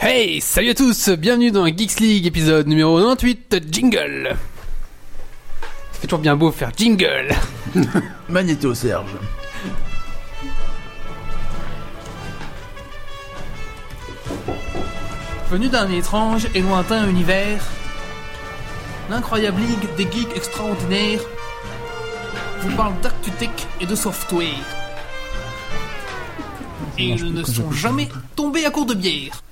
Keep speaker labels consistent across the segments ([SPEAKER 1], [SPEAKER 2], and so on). [SPEAKER 1] Hey, salut à tous, bienvenue dans Geeks League épisode numéro 98, jingle. Ça fait toujours bien beau faire jingle.
[SPEAKER 2] Magnéto Serge.
[SPEAKER 3] Venu d'un étrange et lointain univers, l'incroyable ligue des geeks extraordinaires vous parle d'actu tech et de software. Et ils ne sont jamais tombés à court de bière.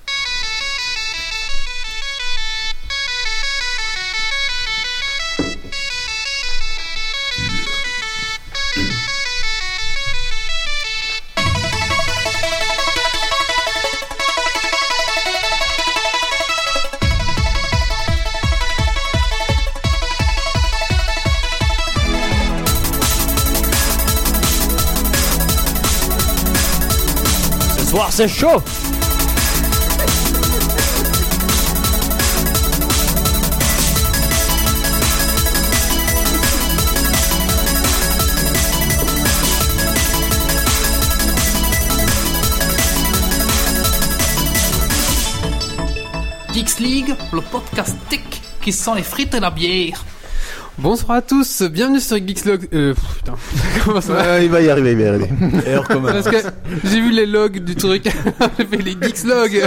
[SPEAKER 4] Ce soir, c'est chaud
[SPEAKER 3] Geeks League, le podcast tech qui sent les frites et la bière.
[SPEAKER 1] Bonsoir à tous, bienvenue sur Geeks Log. Euh, pff, putain, comment ça va
[SPEAKER 2] il va y arriver, il va y arriver. Et on recommence.
[SPEAKER 1] Parce que j'ai vu les logs du truc, j'ai fait les Geeks Logs.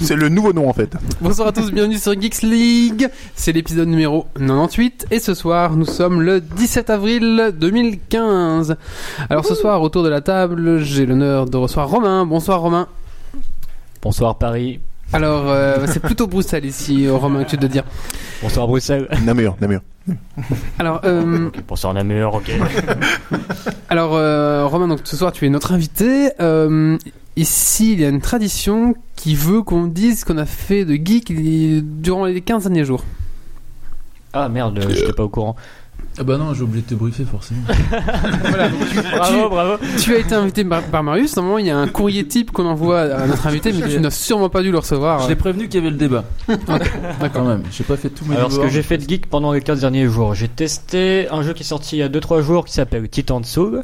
[SPEAKER 2] C'est le nouveau nom en fait.
[SPEAKER 1] Bonsoir à tous, bienvenue sur Geeks League. C'est l'épisode numéro 98 et ce soir nous sommes le 17 avril 2015. Alors ce soir autour de la table, j'ai l'honneur de recevoir Romain. Bonsoir Romain.
[SPEAKER 4] Bonsoir Paris,
[SPEAKER 1] Alors euh, c'est plutôt Bruxelles ici euh, Romain que tu dois dire.
[SPEAKER 4] bonsoir Bruxelles,
[SPEAKER 2] Namur, Namur.
[SPEAKER 1] Alors euh,
[SPEAKER 4] bonsoir Namur, ok.
[SPEAKER 1] alors euh, Romain donc ce soir tu es notre invité. Euh, ici il y a une tradition qui veut qu'on dise ce qu'on a fait de geek les- durant les 15 derniers jours.
[SPEAKER 4] Ah merde, euh, j'étais pas au courant.
[SPEAKER 5] Ah bah non, j'ai oublié de te briefer forcément.
[SPEAKER 4] Bravo, bravo
[SPEAKER 1] Tu as été invité par, par Marius, normalement il y a un courrier type qu'on envoie à notre invité mais tu n'as sûrement pas dû le recevoir.
[SPEAKER 5] Je l'ai prévenu qu'il y avait le débat. Quand
[SPEAKER 1] D'accord.
[SPEAKER 5] même, j'ai pas fait tout mes
[SPEAKER 4] Alors, ce
[SPEAKER 5] devoirs.
[SPEAKER 4] que j'ai fait de geek pendant les 15 derniers jours, j'ai testé un jeu qui est sorti il y a 2-3 jours qui s'appelle Titan Soul,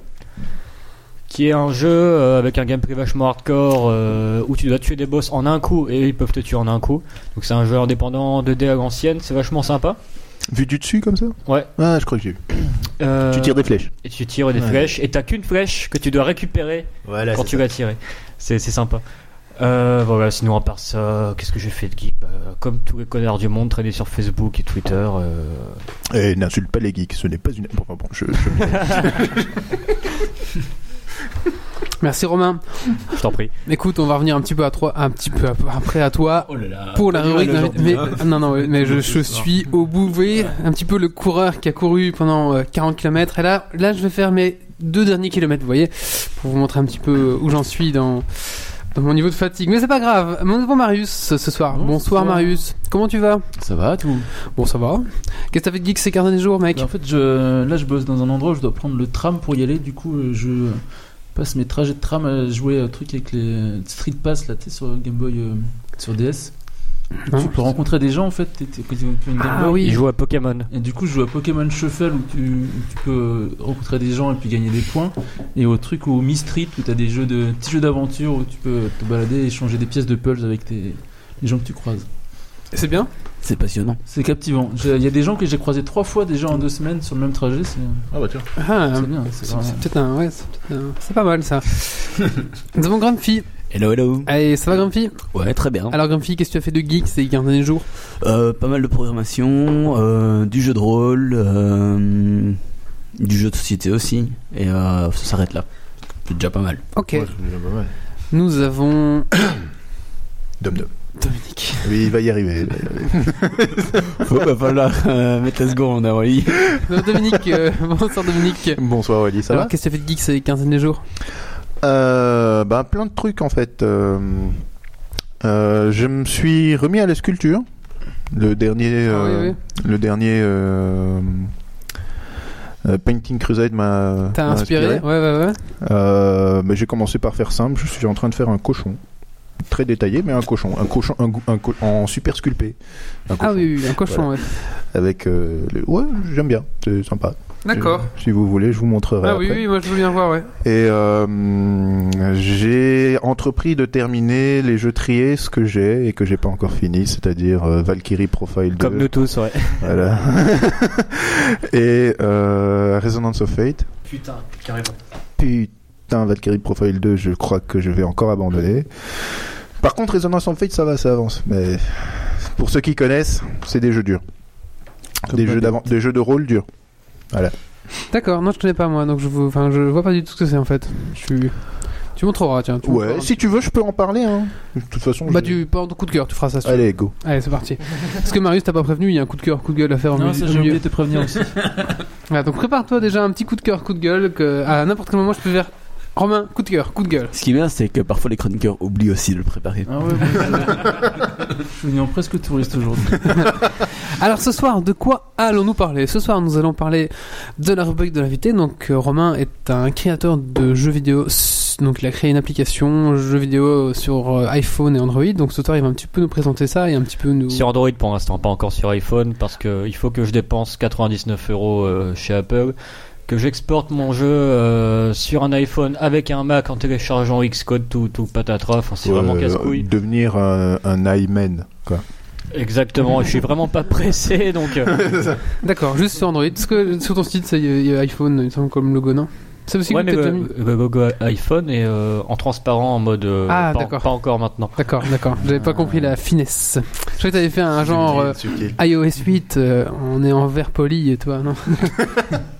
[SPEAKER 4] qui est un jeu euh, avec un gameplay vachement hardcore euh, où tu dois tuer des boss en un coup et ils peuvent te tuer en un coup. Donc, c'est un jeu indépendant 2D à l'ancienne, c'est vachement sympa.
[SPEAKER 2] Vu du dessus comme ça
[SPEAKER 4] Ouais.
[SPEAKER 2] Ah, je crois que j'ai vu.
[SPEAKER 4] Euh,
[SPEAKER 2] Tu tires des flèches.
[SPEAKER 4] et tu tires des
[SPEAKER 2] Ouais.
[SPEAKER 4] flèches et t'as qu'une flèche que tu dois récupérer
[SPEAKER 2] Voilà.
[SPEAKER 4] quand tu vas tirer. C'est c'est sympa. Euh, voilà, sinon à part ça, qu'est-ce que j'ai fait de geek Bah, Comme tous les connards du monde, traîner sur Facebook et Twitter. euh,
[SPEAKER 2] Et Eh, n'insulte pas les geeks, ce n'est pas une. Enfin bon, je. je-
[SPEAKER 1] Merci Romain.
[SPEAKER 4] je t'en prie.
[SPEAKER 1] Écoute, on va revenir un petit peu à toi, un petit peu ap- après à toi
[SPEAKER 5] Oh là là.
[SPEAKER 1] pour la rubrique. d'invité. Mais non, non, mais- mais je,
[SPEAKER 5] le
[SPEAKER 1] je
[SPEAKER 5] soir.
[SPEAKER 1] suis au bout. Vous voyez, un petit peu le coureur qui a couru pendant euh, 40 km. Et là, là, je vais faire mes deux derniers kilomètres. Vous voyez, pour vous montrer un petit peu où j'en suis dans dans mon niveau de fatigue. Mais c'est pas grave. Mon nouveau Marius ce ce soir. Bonsoir,
[SPEAKER 5] Bonsoir.
[SPEAKER 1] Marius. Comment tu vas
[SPEAKER 5] Ça va tout.
[SPEAKER 1] Bon, ça va. Qu'est-ce que t'as fait de geek ces 15 derniers jours, mec
[SPEAKER 5] Mais en fait, je... là je bosse dans un endroit où je dois prendre le tram pour y aller. Du coup, euh, je passe mes trajets de tram à jouer un truc avec les Street Pass là, tu sais, sur Game Boy, euh, sur DS.
[SPEAKER 1] Hein
[SPEAKER 5] tu peux rencontrer des gens en fait. t'es- t'es- quand ils ont une Game
[SPEAKER 1] Ah
[SPEAKER 5] Boy.
[SPEAKER 4] Il
[SPEAKER 1] oui.
[SPEAKER 4] joue à Pokémon.
[SPEAKER 5] Et du coup, je joue à Pokémon Shuffle où tu, où tu peux rencontrer des gens et puis gagner des points. Et au truc au Mi Street où t'as des jeux de petits jeux d'aventure où tu peux te balader et échanger des pièces de puzzles avec tes, les gens que tu croises.
[SPEAKER 1] C'est bien.
[SPEAKER 6] C'est passionnant.
[SPEAKER 5] C'est captivant. J'ai- Il y a des gens que j'ai croisés trois fois déjà en deux semaines sur le même trajet. C'est
[SPEAKER 2] Ah bah tiens.
[SPEAKER 1] Ah,
[SPEAKER 5] c'est bien. C'est
[SPEAKER 1] c'est
[SPEAKER 5] vraiment-
[SPEAKER 1] c'est peut-être un, ouais, c'est peut-être un- c'est pas mal ça. Nous avons grande fille.
[SPEAKER 6] Hello, hello.
[SPEAKER 1] Allez, ça va grande fille
[SPEAKER 6] Ouais, très bien.
[SPEAKER 1] Alors Grumpy, qu'est-ce que tu as fait de geek ces 15 derniers jours
[SPEAKER 6] Euh, pas mal de programmation, euh, du jeu de rôle, euh, du jeu de société aussi. Et euh, ça s'arrête là. C'est déjà pas mal.
[SPEAKER 1] Ok.
[SPEAKER 2] Ouais, c'est déjà pas mal.
[SPEAKER 1] Nous avons
[SPEAKER 2] Dum dum.
[SPEAKER 1] Dominique.
[SPEAKER 2] Oui, il va y arriver.
[SPEAKER 6] Ouais, bah voilà, euh, mettre la seconde avant lui.
[SPEAKER 1] Non, Dominique, euh, bonsoir Dominique.
[SPEAKER 2] Bonsoir Aurélie, ça
[SPEAKER 1] Alors
[SPEAKER 2] va
[SPEAKER 1] qu'est-ce que tu as fait de geek ces 15 derniers jours
[SPEAKER 2] Euh, bah, plein de trucs en fait. Euh, euh, je me suis remis à la sculpture. Le dernier,
[SPEAKER 1] Ah
[SPEAKER 2] euh,
[SPEAKER 1] oui, oui.
[SPEAKER 2] le dernier euh, euh, Painting Crusade m'a
[SPEAKER 1] T'as
[SPEAKER 2] m'a
[SPEAKER 1] inspiré, Ouais, ouais, ouais.
[SPEAKER 2] Euh, bah, j'ai commencé par faire simple. Je suis en train de faire un cochon très détaillé, mais un cochon, un cochon, un, go- un co- en super sculpté. Un
[SPEAKER 1] Ah
[SPEAKER 2] cochon.
[SPEAKER 1] oui, oui, un cochon, ouais.
[SPEAKER 2] Avec, euh, le- ouais, j'aime bien, c'est sympa.
[SPEAKER 1] D'accord.
[SPEAKER 2] Si vous voulez, je vous montrerai.
[SPEAKER 1] Ah oui,
[SPEAKER 2] après.
[SPEAKER 1] oui, moi je veux bien voir, ouais.
[SPEAKER 2] Et euh, j'ai entrepris de terminer les jeux triés, ce que j'ai et que j'ai pas encore fini, c'est-à-dire euh, Valkyrie Profile 2.
[SPEAKER 4] Comme nous tous, ouais.
[SPEAKER 2] Voilà. et euh, Resonance of Fate.
[SPEAKER 4] Putain, carrément.
[SPEAKER 2] Putain, Valkyrie Profile 2, je crois que je vais encore abandonner. Par contre, Resonance of Fate, ça va, ça avance. Mais pour ceux qui connaissent, c'est des jeux durs. Des jeux, d'avan- des jeux de rôle durs.
[SPEAKER 1] D'accord, non, je connais pas moi, donc je, vous... enfin, je vois pas du tout ce que c'est en fait. Je suis... Tu montreras, tiens. tu montreras.
[SPEAKER 2] Ouais, si tu veux, je peux en parler. Hein. De toute façon,
[SPEAKER 1] Bah,
[SPEAKER 2] je-
[SPEAKER 1] tu pars de coup de cœur, tu feras ça. si tu veux.
[SPEAKER 2] Allez, go.
[SPEAKER 1] Allez, c'est parti. Parce que Marius, t'as pas prévenu, il y a un coup de cœur, coup de gueule à faire en
[SPEAKER 5] Non,
[SPEAKER 1] mus-
[SPEAKER 5] ça
[SPEAKER 1] au
[SPEAKER 5] j'ai
[SPEAKER 1] milieu.
[SPEAKER 5] oublié de te prévenir aussi.
[SPEAKER 1] Voilà, donc prépare-toi déjà un petit coup de cœur, coup de gueule, que à n'importe quel moment je peux faire. Romain, coup de cœur, coup de gueule.
[SPEAKER 6] Ce qui est bien, c'est que parfois les chroniqueurs oublient aussi de le préparer.
[SPEAKER 5] Ah ouais, moi, je- je suis venu en presque touriste aujourd'hui.
[SPEAKER 1] Alors ce soir, de quoi allons-nous parler Ce soir, nous allons parler de la rubrique de l'invité. Donc euh, Romain est un créateur de jeux vidéo. s- Donc il a créé une application jeux vidéo sur euh, iPhone et Android. Donc ce soir, il va un petit peu nous présenter ça et un petit peu nous.
[SPEAKER 4] Sur Android pour l'instant, pas encore sur iPhone, parce que il faut que je dépense 99 euros euh, chez Apple, que j'exporte mon jeu euh, sur un iPhone avec un Mac en téléchargeant Xcode, tout, tout patatras, enfin, c'est vraiment
[SPEAKER 2] Euh,
[SPEAKER 4] casse-couille.
[SPEAKER 2] Devenir un, un Iman, quoi.
[SPEAKER 4] Exactement, je suis vraiment pas pressé, donc euh,
[SPEAKER 1] D'accord, juste sur Android. Parce que sur ton site, ça, il y a- il y a iPhone, il me semble comme logo, non C'est aussi
[SPEAKER 4] ouais,
[SPEAKER 1] que
[SPEAKER 4] mais bah,
[SPEAKER 1] peut-être t'as
[SPEAKER 4] le,
[SPEAKER 1] mis
[SPEAKER 4] le logo iPhone est euh, en transparent, en mode euh,
[SPEAKER 1] Ah,
[SPEAKER 4] pas,
[SPEAKER 1] d'accord.
[SPEAKER 4] pas encore maintenant.
[SPEAKER 1] D'accord, d'accord. J'avais
[SPEAKER 4] Euh,
[SPEAKER 1] pas compris la finesse. Je croyais que t'avais fait un genre euh, iOS 8. euh, on est en vert poli et toi, non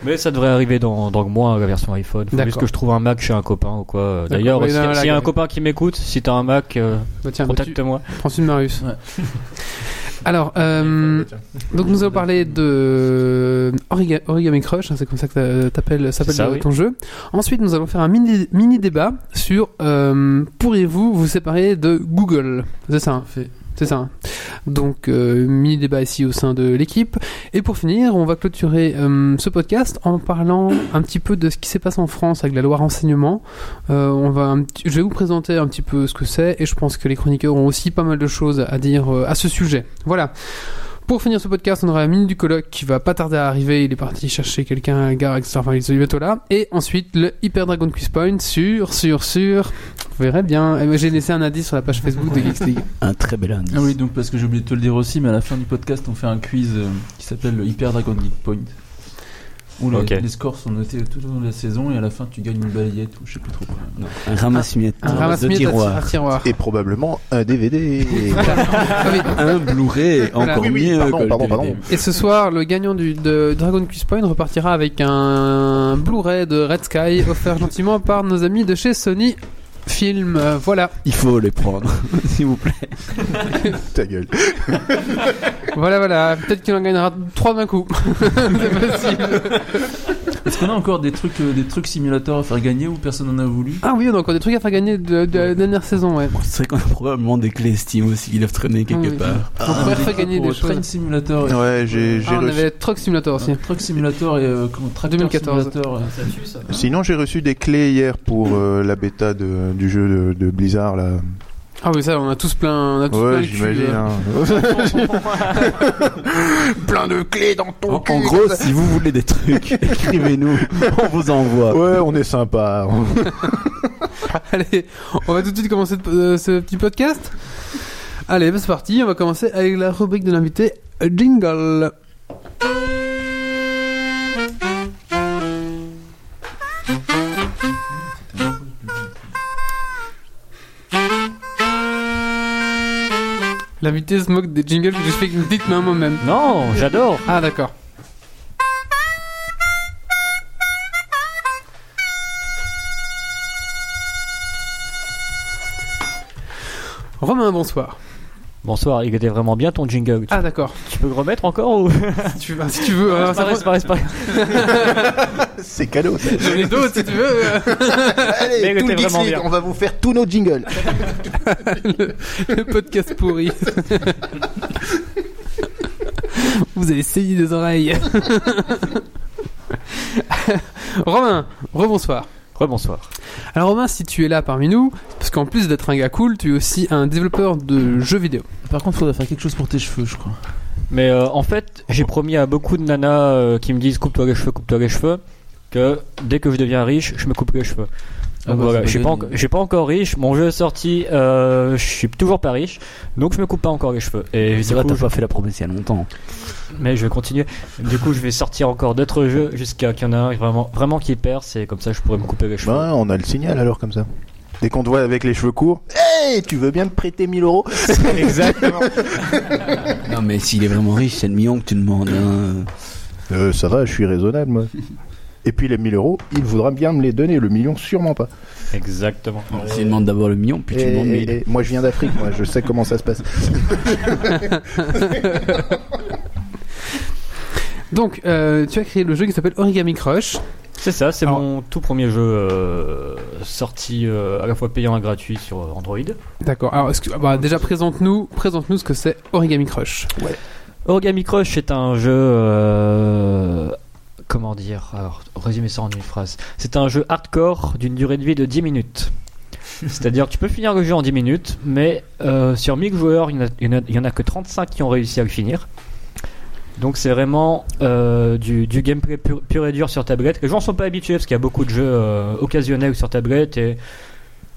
[SPEAKER 4] Mais ça devrait arriver dans, dans le mois, la version iPhone. Faut juste
[SPEAKER 1] D'accord.
[SPEAKER 4] que je trouve un Mac chez un copain ou quoi. Euh, D'ailleurs,
[SPEAKER 1] Oui,
[SPEAKER 4] s'il
[SPEAKER 1] non,
[SPEAKER 4] y a-
[SPEAKER 1] là,
[SPEAKER 4] s'il y a
[SPEAKER 1] là,
[SPEAKER 4] un
[SPEAKER 1] là.
[SPEAKER 4] copain qui m'écoute, si t'as un Mac, euh,
[SPEAKER 1] Bah tiens, bah, tu-
[SPEAKER 4] contacte-moi.
[SPEAKER 1] prends celui de Marius.
[SPEAKER 5] Ouais.
[SPEAKER 1] Alors, euh, donc nous allons parler de Origa- euh, Origami Crush, hein, c'est comme ça que t'a- t'appelles- s'appelle
[SPEAKER 4] ça,
[SPEAKER 1] euh,
[SPEAKER 4] oui.
[SPEAKER 1] ton jeu. Ensuite, nous allons faire un mini, mini débat sur euh, pourriez-vous vous séparer de Google C'est ça, hein
[SPEAKER 5] Fait.
[SPEAKER 1] c'est ça. hein. Donc, euh, mini débat ici au sein de l'équipe. Et pour finir, on va clôturer euh, ce podcast en parlant un petit peu de ce qui s'est passé en France avec la loi renseignement. Euh, on va un petit- je vais vous présenter un petit peu ce que c'est et je pense que les chroniqueurs ont aussi pas mal de choses à dire euh, à ce sujet. Voilà. Pour finir ce podcast, on aura la minute du colloque qui va pas tarder à arriver. Il est parti chercher quelqu'un, un gars, etc. Enfin, il est bientôt là. Et ensuite, le Hyper Dragon Quiz Point sur, sur, sur. Vous verrez bien. Eh ben, J'ai laissé un indice sur la page Facebook de Geeks League.
[SPEAKER 6] Un très bel indice.
[SPEAKER 5] Ah oui, donc parce que j'ai oublié de te le dire aussi, mais à la fin du podcast, on fait un quiz euh, qui s'appelle le Hyper Dragon Geek Point. Où les,
[SPEAKER 4] Ok.
[SPEAKER 5] les scores sont notés tout au long de la saison et à la fin, tu gagnes une balayette ou je sais plus trop quoi.
[SPEAKER 6] Non, un ramasse-miettes.
[SPEAKER 1] Un
[SPEAKER 6] de
[SPEAKER 1] ramasse-miettes à ti- à
[SPEAKER 6] tiroir.
[SPEAKER 1] tiroir.
[SPEAKER 2] Et probablement un DVD.
[SPEAKER 1] Ah oui.
[SPEAKER 6] Un Blu-ray,
[SPEAKER 1] Voilà.
[SPEAKER 6] encore
[SPEAKER 2] Oui, oui,
[SPEAKER 6] mieux.
[SPEAKER 2] pardon,
[SPEAKER 6] que le
[SPEAKER 2] pardon,
[SPEAKER 6] DVD.
[SPEAKER 2] pardon.
[SPEAKER 1] Et ce soir, le gagnant du, de Dragon Quest Point repartira avec un Blu-ray de Red Sky offert gentiment par nos amis de chez Sony Film. Euh, voilà,
[SPEAKER 6] Il faut les prendre, s'il vous plaît.
[SPEAKER 2] Ta gueule.
[SPEAKER 1] voilà, voilà. Peut-être qu'il en gagnera trois d'un coup. C'est possible.
[SPEAKER 5] Est-ce qu'on a encore des trucs, euh, des trucs simulateurs à faire gagner ou personne n'en a voulu
[SPEAKER 1] Ah oui, on a encore des trucs à faire gagner de, de la dernière saison, ouais.
[SPEAKER 6] Bon, c'est vrai qu'on a probablement des clés Steam aussi qui doivent traîner quelque
[SPEAKER 1] Oui.
[SPEAKER 6] part.
[SPEAKER 1] On pourrait faire gagner
[SPEAKER 5] Ah, Pour euh,
[SPEAKER 1] des
[SPEAKER 5] Train
[SPEAKER 1] choses.
[SPEAKER 5] Simulator et
[SPEAKER 2] Ouais, j'ai j'ai
[SPEAKER 1] Ah, on
[SPEAKER 2] reçu-
[SPEAKER 1] avait Truck Simulator aussi.
[SPEAKER 5] euh, Truck Simulator et euh, comment, Tractor
[SPEAKER 1] 2014.
[SPEAKER 5] Simulator, euh.
[SPEAKER 2] Sinon, j'ai reçu des clés hier pour euh, la bêta de- du jeu de, de Blizzard là.
[SPEAKER 1] Ah oui, ça, on a tous plein. On a tous plein
[SPEAKER 2] Ouais,
[SPEAKER 1] le cul,
[SPEAKER 2] j'imagine.
[SPEAKER 1] euh.
[SPEAKER 2] hein. Plein de clés dans
[SPEAKER 6] En,
[SPEAKER 2] ton
[SPEAKER 6] en gros, si vous voulez des trucs, écrivez-nous, on vous envoie.
[SPEAKER 2] Ouais, on est sympa.
[SPEAKER 1] Allez, on va tout de suite commencer de- euh, ce petit podcast. Allez, bah, c'est parti. On va commencer avec la rubrique de l'invité Jingle. L'invité se moque des jingles que je fais avec une petite main moi-même.
[SPEAKER 4] Non, j'adore.
[SPEAKER 1] Ah d'accord. Romain, bonsoir.
[SPEAKER 4] Bonsoir, il était vraiment bien ton jingle.
[SPEAKER 1] Ah d'accord.
[SPEAKER 4] Tu peux le remettre encore ou
[SPEAKER 1] Si Ah, tu veux, si tu veux. alors, ça prend-
[SPEAKER 2] C'est cadeau. ça.
[SPEAKER 1] J'en ai d'autres si tu veux.
[SPEAKER 4] Mais
[SPEAKER 2] Allez,
[SPEAKER 4] il
[SPEAKER 2] tout le
[SPEAKER 4] était
[SPEAKER 2] Geeks
[SPEAKER 4] vraiment
[SPEAKER 2] League,
[SPEAKER 4] bien.
[SPEAKER 2] on va vous faire tous nos jingles.
[SPEAKER 1] le, le podcast pourri. Vous avez saigné des oreilles. Romain, rebonsoir.
[SPEAKER 4] bonsoir.
[SPEAKER 1] Alors Romain, si tu es là parmi nous, parce qu'en plus d'être un gars cool, tu es aussi un développeur de jeux vidéo.
[SPEAKER 5] Par contre, faudrait faire quelque chose pour tes cheveux, je crois.
[SPEAKER 4] Mais euh, en fait, j'ai promis à beaucoup de nanas euh, qui me disent coupe-toi les cheveux, coupe-toi les cheveux, que dès que je deviens riche, je me coupe les cheveux.
[SPEAKER 5] Ah
[SPEAKER 4] Donc
[SPEAKER 5] bah,
[SPEAKER 4] voilà,
[SPEAKER 5] c'est
[SPEAKER 4] je suis
[SPEAKER 5] pas
[SPEAKER 4] pas,
[SPEAKER 5] bien.
[SPEAKER 4] enco- je suis pas encore riche, mon jeu est sorti, euh, je suis toujours pas riche, donc je me coupe pas encore les cheveux. Et
[SPEAKER 6] C'est
[SPEAKER 4] du
[SPEAKER 6] vrai,
[SPEAKER 4] coup,
[SPEAKER 6] t'as
[SPEAKER 4] je-
[SPEAKER 6] pas fait la promesse il y a longtemps.
[SPEAKER 4] mais je vais continuer. Du coup, je vais sortir encore d'autres jeux jusqu'à qu'il y en ait un vraiment, vraiment qui perce et comme ça, je pourrais me couper les cheveux.
[SPEAKER 2] Ben, on a le signal alors comme ça. Dès qu'on te voit avec les cheveux courts, hey, tu veux bien me prêter 1000 euros
[SPEAKER 4] Exactement.
[SPEAKER 6] Non, mais s'il est vraiment riche, c'est le million que tu demandes. hein.
[SPEAKER 2] Euh, Ça va, je suis raisonnable moi. Et puis les 1000 euros, il voudra bien me les donner, le million sûrement pas.
[SPEAKER 4] Exactement.
[SPEAKER 6] S'il demande d'abord le million, puis tu
[SPEAKER 2] Eh,
[SPEAKER 6] demandes
[SPEAKER 2] eh,
[SPEAKER 6] mille.
[SPEAKER 2] eh, moi je viens d'Afrique, moi je sais comment ça se passe.
[SPEAKER 1] Donc, euh, tu as créé le jeu qui s'appelle Origami Crush.
[SPEAKER 4] C'est ça, c'est
[SPEAKER 1] Alors-
[SPEAKER 4] mon tout premier jeu euh, sorti euh, à la fois payant et gratuit sur euh, Android.
[SPEAKER 1] D'accord. Alors, est-ce que- bah, déjà présente-nous, présente-nous ce que c'est Origami Crush.
[SPEAKER 4] Origami Crush est un jeu. euh, comment dire Alors, résumer ça en une phrase. C'est un jeu hardcore d'une durée de vie de 10 minutes. C'est-à-dire, tu peux finir le jeu en 10 minutes, mais euh, sur 1000 joueurs, il n'y en, a- il y en a- il y en a que 35 qui ont réussi à le finir. Donc, c'est vraiment euh, du, du gameplay pur, pur et dur sur tablette. Les gens ne sont pas habitués parce qu'il y a beaucoup de jeux euh, occasionnels sur tablette et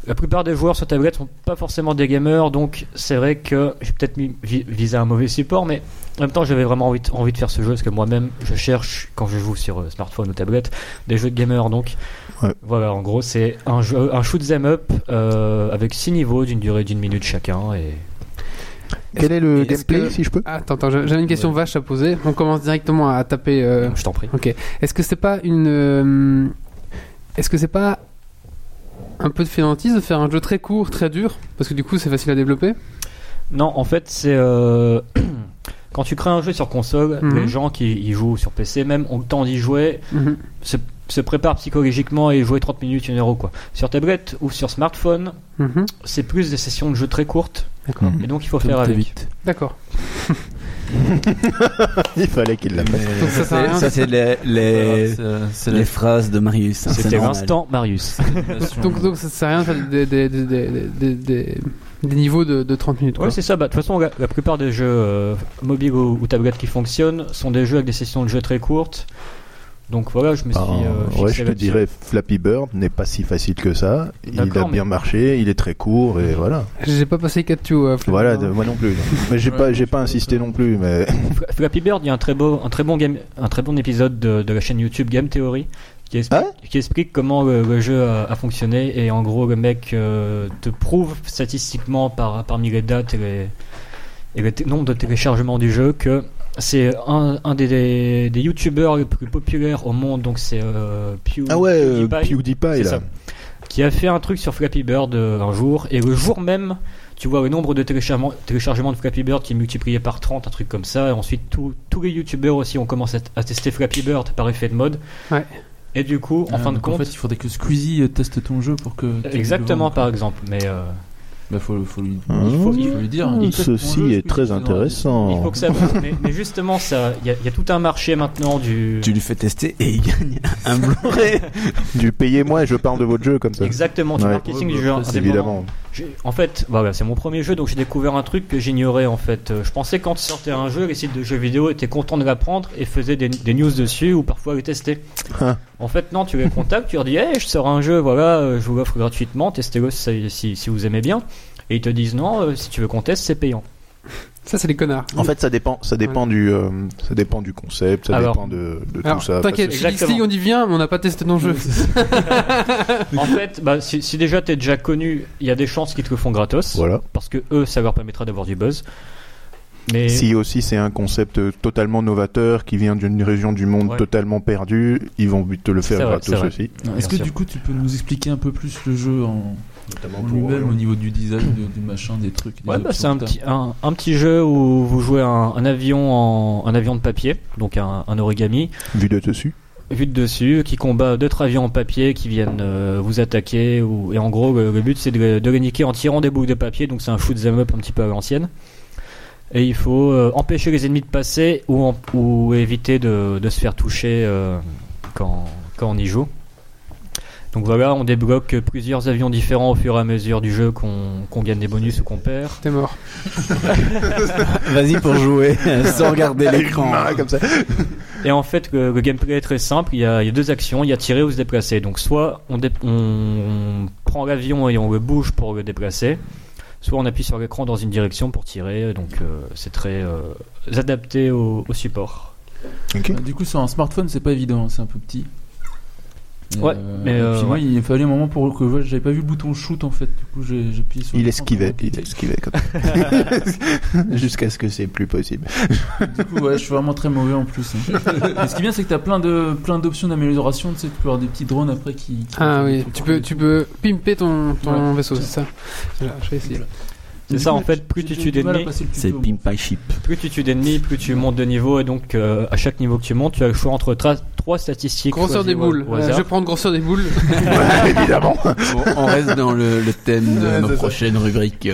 [SPEAKER 4] la plupart des joueurs sur tablette sont pas forcément des gamers. Donc, c'est vrai que j'ai peut-être mis- vi- visé un mauvais support, mais en même temps, j'avais vraiment envie de, envie de faire ce jeu parce que moi-même, je cherche, quand je joue sur euh, smartphone ou tablette, des jeux de gamer. Donc,
[SPEAKER 2] Ouais.
[SPEAKER 4] voilà, en gros, c'est un, jeu, un shoot 'em up euh, avec 6 niveaux d'une durée d'une minute chacun. Et
[SPEAKER 2] Quel est le
[SPEAKER 1] Est-ce
[SPEAKER 2] gameplay
[SPEAKER 1] que-
[SPEAKER 2] si je peux
[SPEAKER 1] Ah, Attends, attends, j'avais une question vache à poser. On commence directement à taper. euh,
[SPEAKER 4] je t'en prie.
[SPEAKER 1] Ok. Est-ce que c'est pas une. euh, Est-ce que c'est pas un peu de fainéantise de faire un jeu très court, très dur Parce que du coup, c'est facile à développer.
[SPEAKER 4] Non, en fait, c'est. euh, Quand tu crées un jeu sur console,
[SPEAKER 1] Mhm.
[SPEAKER 4] les gens qui y jouent sur PC même ont le temps d'y jouer,
[SPEAKER 2] Mm-hmm.
[SPEAKER 1] Mhm.
[SPEAKER 4] se, se préparent psychologiquement et jouer 30 minutes, 1 euro quoi. Sur tablette ou sur smartphone,
[SPEAKER 1] Mhm.
[SPEAKER 4] c'est plus des sessions de jeu très courtes
[SPEAKER 1] D'accord.
[SPEAKER 4] et donc il faut
[SPEAKER 5] Tout
[SPEAKER 4] faire
[SPEAKER 5] très
[SPEAKER 4] avec.
[SPEAKER 5] vite.
[SPEAKER 1] D'accord.
[SPEAKER 2] Il fallait qu'il la fasse.
[SPEAKER 1] Donc ça sert à rien.
[SPEAKER 6] Ça, c'est les, les,
[SPEAKER 5] Voilà, c'est- c'est la
[SPEAKER 6] les phrases de Marius. hein, c'est
[SPEAKER 4] C'était
[SPEAKER 6] normal.
[SPEAKER 4] l'instant Marius.
[SPEAKER 5] fascination.
[SPEAKER 1] Donc, donc ça sert à rien de faire des, des, des, des, des- des- des niveaux de, de 30 minutes. quoi.
[SPEAKER 4] Ouais, c'est ça. Bah, De toute façon, la, la plupart des jeux euh, mobiles ou, ou tablettes qui fonctionnent sont des jeux avec des sessions de jeu très courtes. Donc voilà, je me suis. euh,
[SPEAKER 2] Ben, ouais,
[SPEAKER 4] fixé
[SPEAKER 2] je te
[SPEAKER 4] là-dessus.
[SPEAKER 2] dirais Flappy Bird n'est pas si facile que ça. Il a
[SPEAKER 4] D'accord, mais-
[SPEAKER 2] bien marché, il est très court et voilà.
[SPEAKER 1] J'ai pas passé euh, 4 tu
[SPEAKER 2] Voilà, de- moi non plus. Mais j'ai
[SPEAKER 5] Ouais,
[SPEAKER 2] pas, j'ai
[SPEAKER 5] je
[SPEAKER 2] pas
[SPEAKER 5] sais
[SPEAKER 2] insisté
[SPEAKER 5] pas.
[SPEAKER 2] non plus. Mais
[SPEAKER 4] Fla- Flappy Bird, il y a un très, beau, un très, bon, game, un très bon épisode de, de la chaîne YouTube Game Theory qui
[SPEAKER 2] Ah
[SPEAKER 4] explique, qui explique comment le, le jeu a, a fonctionné. Et en gros, le mec euh, te prouve statistiquement par, parmi les dates et, les, et le t- nombre de téléchargements du jeu que c'est un, un des, des, des youtubeurs les plus populaires au monde. Donc c'est euh, Pew-
[SPEAKER 2] ah ouais, euh,
[SPEAKER 4] PewDiePie.
[SPEAKER 2] PewDiePie
[SPEAKER 4] C'est
[SPEAKER 2] là.
[SPEAKER 4] ça. Qui a fait un truc sur Flappy Bird euh, un jour, et le jour même, tu vois le nombre de téléchargements, téléchargements de Flappy Bird qui est multiplié par 30, un truc comme ça, et ensuite tous- tous les youtubeurs aussi ont commencé à, t- à tester Flappy Bird par effet de mode.
[SPEAKER 1] Ouais.
[SPEAKER 4] Et du coup, en
[SPEAKER 5] Ah,
[SPEAKER 4] fin de
[SPEAKER 5] donc
[SPEAKER 4] compte.
[SPEAKER 5] En fait, il faudrait que Squeezie euh, teste ton jeu pour que. tu
[SPEAKER 4] Exactement,
[SPEAKER 5] le vendes.
[SPEAKER 4] par exemple, mais euh,
[SPEAKER 5] Bah, faut, faut lui,
[SPEAKER 2] Ah.
[SPEAKER 5] il faut, il faut lui dire.
[SPEAKER 2] Ah,
[SPEAKER 5] Il teste ton jeu,
[SPEAKER 2] Ceci est
[SPEAKER 5] Squeezie,
[SPEAKER 2] très
[SPEAKER 5] dans-
[SPEAKER 4] hein. il faut
[SPEAKER 2] intéressant.
[SPEAKER 4] que ça. mais, mais justement, ça, il y, a- il y a tout un marché maintenant du.
[SPEAKER 6] Tu lui fais tester et il gagne un Blu-ray.
[SPEAKER 2] Du payez-moi, je parle de votre jeu comme ça.
[SPEAKER 4] Exactement, du
[SPEAKER 2] Ouais.
[SPEAKER 4] marketing
[SPEAKER 5] Ouais,
[SPEAKER 4] du
[SPEAKER 5] bah,
[SPEAKER 4] genre.
[SPEAKER 5] après, c'est
[SPEAKER 2] Évidemment.
[SPEAKER 4] J'ai- En fait, voilà, c'est mon premier jeu, donc j'ai découvert un truc que j'ignorais en fait. Euh, Je pensais quand sortait un jeu, les sites de jeux vidéo étaient contents de l'apprendre et faisaient des, des news dessus ou parfois les tester.
[SPEAKER 2] Hein.
[SPEAKER 4] en fait, non, tu les contactes, tu leur dis, hey, je sors un jeu, voilà, euh, je vous l'offre gratuitement, testez-le si, si, si vous aimez bien. Et ils te disent, non, euh, si tu veux qu'on teste, c'est payant.
[SPEAKER 1] Ça, c'est les connards.
[SPEAKER 2] En fait, ça dépend, ça dépend du, euh, ça dépend du concept, ça
[SPEAKER 4] Alors-
[SPEAKER 2] dépend de, de tout
[SPEAKER 1] Alors,
[SPEAKER 2] ça.
[SPEAKER 1] t'inquiète,
[SPEAKER 2] Parce
[SPEAKER 1] chez Xlig, on dit viens, mais on n'a pas testé ton jeu.
[SPEAKER 4] en fait, bah, si, si déjà t'es déjà connu, il y a des chances qu'ils te le font gratos
[SPEAKER 2] que- Voilà.
[SPEAKER 4] parce que eux, ça leur permettra d'avoir du buzz. Mais
[SPEAKER 2] Si aussi c'est un concept euh, totalement novateur qui vient d'une région du monde
[SPEAKER 4] Ouais.
[SPEAKER 2] totalement perdue, ils vont te le faire
[SPEAKER 4] C'est vrai,
[SPEAKER 2] gratos
[SPEAKER 4] c'est vrai.
[SPEAKER 2] aussi.
[SPEAKER 5] Non,
[SPEAKER 4] Bien
[SPEAKER 5] Est-ce que
[SPEAKER 4] sûr.
[SPEAKER 5] du coup, tu peux nous expliquer un peu plus le jeu en,
[SPEAKER 2] Notamment
[SPEAKER 5] en lui-même au niveau du design, de- du machin, des trucs des
[SPEAKER 4] Ouais, bah,
[SPEAKER 5] options
[SPEAKER 4] c'est un
[SPEAKER 5] que t'as.
[SPEAKER 4] petit, un, un petit jeu où vous jouez un, un avion en, un avion de papier, donc un, un origami,
[SPEAKER 2] vu de dessus.
[SPEAKER 4] vu de dessus, qui combat d'autres avions en papier qui viennent euh, vous attaquer. Ou, et en gros, le, le but c'est de, les- de les niquer en tirant des boucles de papier, donc c'est un shoot 'em up un petit peu à l'ancienne. Et il faut euh, empêcher les ennemis de passer ou, en- ou éviter de, de se faire toucher euh, quand, quand on y joue. Donc voilà, on débloque plusieurs avions différents au fur et à mesure du jeu qu'on qu'on gagne des bonus ou qu'on perd.
[SPEAKER 1] T'es mort.
[SPEAKER 6] Vas-y pour jouer sans regarder l'écran.
[SPEAKER 2] Ah, comme ça.
[SPEAKER 4] Et en fait, le, le gameplay est très simple. Il y, a, il y a deux actions. Il y a tirer ou se déplacer. Donc, soit on, dé- on- on prend l'avion et on le bouge pour le déplacer, soit on appuie sur l'écran dans une direction pour tirer. Donc, euh, c'est très euh, adapté au, au support.
[SPEAKER 2] Ok.
[SPEAKER 5] Euh, Du coup, sur un smartphone, c'est pas évident, hein, c'est un peu petit. Et,
[SPEAKER 4] Ouais, mais,
[SPEAKER 5] et
[SPEAKER 4] euh,
[SPEAKER 5] puis moi, il fallait un moment pour que j'avais pas vu le bouton shoot en fait. Du coup, j'ai j'ai appuyé sur.
[SPEAKER 2] Il
[SPEAKER 5] le-
[SPEAKER 2] esquivait, il esquivait quand même. Jusqu'à ce que c'est plus possible.
[SPEAKER 5] Du coup, ouais, je suis vraiment très mauvais en plus. hein. Et ce qui est bien, c'est que t'as plein de plein d'options d'amélioration. Tu sais, tu peux avoir des petits drones après qui. qui-
[SPEAKER 1] Ah
[SPEAKER 5] qui-
[SPEAKER 1] oui,
[SPEAKER 5] qui-
[SPEAKER 1] tu peux, tu peux pimper ton, ton vaisseau,
[SPEAKER 5] c'est
[SPEAKER 1] c'est ça Voilà, Je vais essayer.
[SPEAKER 4] C'est
[SPEAKER 5] Du
[SPEAKER 4] ça,
[SPEAKER 5] coup,
[SPEAKER 4] en fait, plus
[SPEAKER 5] j'ai-
[SPEAKER 4] tu
[SPEAKER 5] j'ai
[SPEAKER 4] tues
[SPEAKER 5] du mal à
[SPEAKER 4] d'ennemis,
[SPEAKER 5] passer le
[SPEAKER 6] C'est
[SPEAKER 5] tuto.
[SPEAKER 6] Pimp My Ship.
[SPEAKER 4] plus tu tues d'ennemis, plus tu montes de niveau. Et donc, euh, à chaque niveau que tu montes, tu as le choix entre tra- trois statistiques.
[SPEAKER 1] Grosseur
[SPEAKER 4] choisies
[SPEAKER 1] des
[SPEAKER 4] au-
[SPEAKER 1] boules.
[SPEAKER 4] au
[SPEAKER 1] Euh,
[SPEAKER 4] hasard.
[SPEAKER 1] je vais prendre grosseur des boules.
[SPEAKER 2] Évidemment.
[SPEAKER 6] Bon, on reste dans le, le thème de
[SPEAKER 2] Ouais,
[SPEAKER 6] nos
[SPEAKER 2] c'est ça.
[SPEAKER 6] prochaines rubriques.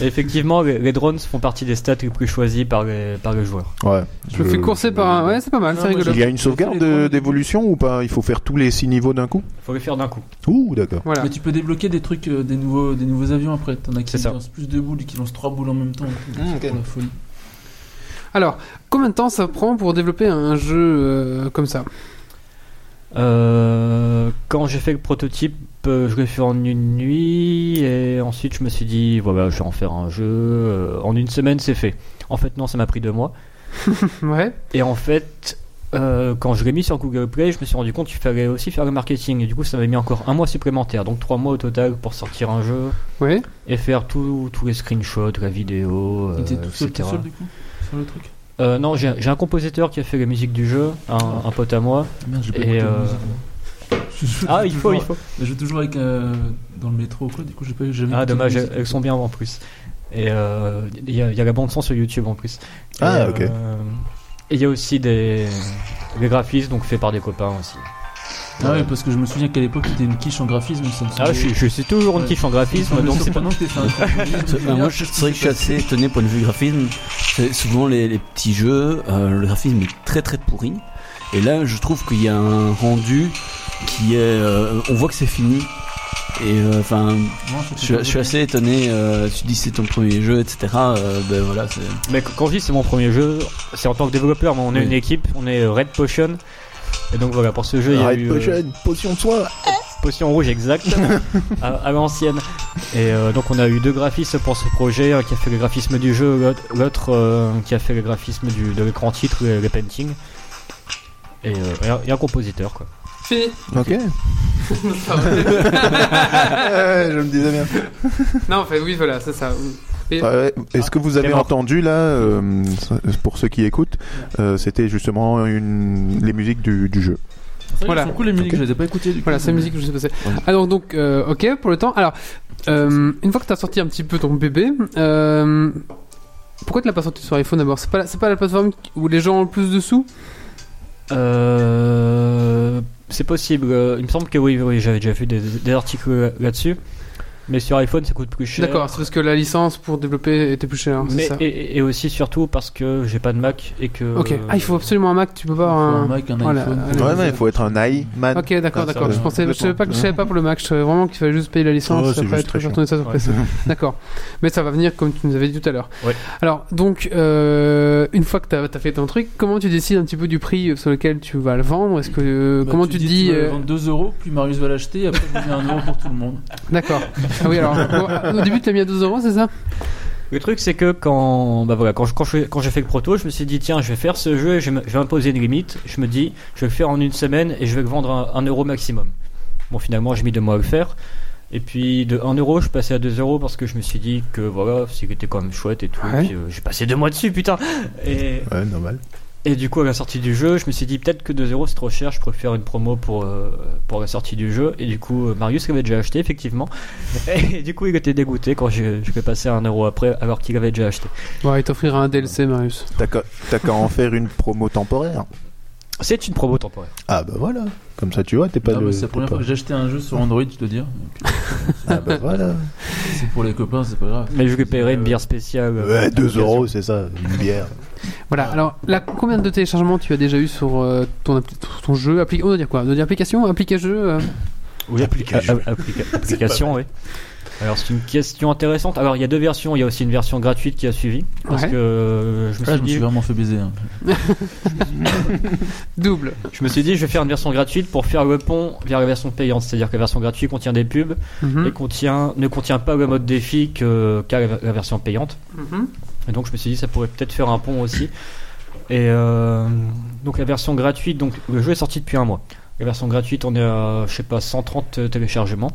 [SPEAKER 4] Et effectivement, les, les drones font partie des stats les plus choisies par les, par les joueurs.
[SPEAKER 2] Ouais.
[SPEAKER 1] Je me fais courser par un. Ouais, c'est pas mal,
[SPEAKER 5] Non,
[SPEAKER 1] c'est
[SPEAKER 5] moi,
[SPEAKER 1] rigolo.
[SPEAKER 2] Il y a une sauvegarde de- d'évolution ou pas Il faut faire tous les six niveaux d'un coup
[SPEAKER 4] Faut les faire d'un coup.
[SPEAKER 2] Ouh, d'accord.
[SPEAKER 1] Voilà.
[SPEAKER 5] Mais tu peux débloquer des trucs, euh, des nouveaux, des nouveaux avions après. T'en as qui
[SPEAKER 4] C'est ça.
[SPEAKER 5] lancent plus de boules et qui lancent trois boules en même temps.
[SPEAKER 1] Ah,
[SPEAKER 2] Mm, ok.
[SPEAKER 5] C'est pour la folie.
[SPEAKER 1] Alors, combien de temps ça prend pour développer un jeu euh, comme ça
[SPEAKER 4] Euh, quand j'ai fait le prototype, euh, je l'ai fait en une nuit et ensuite je me suis dit voilà, je vais en faire un jeu. euh, en une semaine, c'est fait. En fait, non, ça m'a pris deux mois.
[SPEAKER 1] Ouais.
[SPEAKER 4] Et en fait, euh, quand je l'ai mis sur Google Play, je me suis rendu compte qu'il fallait aussi faire le marketing. Et du coup, ça m'a mis encore un mois supplémentaire, donc trois mois au total pour sortir un jeu
[SPEAKER 1] Ouais.
[SPEAKER 4] et faire tout- tous les screenshots, la vidéo, euh,
[SPEAKER 5] Et t'es tout seul, tout
[SPEAKER 4] etc.
[SPEAKER 5] seul du coup sur le truc. Ah,
[SPEAKER 4] Euh, non, j'ai j'ai un compositeur qui a fait la musique du jeu, un, un pote à moi.
[SPEAKER 5] Ah Merde, j'ai pas
[SPEAKER 4] Et,
[SPEAKER 5] écouté la
[SPEAKER 4] euh,
[SPEAKER 5] musique, moi. Je joue
[SPEAKER 4] Ah, il faut,
[SPEAKER 5] toujours-
[SPEAKER 4] il faut.
[SPEAKER 5] Je joue toujours avec euh, dans le métro ou quoi. Du coup, j'ai pas jamais.
[SPEAKER 4] Ah
[SPEAKER 5] écouté la
[SPEAKER 4] dommage,
[SPEAKER 5] musique.
[SPEAKER 4] elles sont bien en plus. Et euh, il y, a- il y a la bande son sur YouTube en plus.
[SPEAKER 2] Ah,
[SPEAKER 4] Et,
[SPEAKER 2] ok.
[SPEAKER 4] euh, et il y a aussi des, des graphismes donc faits par des copains aussi.
[SPEAKER 5] Ah ouais, parce que je me souviens qu'à l'époque, c'était une quiche en graphisme. Ça me
[SPEAKER 4] Ah, je, suis- je suis toujours une
[SPEAKER 5] Ouais.
[SPEAKER 4] quiche en graphisme, donc c'est pas.
[SPEAKER 5] que t'aies fait un truc.
[SPEAKER 6] Bah, moi, je c'est vrai que je suis assez étonné point de vue graphisme. C'est souvent les, les petits jeux, euh, le graphisme est très très pourri. Et là, je trouve qu'il y a un rendu qui est, euh, on voit que c'est fini. Et euh, enfin,
[SPEAKER 5] Non,
[SPEAKER 6] je, suis- je suis assez étonné. euh, tu dis c'est ton premier jeu, etc. euh, ben voilà, c'est
[SPEAKER 4] Mais quand je dis c'est mon premier jeu, c'est en tant que développeur, mais on est
[SPEAKER 6] Oui.
[SPEAKER 4] une équipe, on est euh, Red Potion. Et donc voilà, pour ce jeu, il y a
[SPEAKER 2] Ah, Red
[SPEAKER 4] eu, euh,
[SPEAKER 2] Potion, potion de soie.
[SPEAKER 4] Potion rouge, exactement. à, à l'ancienne. Et euh, donc on a eu deux graphistes pour ce projet, un qui a fait les graphismes du jeu, l'autre- l'autre euh, qui a fait les graphismes du, de l'écran titre, les, les paintings. Et, euh, et un, et un compositeur quoi.
[SPEAKER 1] Fini.
[SPEAKER 2] Ok. Ouais, je me disais bien.
[SPEAKER 1] non, en fait, oui, voilà, c'est ça. Et-
[SPEAKER 2] Ouais, Euh, Est-ce que vous avez
[SPEAKER 4] c'est mort.
[SPEAKER 2] entendu là, euh, pour ceux qui écoutent, euh, c'était justement une... les musiques du, du jeu.
[SPEAKER 1] Voilà.
[SPEAKER 5] Voilà. Ils sont cool les musiques,
[SPEAKER 2] Ok.
[SPEAKER 5] je les ai pas écoutées. du coup.
[SPEAKER 1] Voilà, c'est la musique que je sais passer. Alors donc, euh, ok pour le temps. Alors, euh, une fois que t'as sorti un petit peu ton bébé, euh, pourquoi tu l'as pas sorti sur iPhone d'abord C'est pas, la- c'est pas la plateforme où les gens ont le plus de sous
[SPEAKER 4] Euh, c'est possible, euh, il me semble que oui, oui j'avais déjà vu des, des articles là- là-dessus. Mais sur iPhone ça coûte plus cher.
[SPEAKER 1] D'accord, c'est parce que la licence pour développer était plus chère, hein, c'est
[SPEAKER 4] Mais,
[SPEAKER 1] ça
[SPEAKER 4] et, et aussi surtout parce que j'ai pas de Mac et que...
[SPEAKER 1] Ok, ah, il faut absolument un Mac, tu peux
[SPEAKER 5] Il
[SPEAKER 1] pas
[SPEAKER 5] faut
[SPEAKER 1] avoir
[SPEAKER 5] un
[SPEAKER 1] un...
[SPEAKER 5] Mac, un
[SPEAKER 1] Voilà,
[SPEAKER 5] iPhone.
[SPEAKER 1] allez,
[SPEAKER 2] Ouais, mais il faut être un eye man.
[SPEAKER 1] Ok, d'accord,
[SPEAKER 2] Ah, ça,
[SPEAKER 1] d'accord.
[SPEAKER 2] ouais.
[SPEAKER 1] Je pensais, je savais pas, je
[SPEAKER 2] Ouais.
[SPEAKER 1] savais pas pour le Mac. Je savais vraiment qu'il fallait juste payer la licence.
[SPEAKER 2] Oh,
[SPEAKER 1] ça
[SPEAKER 2] c'est
[SPEAKER 1] fallait
[SPEAKER 2] juste
[SPEAKER 1] être
[SPEAKER 2] très
[SPEAKER 1] retourné ça sur
[SPEAKER 4] Ouais.
[SPEAKER 1] PC. D'accord. Mais ça va venir comme tu nous avais dit tout à l'heure.
[SPEAKER 4] Ouais.
[SPEAKER 1] Alors, donc, euh, une fois que t'as as fait ton truc, comment tu décides un petit peu du prix euh, sur lequel tu vas le vendre Est-ce que euh,
[SPEAKER 5] Bah,
[SPEAKER 1] comment tu, dis,
[SPEAKER 5] tu vas le
[SPEAKER 1] euh,
[SPEAKER 5] vendre 2 euros, puis Marius va l'acheter, et après je vous mets 1 euro pour tout le monde.
[SPEAKER 1] D'accord. Ah oui, alors au- au début tu as mis à 2 euros, c'est ça
[SPEAKER 4] Le truc c'est que quand bah voilà quand je- quand je- quand j'ai fait le proto, je me suis dit tiens je vais faire ce jeu, et je vais me- je vais imposer une limite. Je me dis je vais le faire en une semaine et je vais le vendre à un euro maximum. Bon finalement j'ai mis deux mois à le faire. Et puis de 1 euro je passais à 2 euros parce que je me suis dit que voilà c'était quand même chouette et tout.
[SPEAKER 1] Ouais.
[SPEAKER 4] Puis, euh, j'ai passé deux mois dessus putain. Et,
[SPEAKER 2] Ouais, normal.
[SPEAKER 4] et du coup à la sortie du jeu je me suis dit peut-être que 2 euros c'est trop cher, je préfère une promo pour euh, pour la sortie du jeu. Et du coup euh, Marius l'avait déjà acheté effectivement. Et du coup il était dégoûté quand je, je l'ai passé à 1 euro après alors qu'il l'avait déjà acheté.
[SPEAKER 1] Bon, il t'offrira un DLC, Marius.
[SPEAKER 2] T'as qu'à t'as qu'à en faire une promo temporaire.
[SPEAKER 4] C'est une promo temporaire.
[SPEAKER 2] Ah bah voilà. Comme ça, tu vois, t'es pas
[SPEAKER 5] Ah,
[SPEAKER 2] le.
[SPEAKER 5] bah, c'est la première
[SPEAKER 2] t'es
[SPEAKER 5] fois que j'ai acheté un jeu sur Android, je te dire.
[SPEAKER 2] pas- Ah bah voilà.
[SPEAKER 5] C'est pour les copains, c'est pas grave.
[SPEAKER 4] Mais je lui paierai une
[SPEAKER 5] Euh,
[SPEAKER 4] bière spéciale.
[SPEAKER 2] Ouais, 2 euros, c'est ça, une bière.
[SPEAKER 1] Voilà. Alors, là, combien de téléchargements tu as déjà eu sur euh, ton appli- ton jeu appli On doit dire quoi On doit dire application, appliqué jeu euh,
[SPEAKER 4] Oui,
[SPEAKER 6] Application.
[SPEAKER 4] a- a- applica- application, oui. Alors, c'est une question intéressante. Alors, il y a deux versions. Il y a aussi une version gratuite qui a suivi. Parce
[SPEAKER 1] Ouais.
[SPEAKER 4] que euh, je me,
[SPEAKER 5] Ah, je
[SPEAKER 4] suis
[SPEAKER 5] me
[SPEAKER 4] dit,
[SPEAKER 5] suis vraiment fait baiser. hein.
[SPEAKER 1] Double.
[SPEAKER 4] je me suis dit, je vais faire une version gratuite pour faire le pont vers la version payante. C'est-à-dire que la version gratuite contient des pubs et
[SPEAKER 1] Mhm.
[SPEAKER 4] contient, ne contient pas le mode défi que- qu'a la, la version payante.
[SPEAKER 1] Mhm.
[SPEAKER 4] Et donc je me suis dit ça pourrait peut-être faire un pont aussi. Et euh, donc la version gratuite, donc le jeu est sorti depuis un mois. La version gratuite, on est à je sais pas 130 téléchargements.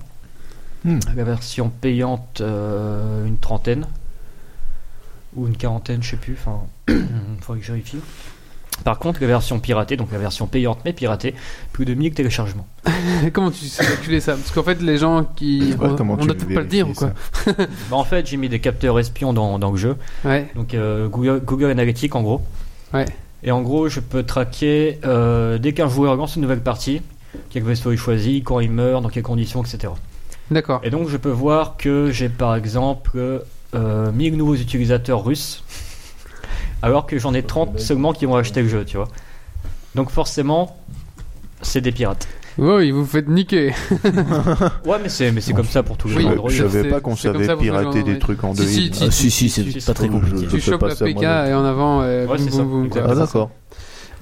[SPEAKER 2] Hmm.
[SPEAKER 4] La version payante, euh, une trentaine ou une quarantaine, je sais plus. Enfin, faudrait que je vérifie. Par contre, la version piratée, donc la version payante mais piratée, plus de 1000 téléchargements.
[SPEAKER 1] Comment tu sais calculer ça Parce qu'en fait, les gens qui.
[SPEAKER 2] Ouais,
[SPEAKER 1] on
[SPEAKER 2] comment
[SPEAKER 1] on
[SPEAKER 2] tu
[SPEAKER 1] doit peut-être pas le dire ou
[SPEAKER 2] vérifies
[SPEAKER 1] quoi
[SPEAKER 4] Bah, en fait, j'ai mis des capteurs espions dans, dans le jeu.
[SPEAKER 1] Ouais.
[SPEAKER 4] Donc euh, Google, Google Analytics en gros.
[SPEAKER 1] Ouais.
[SPEAKER 4] Et en gros, je peux traquer euh, dès qu'un joueur lance une nouvelle partie, quel vaisseau il choisit, quand il meurt, dans quelles conditions, etc.
[SPEAKER 1] D'accord.
[SPEAKER 4] Et donc je peux voir que j'ai par exemple euh, 1000 nouveaux utilisateurs russes, alors que j'en ai 30 seulement qui vont acheter le jeu, tu vois. Donc forcément, c'est des pirates.
[SPEAKER 1] Oui, vous faites niquer.
[SPEAKER 4] Ouais, mais c'est mais c'est comme ça pour tout le
[SPEAKER 1] Oui,
[SPEAKER 4] jeu.
[SPEAKER 2] Je-
[SPEAKER 4] en
[SPEAKER 1] Ouais,
[SPEAKER 4] gros,
[SPEAKER 2] je
[SPEAKER 4] il y a-
[SPEAKER 1] c'est-
[SPEAKER 2] savais pas qu'on
[SPEAKER 1] c'est comme ça
[SPEAKER 2] savait
[SPEAKER 1] pour les
[SPEAKER 2] pirater
[SPEAKER 1] gens,
[SPEAKER 2] des
[SPEAKER 1] ouais.
[SPEAKER 2] trucs en
[SPEAKER 1] Si,
[SPEAKER 2] deux
[SPEAKER 1] si,
[SPEAKER 2] hits.
[SPEAKER 1] si,
[SPEAKER 6] Ah, si,
[SPEAKER 1] si,
[SPEAKER 6] si,
[SPEAKER 1] si,
[SPEAKER 6] c'est pas très
[SPEAKER 2] si.
[SPEAKER 6] compliqué.
[SPEAKER 2] Je
[SPEAKER 1] Tu
[SPEAKER 2] fais
[SPEAKER 1] chopes
[SPEAKER 2] pas
[SPEAKER 1] la
[SPEAKER 2] ça, moi,
[SPEAKER 1] PK
[SPEAKER 2] non.
[SPEAKER 1] et en avant. euh,
[SPEAKER 4] Ouais,
[SPEAKER 1] boum,
[SPEAKER 4] c'est ça,
[SPEAKER 1] boum, boum, quoi.
[SPEAKER 2] Ah d'accord.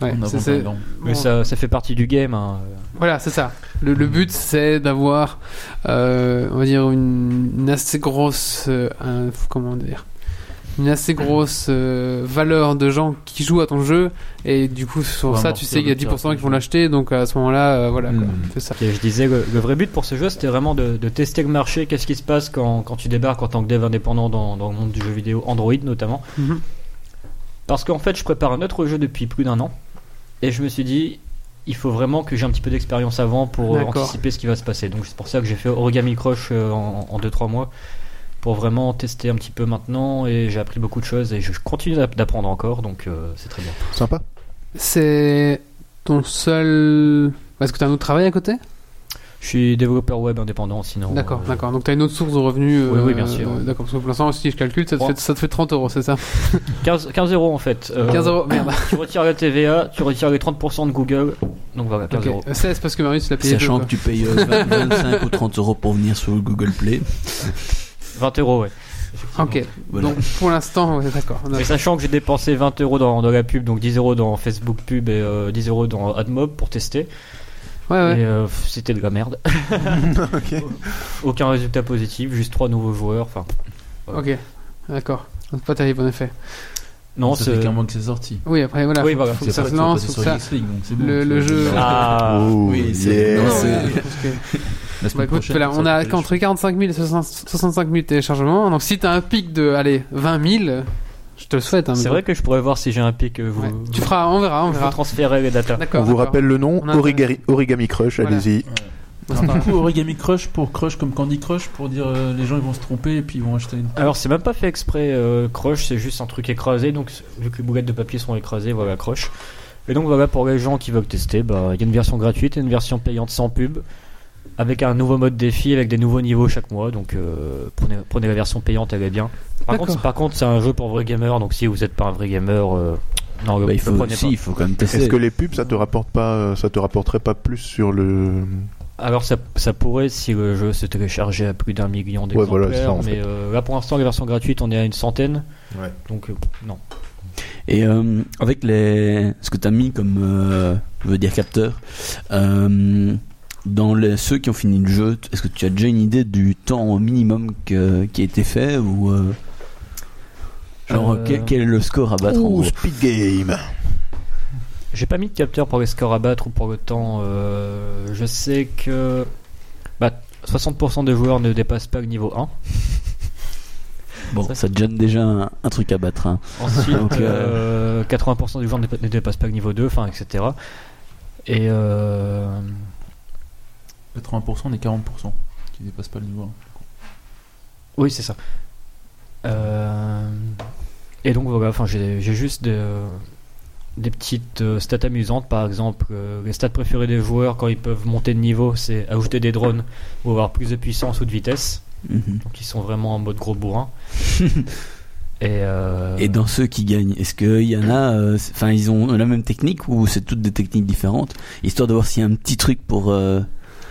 [SPEAKER 1] Ouais,
[SPEAKER 5] On
[SPEAKER 1] c'est-
[SPEAKER 5] avance
[SPEAKER 1] c'est-
[SPEAKER 5] là-dedans.
[SPEAKER 4] Mais ça, ça fait partie du game. hein.
[SPEAKER 1] Voilà, c'est ça. Le, le but, c'est d'avoir, euh, on va dire, une, une assez grosse, euh, un- comment dire, une assez grosse euh, valeur de gens qui jouent à ton jeu. Et du coup, sur
[SPEAKER 5] Faut
[SPEAKER 1] ça,
[SPEAKER 5] amorcer
[SPEAKER 1] tu sais qu'il y a
[SPEAKER 5] le tir.
[SPEAKER 1] 10% qui vont l'acheter. Donc à ce moment-là, euh, voilà, quoi,
[SPEAKER 6] Mm.
[SPEAKER 2] Hmm.
[SPEAKER 1] fais ça.
[SPEAKER 4] Et je disais, le, le vrai but pour ce jeu, c'était vraiment de, de tester le marché, qu'est-ce qui se passe quand, quand tu débarques en tant que dev indépendant dans, dans le monde du jeu vidéo Android notamment.
[SPEAKER 1] Mhm.
[SPEAKER 4] Parce qu'en fait, je prépare un autre jeu depuis plus d'un an, et je me suis dit, il faut vraiment que j'ai un petit peu d'expérience avant pour euh,
[SPEAKER 1] D'accord.
[SPEAKER 4] anticiper ce qui va se passer. Donc c'est pour ça que j'ai fait Origami Crush euh, en 2-3 mois, pour vraiment tester un petit peu maintenant, et j'ai appris beaucoup de choses, et je continue d'app- d'apprendre encore, donc euh, c'est très bien.
[SPEAKER 2] Sympa.
[SPEAKER 1] C'est ton seul. Est-ce que tu as un autre travail à côté
[SPEAKER 4] Je suis développeur web indépendant, sinon...
[SPEAKER 1] D'accord,
[SPEAKER 4] euh,
[SPEAKER 1] d'accord. Donc tu as une autre source de revenus.
[SPEAKER 4] Oui, oui, bien sûr.
[SPEAKER 1] euh, D'accord, parce que pour l'instant, si je calcule, ça te,
[SPEAKER 4] Bon.
[SPEAKER 1] fait, ça te fait 30 euros, c'est ça
[SPEAKER 4] 15, 15 euros en fait. Euh,
[SPEAKER 1] 15 euros, merde.
[SPEAKER 4] Tu retires la TVA, tu retires les 30% de Google, donc voilà, 15
[SPEAKER 1] Ok,
[SPEAKER 4] euros.
[SPEAKER 1] euh, 16 parce que Marius l'a payé. deux,
[SPEAKER 6] Sachant
[SPEAKER 1] quoi.
[SPEAKER 6] que tu payes euh, 20, 25 ou 30 euros pour venir sur Google Play.
[SPEAKER 4] 20 euros, ouais. effectivement.
[SPEAKER 1] Ok,
[SPEAKER 6] Voilà.
[SPEAKER 1] donc pour l'instant, ouais, d'accord. on a-
[SPEAKER 4] Et sachant que j'ai dépensé 20 euros dans, dans la pub, donc 10 euros dans Facebook pub et euh, 10 euros dans AdMob pour tester,
[SPEAKER 1] Ouais, Ah ouais.
[SPEAKER 4] et euh, pff, c'était de la merde. Aucun résultat positif, juste 3 nouveaux joueurs, enfin. euh,
[SPEAKER 1] Ok, d'accord. C'est pas terrible en effet.
[SPEAKER 4] Non,
[SPEAKER 5] ça fait
[SPEAKER 4] c'est.
[SPEAKER 5] qu'un mois que c'est sorti.
[SPEAKER 1] Oui, après, voilà.
[SPEAKER 4] Oui, voilà.
[SPEAKER 1] Ah, Faut que
[SPEAKER 5] C'est
[SPEAKER 1] ça
[SPEAKER 5] pas
[SPEAKER 1] se
[SPEAKER 5] que tu vas
[SPEAKER 1] lance,
[SPEAKER 5] passer
[SPEAKER 1] faut que
[SPEAKER 5] sur
[SPEAKER 1] ça.
[SPEAKER 5] Xbox League, donc c'est bon,
[SPEAKER 1] Le,
[SPEAKER 5] tu
[SPEAKER 1] le
[SPEAKER 5] vois,
[SPEAKER 1] jeu.
[SPEAKER 5] c'est-
[SPEAKER 4] Ah
[SPEAKER 2] Oh,
[SPEAKER 6] oui, c'est-
[SPEAKER 1] Non,
[SPEAKER 2] yes.
[SPEAKER 1] non,
[SPEAKER 6] c'est-
[SPEAKER 1] ouais, parce que-
[SPEAKER 5] La semaine
[SPEAKER 1] Bah écoute,
[SPEAKER 5] prochaine,
[SPEAKER 1] voilà,
[SPEAKER 5] ça
[SPEAKER 1] on
[SPEAKER 5] va
[SPEAKER 1] a
[SPEAKER 5] être
[SPEAKER 1] entre 45 000 et 60 65 000 téléchargements. Donc si t'as un pic de, allez, 20 000, euh, je te le souhaite. hein, mais
[SPEAKER 4] C'est
[SPEAKER 1] bon.
[SPEAKER 4] vrai que je pourrais voir si j'ai un pic, euh, vous.
[SPEAKER 1] Ouais. Tu feras, on verra, on
[SPEAKER 4] vous
[SPEAKER 1] verra.
[SPEAKER 4] transférez les datas.
[SPEAKER 1] D'accord.
[SPEAKER 2] On vous
[SPEAKER 1] d'accord.
[SPEAKER 2] rappelle le nom
[SPEAKER 1] On a-
[SPEAKER 2] Origami, Origami Crush,
[SPEAKER 1] Voilà.
[SPEAKER 2] allez-y.
[SPEAKER 5] Alors, du coup, Origami Crush pour Crush comme Candy Crush pour dire euh, les gens ils vont se tromper et puis ils vont acheter une.
[SPEAKER 4] Alors c'est même pas fait exprès, euh, croche, c'est juste un truc écrasé, donc c- vu que les boulettes de papier sont écrasées, voilà, croche. Et donc voilà, pour les gens qui veulent tester, bah, il y a une version gratuite et une version payante sans pub, avec un nouveau mode défi, avec des nouveaux niveaux chaque mois, donc euh, prenez, prenez la version payante, elle est bien. Par
[SPEAKER 1] D'accord.
[SPEAKER 4] contre, c'est- par contre, c'est un jeu pour vrais gamers, donc si vous n'êtes pas un vrai gamer, euh, non, le-
[SPEAKER 6] Bah, il
[SPEAKER 4] le
[SPEAKER 6] faut,
[SPEAKER 4] prenez
[SPEAKER 6] si, il faut quand même
[SPEAKER 2] Est-ce
[SPEAKER 6] tester.
[SPEAKER 2] que les pubs, ça te rapporte pas, euh, ça te rapporterait pas plus sur le
[SPEAKER 4] pas. Alors ça, ça pourrait si le jeu se téléchargeait à plus d'un million
[SPEAKER 2] Ouais,
[SPEAKER 4] d'exemplaires,
[SPEAKER 2] voilà, c'est ça, en
[SPEAKER 4] mais
[SPEAKER 2] fait.
[SPEAKER 4] euh, là pour l'instant, la version gratuite, on est à une centaine,
[SPEAKER 2] Ouais.
[SPEAKER 4] donc euh, non.
[SPEAKER 6] Et euh, avec les, ce que tu as mis comme euh, je veux dire capteur, euh, dans les, ceux qui ont fini le jeu, t- est-ce que tu as déjà une idée du temps minimum que- qui a été fait ou euh, genre
[SPEAKER 4] Euh,
[SPEAKER 6] quel, quel est le score à battre en
[SPEAKER 2] Ouh,
[SPEAKER 6] gros
[SPEAKER 2] Speed Game
[SPEAKER 4] J'ai pas mis de capteur pour les scores à battre ou pour le temps. euh, je sais que bah, 60% des joueurs ne dépassent pas le niveau 1.
[SPEAKER 6] Bon, ça te donne déjà un, un truc à battre. hein.
[SPEAKER 4] Ensuite,
[SPEAKER 6] Donc,
[SPEAKER 4] euh, 80% des joueurs ne dépa- ne dépassent pas le niveau 2, enfin, etc. Et euh,
[SPEAKER 5] 80% des 40% qui dépassent pas le niveau. hein.
[SPEAKER 4] oui, c'est ça. Euh, et donc voilà, enfin, j'ai j'ai juste des, des petites euh, stats amusantes, par exemple, euh, les stats préférés des joueurs quand ils peuvent monter de niveau, c'est ajouter des drones ou avoir plus de puissance ou de vitesse.
[SPEAKER 6] Mhm.
[SPEAKER 4] Donc ils sont vraiment en mode gros bourrin. et, euh,
[SPEAKER 6] Et dans ceux qui gagnent, est-ce qu'il y en a, euh, c'est- enfin ils ont la même technique ou c'est toutes des techniques différentes, histoire de voir s'il y a un petit truc pour euh,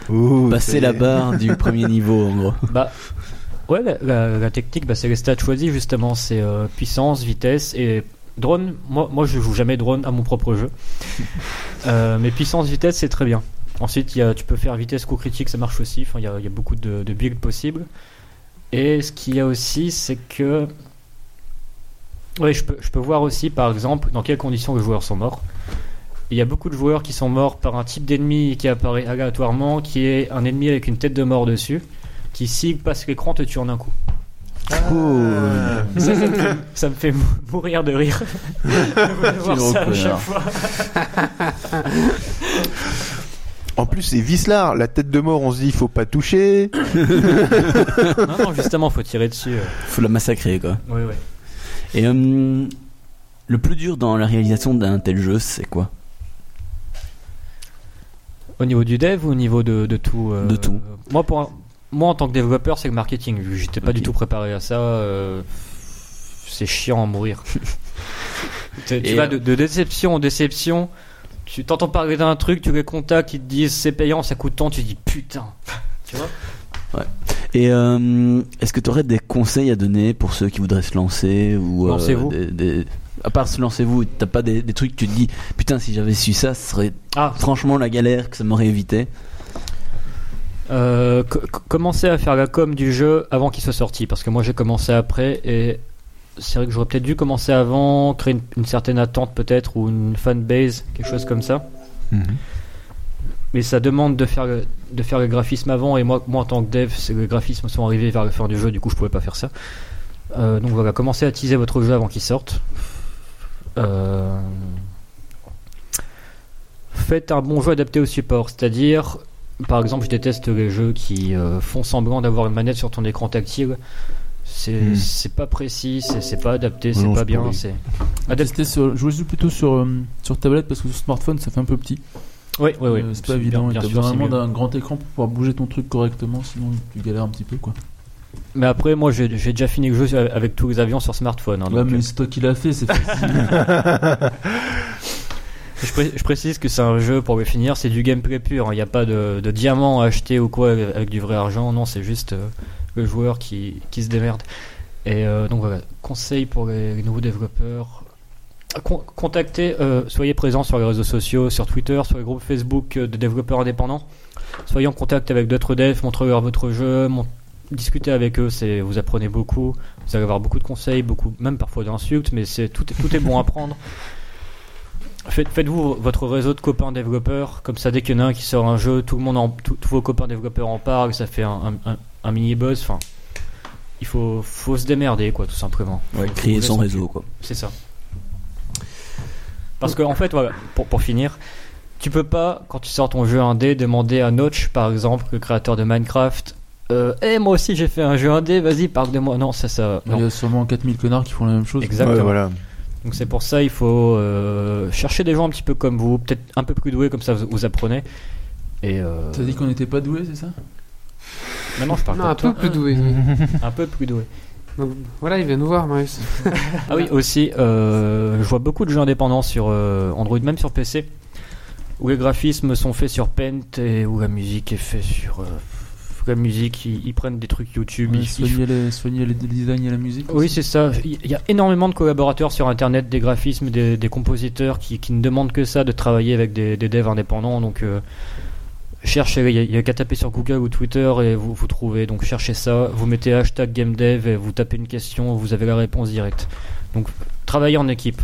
[SPEAKER 2] Ouh, ça
[SPEAKER 6] passer
[SPEAKER 2] y
[SPEAKER 6] la
[SPEAKER 2] est.
[SPEAKER 6] barre du premier niveau en gros.
[SPEAKER 4] Bah, ouais, la, la- la technique, bah, c'est les stats choisis justement. C'est euh, puissance, vitesse et drone. Moi, moi, je joue jamais drone à mon propre jeu. Euh, mais puissance, vitesse, c'est très bien. Ensuite, il y a- tu peux faire vitesse, coup critique, ça marche aussi. Enfin, il y a, il y a beaucoup de, de builds possibles. Et ce qu'il y a aussi, c'est que. Ouais, je peux, je peux voir aussi, par exemple, dans quelles conditions les joueurs sont morts. Il y a beaucoup de joueurs qui sont morts par un type d'ennemi qui apparaît aléatoirement, qui est un ennemi avec une tête de mort dessus qui s'il passe l'écran te tue en un coup.
[SPEAKER 2] Cool.
[SPEAKER 4] Ça, ça me fait, ça me fait mou- mourir de rire. De voir
[SPEAKER 6] Quel
[SPEAKER 4] ça à
[SPEAKER 6] repère.
[SPEAKER 4] chaque fois.
[SPEAKER 2] En plus, c'est Vislar, la tête de mort, on se dit, faut pas toucher.
[SPEAKER 4] Non, non, justement, faut tirer dessus. euh.
[SPEAKER 6] Faut la massacrer quoi.
[SPEAKER 4] Ouais, ouais.
[SPEAKER 6] Et hum, le plus dur dans la réalisation d'un tel jeu, c'est quoi
[SPEAKER 4] Au niveau du dev ou au niveau de, de tout euh,
[SPEAKER 6] De tout.
[SPEAKER 4] euh, Moi, pour un- moi, en tant que développeur, c'est le marketing. J'étais pas du
[SPEAKER 6] Ok.
[SPEAKER 4] tout préparé à ça. euh, C'est chiant à mourir. tu tu
[SPEAKER 6] Et,
[SPEAKER 4] vas
[SPEAKER 6] euh,
[SPEAKER 4] de, de déception en déception. Tu t'entends parler d'un truc, tu les contacts, ils te disent c'est payant, ça coûte tant, tu dis putain. tu vois
[SPEAKER 6] Et hum, est-ce que tu aurais des conseils à donner pour ceux qui voudraient se lancer ou euh,
[SPEAKER 4] Lancez-vous.
[SPEAKER 6] des- des- à part se lancez-vous, t'as pas des, des trucs que tu te dis putain si j'avais su ça, ce serait
[SPEAKER 4] Ah,
[SPEAKER 6] franchement la galère que ça m'aurait évité.
[SPEAKER 4] Euh, co- co- commencer à faire la com du jeu avant qu'il soit sorti, parce que moi j'ai commencé après et c'est vrai que j'aurais peut-être dû commencer avant, créer une, une certaine attente peut-être ou une fanbase, quelque chose comme ça. Mais ça demande de faire le, de faire le graphisme avant et moi, moi en tant que dev, c'est- les graphismes sont arrivés vers la fin du jeu, du coup je pouvais pas faire ça. Euh, donc voilà, commencez à teaser votre jeu avant qu'il sorte. Euh, Faites un bon jeu adapté au support, c'est-à-dire par exemple, je déteste les jeux qui euh, font semblant d'avoir une manette sur ton écran tactile. C'est
[SPEAKER 2] Hmm.
[SPEAKER 4] c'est pas précis, c'est- c'est pas adapté, c'est
[SPEAKER 2] Non,
[SPEAKER 4] pas
[SPEAKER 2] c'est
[SPEAKER 4] bien.
[SPEAKER 2] pourri.
[SPEAKER 4] c'est
[SPEAKER 5] À tester sur, je joue plutôt sur, euh, sur tablette parce que sur smartphone ça fait un peu petit.
[SPEAKER 4] Oui, oui, oui.
[SPEAKER 5] Euh, c'est
[SPEAKER 4] bien-
[SPEAKER 5] pas évident.
[SPEAKER 4] bien
[SPEAKER 5] et T'as
[SPEAKER 4] sûr, c'est
[SPEAKER 5] besoin vraiment
[SPEAKER 4] mieux.
[SPEAKER 5] d'un grand écran pour pouvoir bouger ton truc correctement, sinon tu galères un petit peu quoi.
[SPEAKER 4] Mais après, moi, j'ai j'ai déjà fini le jeu sur- avec tous les avions sur smartphone. hein,
[SPEAKER 5] Ouais,
[SPEAKER 4] donc,
[SPEAKER 5] mais
[SPEAKER 4] euh,
[SPEAKER 5] c'est toi qui l'as fait, c'est facile.
[SPEAKER 4] je, pré- je précise que c'est un jeu pour le finir, c'est du gameplay pur. Il n'y a pas de, de diamant à acheter ou quoi avec du vrai argent. Non, c'est juste euh, le joueur qui, qui se démerde. Et euh, donc voilà, conseil pour les, les nouveaux développeurs. Con- contactez, euh, soyez présents sur les réseaux sociaux, sur Twitter, sur les groupes Facebook euh, de développeurs indépendants. Soyez en contact avec d'autres devs, montrez-leur votre jeu, mon- discutez avec eux, c'est vous apprenez beaucoup, vous allez avoir beaucoup de conseils, beaucoup, même parfois d'insultes, mais c'est tout, est- tout est bon à prendre. Faites- Faites-vous votre réseau de copains développeurs, comme ça dès qu'il y en a un qui sort un jeu, tout le monde en- tout- tous vos copains développeurs en parlent, ça fait un, un- un- un mini buzz. Enfin, il faut, faut se démerder quoi, tout simplement.
[SPEAKER 6] Ouais,
[SPEAKER 4] Faut-
[SPEAKER 6] créer
[SPEAKER 4] faut
[SPEAKER 6] son
[SPEAKER 4] laisser-
[SPEAKER 6] réseau quoi.
[SPEAKER 4] c'est ça. Parce que en fait, voilà, pour, pour finir, tu peux pas, quand tu sors ton jeu indé, demander à Notch, par exemple, le créateur de Minecraft, euh, Eh, moi aussi j'ai fait un jeu indé, vas-y, parle de moi. Non, ça, ça.
[SPEAKER 5] Il
[SPEAKER 4] non.
[SPEAKER 5] y a sûrement 4000 connards qui font la même chose.
[SPEAKER 4] Exactement.
[SPEAKER 2] Ouais, Euh, voilà.
[SPEAKER 4] Donc c'est pour ça il faut euh, chercher des gens un petit peu comme vous, peut-être un peu plus doués, comme ça vous, vous apprenez. Et euh,
[SPEAKER 5] T'as dit qu'on n'était pas doué, c'est ça
[SPEAKER 4] maintenant je parle
[SPEAKER 1] Non, un
[SPEAKER 4] de toi.
[SPEAKER 1] peu plus doué. oui.
[SPEAKER 4] un peu plus doué.
[SPEAKER 1] Donc, voilà, il vient nous voir, Marius.
[SPEAKER 4] Ah oui, aussi, euh, je vois beaucoup de jeux indépendants sur euh, Android, même sur PC, où les graphismes sont faits sur Paint et où la musique est faite sur. euh, la musique, ils, ils prennent des trucs YouTube.
[SPEAKER 5] Ouais,
[SPEAKER 4] ils- ils-
[SPEAKER 5] Soigner Euh, les, soigner les designs et la musique.
[SPEAKER 4] Oui, c'est ça. Il y- il y a énormément de collaborateurs sur Internet, des graphismes, des, des compositeurs qui, qui ne demandent que ça, de travailler avec des, des devs indépendants. Donc, euh, cherchez, il y a- il y a, qu'à taper sur Google ou Twitter et vous, vous trouvez. Donc, cherchez ça, vous mettez hashtag GameDev et vous tapez une question, vous avez la réponse directe. Donc, travaillez en équipe.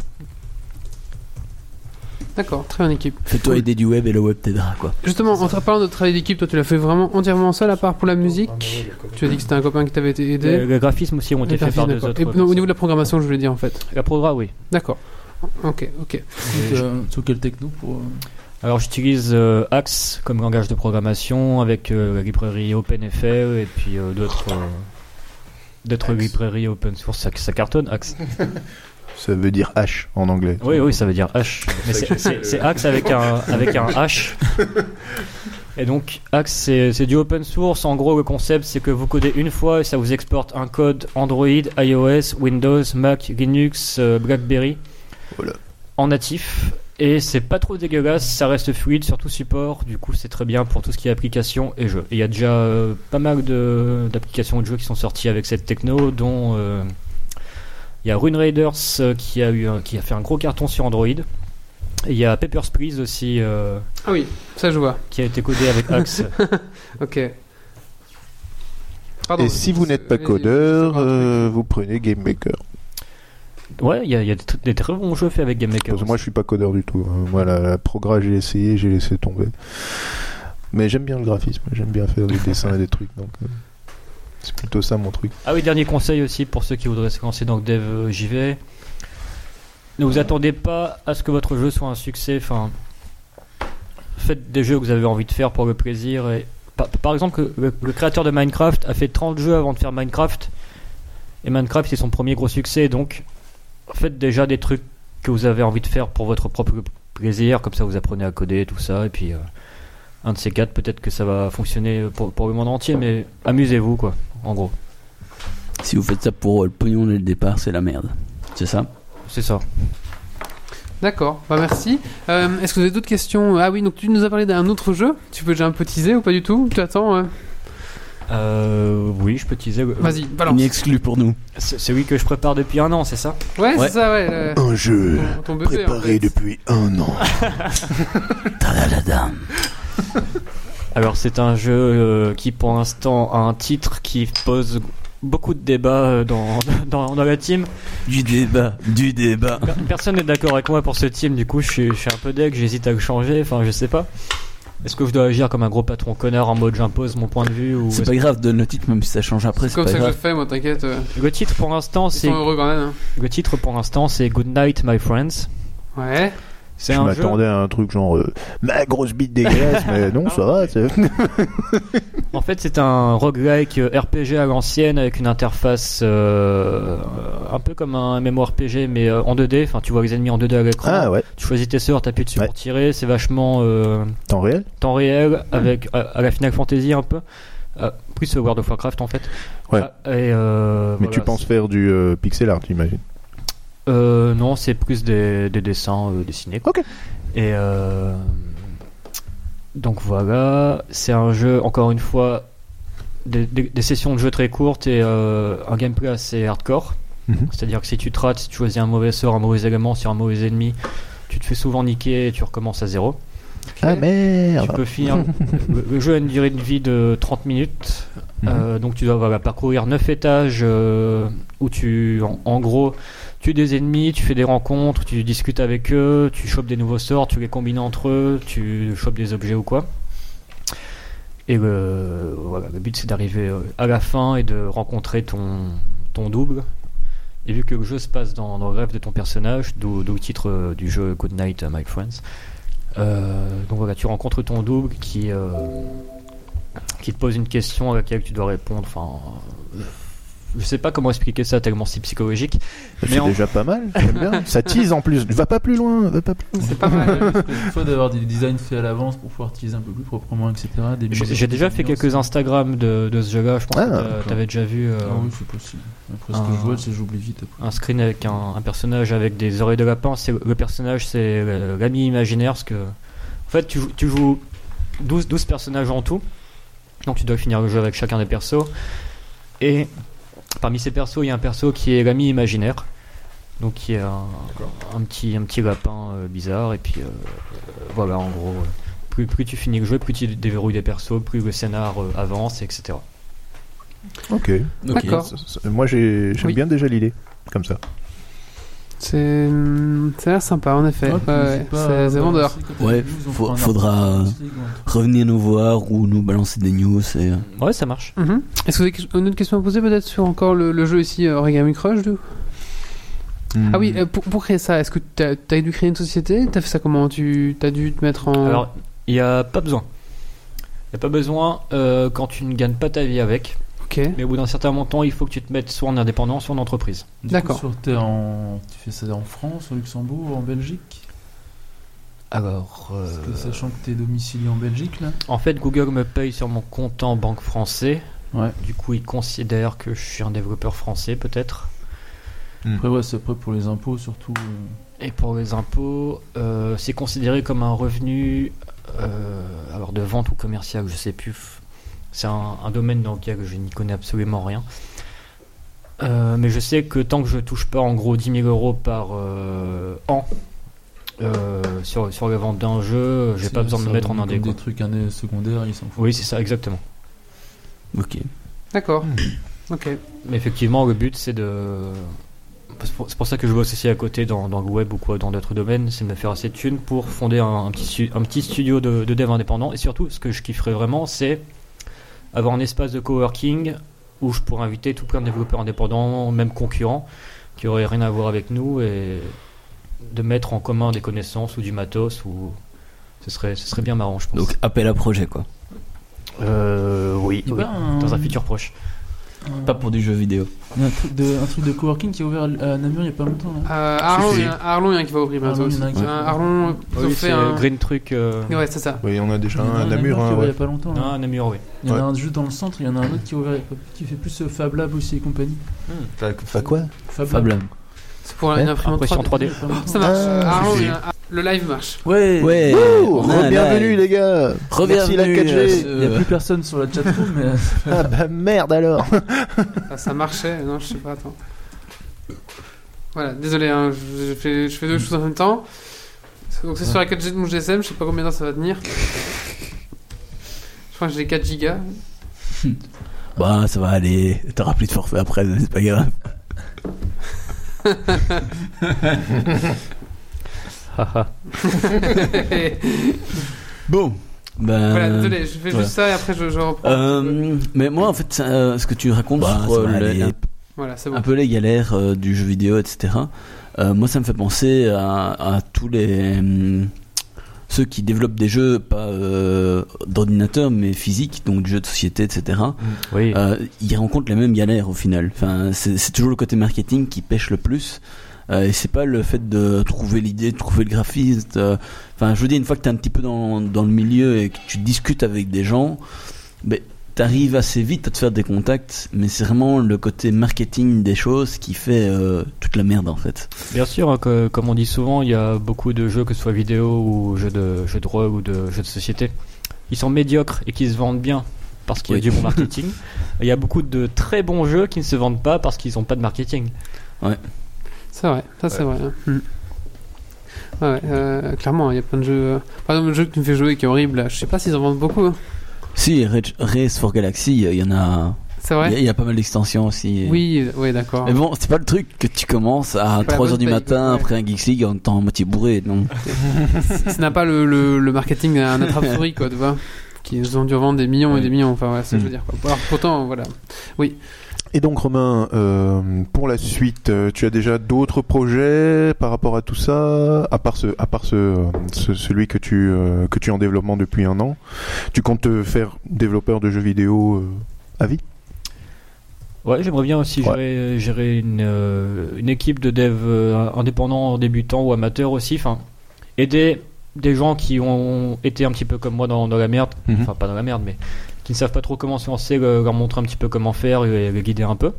[SPEAKER 1] D'accord, très bonne équipe.
[SPEAKER 6] Fais-toi aider du web et le web t'aidera quoi.
[SPEAKER 1] Justement, en te parlant de travail d'équipe, toi tu l'as fait vraiment entièrement seul à part pour la musique. Tu as dit que c'était un copain qui t'avait été
[SPEAKER 4] Les,
[SPEAKER 1] aidé.
[SPEAKER 4] les graphismes aussi ont été
[SPEAKER 1] Les
[SPEAKER 4] faits par
[SPEAKER 1] graphismes,
[SPEAKER 4] deux
[SPEAKER 1] d'accord.
[SPEAKER 4] autres. euh,
[SPEAKER 1] Et non, au niveau de la programmation, je voulais dire en fait.
[SPEAKER 4] La programme, oui.
[SPEAKER 1] D'accord. Ok, ok.
[SPEAKER 5] Donc, euh, Sur quel techno pour. euh,
[SPEAKER 4] Alors j'utilise euh, Axe comme langage de programmation avec euh, la librairie OpenFL et puis euh, d'autres euh, d'autres librairies open source. Ça, ça cartonne Axe.
[SPEAKER 2] Ça veut dire H en anglais.
[SPEAKER 4] Oui oui ça veut dire H. Mais c'est-
[SPEAKER 2] ça que j'ai fait
[SPEAKER 4] c'est
[SPEAKER 2] le-
[SPEAKER 4] c'est Axe avec un avec un H. Et donc Axe c'est c'est du open source. En gros le concept c'est que vous codez une fois et ça vous exporte un code Android, iOS, Windows, Mac, Linux, euh, BlackBerry
[SPEAKER 2] Voilà.
[SPEAKER 4] en natif. Et c'est pas trop dégueulasse, ça reste fluide sur tout support, du coup c'est très bien pour tout ce qui est application et jeu. Et il y a déjà euh, pas mal de- d'applications de, jeux qui sont sorties avec cette techno, dont euh, il y a Rune Raiders euh, qui, a eu un- qui a fait un gros carton sur Android. Et il y a Papers, Please aussi euh,
[SPEAKER 1] Ah oui, ça je vois.
[SPEAKER 4] qui a été codé avec Axe.
[SPEAKER 1] Ok. Pardon.
[SPEAKER 2] Et si vous n'êtes pas
[SPEAKER 1] Vas-y,
[SPEAKER 2] codeur,
[SPEAKER 1] vas-y, vas-y.
[SPEAKER 2] euh, vous prenez Game Maker.
[SPEAKER 4] ouais, il y a, il y a des, tr- des très bons jeux faits avec Game Maker.
[SPEAKER 2] Parce que moi, je suis pas codeur du tout. hein. Moi, la, la progra, j'ai essayé, j'ai laissé tomber. Mais j'aime bien le graphisme, j'aime bien faire des dessins et des trucs. Donc, euh, c'est plutôt ça mon truc.
[SPEAKER 4] Ah oui, dernier conseil aussi pour ceux qui voudraient se lancer dans le dev euh, JV. Ne vous attendez pas à ce que votre jeu soit un succès. Enfin, faites des jeux que vous avez envie de faire pour le plaisir. Et par, par exemple, que le, le créateur de Minecraft a fait 30 jeux avant de faire Minecraft. Et Minecraft, c'est son premier gros succès. Donc, faites déjà des trucs que vous avez envie de faire pour votre propre plaisir. Comme ça, vous apprenez à coder, tout ça. Et puis, euh, un de ces quatre, peut-être que ça va fonctionner pour, pour le monde entier. Mais amusez-vous, quoi, en gros.
[SPEAKER 6] Si vous faites ça pour euh, le pognon dès le départ, c'est la merde. C'est ça
[SPEAKER 4] C'est ça.
[SPEAKER 1] D'accord, bah merci. Euh, Est-ce que vous avez d'autres questions Ah oui, donc tu nous as parlé d'un autre jeu. Tu peux déjà un peu teaser ou pas du tout Tu attends euh
[SPEAKER 4] Euh, oui, je peux teaser.
[SPEAKER 1] Vas-y, balance.
[SPEAKER 6] Une exclue pour nous.
[SPEAKER 4] C'est celui que je prépare depuis un an, c'est ça
[SPEAKER 1] Ouais,
[SPEAKER 6] Ouais.
[SPEAKER 1] c'est ça, ouais. le-
[SPEAKER 2] Un jeu
[SPEAKER 1] ton- ton bébé, en fait.
[SPEAKER 2] depuis un an.
[SPEAKER 6] Tadadadam.
[SPEAKER 4] Alors, c'est un jeu euh, qui, pour l'instant, a un titre qui pose beaucoup de débats euh, dans, dans, dans la team.
[SPEAKER 6] Du débat, du débat.
[SPEAKER 4] Per- Personne n'est d'accord avec moi pour ce team, du coup, je suis, je suis un peu deg, j'hésite à le changer, enfin, je sais pas. Est-ce que je dois agir comme un gros patron connard en mode j'impose mon point de vue ou
[SPEAKER 6] C'est
[SPEAKER 4] est-ce
[SPEAKER 6] pas grave, donne le titre, même si ça change après, c'est
[SPEAKER 1] Comme
[SPEAKER 6] pas
[SPEAKER 1] ça que je
[SPEAKER 6] grave.
[SPEAKER 1] fais, moi, t'inquiète. euh,
[SPEAKER 4] que- Le titre pour l'instant,
[SPEAKER 1] Ils
[SPEAKER 4] c'est
[SPEAKER 1] sont heureux quand même.
[SPEAKER 4] le titre pour l'instant, c'est Good Night My Friends.
[SPEAKER 1] hein. Ouais.
[SPEAKER 4] C'est
[SPEAKER 2] Je
[SPEAKER 4] un jeu. Ah,
[SPEAKER 2] m'attendais à un truc genre euh, ma grosse bite dégueulasse, mais non, ça va. c'est-
[SPEAKER 4] En fait, c'est un roguelike euh, RPG à l'ancienne avec une interface euh, un peu comme un MMORPG mais euh, en 2D. Enfin, tu vois les ennemis en 2D à l'écran.
[SPEAKER 2] Ah ouais,
[SPEAKER 4] Tu choisis tes sorts, t'appuies dessus
[SPEAKER 2] Ouais.
[SPEAKER 4] pour tirer. C'est vachement euh,
[SPEAKER 2] temps réel
[SPEAKER 4] temps réel avec à, à la Final Fantasy un peu. Euh, plus euh, World of Warcraft en fait.
[SPEAKER 2] Ouais.
[SPEAKER 4] Ah, et, euh,
[SPEAKER 2] Mais
[SPEAKER 4] voilà,
[SPEAKER 2] tu penses faire du euh, pixel art, j'imagine.
[SPEAKER 4] c'est- euh, Non, c'est plus des, des dessins euh, dessinés. quoi.
[SPEAKER 2] Ok.
[SPEAKER 4] Et euh, donc voilà, c'est un jeu, encore une fois, des, des- des sessions de jeu très courtes et euh, un gameplay assez hardcore.
[SPEAKER 2] Mhm.
[SPEAKER 4] C'est-à-dire que si tu te rates, si tu choisis un mauvais sort, un mauvais élément sur un mauvais ennemi, tu te fais souvent niquer et tu recommences à zéro.
[SPEAKER 2] Ah
[SPEAKER 4] Tu
[SPEAKER 2] merde
[SPEAKER 4] peux finir. le, le jeu a une durée de vie de 30 minutes.
[SPEAKER 2] Mhm.
[SPEAKER 4] Euh, donc tu dois voilà, parcourir 9 étages euh, où tu, en, en gros, tu es des ennemis, tu fais des rencontres, tu discutes avec eux, tu chopes des nouveaux sorts, tu les combines entre eux, tu chopes des objets ou quoi. Et le, voilà, le but c'est d'arriver euh, à la fin et de rencontrer ton, ton double. Et vu que le jeu se passe dans, dans le rêve de ton personnage, d'où d'où le titre euh, du jeu Good Night My Friends, euh, donc voilà, tu rencontres ton double qui, euh, qui te pose une question à laquelle tu dois répondre. Enfin, euh, je sais pas comment expliquer ça tellement c'est psychologique. mais
[SPEAKER 2] C'est
[SPEAKER 4] en-
[SPEAKER 2] déjà pas mal, j'aime bien. Ça tease en plus. Va pas plus loin, va pas plus loin.
[SPEAKER 1] C'est pas mal. hein,
[SPEAKER 5] Une fois d'avoir des designs faits à l'avance pour pouvoir utiliser un peu plus proprement, etc. des
[SPEAKER 4] J'ai
[SPEAKER 5] musiques,
[SPEAKER 4] j'ai déjà
[SPEAKER 5] des
[SPEAKER 4] fait
[SPEAKER 5] ambiances.
[SPEAKER 4] quelques Instagram de, de ce jeu-là. Je pense
[SPEAKER 2] Ah,
[SPEAKER 4] que t'as-
[SPEAKER 5] d'accord.
[SPEAKER 4] t'avais déjà vu euh,
[SPEAKER 5] Ah oui, c'est possible. Après, ce que
[SPEAKER 4] un-
[SPEAKER 5] je vois, c'est que j'oublie vite après.
[SPEAKER 4] un screen avec un, un personnage avec des oreilles de lapin. C'est le personnage, c'est euh, l'ami imaginaire. Parce que, en fait, tu, joues- tu joues 12, 12 personnages en tout. Donc tu dois finir le jeu avec chacun des persos. Et parmi ces persos, il y a un perso qui est l'ami imaginaire. Donc qui est un, un petit, un petit lapin euh, bizarre. Et puis euh, euh, voilà, en gros. euh, Plus, plus tu finis le jeu, plus tu déverrouilles des persos, plus le scénar euh, avance, etc.
[SPEAKER 2] Ok.
[SPEAKER 1] D'accord.
[SPEAKER 2] Ça- ça- Moi, j'ai- j'aime
[SPEAKER 1] Oui.
[SPEAKER 2] bien déjà l'idée, comme ça.
[SPEAKER 1] C'est. Ça a l'air sympa, en effet.
[SPEAKER 5] Ah,
[SPEAKER 1] Ouais, ouais,
[SPEAKER 5] n'hésite pas à
[SPEAKER 1] c'est c'est vendeur.
[SPEAKER 5] balancer quand t'as
[SPEAKER 6] Ouais,
[SPEAKER 5] des news, on
[SPEAKER 6] faut-
[SPEAKER 5] fera un
[SPEAKER 6] faudra-
[SPEAKER 5] article ou un truc.
[SPEAKER 6] Revenez nous voir ou nous balancer des news. Et... euh,
[SPEAKER 4] Ouais, ça marche.
[SPEAKER 1] Mhm. Est-ce que vous avez une autre question à poser peut-être sur encore le, le jeu ici, euh, Origami Crush du coup Ah
[SPEAKER 6] Hmm.
[SPEAKER 2] Hmm.
[SPEAKER 1] oui, euh, pour, pour créer ça, est-ce que t'as as dû créer une société T'as fait ça comment Tu as dû te mettre en.
[SPEAKER 4] Alors, il n'y a pas besoin. Il n'y a pas besoin euh, quand tu ne gagnes pas ta vie avec.
[SPEAKER 1] ok.
[SPEAKER 4] Mais au bout d'un certain montant, il faut que tu te mettes soit en indépendant, soit en entreprise.
[SPEAKER 5] Du coup,
[SPEAKER 1] D'accord.
[SPEAKER 5] sur- t'es en- Tu fais ça en France, au Luxembourg, en Belgique
[SPEAKER 4] Alors, euh, Hmm.
[SPEAKER 5] Parce que Sachant que t'es domicilié en Belgique, là.
[SPEAKER 4] en fait, Google me paye sur mon compte en banque français.
[SPEAKER 5] Ouais.
[SPEAKER 4] Du coup, il considère que je suis un développeur français, peut-être.
[SPEAKER 2] Mm.
[SPEAKER 5] Après, ouais, c'est après pour les impôts surtout. euh,
[SPEAKER 4] Et pour les impôts, euh, c'est considéré comme un revenu euh, alors de vente ou commercial, je sais plus. C'est un, un domaine dans lequel je n'y connais absolument rien. Euh, mais je sais que tant que je touche pas en gros 10 000 euros par euh, an euh, sur, sur les ventes d'un jeu, j'ai
[SPEAKER 5] c'est-
[SPEAKER 4] pas besoin de
[SPEAKER 5] ça
[SPEAKER 4] me mettre en
[SPEAKER 5] vend
[SPEAKER 4] indé.
[SPEAKER 5] comme
[SPEAKER 4] quoi.
[SPEAKER 5] Des trucs indés secondaires, ils s'en foutent.
[SPEAKER 4] Oui, c'est ça, exactement.
[SPEAKER 6] Ok.
[SPEAKER 1] D'accord. Ok.
[SPEAKER 4] Mais effectivement, le but, c'est de. C'est pour- c'est pour ça que je bosse aussi à côté dans, dans le web ou quoi, dans d'autres domaines, c'est de me faire assez de thunes pour fonder un, un petit, stu- un petit studio de, de dev indépendant. Et surtout, ce que je kifferais vraiment, c'est avoir un espace de coworking où je pourrais inviter tout plein de développeurs indépendants, même concurrents, qui auraient rien à voir avec nous et de mettre en commun des connaissances ou du matos ou. Ce serait, ce serait bien marrant, je pense.
[SPEAKER 6] Donc appel à projet quoi.
[SPEAKER 4] Euh, oui,
[SPEAKER 5] Il y a
[SPEAKER 4] oui,
[SPEAKER 5] pas un-
[SPEAKER 4] dans un futur proche.
[SPEAKER 6] Pas pour du jeu vidéo.
[SPEAKER 5] Il y a un truc de, un truc de coworking qui est ouvert à Namur il y a pas longtemps.
[SPEAKER 4] Ah,
[SPEAKER 5] Là.
[SPEAKER 1] Euh, Arlon, il
[SPEAKER 6] Si, si.
[SPEAKER 1] y a un- Arlon, il y a un qui va ouvrir bientôt.
[SPEAKER 5] Arlon, il
[SPEAKER 1] aussi.
[SPEAKER 5] y en a un qui-
[SPEAKER 1] Un Arlon, ils ont
[SPEAKER 4] Oui,
[SPEAKER 1] fait
[SPEAKER 4] c'est
[SPEAKER 1] un.
[SPEAKER 4] Green Truc. euh,
[SPEAKER 1] Ouais, c'est ça.
[SPEAKER 2] Oui, on a déjà
[SPEAKER 5] Il y en a
[SPEAKER 2] un à
[SPEAKER 5] un
[SPEAKER 2] Namur.
[SPEAKER 5] qui est
[SPEAKER 2] hein,
[SPEAKER 5] ouvert il y
[SPEAKER 2] ouais.
[SPEAKER 5] a pas longtemps. là.
[SPEAKER 4] Ah, Namur, oui.
[SPEAKER 5] Il y en
[SPEAKER 2] Ouais.
[SPEAKER 5] a un juste dans le centre, il y en a un autre qui, est ouvert, qui fait plus euh, Fab Lab aussi et compagnie.
[SPEAKER 2] Enfin, quoi
[SPEAKER 5] Fab,
[SPEAKER 6] Fab Lab.
[SPEAKER 1] C'est pour une
[SPEAKER 6] Ouais,
[SPEAKER 1] imprimante
[SPEAKER 4] impression
[SPEAKER 1] 3D.
[SPEAKER 4] 3D.
[SPEAKER 1] Ça marche.
[SPEAKER 2] Ah,
[SPEAKER 1] Arlon,
[SPEAKER 6] si, si.
[SPEAKER 1] il y a un- Le live marche.
[SPEAKER 5] Ouais,
[SPEAKER 6] Ouais.
[SPEAKER 2] Oh,
[SPEAKER 6] on a un
[SPEAKER 2] bienvenue
[SPEAKER 6] live.
[SPEAKER 2] les gars. Merci
[SPEAKER 6] Rebienvenue euh,
[SPEAKER 2] la
[SPEAKER 6] à
[SPEAKER 2] 4G.
[SPEAKER 6] ce-
[SPEAKER 5] Il n'y a plus euh, personne sur la chatroom, mais euh,
[SPEAKER 2] Ah bah merde alors.
[SPEAKER 1] Ah, ça marchait. Non, je sais pas. Attends. Voilà. Désolé. hein, je, je fais, je fais deux choses en même temps. Donc c'est sur la 4G de mon GSM. Je sais pas combien de temps ça va tenir. Je crois que j'ai les 4 gigas.
[SPEAKER 6] Bah ça va aller. T'auras plus de forfait après, c'est pas grave. Bon. Ben.
[SPEAKER 1] Voilà, désolé, je fais
[SPEAKER 6] voilà.
[SPEAKER 1] juste ça et après je, je reprends.
[SPEAKER 6] euh, mais moi en fait ça, euh, ce que tu racontes
[SPEAKER 7] Bah,
[SPEAKER 6] sur
[SPEAKER 7] ça
[SPEAKER 6] euh,
[SPEAKER 7] va
[SPEAKER 6] les-
[SPEAKER 7] aller, hein.
[SPEAKER 1] Voilà, c'est
[SPEAKER 6] un
[SPEAKER 1] bon.
[SPEAKER 6] peu les galères euh, du jeu vidéo, etc. Euh, moi, ça me fait penser à, à tous les hum, ceux qui développent des jeux pas euh, d'ordinateur mais physiques, donc des jeux de société, etc.
[SPEAKER 4] Oui.
[SPEAKER 6] Euh, ils rencontrent les mêmes galères au final. Enfin, c'est c'est toujours le côté marketing qui pêche le plus. Euh, et c'est pas le fait de trouver l'idée, de trouver le graphiste. euh. Enfin, je veux dire, une fois que t'es un petit peu dans, dans le milieu et que tu discutes avec des gens, ben, t'arrives assez vite à te faire des contacts. Mais c'est vraiment le côté marketing des choses qui fait euh, toute la merde en fait.
[SPEAKER 4] Bien sûr, hein, que- comme on dit souvent, il y a beaucoup de jeux, que ce soit vidéo ou jeux de, jeux de rôle ou de jeux de société, ils sont médiocres et qui se vendent bien parce qu'il y a
[SPEAKER 6] Oui.
[SPEAKER 4] du bon marketing. Et Il y a beaucoup de très bons jeux qui ne se vendent pas parce qu'ils n'ont pas de marketing.
[SPEAKER 1] C'est vrai, ça c'est vrai. hein. Ouais, ouais, euh, clairement, il y a plein de jeux. euh, Par exemple, le jeu que tu me fais jouer qui est horrible, là, je sais pas s'ils en vendent beaucoup. hein.
[SPEAKER 6] Si Rage- Race for Galaxy, il y en a,
[SPEAKER 1] C'est
[SPEAKER 6] il y a-
[SPEAKER 1] vrai
[SPEAKER 6] il y, a pas mal d'extensions aussi.
[SPEAKER 1] Oui, euh, ouais, d'accord.
[SPEAKER 6] Mais bon, c'est pas le truc que tu commences à
[SPEAKER 1] C'est pas la
[SPEAKER 6] 3h
[SPEAKER 1] bonne
[SPEAKER 6] du
[SPEAKER 1] paye,
[SPEAKER 6] matin
[SPEAKER 1] quoi.
[SPEAKER 6] après un Geeks League en étant à moitié bourré, non
[SPEAKER 1] Ça n'a pas le, le, le marketing d'un attrape-souris, quoi, tu vois. Qui nous ont dû vendre des millions et des millions, enfin, voilà, c'est ce que je veux dire. Quoi. Alors, pourtant, voilà.
[SPEAKER 2] Et donc Romain, euh, pour la suite, euh, tu as déjà d'autres projets par rapport à tout ça, à part ce, à part ce, euh, ce- celui que tu euh, que tu es en développement depuis un an. Tu comptes te faire développeur de jeux vidéo euh, à vie
[SPEAKER 4] Ouais, j'aimerais bien aussi
[SPEAKER 2] Ouais.
[SPEAKER 4] gérer, gérer une, euh, une équipe de devs euh, indépendants, débutants ou amateurs aussi. Enfin, aider des gens qui ont été un petit peu comme moi dans, dans la merde,
[SPEAKER 2] Mhm.
[SPEAKER 4] enfin pas dans la merde, mais qui ne savent pas trop comment se lancer, le- leur montrer un petit peu comment faire et les guider un peu.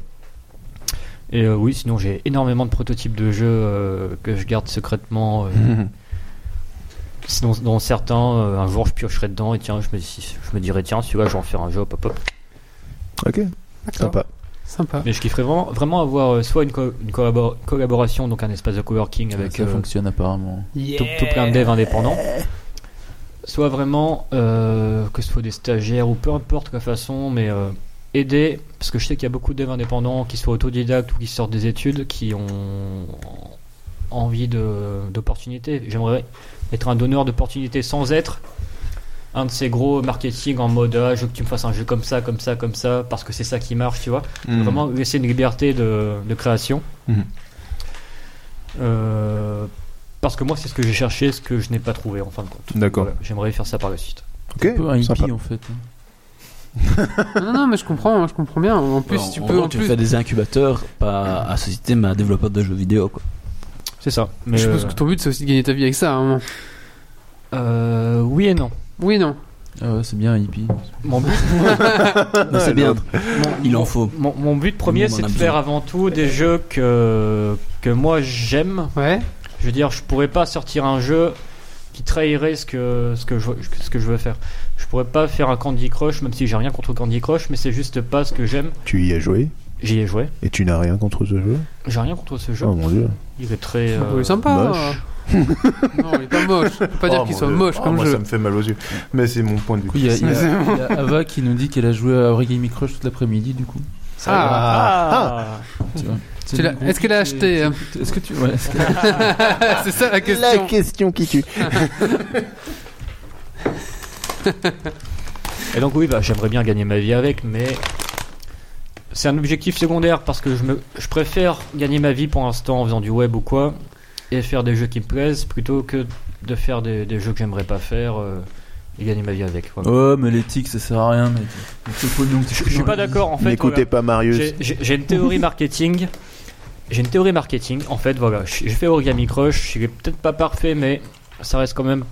[SPEAKER 4] Et euh, oui, sinon j'ai énormément de prototypes de jeux euh, que je garde secrètement. euh,
[SPEAKER 2] Mhm.
[SPEAKER 4] Sinon, dans certains, euh, un jour je piocherai dedans et tiens, je me, je me dirai tiens, celui-là, je vais en faire un jeu, hop, hop, hop.
[SPEAKER 2] Ok,
[SPEAKER 1] D'accord.
[SPEAKER 2] sympa.
[SPEAKER 1] Sympa.
[SPEAKER 4] Mais je kifferais vraiment, vraiment avoir euh, soit une, co- une collabor- collaboration, donc un espace de coworking avec
[SPEAKER 5] ça
[SPEAKER 4] euh,
[SPEAKER 5] fonctionne apparemment.
[SPEAKER 4] tout, tout plein de devs indépendants, soit vraiment euh, que ce soit des stagiaires ou peu importe la façon, mais euh, aider, parce que je sais qu'il y a beaucoup de devs indépendants qui sont autodidactes ou qui sortent des études, qui ont envie de- d'opportunités. J'aimerais être un donneur d'opportunités sans être un de ces gros marketing en mode ah, je veux que tu me fasses un jeu comme ça, comme ça, comme ça, parce que c'est ça qui marche, tu vois
[SPEAKER 7] Mm.
[SPEAKER 2] Mm.
[SPEAKER 4] vraiment laisser une liberté de, de création.
[SPEAKER 2] Mhm.
[SPEAKER 4] Euh, parce que moi, c'est ce que j'ai cherché, ce que je n'ai pas trouvé en fin de compte.
[SPEAKER 2] D'accord.
[SPEAKER 4] Voilà, J'aimerais faire ça par la suite.
[SPEAKER 2] Ok,
[SPEAKER 5] Un peu un hippie
[SPEAKER 2] sympa.
[SPEAKER 5] en fait. hein.
[SPEAKER 1] Non, non, mais je comprends, hein, je comprends bien. En plus, tu peux. En
[SPEAKER 6] tu
[SPEAKER 1] plus, Ah.
[SPEAKER 6] fais des incubateurs, pas à société, mais à développeur de jeux vidéo. Quoi.
[SPEAKER 4] C'est ça. Mais euh,
[SPEAKER 1] je pense que ton but c'est aussi de gagner ta vie avec ça. hein.
[SPEAKER 4] euh, oui et non.
[SPEAKER 1] Oui, non.
[SPEAKER 5] Ah ouais, c'est bien un hippie.
[SPEAKER 4] Mon but,
[SPEAKER 1] Ah,
[SPEAKER 6] Mais c'est bien. Il en faut.
[SPEAKER 4] mon, mon but premier,
[SPEAKER 6] Oh. Nous, on en
[SPEAKER 4] c'est
[SPEAKER 6] a
[SPEAKER 4] de
[SPEAKER 6] besoin.
[SPEAKER 4] faire avant tout des jeux que, que moi j'aime.
[SPEAKER 1] Ouais.
[SPEAKER 4] Je veux dire, je pourrais pas sortir un jeu qui trahirait ce que, ce que, je, ce que je veux faire. Je pourrais pas faire un Candy Crush, même si j'ai rien contre Candy Crush, mais c'est juste pas ce que j'aime.
[SPEAKER 2] Tu y as joué
[SPEAKER 4] J'y ai joué.
[SPEAKER 2] et tu n'as rien contre ce jeu
[SPEAKER 4] J'ai rien contre ce jeu.
[SPEAKER 2] Oh mon dieu.
[SPEAKER 4] Il est très.
[SPEAKER 1] Ah,
[SPEAKER 4] euh,
[SPEAKER 1] il est sympa.
[SPEAKER 2] moche. Oh,
[SPEAKER 1] non, il est pas moche. On peut pas dire qu'il soit moche
[SPEAKER 7] Ah,
[SPEAKER 1] comme
[SPEAKER 7] moi,
[SPEAKER 1] jeu.
[SPEAKER 7] ça me fait mal aux yeux. Mais c'est mon point de
[SPEAKER 5] Du
[SPEAKER 7] vue.
[SPEAKER 5] coup, il y a, il y a-
[SPEAKER 1] C'est bon.
[SPEAKER 5] il y a Ava qui nous dit qu'elle a joué à Origami Crush toute l'après-midi, du coup.
[SPEAKER 1] Ah,
[SPEAKER 4] Ah,
[SPEAKER 5] Tu vois.
[SPEAKER 1] Tu l'as- est-ce qu'elle a acheté, hein
[SPEAKER 5] Est-ce que tu. Ouais, est-ce que-
[SPEAKER 1] c'est ça la question.
[SPEAKER 2] question qui tue.
[SPEAKER 4] Et donc oui, bah, j'aimerais bien gagner ma vie avec, mais c'est un objectif secondaire parce que je, me, je préfère gagner ma vie pour l'instant en faisant du web ou quoi, et faire des jeux qui me plaisent plutôt que de faire des, des jeux que j'aimerais pas faire euh, et gagner ma vie avec. voilà.
[SPEAKER 5] Oh, mais l'éthique, ça sert à rien, mec. Le pognon que tu
[SPEAKER 4] Je,
[SPEAKER 5] fous
[SPEAKER 4] je suis
[SPEAKER 5] dans
[SPEAKER 4] pas
[SPEAKER 5] la vie.
[SPEAKER 4] d'accord en fait.
[SPEAKER 2] N'écoutez pas
[SPEAKER 4] voilà.
[SPEAKER 2] Marius.
[SPEAKER 4] J'ai- J'ai j'ai une théorie marketing. J'ai une théorie marketing. En fait, voilà, j'ai fait Origami Crush. Il est peut-être pas parfait, mais ça reste quand même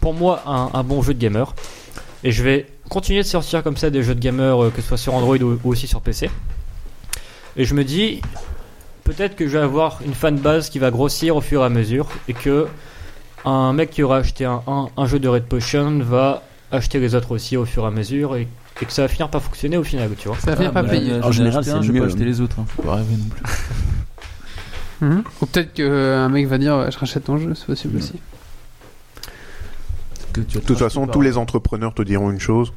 [SPEAKER 4] pour moi un, un bon jeu de gamer. Et je vais continuer de sortir comme ça des jeux de gamer, euh, que ce soit sur Android ou, ou aussi sur PC. Et je me dis, peut-être que je vais avoir une fanbase qui va grossir au fur et à mesure, et que un mec qui aura acheté un, un- un jeu de Red Potion va acheter les autres aussi au fur et à mesure, et, et que ça va finir par fonctionner au final, tu vois.
[SPEAKER 1] Ça va finir
[SPEAKER 5] Ah,
[SPEAKER 1] pas
[SPEAKER 5] bah,
[SPEAKER 1] payer.
[SPEAKER 5] j'en ai
[SPEAKER 6] En général,
[SPEAKER 5] acheté un,
[SPEAKER 6] c'est
[SPEAKER 5] Je vais pas
[SPEAKER 6] mieux.
[SPEAKER 5] acheter les autres, hein. faut pas rêver non plus.
[SPEAKER 1] Mhm. Ou peut-être qu'un mec va dire je rachète ton jeu, c'est possible aussi.
[SPEAKER 5] Que tu as
[SPEAKER 2] De toute façon, tous les entrepreneurs te diront une chose.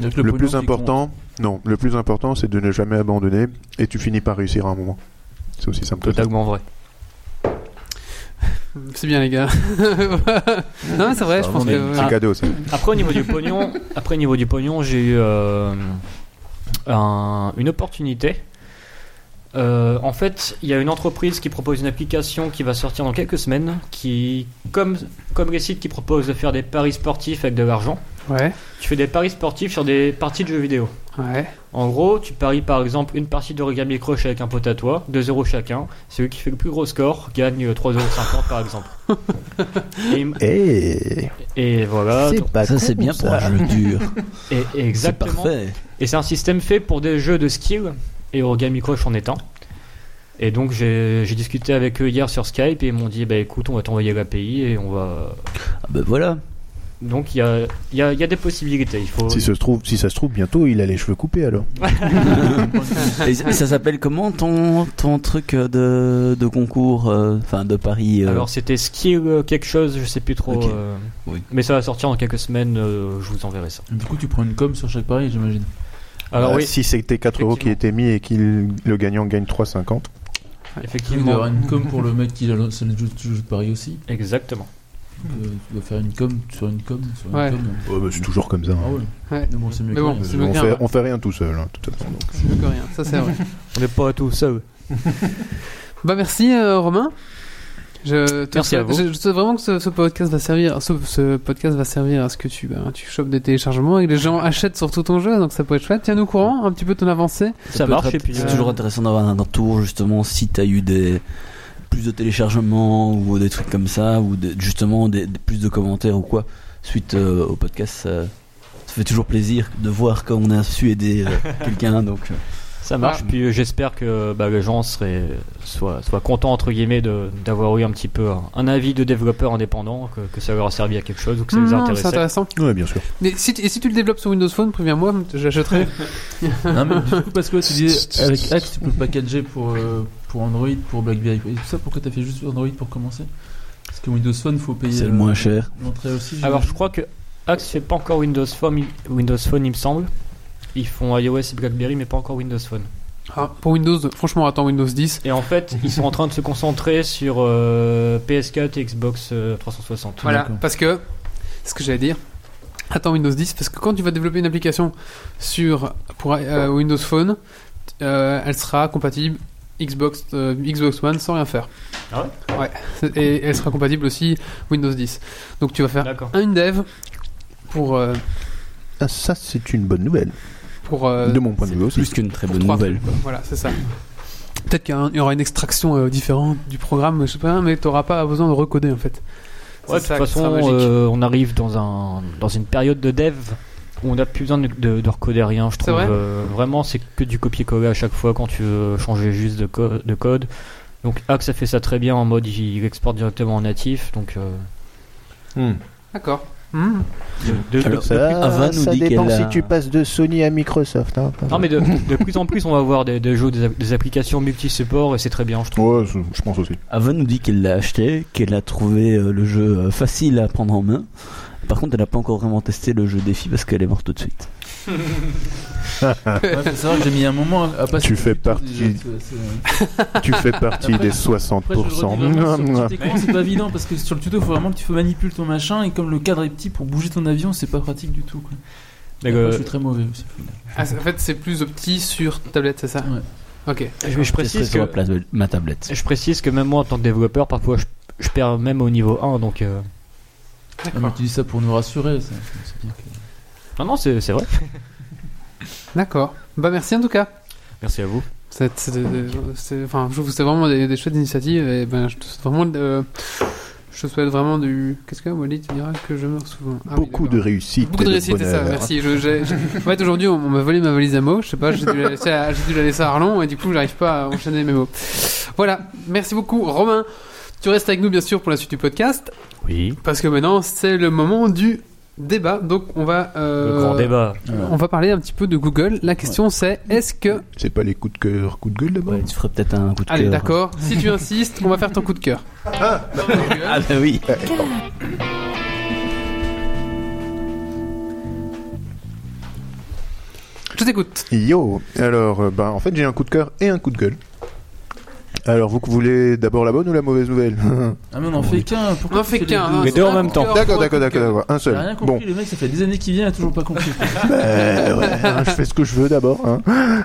[SPEAKER 5] Donc,
[SPEAKER 2] Le,
[SPEAKER 5] pognon
[SPEAKER 2] plus
[SPEAKER 5] qui
[SPEAKER 2] important, non, le plus important, c'est de ne jamais abandonner et tu finis par réussir à un moment. C'est aussi simple que ça.
[SPEAKER 4] Totalement vrai.
[SPEAKER 1] Mm. C'est bien les gars. non mais c'est vrai, je pense
[SPEAKER 4] mais-
[SPEAKER 1] que.
[SPEAKER 2] C'est
[SPEAKER 4] Ah.
[SPEAKER 2] cadeau, ça.
[SPEAKER 4] Après au niveau du pognon, après au niveau du pognon, j'ai eu euh, un- une opportunité. Euh, en fait, il y a une entreprise qui propose une application qui va sortir dans quelques semaines, qui, comme, comme les sites qui proposent de faire des paris sportifs avec de l'argent,
[SPEAKER 1] Ouais,
[SPEAKER 4] tu fais des paris sportifs sur des parties de jeux vidéo.
[SPEAKER 1] ouais.
[SPEAKER 4] En gros, tu paries par exemple une partie d'origami crush avec un pote à toi, 2 euros chacun. Celui qui fait le plus gros score gagne euh, 3,50 par exemple. Et,
[SPEAKER 2] Eh,
[SPEAKER 4] et voilà.
[SPEAKER 1] Ah,
[SPEAKER 4] Donc-
[SPEAKER 2] pas
[SPEAKER 6] Ça, c'est bien pour un jeu dur.
[SPEAKER 4] Et, et
[SPEAKER 6] C'est
[SPEAKER 4] exactement.
[SPEAKER 6] parfait.
[SPEAKER 4] Et c'est un système fait pour des jeux de skill et Origami Crush en étant. Et donc j'ai j'ai discuté avec eux hier sur Skype et ils m'ont dit bah écoute on va t'envoyer l'API et on va.
[SPEAKER 6] Ah, bah voilà.
[SPEAKER 4] Donc il y a, il y, a, il y a des possibilités. Il faut.
[SPEAKER 2] Si, ça se trouve, si ça se trouve, bientôt, il a les cheveux coupés alors.
[SPEAKER 6] Et ça ça s'appelle comment ton, ton truc euh, de, de concours, euh, enfin de Paris euh,
[SPEAKER 4] Alors c'était skill euh, quelque chose je sais plus trop.
[SPEAKER 6] Ok.
[SPEAKER 4] euh,
[SPEAKER 6] Oui.
[SPEAKER 4] Mais ça va sortir dans quelques semaines. euh, je vous enverrai ça.
[SPEAKER 5] compte. Du coup, tu prends une com sur chaque pari, j'imagine.
[SPEAKER 4] Alors
[SPEAKER 2] Bah,
[SPEAKER 4] oui
[SPEAKER 2] Si c'était 4 euros qui
[SPEAKER 4] Effectivement.
[SPEAKER 2] étaient mis et que le gagnant gagne 3,50,
[SPEAKER 5] Il doit y avoir
[SPEAKER 4] effectivement.
[SPEAKER 5] une com pour le mec qui a lancé le jeu le jeu de Paris aussi.
[SPEAKER 4] Exactement.
[SPEAKER 5] Euh, tu dois faire une com sur une com sur une
[SPEAKER 1] Ouais.
[SPEAKER 5] com.
[SPEAKER 2] oh, bah, c'est toujours comme ça. hein.
[SPEAKER 5] Ah ouais.
[SPEAKER 1] Ouais.
[SPEAKER 5] Mais bon, c'est mieux
[SPEAKER 1] Mais
[SPEAKER 5] que
[SPEAKER 1] bon.
[SPEAKER 5] rien.
[SPEAKER 1] c'est
[SPEAKER 2] on,
[SPEAKER 1] bien,
[SPEAKER 2] fait,
[SPEAKER 1] ouais.
[SPEAKER 2] on fait rien tout seul, hein, de toute façon. donc.
[SPEAKER 1] Je veux que rien, ça c'est vrai.
[SPEAKER 4] On n'est pas tout seul.
[SPEAKER 1] Bah merci euh, Romain. Je te
[SPEAKER 4] Merci à
[SPEAKER 1] souhaite-
[SPEAKER 4] vous.
[SPEAKER 1] Je, je souhaite vraiment que ce, ce podcast va servir. Ce, ce podcast va servir à ce que tu, bah, tu chopes des téléchargements et que les gens achètent surtout ton jeu, donc ça pourrait être chouette. Tiens-nous au courant un petit peu de ton avancée.
[SPEAKER 4] Ça
[SPEAKER 6] peut être
[SPEAKER 4] marche,
[SPEAKER 6] int-
[SPEAKER 4] et puis,
[SPEAKER 6] C'est
[SPEAKER 1] euh,
[SPEAKER 6] toujours intéressant d'avoir un retour justement si t'as eu des plus de téléchargements ou des trucs comme ça ou des- justement des, des- plus de commentaires ou quoi suite euh, au podcast. Ça, ça fait toujours plaisir de voir qu'on a su aider euh, quelqu'un donc. euh,
[SPEAKER 4] Ça marche, puis euh, j'espère que bah, les gens seraient, soient, soient contents, entre guillemets, de- d'avoir eu un petit peu un, un avis de développeur indépendant, que, que ça leur a servi à quelque chose ou que ça les
[SPEAKER 1] Non, Mmh, C'est
[SPEAKER 4] intéressait.
[SPEAKER 1] intéressant.
[SPEAKER 2] Ouais, bien sûr.
[SPEAKER 1] Mais si, tu- et si tu le développes sur Windows Phone, préviens-moi, j'achèterai.
[SPEAKER 5] Non, mais du coup, parce que tu disais avec Axe, tu peux le packager pour, euh, pour Android, pour BlackBerry et tout ça. Pourquoi t'as fait juste Android pour commencer Parce que Windows Phone, faut payer
[SPEAKER 6] C'est le
[SPEAKER 5] euh,
[SPEAKER 6] moins cher.
[SPEAKER 5] l'entrée aussi.
[SPEAKER 4] Alors je crois que Axe fait pas encore Windows Phone, il- Windows Phone il me semble. Ils font iOS et BlackBerry, mais pas encore Windows Phone.
[SPEAKER 1] Ah, pour Windows, franchement, attends Windows 10.
[SPEAKER 4] Et en fait, ils sont en train de se concentrer sur euh, PS4 et Xbox euh, 360.
[SPEAKER 1] Voilà,
[SPEAKER 5] d'accord.
[SPEAKER 1] parce que c'est ce que j'allais dire. Attends Windows 10, parce que quand tu vas développer une application sur pour euh, Windows Phone, euh, elle sera compatible Xbox euh, Xbox One sans rien faire.
[SPEAKER 4] Ah
[SPEAKER 1] ouais. C'est- Et elle sera compatible aussi Windows 10. Donc tu vas faire
[SPEAKER 4] D'accord.
[SPEAKER 1] une dev pour euh,
[SPEAKER 2] Ah, ça, c'est une bonne nouvelle.
[SPEAKER 1] pour euh,
[SPEAKER 2] de mon point de vue aussi.
[SPEAKER 6] Plus qu'une très
[SPEAKER 1] pour
[SPEAKER 6] bonne
[SPEAKER 1] trois
[SPEAKER 6] nouvelle.
[SPEAKER 1] trucs, quoi. Voilà, c'est ça. Peut-être qu'il y aura une extraction euh, différente du programme, je sais pas, mais t'auras pas besoin de recoder en fait. C'est
[SPEAKER 4] Ouais, de toute
[SPEAKER 1] ça qui sera
[SPEAKER 4] façon,
[SPEAKER 1] magique.
[SPEAKER 4] euh, on arrive dans, un, dans une période de dev où on n'a plus besoin de, de, de recoder rien, je
[SPEAKER 1] C'est
[SPEAKER 4] trouve.
[SPEAKER 1] vrai
[SPEAKER 4] Euh, vraiment, c'est que du copier-coller à chaque fois quand tu veux changer juste de, co- de code. Donc Axe a fait ça très bien en mode il exporte directement en natif. Donc euh,
[SPEAKER 1] D'accord. Hmm.
[SPEAKER 4] de- de-
[SPEAKER 6] Alors, euh,
[SPEAKER 2] Ça,
[SPEAKER 6] Ava nous
[SPEAKER 2] ça
[SPEAKER 6] dit
[SPEAKER 2] dépend
[SPEAKER 6] qu'elle
[SPEAKER 2] si
[SPEAKER 6] a-
[SPEAKER 2] tu passes de Sony à Microsoft. hein.
[SPEAKER 4] non mais de, de plus en plus on va avoir des, des jeux, des, des applications multi-support et c'est très bien je trouve.
[SPEAKER 2] Ouais, je je pense aussi.
[SPEAKER 6] Ava nous dit qu'elle l'a acheté, qu'elle a trouvé euh, le jeu euh, facile à prendre en main. Par contre, elle n'a pas encore vraiment testé le jeu défi parce qu'elle est morte tout de suite.
[SPEAKER 5] Ouais, faut savoir que j'ai mis un moment à à passer.
[SPEAKER 2] Tu fais
[SPEAKER 5] Déjà,
[SPEAKER 2] partie-
[SPEAKER 5] c'est- c'est-
[SPEAKER 2] tu fais partie
[SPEAKER 5] Après,
[SPEAKER 2] des
[SPEAKER 5] je-
[SPEAKER 2] 60%.
[SPEAKER 5] Après, je le redis vraiment, sur le petit écran, c'est pas évident parce que sur le tuto, faut vraiment que tu manipules ton machin et comme le cadre est petit pour bouger ton avion, c'est pas pratique du tout. Quoi.
[SPEAKER 4] Mais,
[SPEAKER 5] Après,
[SPEAKER 4] euh,
[SPEAKER 5] Ah, je suis très mauvais aussi. faut le dire.
[SPEAKER 1] Ah, c'est- en fait, c'est plus petit sur tablette, c'est ça
[SPEAKER 5] Ouais.
[SPEAKER 1] Ok.
[SPEAKER 4] je, je
[SPEAKER 6] C'est
[SPEAKER 4] précise
[SPEAKER 6] sur
[SPEAKER 4] que,
[SPEAKER 6] la place de ma tablette.
[SPEAKER 4] je précise que même moi en tant que développeur parfois je, je perds même au niveau 1 donc euh,
[SPEAKER 5] Ah, mais
[SPEAKER 1] D'accord.
[SPEAKER 5] tu dis ça pour nous rassurer. ça, c'est bien que-
[SPEAKER 4] non non c'est c'est vrai.
[SPEAKER 1] D'accord. Bah merci en tout cas.
[SPEAKER 4] Merci à vous.
[SPEAKER 1] C'est- c'est- c'est- Enfin, je trouve que c'est vraiment des, des chouettes initiatives et ben je te souhaite vraiment. de- je te souhaite vraiment du. Qu'est-ce que Wally tu diras que je meurs souvent. Ah oui,
[SPEAKER 2] Beaucoup de
[SPEAKER 1] d'accord.
[SPEAKER 2] réussite.
[SPEAKER 1] Beaucoup de
[SPEAKER 2] et
[SPEAKER 1] réussite, c'est ça,
[SPEAKER 2] bonheur.
[SPEAKER 1] merci. Je- j'ai- j'ai- En fait, aujourd'hui, on, on m'a volé ma valise à mots. Je sais pas, j'ai dû, la laisser à- j'ai dû la laisser à Arlon et du coup, j'arrive pas à enchaîner mes mots. Voilà, merci beaucoup, Romain. Tu restes avec nous, bien sûr, pour la suite du podcast
[SPEAKER 4] Oui.
[SPEAKER 1] parce que maintenant, c'est le moment du débat. Donc, on va.
[SPEAKER 4] Le
[SPEAKER 1] euh,
[SPEAKER 4] grand débat.
[SPEAKER 1] On va parler un petit peu de Google. La question, c'est est-ce que.
[SPEAKER 2] C'est pas les coups de cœur, coups de gueule d'abord
[SPEAKER 6] Ouais, tu ferais peut-être un coup de
[SPEAKER 1] Allez,
[SPEAKER 6] cœur.
[SPEAKER 1] d'accord. Si tu insistes, on va faire ton coup de cœur.
[SPEAKER 6] Ah bah oui.
[SPEAKER 1] Je t'écoute.
[SPEAKER 2] Yo Alors, euh, ben, en fait, j'ai un coup de cœur et un coup de gueule. Alors, vous voulez d'abord la bonne ou la mauvaise nouvelle
[SPEAKER 5] Ah, mais on en fait qu'un.
[SPEAKER 1] On
[SPEAKER 5] Pourquoi
[SPEAKER 1] en fait
[SPEAKER 5] tu fais les Ah,
[SPEAKER 1] qu'un. hein,
[SPEAKER 4] les
[SPEAKER 1] c'est
[SPEAKER 4] deux en
[SPEAKER 1] un
[SPEAKER 4] même
[SPEAKER 1] coup de
[SPEAKER 4] temps.
[SPEAKER 1] cœur
[SPEAKER 2] D'accord,
[SPEAKER 1] pour un
[SPEAKER 2] d'accord,
[SPEAKER 1] coup de
[SPEAKER 2] d'accord,
[SPEAKER 1] cœur.
[SPEAKER 2] d'accord, un
[SPEAKER 5] J'ai
[SPEAKER 2] seul.
[SPEAKER 5] rien compris,
[SPEAKER 2] bon,
[SPEAKER 5] le mec, ça fait des années qu'il vient, il a toujours pas compris.
[SPEAKER 2] Euh, ouais, hein, je fais ce que je veux d'abord. hein.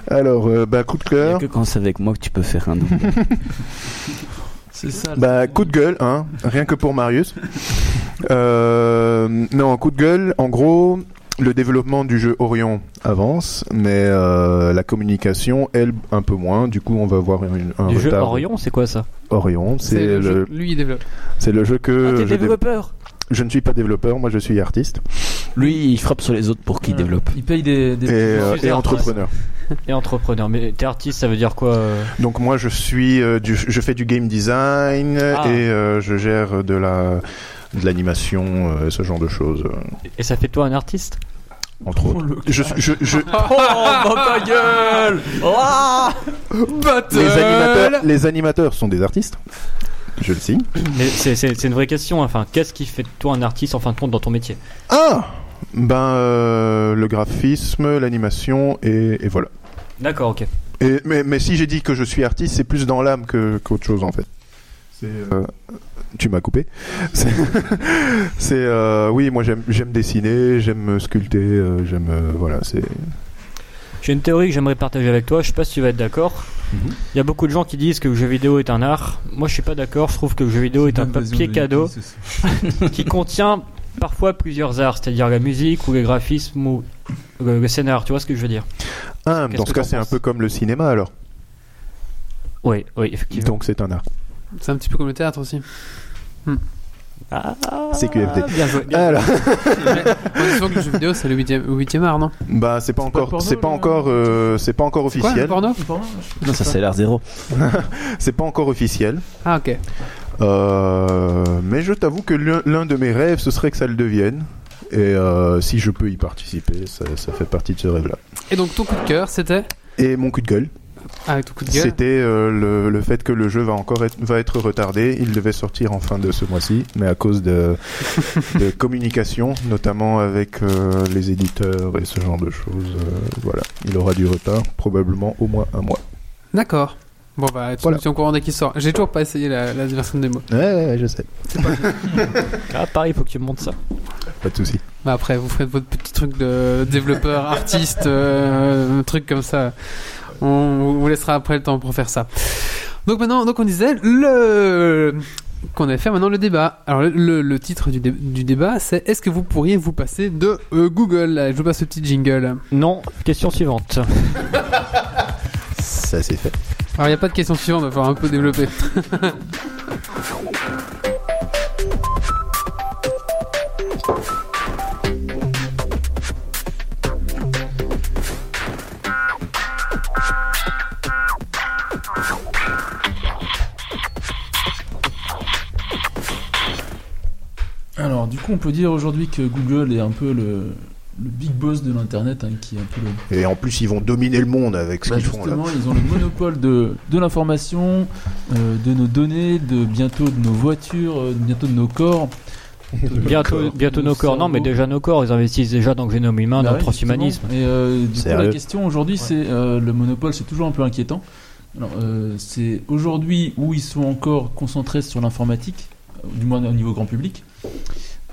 [SPEAKER 2] Alors, euh, bah, coup de
[SPEAKER 6] Il y a
[SPEAKER 2] cœur,
[SPEAKER 6] que quand c'est avec moi que tu peux faire un double.
[SPEAKER 5] C'est ça.
[SPEAKER 2] bah, coup de gueule, hein, rien que pour Marius. Euh, non, coup de gueule, en gros, le développement du jeu Orion avance, mais euh, la communication, elle, un peu moins. Du coup, on va voir une- un
[SPEAKER 4] Du jeu
[SPEAKER 2] retard.
[SPEAKER 4] Orion c'est quoi ça
[SPEAKER 2] Orion,
[SPEAKER 1] C'est
[SPEAKER 2] c'est
[SPEAKER 1] le jeu
[SPEAKER 2] le,
[SPEAKER 1] que Lui, il développe.
[SPEAKER 2] c'est le jeu que
[SPEAKER 6] Ah, t'es
[SPEAKER 2] je, dé-
[SPEAKER 6] développeur
[SPEAKER 2] je ne suis pas développeur, moi je suis artiste
[SPEAKER 6] Lui, il frappe sur les autres pour qu'il
[SPEAKER 5] Voilà.
[SPEAKER 6] développe.
[SPEAKER 5] Il paye des.
[SPEAKER 2] et,
[SPEAKER 5] des-
[SPEAKER 2] euh,
[SPEAKER 4] suis
[SPEAKER 2] et
[SPEAKER 4] artiste.
[SPEAKER 2] entrepreneur.
[SPEAKER 4] Et entrepreneur. Mais t'es artiste ça veut dire quoi euh
[SPEAKER 2] Donc moi je suis euh, du, je fais du game design
[SPEAKER 4] Ah.
[SPEAKER 2] et euh, je gère de la de l'animation euh, ce genre de choses euh,
[SPEAKER 4] Et ça fait de toi un artiste
[SPEAKER 2] entre autres. Je, je, je-
[SPEAKER 4] Oh, dans ta gueule
[SPEAKER 2] les animateurs les animateurs sont des artistes. Je le signe.
[SPEAKER 4] Mais c'est- c'est c'est une vraie question. Enfin, qu'est-ce qui fait de toi un artiste en fin de compte dans ton métier
[SPEAKER 2] Ah ben euh, le graphisme, l'animation et, et voilà.
[SPEAKER 4] D'accord, ok.
[SPEAKER 2] Et, mais, mais si j'ai dit que je suis artiste, c'est plus dans l'âme que qu'autre chose en fait. C'est, euh, tu m'as coupé. C'est, c'est, euh, oui, moi j'aime j'aime dessiner, j'aime sculpter, euh, j'aime euh, voilà c'est.
[SPEAKER 4] J'ai une théorie que j'aimerais partager avec toi. Je sais pas si tu vas être d'accord. Il
[SPEAKER 2] Mhm.
[SPEAKER 4] y a beaucoup de gens qui disent que le jeu vidéo est un art. Moi, je suis pas d'accord. Je trouve que le jeu vidéo est un papier cadeau qui contient parfois plusieurs arts, c'est-à-dire la musique ou les graphismes ou le, le scénar. Tu vois ce que je veux dire
[SPEAKER 2] Ah,
[SPEAKER 4] Qu'est-ce
[SPEAKER 2] dans ce
[SPEAKER 4] que
[SPEAKER 2] cas,
[SPEAKER 4] t'en
[SPEAKER 2] c'est un
[SPEAKER 4] penses
[SPEAKER 2] peu comme le cinéma alors.
[SPEAKER 4] Oui, oui, effectivement.
[SPEAKER 2] Donc c'est un art.
[SPEAKER 1] C'est un petit peu comme le théâtre aussi.
[SPEAKER 4] Ah,
[SPEAKER 2] CQFD.
[SPEAKER 4] Bien joué. bien
[SPEAKER 2] Ah, Alors,
[SPEAKER 1] On dit souvent que le jeu vidéo, c'est le 8ème, art, non
[SPEAKER 2] bah c'est pas
[SPEAKER 5] pas le
[SPEAKER 2] encore,
[SPEAKER 5] porno,
[SPEAKER 2] c'est pas
[SPEAKER 5] le-
[SPEAKER 2] encore, euh, c'est pas encore
[SPEAKER 1] Quoi, le
[SPEAKER 2] officiel.
[SPEAKER 5] Ah,
[SPEAKER 1] porno
[SPEAKER 6] Non, ça c'est l'art zéro.
[SPEAKER 2] C'est pas encore officiel.
[SPEAKER 1] Ah, ok.
[SPEAKER 2] Euh, mais je t'avoue que l'un l'un de mes rêves, ce serait que ça le devienne. Et euh, si je peux y participer, ça, ça fait partie de ce rêve-là.
[SPEAKER 1] Et donc, ton coup de cœur, c'était
[SPEAKER 2] Et mon coup de gueule,
[SPEAKER 1] Avec ton coup de gueule.
[SPEAKER 2] c'était euh, le, le fait que le jeu va encore être, va être retardé. Il devait sortir en fin de ce mois-ci, mais à cause de, de communication, notamment avec euh, les éditeurs et ce genre de choses, euh, voilà, il aura du retard, probablement au moins un mois.
[SPEAKER 1] D'accord. Bon, bah, tu
[SPEAKER 2] Voilà.
[SPEAKER 1] me tiens au courant dès qu'il sort. J'ai toujours pas essayé la, la version démo.
[SPEAKER 2] Ouais, ouais, ouais, je sais,
[SPEAKER 4] joué. Ah, pareil, il faut que tu me montres ça.
[SPEAKER 2] pas de souci.
[SPEAKER 1] Bah, après, vous faites votre petit truc de développeur, artiste, euh, un truc comme ça. On vous laissera après le temps pour faire ça. Donc, maintenant, donc on disait le. Qu'on allait faire maintenant le débat. Alors, le, le- le titre du, dé- du débat, c'est Est-ce que vous pourriez vous passer de euh, Google Allez, Je vous passe ce petit jingle.
[SPEAKER 4] Non, question suivante.
[SPEAKER 2] Ça c'est fait.
[SPEAKER 1] Alors, il n'y a pas de question suivante, on va falloir un peu développer.
[SPEAKER 5] Alors, du coup, on peut dire aujourd'hui que Google est un peu le, le big boss de l'internet, hein, qui est un peu le
[SPEAKER 2] Et en plus, ils vont dominer le monde avec ce
[SPEAKER 5] Bah,
[SPEAKER 2] qu'ils font là.
[SPEAKER 5] justement, ils ont le monopole de, de l'information, euh, de nos données, de bientôt de nos voitures, euh, de bientôt de nos corps.
[SPEAKER 4] Bientôt, bientôt nos corps, non, mais déjà nos corps, ils investissent déjà dans le génome humain,
[SPEAKER 5] Bah
[SPEAKER 4] dans
[SPEAKER 5] ouais,
[SPEAKER 4] le transhumanisme.
[SPEAKER 5] justement. Et euh, du coup,
[SPEAKER 2] Sérieux
[SPEAKER 5] la question aujourd'hui, c'est euh, le monopole, c'est toujours un peu inquiétant. Alors, euh, c'est aujourd'hui où ils sont encore concentrés sur l'informatique, euh, du moins au niveau grand public.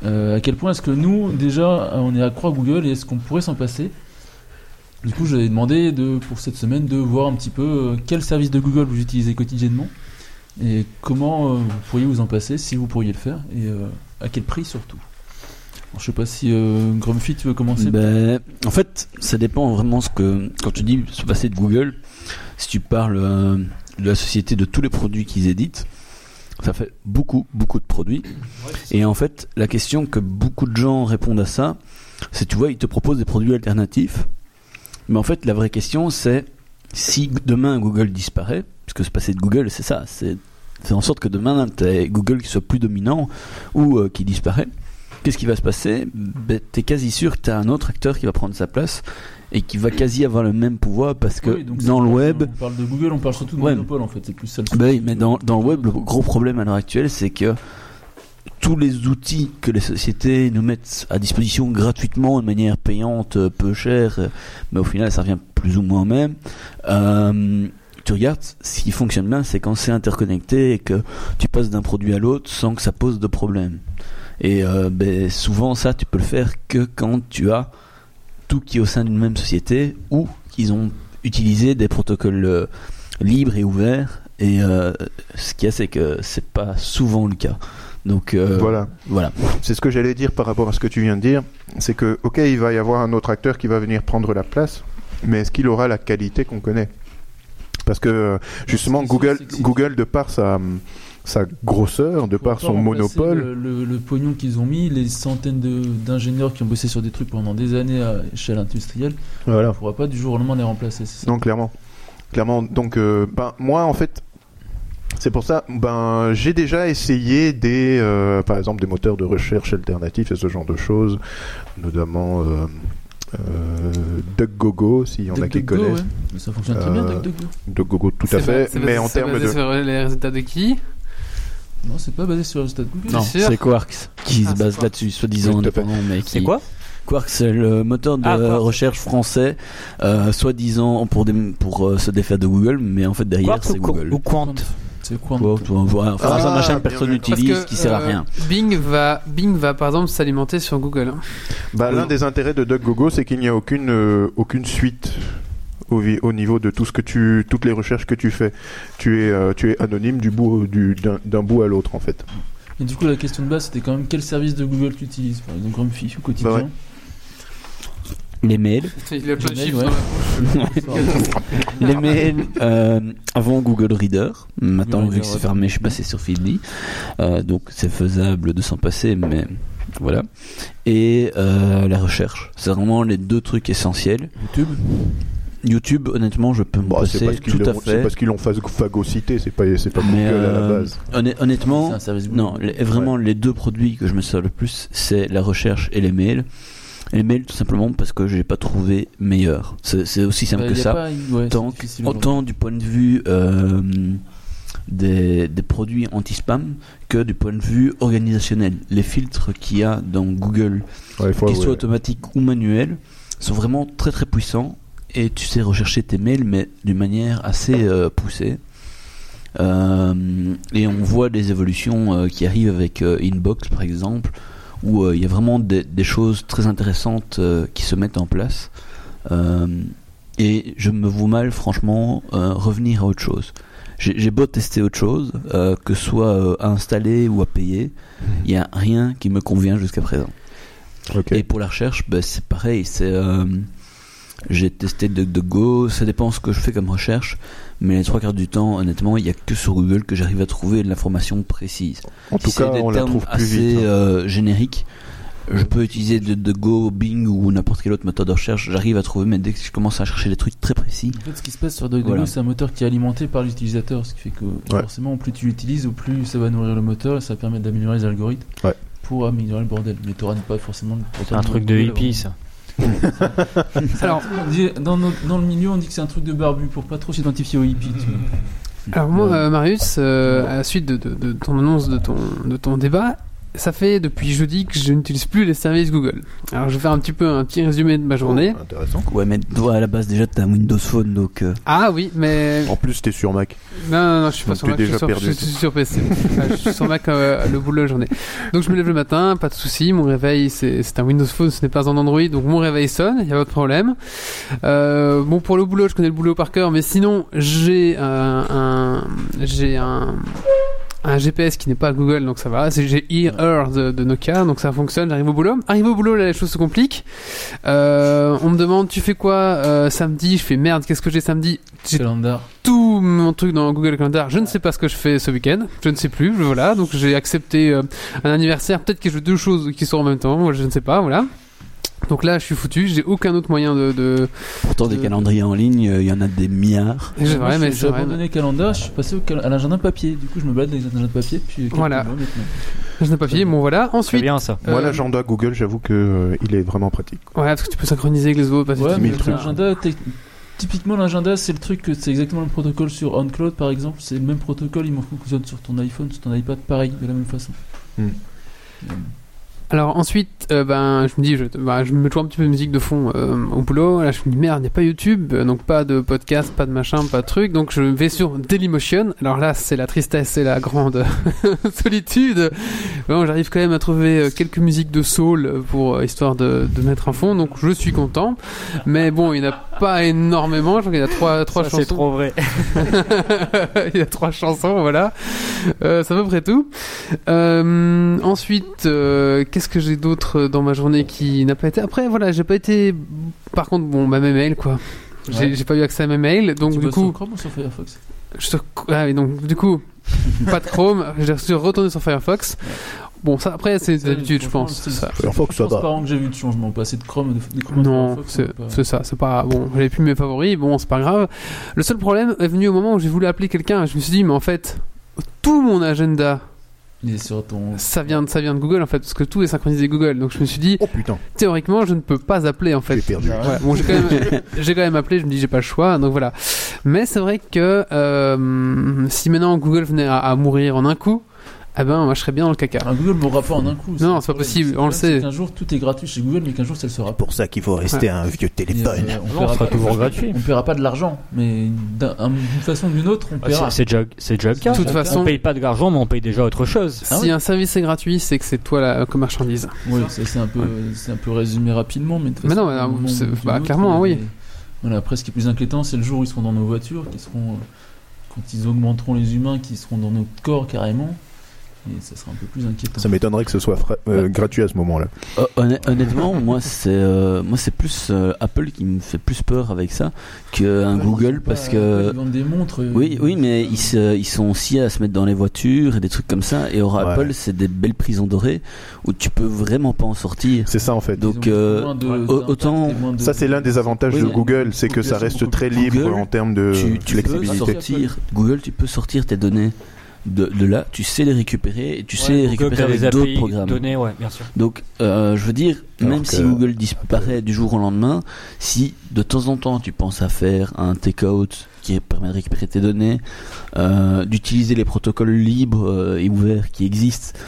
[SPEAKER 5] Euh, à quel point est-ce que nous, déjà, euh, on est accro à Google et est-ce qu'on pourrait s'en passer Du coup, j'avais demandé de, pour cette semaine de voir un petit peu euh, quel service de Google vous utilisez quotidiennement et comment euh, vous pourriez vous en passer si vous pourriez le faire et euh, à quel prix surtout. Alors, je sais pas si euh, Grumpy, tu veux commencer
[SPEAKER 6] Ben, en fait, ça dépend vraiment ce que quand tu dis se passer de Google. Si tu parles euh, de la société de tous les produits qu'ils éditent, ça fait beaucoup beaucoup de produits. Et en fait, la question que beaucoup de gens répondent à ça, c'est tu vois, ils te proposent des produits alternatifs. Mais en fait, la vraie question c'est si demain Google disparaît, puisque se passer de Google, c'est ça, c'est faire en sorte que demain t'aies Google qui soit plus dominant ou euh, qui disparaît. Qu'est-ce qui va se passer ben, T'es quasi sûr que t'as un autre acteur qui va prendre sa place et qui va quasi avoir le même pouvoir parce que
[SPEAKER 5] Oui, donc
[SPEAKER 6] dans
[SPEAKER 5] c'est-
[SPEAKER 6] le web,
[SPEAKER 5] On parle de Google, on parle surtout de
[SPEAKER 6] Ouais.
[SPEAKER 5] monopole en fait, c'est plus ça le
[SPEAKER 6] ben oui, mais dans, dans le web, le gros problème à l'heure actuelle, c'est que tous les outils que les sociétés nous mettent à disposition gratuitement, de manière payante, euh, peu chère, euh, mais au final, ça revient plus ou moins au même. Euh, tu regardes, ce qui fonctionne bien, c'est quand c'est interconnecté et que tu passes d'un produit à l'autre sans que ça pose de problème. Et euh, ben, souvent, ça, tu peux le faire que quand tu as tout qui est au sein d'une même société ou qu'ils ont utilisé des protocoles euh, libres et ouverts. Et euh, ce qu'il y a, c'est que c'est pas souvent le cas. Donc euh,
[SPEAKER 2] Voilà,
[SPEAKER 6] voilà.
[SPEAKER 2] c'est ce que j'allais dire par rapport à ce que tu viens de dire. C'est que, ok, il va y avoir un autre acteur qui va venir prendre la place, mais est-ce qu'il aura la qualité qu'on connaît Parce que, euh, justement,
[SPEAKER 5] c'est-
[SPEAKER 2] Google,
[SPEAKER 5] c'est- c'est-
[SPEAKER 2] Google, de par sa, sa grosseur, de par son monopole,
[SPEAKER 5] Le, le- le pognon qu'ils ont mis, les centaines de- d'ingénieurs qui ont bossé sur des trucs pendant des années à échelle industrielle,
[SPEAKER 2] voilà.
[SPEAKER 5] on pourra pas du jour au lendemain les remplacer. c'est ça
[SPEAKER 2] Non, clairement. Clairement. Donc, euh, ben, moi, en fait, c'est pour ça, ben, j'ai déjà essayé des, euh, par exemple, des moteurs de recherche alternatifs et ce genre de choses, notamment euh, euh, DuckDuckGo, s'il y en a qui
[SPEAKER 5] DuckDuckGo,
[SPEAKER 2] connaissent.
[SPEAKER 5] ouais. Mais Ça fonctionne très bien,
[SPEAKER 2] Euh,
[SPEAKER 5] DuckDuckGo.
[SPEAKER 2] DuckDuckGo, tout
[SPEAKER 1] C'est
[SPEAKER 2] à
[SPEAKER 1] ba-
[SPEAKER 2] fait.
[SPEAKER 1] c'est basé-
[SPEAKER 2] Mais en
[SPEAKER 1] c'est
[SPEAKER 2] termes
[SPEAKER 1] basé
[SPEAKER 2] de.
[SPEAKER 1] sur les résultats de qui
[SPEAKER 5] Non, c'est pas basé sur le stade Google.
[SPEAKER 1] Non. sûr.
[SPEAKER 6] c'est Quarks qui
[SPEAKER 1] Ah,
[SPEAKER 6] se
[SPEAKER 1] c'est
[SPEAKER 6] base
[SPEAKER 1] Quarks.
[SPEAKER 6] là-dessus, soi-disant
[SPEAKER 2] Oui, tout à fait.
[SPEAKER 6] indépendant, mais qui-
[SPEAKER 4] C'est quoi
[SPEAKER 6] Quarks, c'est le moteur de
[SPEAKER 4] Ah, Quarks.
[SPEAKER 6] recherche français, euh, soi-disant pour, des- pour euh, se défaire de Google, mais en fait derrière
[SPEAKER 4] Quark
[SPEAKER 6] c'est
[SPEAKER 4] ou,
[SPEAKER 6] Google.
[SPEAKER 4] ou Quant
[SPEAKER 5] C'est quoi
[SPEAKER 6] Quoi, tu vois, voilà. Enfin,
[SPEAKER 2] Ah,
[SPEAKER 6] c'est un machin
[SPEAKER 2] bien
[SPEAKER 6] que personne
[SPEAKER 2] vu.
[SPEAKER 6] n'utilise, qui sert à
[SPEAKER 1] euh,
[SPEAKER 6] rien.
[SPEAKER 1] Bing va, Bing va par exemple s'alimenter sur Google. hein.
[SPEAKER 2] Ben,
[SPEAKER 6] Oui.
[SPEAKER 2] L'un des intérêts de DuckDuckGo, c'est qu'il n'y a aucune, euh, aucune suite. Au, vi- au niveau de tout ce que tu, toutes les recherches que tu fais, tu es, euh, tu es anonyme du bout, du, d'un, d'un bout à l'autre en fait.
[SPEAKER 5] Et du coup, la question de base, c'était quand même quel service de Google tu utilises Par exemple, Grumpy au quotidien.
[SPEAKER 2] Bah ouais.
[SPEAKER 6] Les mails,
[SPEAKER 1] Il a plein de
[SPEAKER 5] Gmail,
[SPEAKER 1] chiffres.
[SPEAKER 5] ouais.
[SPEAKER 1] dans la-
[SPEAKER 6] les mails euh, avant Google Reader. Maintenant,
[SPEAKER 5] Google
[SPEAKER 6] vu que c'est
[SPEAKER 5] Reader,
[SPEAKER 6] fermé, je suis passé sur Feedly. Euh, donc, c'est faisable de s'en passer, mais voilà. Et euh, la recherche, c'est vraiment les deux trucs essentiels.
[SPEAKER 5] YouTube.
[SPEAKER 6] YouTube, honnêtement, je peux me
[SPEAKER 2] Bah, c'est
[SPEAKER 6] passer
[SPEAKER 2] parce qu'ils
[SPEAKER 6] tout à
[SPEAKER 2] l'ont- c'est
[SPEAKER 6] fait.
[SPEAKER 2] parce qu'ils l'ont phag- phagocyté, c'est pas, c'est pas
[SPEAKER 6] Mais
[SPEAKER 2] Google à la
[SPEAKER 6] euh,
[SPEAKER 2] base.
[SPEAKER 6] honn-
[SPEAKER 5] C'est
[SPEAKER 6] honnêtement,
[SPEAKER 5] un service Google.
[SPEAKER 6] Non, les- vraiment les deux produits que je me sers le plus, c'est la recherche et les mails. Et les mails tout simplement parce que j'ai pas trouvé meilleur. C'est c'est aussi simple
[SPEAKER 5] Bah,
[SPEAKER 6] que
[SPEAKER 5] y a
[SPEAKER 6] ça.
[SPEAKER 5] pas- ouais, c'est
[SPEAKER 6] Donc,
[SPEAKER 5] difficile aujourd'hui.
[SPEAKER 6] Autant du point de vue euh, des, des produits anti-spam que du point de vue organisationnel. Les filtres qu'il y a dans Google,
[SPEAKER 2] Ouais, faut
[SPEAKER 6] qu'ils
[SPEAKER 2] avouer,
[SPEAKER 6] soient
[SPEAKER 2] ouais.
[SPEAKER 6] automatiques ou manuels, sont vraiment très très puissants. Et tu sais rechercher tes mails, mais d'une manière assez euh, poussée. Euh, et on voit des évolutions euh, qui arrivent avec euh, Inbox par exemple, où euh, il y a vraiment des, des choses très intéressantes euh, qui se mettent en place. Euh, et je me vois mal franchement euh, revenir à autre chose. J'ai j'ai beau tester autre chose, euh, que ce soit euh, à installer ou à payer, il n'y a rien qui me convient jusqu'à présent.
[SPEAKER 2] Ok.
[SPEAKER 6] Et pour la recherche, bah, c'est pareil. C'est euh, j'ai testé DuckDuckGo. Ça dépend ce que je fais comme recherche, mais les trois quarts du temps, honnêtement, il n'y a que sur Google que j'arrive à trouver de l'information précise.
[SPEAKER 2] En tout
[SPEAKER 6] Si c'est
[SPEAKER 2] cas,
[SPEAKER 6] des
[SPEAKER 2] on la
[SPEAKER 6] termes
[SPEAKER 2] trouve plus
[SPEAKER 6] assez
[SPEAKER 2] vite. hein.
[SPEAKER 6] euh, génériques. Je peux utiliser DuckDuckGo, Bing ou n'importe quel autre moteur de recherche. J'arrive à trouver, mais dès que je commence à chercher des trucs très précis,
[SPEAKER 5] En fait, ce qui se passe sur DuckDuckGo,
[SPEAKER 6] Voilà.
[SPEAKER 5] c'est un moteur qui est alimenté par l'utilisateur, ce qui fait que forcément, plus tu l'utilises, au plus ça va nourrir le moteur et ça va permettre d'améliorer les algorithmes
[SPEAKER 2] Ouais.
[SPEAKER 5] pour améliorer le bordel. Mais t'auras pas forcément le
[SPEAKER 4] C'est un truc de hippie, ça.
[SPEAKER 5] Alors, dans, notre- dans le milieu, on dit que c'est un truc de barbu pour pas trop s'identifier aux hippies. tu vois.
[SPEAKER 1] Alors moi, euh, Marius, euh, à la suite de, de- de ton annonce de ton, de ton débat, ça fait depuis jeudi que je n'utilise plus les services Google. Alors je vais faire un petit peu un petit résumé de ma journée.
[SPEAKER 2] Oh, intéressant.
[SPEAKER 6] Ouais, mais toi à la base déjà t'as un Windows Phone donc. euh,
[SPEAKER 1] Ah oui,
[SPEAKER 2] Oh,
[SPEAKER 1] mais
[SPEAKER 7] En plus, t'es sur Mac.
[SPEAKER 1] non, non, non, je suis pas
[SPEAKER 7] Donc
[SPEAKER 1] sur
[SPEAKER 7] t'es
[SPEAKER 1] Mac, je suis
[SPEAKER 7] déjà
[SPEAKER 1] sur,
[SPEAKER 7] perdu.
[SPEAKER 1] je suis sur PC. Enfin, je suis sur Mac euh, le boulot de la journée. Donc je me lève le matin, pas de souci. Mon réveil, c'est c'est un Windows Phone, ce n'est pas un Android, donc mon réveil sonne, il y a pas de problème. Euh, bon pour le boulot, je connais le boulot par cœur, mais sinon j'ai un, un- j'ai un un GPS qui n'est pas Google, donc ça va. C'est- J'ai Ear de, de Nokia, donc ça fonctionne. J'arrive au boulot. Arrive au boulot, là, les choses se compliquent. Euh, on me demande, tu fais quoi euh, samedi Je fais merde, qu'est-ce que j'ai samedi J'ai
[SPEAKER 5] C'est l'andard.
[SPEAKER 1] tout mon truc dans Google Calendar. Je ne sais pas ce que je fais ce week-end. Je ne sais plus. Voilà. Donc j'ai accepté euh, un anniversaire. Peut-être que je veux deux choses qui sont en même temps. Moi, Je ne sais pas. Voilà. Donc là, je suis foutu. J'ai aucun autre moyen de. de...
[SPEAKER 6] pourtant des
[SPEAKER 1] Euh,
[SPEAKER 6] calendriers en ligne, euh, il y en a des milliards.
[SPEAKER 1] C'est
[SPEAKER 5] Moi,
[SPEAKER 1] vrai, mais
[SPEAKER 5] j'ai-
[SPEAKER 1] c'est
[SPEAKER 5] J'ai
[SPEAKER 1] vrai.
[SPEAKER 5] abandonné le calendar, je suis passé au cal- à l'agenda papier. Du coup, je me balade avec l'agenda papier. Puis quelques
[SPEAKER 1] Voilà.
[SPEAKER 5] mois maintenant.
[SPEAKER 1] Je n'ai pas fini. Bon, voilà.
[SPEAKER 4] C'est
[SPEAKER 1] Ensuite.
[SPEAKER 4] bien, ça.
[SPEAKER 1] euh,
[SPEAKER 7] Moi, l'agenda Google, j'avoue que euh, il est vraiment pratique.
[SPEAKER 1] Ouais, parce que tu peux synchroniser avec les autres. passer
[SPEAKER 5] Ouais,
[SPEAKER 1] tout
[SPEAKER 5] mais
[SPEAKER 1] le truc.
[SPEAKER 5] l'agenda, tec- typiquement l'agenda, c'est le truc que c'est exactement le protocole sur OnCloud par exemple. C'est le même protocole, il m'en fonctionne sur ton iPhone, sur ton iPad, pareil, de la même façon.
[SPEAKER 1] Alors ensuite, euh, ben, je me dis, je, ben, je me mets toujours un petit peu de musique de fond euh, au boulot. Là, je me dis merde, il n'y a pas YouTube, euh, donc pas de podcast, pas de machin, pas de truc. Donc je vais sur Dailymotion. Alors là, c'est la tristesse, c'est la grande solitude. Bon, j'arrive quand même à trouver euh, quelques musiques de soul pour euh, histoire de, de mettre un fond. Donc je suis content, mais bon, il n'y en a pas énormément. Je crois qu'il y a trois, trois
[SPEAKER 4] Ça,
[SPEAKER 1] chansons.
[SPEAKER 4] c'est trop vrai. Ah,
[SPEAKER 1] il y a trois chansons, voilà. Euh, c'est à peu près tout. Euh, ensuite, euh, qu'est-ce que j'ai d'autre dans ma journée qui n'a pas été. Après, voilà, j'ai pas été. Par contre, bon, bah, mes mails, quoi. J'ai
[SPEAKER 5] Ouais.
[SPEAKER 1] j'ai pas eu accès à mes mails, donc
[SPEAKER 5] Tu
[SPEAKER 1] du
[SPEAKER 5] bosses
[SPEAKER 1] coup.
[SPEAKER 5] sur Chrome ou sur Firefox
[SPEAKER 1] Je suis sur- ah oui, donc du coup, pas de Chrome, je suis retourné sur Firefox. Bon, ça après, c'est
[SPEAKER 5] Ça,
[SPEAKER 1] d'habitude, je
[SPEAKER 5] franchement,
[SPEAKER 1] pense.
[SPEAKER 5] c'est-
[SPEAKER 1] Oh, ça.
[SPEAKER 2] Firefox, ça
[SPEAKER 5] Je pense
[SPEAKER 2] va.
[SPEAKER 5] par an que j'ai vu de changement, passer de Chrome, de, de Chrome à
[SPEAKER 1] Non,
[SPEAKER 5] Firefox. euh,
[SPEAKER 1] c'est
[SPEAKER 5] c'est pas-
[SPEAKER 1] c'est ça, c'est pas bon. J'avais plus mes favoris, bon, c'est pas grave. Le seul problème est venu au moment où j'ai voulu appeler quelqu'un. Je me suis dit, mais en fait, tout mon agenda,
[SPEAKER 5] Il est sur ton.
[SPEAKER 1] ça vient de, ça vient de Google en fait, parce que tout est synchronisé Google. Donc je me suis dit,
[SPEAKER 2] Oh putain,
[SPEAKER 1] théoriquement, je ne peux pas appeler en fait.
[SPEAKER 2] j'ai perdu.
[SPEAKER 1] Voilà. Bon, j'ai quand, même- j'ai quand même appelé, je me dis j'ai pas le choix, donc voilà. Mais c'est vrai que euh, si maintenant Google venait à, à mourir en un coup, eh ben moi je serais bien dans le caca.
[SPEAKER 5] Ah, Google m'aura pas en un coup.
[SPEAKER 1] Non,
[SPEAKER 5] le
[SPEAKER 1] c'est pas
[SPEAKER 5] problème.
[SPEAKER 1] possible,
[SPEAKER 5] Le
[SPEAKER 1] on le
[SPEAKER 5] problème, c'est
[SPEAKER 1] sait.
[SPEAKER 5] Qu'un jour tout est gratuit chez Google, mais qu'un jour ça le sera pas.
[SPEAKER 2] Pour ça qu'il faut rester un vieux
[SPEAKER 5] Et, euh,
[SPEAKER 2] téléphone.
[SPEAKER 5] on
[SPEAKER 4] Non, ce
[SPEAKER 5] paiera
[SPEAKER 4] sera
[SPEAKER 5] pas-
[SPEAKER 4] toujours gratuit.
[SPEAKER 5] On paiera pas de l'argent, mais d'un- d'une façon ou d'une autre, on
[SPEAKER 4] Ah, c'est-
[SPEAKER 5] paiera.
[SPEAKER 4] C'est déjà, c'est déjà le cas.
[SPEAKER 1] De toute
[SPEAKER 5] On
[SPEAKER 1] façon,
[SPEAKER 4] On paye pas de l'argent, mais on paye déjà autre chose.
[SPEAKER 5] Ah
[SPEAKER 1] si
[SPEAKER 5] oui.
[SPEAKER 1] un service est gratuit, c'est que c'est toi la comme marchandise.
[SPEAKER 5] Oui, ça, c'est un peu, c'est un peu résumé rapidement, mais de toute
[SPEAKER 1] Mais
[SPEAKER 5] façon,
[SPEAKER 1] non, mais,
[SPEAKER 5] à un
[SPEAKER 1] euh,
[SPEAKER 5] moment
[SPEAKER 1] c'est-
[SPEAKER 5] ou
[SPEAKER 1] bah,
[SPEAKER 5] d'une
[SPEAKER 1] clairement,
[SPEAKER 5] autre,
[SPEAKER 1] oui.
[SPEAKER 5] mais- Voilà, après, ce qui est plus inquiétant, c'est le jour où ils seront dans nos voitures, qui seront, euh, quand ils augmenteront les humains, qui seront dans notre corps carrément, et ça sera un peu plus inquiétant.
[SPEAKER 2] Ça m'étonnerait que ce soit fra- euh, gratuit à ce moment-là.
[SPEAKER 6] Euh, honn- honnêtement, moi c'est euh, moi c'est plus euh, Apple qui me fait plus peur avec ça que un
[SPEAKER 5] Apple, ils
[SPEAKER 6] Google
[SPEAKER 5] sont
[SPEAKER 6] parce
[SPEAKER 5] pas-
[SPEAKER 6] que
[SPEAKER 5] ils vendent des montres. euh,
[SPEAKER 6] oui oui mais ils, se- ils sont aussi à se mettre dans les voitures et des trucs comme ça et au
[SPEAKER 2] Ouais.
[SPEAKER 6] Apple c'est des belles prisons dorées où tu peux vraiment pas en sortir.
[SPEAKER 2] C'est ça en fait.
[SPEAKER 5] ils ont
[SPEAKER 6] Donc,
[SPEAKER 5] beaucoup
[SPEAKER 6] euh,
[SPEAKER 5] moins de-
[SPEAKER 6] au-
[SPEAKER 5] d'impact et
[SPEAKER 6] autant-
[SPEAKER 5] moins de-
[SPEAKER 2] Ça, c'est l'un des avantages
[SPEAKER 6] Oui,
[SPEAKER 2] de
[SPEAKER 6] mais-
[SPEAKER 2] Google, c'est que ça
[SPEAKER 5] Google,
[SPEAKER 2] reste
[SPEAKER 5] beaucoup
[SPEAKER 2] très
[SPEAKER 5] plus-
[SPEAKER 2] libre
[SPEAKER 6] Google,
[SPEAKER 2] en termes de
[SPEAKER 6] tu, tu peux
[SPEAKER 2] flexibilité.
[SPEAKER 5] sortir-
[SPEAKER 6] sortir Google tu peux sortir tes données de, de là tu sais les récupérer et tu sais les
[SPEAKER 4] Ouais, Google,
[SPEAKER 6] récupérer
[SPEAKER 4] les
[SPEAKER 6] avec
[SPEAKER 4] API
[SPEAKER 6] d'autres programmes
[SPEAKER 4] données, ouais, bien sûr.
[SPEAKER 6] donc euh, je veux dire
[SPEAKER 2] Alors
[SPEAKER 6] même
[SPEAKER 2] que-
[SPEAKER 6] si Google disparaît du jour au lendemain si de temps en temps tu penses à faire un take-out qui permet de récupérer tes données euh, d'utiliser les protocoles libres euh, et ouverts qui existent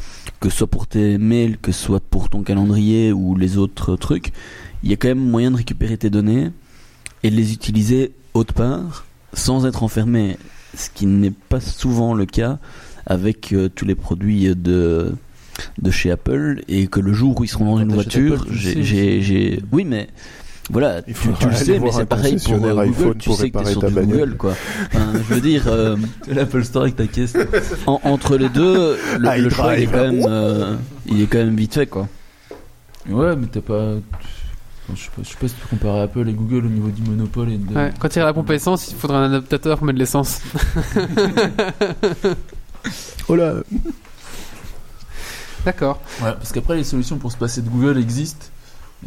[SPEAKER 6] que ce soit pour tes mails que ce soit pour ton calendrier ou les autres trucs il y a quand même moyen de récupérer tes données et de les utiliser autre part sans être enfermé, ce qui n'est pas souvent le cas avec euh, tous les produits de de chez Apple et que le jour où ils seront dans
[SPEAKER 5] Quand
[SPEAKER 6] une
[SPEAKER 5] t'achètes
[SPEAKER 6] voiture,
[SPEAKER 5] Apple, tu le sais
[SPEAKER 6] j'ai-
[SPEAKER 5] aussi.
[SPEAKER 6] j'ai j'ai- oui mais voilà, tu,
[SPEAKER 2] Il faut
[SPEAKER 6] tu le
[SPEAKER 2] aller
[SPEAKER 6] sais, mais
[SPEAKER 2] voir un
[SPEAKER 6] c'est pareil pour euh,
[SPEAKER 2] concessionnaire
[SPEAKER 6] Google,
[SPEAKER 2] iPhone
[SPEAKER 6] tu
[SPEAKER 2] pour
[SPEAKER 6] sais que t'es
[SPEAKER 2] réparer
[SPEAKER 6] sur
[SPEAKER 2] ta
[SPEAKER 6] du
[SPEAKER 2] bagnole.
[SPEAKER 6] Google, quoi. Enfin, je veux dire, euh,
[SPEAKER 5] l'Apple Store avec ta caisse.
[SPEAKER 6] en- entre les deux, le, le choix il est,
[SPEAKER 2] iDrive.
[SPEAKER 6] quand même, euh, il est quand même vite fait, quoi.
[SPEAKER 5] ouais, mais t'as pas. Je sais pas, je sais pas si tu compares Apple et Google au niveau du monopole et de.
[SPEAKER 1] Ouais, Quand il y a la pompe à essence, il faudra un adaptateur pour mettre de l'essence.
[SPEAKER 2] Oh là,
[SPEAKER 1] D'accord.
[SPEAKER 5] Ouais, parce qu'après, les solutions pour se passer de Google existent.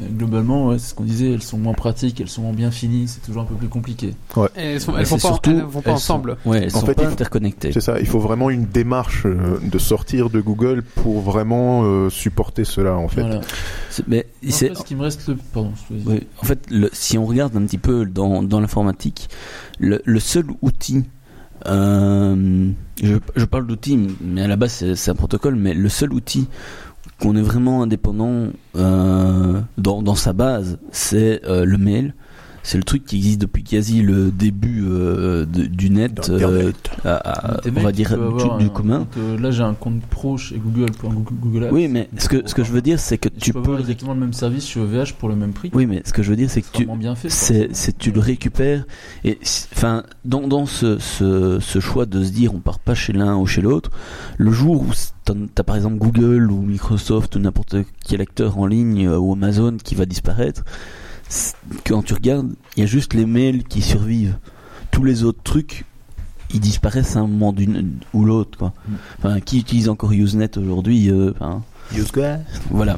[SPEAKER 5] euh, globalement, ouais, c'est ce qu'on disait, elles sont moins pratiques, elles sont moins bien finies, c'est toujours un peu plus compliqué.
[SPEAKER 1] Et elles sont,
[SPEAKER 6] Mais
[SPEAKER 1] elles vont
[SPEAKER 6] c'est
[SPEAKER 1] pas,
[SPEAKER 6] surtout-
[SPEAKER 1] elles vont pas
[SPEAKER 5] elles sont-
[SPEAKER 1] ensemble.
[SPEAKER 6] Ouais, elles
[SPEAKER 7] En
[SPEAKER 6] sont
[SPEAKER 7] fait,
[SPEAKER 6] pas
[SPEAKER 7] il faut-
[SPEAKER 6] interconnectées.
[SPEAKER 7] C'est ça, il faut vraiment une démarche euh, de sortir de Google pour vraiment euh, supporter cela en fait.
[SPEAKER 5] Voilà.
[SPEAKER 6] C'est- Mais c'est-
[SPEAKER 5] Après, ce qui me reste le. Pardon, je te dis.
[SPEAKER 6] Oui, en fait, le- si on regarde un petit peu dans, dans l'informatique, le, le seul outil, euh, je, je parle d'outil, mais à la base c'est- c'est un protocole, mais le seul outil qu'on est vraiment indépendant euh, dans, dans sa base, c'est euh, le mail. C'est le truc qui existe depuis quasi le début euh, de- du net, euh, à- à-
[SPEAKER 5] T'es
[SPEAKER 6] on
[SPEAKER 5] mec
[SPEAKER 6] va
[SPEAKER 5] qui
[SPEAKER 6] dire
[SPEAKER 5] peut avoir
[SPEAKER 6] du, du
[SPEAKER 5] un
[SPEAKER 6] commun.
[SPEAKER 5] compte, euh, là, j'ai un compte pro chez Google pour Google, Google Apps.
[SPEAKER 6] Oui, mais ce que, ce que je veux dire, c'est que
[SPEAKER 5] Je
[SPEAKER 6] tu
[SPEAKER 5] peux
[SPEAKER 6] peux.
[SPEAKER 5] avoir exactement le même service chez OVH pour le même prix.
[SPEAKER 6] Oui, mais ce que je veux dire, c'est que
[SPEAKER 5] C'est
[SPEAKER 6] tu,
[SPEAKER 5] vraiment bien fait. quoi.
[SPEAKER 6] c'est, c'est tu le récupères et c- enfin dans, dans ce, ce, ce choix de se dire on part pas chez l'un ou chez l'autre le jour où c- t'en- t'as par exemple Google ou Microsoft ou n'importe quel acteur en ligne euh, ou Amazon qui va disparaître c- quand tu regardes il y a juste les mails qui survivent tous les autres trucs ils disparaissent à un moment d'une ou l'autre quoi
[SPEAKER 5] Mm.
[SPEAKER 6] enfin qui utilise encore Usenet aujourd'hui euh, enfin, voilà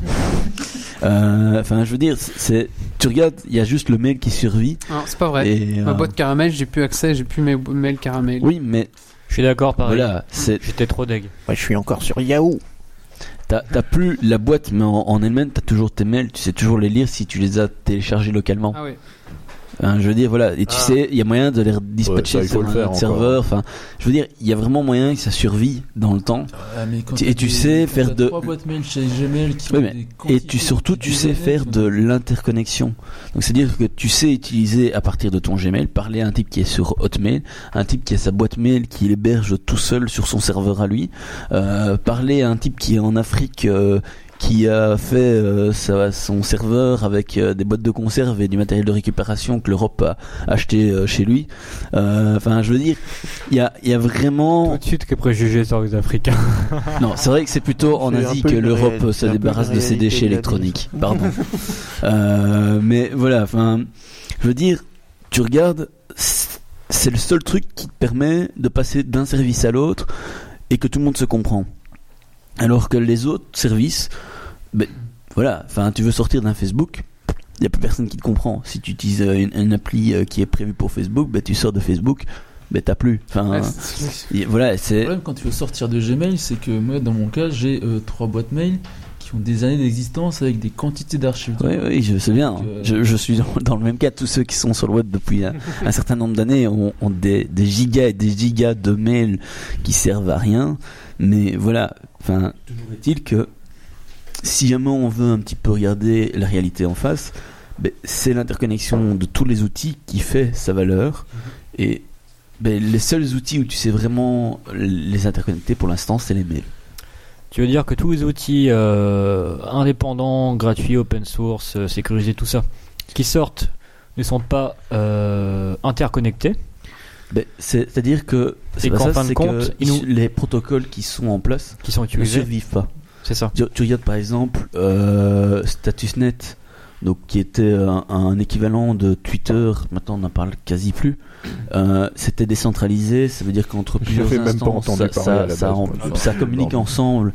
[SPEAKER 6] Euh, enfin je veux dire c'est- c'est tu regardes il y a juste le mail qui survit
[SPEAKER 1] Non, c'est pas vrai.
[SPEAKER 6] et,
[SPEAKER 1] Ma
[SPEAKER 6] euh,
[SPEAKER 1] boîte caramel, j'ai plus accès, j'ai plus mes mails caramel.
[SPEAKER 6] Oui, mais
[SPEAKER 4] Je suis d'accord, pareil.
[SPEAKER 6] voilà, c'est
[SPEAKER 4] J'étais trop deg.
[SPEAKER 2] je suis encore sur Yahoo.
[SPEAKER 6] t'as t'as plus la boîte, mais en, en elle-même, t'as toujours tes mails, tu sais toujours les lire si tu les as téléchargés localement.
[SPEAKER 1] Ah ouais.
[SPEAKER 6] Hein, je veux dire, voilà, et tu
[SPEAKER 7] Ah.
[SPEAKER 6] sais, il y a moyen de les dispatcher
[SPEAKER 7] Ouais, ça, il faut
[SPEAKER 6] sur
[SPEAKER 7] le
[SPEAKER 6] un
[SPEAKER 7] faire
[SPEAKER 6] autre
[SPEAKER 7] encore.
[SPEAKER 6] serveur. Enfin, je veux dire, il y a vraiment moyen que ça survit dans le temps.
[SPEAKER 5] Ah, mais quand
[SPEAKER 6] Tu-
[SPEAKER 5] t'as
[SPEAKER 6] et tu
[SPEAKER 5] des-
[SPEAKER 6] sais
[SPEAKER 5] quand
[SPEAKER 6] faire
[SPEAKER 5] t'as
[SPEAKER 6] de-
[SPEAKER 5] trois boîtes mail chez Gmail qui
[SPEAKER 6] Oui,
[SPEAKER 5] ont
[SPEAKER 6] mais-
[SPEAKER 5] des
[SPEAKER 6] Et
[SPEAKER 5] quantités
[SPEAKER 6] tu surtout,
[SPEAKER 5] de
[SPEAKER 6] tu sais
[SPEAKER 5] données,
[SPEAKER 6] faire
[SPEAKER 5] quoi.
[SPEAKER 6] de l'interconnexion. Donc, c'est-à-dire que tu sais utiliser à partir de ton Gmail, parler à un type qui est sur Hotmail, un type qui a sa boîte mail qui héberge tout seul sur son serveur à lui, euh, parler à un type qui est en Afrique. euh, qui a fait euh, sa- son serveur avec euh, des boîtes de conserve et du matériel de récupération que l'Europe a acheté euh, chez lui. Euh, Enfin, je veux dire, il y a, il y a
[SPEAKER 4] Tout
[SPEAKER 6] vraiment...
[SPEAKER 4] de suite que préjugés sur les Africains.
[SPEAKER 6] Non, c'est vrai que c'est plutôt en
[SPEAKER 7] C'est un
[SPEAKER 6] Asie
[SPEAKER 7] peu
[SPEAKER 6] que
[SPEAKER 7] une
[SPEAKER 6] l'Europe
[SPEAKER 7] réalité-
[SPEAKER 6] se
[SPEAKER 7] un peu
[SPEAKER 6] débarrasse
[SPEAKER 7] une
[SPEAKER 6] de ses
[SPEAKER 7] réalité
[SPEAKER 6] déchets
[SPEAKER 7] de la vie.
[SPEAKER 6] électroniques. Pardon. Euh, mais voilà, enfin, je veux dire, tu regardes, c'est c'est le seul truc qui te permet de passer d'un service à l'autre et que tout le monde se comprend. Alors que les autres services, ben, voilà, enfin, tu veux sortir d'un Facebook. Il n'y a plus personne qui te comprend. Si tu utilises euh, une, une appli euh, qui est prévue pour Facebook, ben, tu sors de Facebook, ben, t'as plus. Enfin,
[SPEAKER 1] Ouais, c'est-
[SPEAKER 6] et voilà,
[SPEAKER 5] Le
[SPEAKER 6] c'est.
[SPEAKER 5] problème quand tu veux sortir de Gmail, c'est que moi, dans mon cas, j'ai euh, trois boîtes mail qui ont des années d'existence avec des quantités d'archives.
[SPEAKER 6] Oui, oui, je sais bien.
[SPEAKER 5] euh,
[SPEAKER 6] Je, je suis dans, dans le même cas. Tous ceux qui sont sur le web depuis un, un certain nombre d'années ont, ont des, des gigas et des gigas de mails qui servent à rien. Mais voilà, enfin, toujours est-il que si jamais on veut un petit peu regarder la réalité en face, ben, c'est l'interconnexion de tous les outils qui fait sa valeur.
[SPEAKER 4] Mhm.
[SPEAKER 6] Et ben, les seuls outils où tu sais vraiment les interconnecter pour l'instant, c'est les mails.
[SPEAKER 4] Tu veux dire que tous les outils euh, indépendants, gratuits, open source, euh, sécurisés, tout ça, qui sortent ne sont pas euh, interconnectés.
[SPEAKER 6] Ben, c'est- C'est-à-dire que c'est pas
[SPEAKER 4] qu'en
[SPEAKER 6] ça,
[SPEAKER 4] fin de
[SPEAKER 6] c'est
[SPEAKER 4] compte,
[SPEAKER 6] que
[SPEAKER 4] ils nous-
[SPEAKER 6] les protocoles qui sont en place
[SPEAKER 4] qui sont
[SPEAKER 6] ne
[SPEAKER 4] utilisés.
[SPEAKER 6] survivent pas.
[SPEAKER 4] C'est ça.
[SPEAKER 6] Tu, tu regardes par exemple euh, StatusNet, donc qui était un, un équivalent de Twitter. Maintenant, on n'en parle quasi plus. Euh, C'était décentralisé, ça veut dire qu'entre
[SPEAKER 7] Je
[SPEAKER 6] plusieurs
[SPEAKER 7] l'avais même pas
[SPEAKER 6] instances,
[SPEAKER 7] entendu parler
[SPEAKER 6] ça, ça-
[SPEAKER 7] à la
[SPEAKER 6] ça
[SPEAKER 7] base,
[SPEAKER 6] en-
[SPEAKER 7] moi,
[SPEAKER 6] ça
[SPEAKER 7] je sais pas.
[SPEAKER 6] communique ensemble.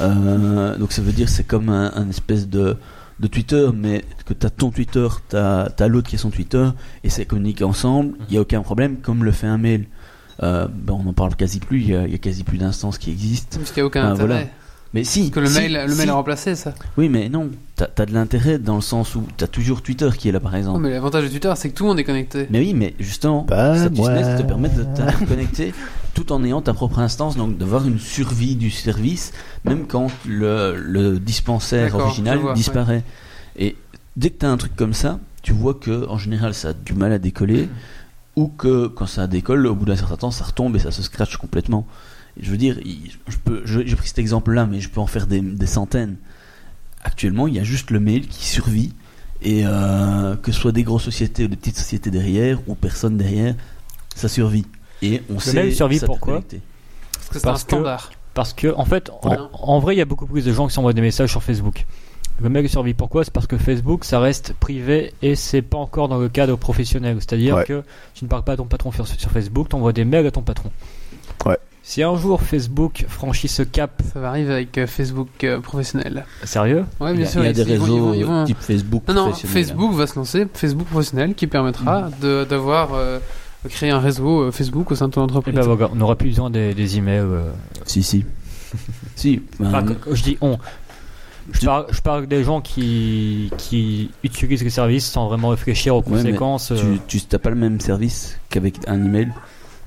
[SPEAKER 6] Euh, donc ça veut dire c'est comme un, un espèce de, de Twitter, mais que tu as ton Twitter, tu as, l'autre qui a son Twitter, et ça communique ensemble, il n'y a aucun problème, comme le fait un mail. Euh, ben, on n'en parle quasi plus, il n'y a, il y a quasi plus d'instances qui existent.
[SPEAKER 1] Parce qu'il n'y a aucun
[SPEAKER 6] Ah,
[SPEAKER 1] intérêt.
[SPEAKER 6] voilà. Mais
[SPEAKER 1] Parce
[SPEAKER 6] si,
[SPEAKER 1] que le
[SPEAKER 6] si,
[SPEAKER 1] mail, le
[SPEAKER 6] si.
[SPEAKER 1] mail a remplacé ça.
[SPEAKER 6] Oui, mais non, t'as t'as de l'intérêt dans le sens où t'as toujours Twitter qui est là par
[SPEAKER 1] Non,
[SPEAKER 6] exemple.
[SPEAKER 1] mais l'avantage de Twitter, c'est que tout le monde est connecté.
[SPEAKER 6] Mais oui, mais justement,
[SPEAKER 2] Pas
[SPEAKER 6] StatusNet
[SPEAKER 2] moi.
[SPEAKER 6] te permet de t'interconnecter tout en ayant ta propre instance, donc d'avoir une survie du service, même quand le, le dispensaire
[SPEAKER 1] D'accord,
[SPEAKER 6] original
[SPEAKER 1] je vois,
[SPEAKER 6] disparaît. Et dès que t'as un truc comme ça, tu vois que en général ça a du mal à décoller, ou que quand ça décolle, au bout d'un certain temps, ça retombe et ça se scratch complètement. Et Je veux dire, il- je peux, je- j'ai pris cet exemple-là, mais je peux en faire des, des centaines. Actuellement, il y a juste le mail qui survit, et euh, que ce soit des grosses sociétés ou des petites sociétés derrière, ou personne derrière, ça survit. Et on sait.
[SPEAKER 4] mail survit pourquoi
[SPEAKER 6] s'interconnecter.
[SPEAKER 1] Parce que c'est un
[SPEAKER 4] Parce que-
[SPEAKER 1] standard.
[SPEAKER 4] Parce que, en fait, en, en vrai, il y a beaucoup plus de gens qui s'envoient des messages sur Facebook. Le mec survit. Pourquoi C'est parce que Facebook, ça reste privé et c'est pas encore dans le cadre professionnel. C'est-à-dire
[SPEAKER 7] Ouais.
[SPEAKER 4] que tu ne parles pas à ton patron sur, sur Facebook, tu envoies des mails à ton patron.
[SPEAKER 7] Ouais.
[SPEAKER 4] Si un jour Facebook franchit ce cap,
[SPEAKER 1] Ça va arriver avec euh, Facebook euh, professionnel.
[SPEAKER 4] sérieux
[SPEAKER 1] Ouais,
[SPEAKER 6] Il y
[SPEAKER 1] bien
[SPEAKER 6] a,
[SPEAKER 1] sûr.
[SPEAKER 6] il y a des
[SPEAKER 1] ils- ils vont-
[SPEAKER 6] réseaux
[SPEAKER 1] ils vont- ils vont-
[SPEAKER 6] type Facebook.
[SPEAKER 1] Non, non,
[SPEAKER 6] professionnel, hein. Mm.
[SPEAKER 1] Facebook va se lancer, Facebook professionnel, qui permettra de- d'avoir euh, créé un réseau euh, Facebook au sein de ton
[SPEAKER 4] Eh
[SPEAKER 1] entreprise.
[SPEAKER 4] ben, voilà, on aura plus besoin des, des emails. euh.
[SPEAKER 6] Si, si. si. ben,
[SPEAKER 4] Enfin, quand- quand je dis on. Je
[SPEAKER 6] Tu-
[SPEAKER 4] parle, je parle des gens qui, qui utilisent les services sans vraiment réfléchir aux
[SPEAKER 6] Ouais, mais
[SPEAKER 4] conséquences. euh.
[SPEAKER 6] tu tu n'as pas le même service qu'avec un email.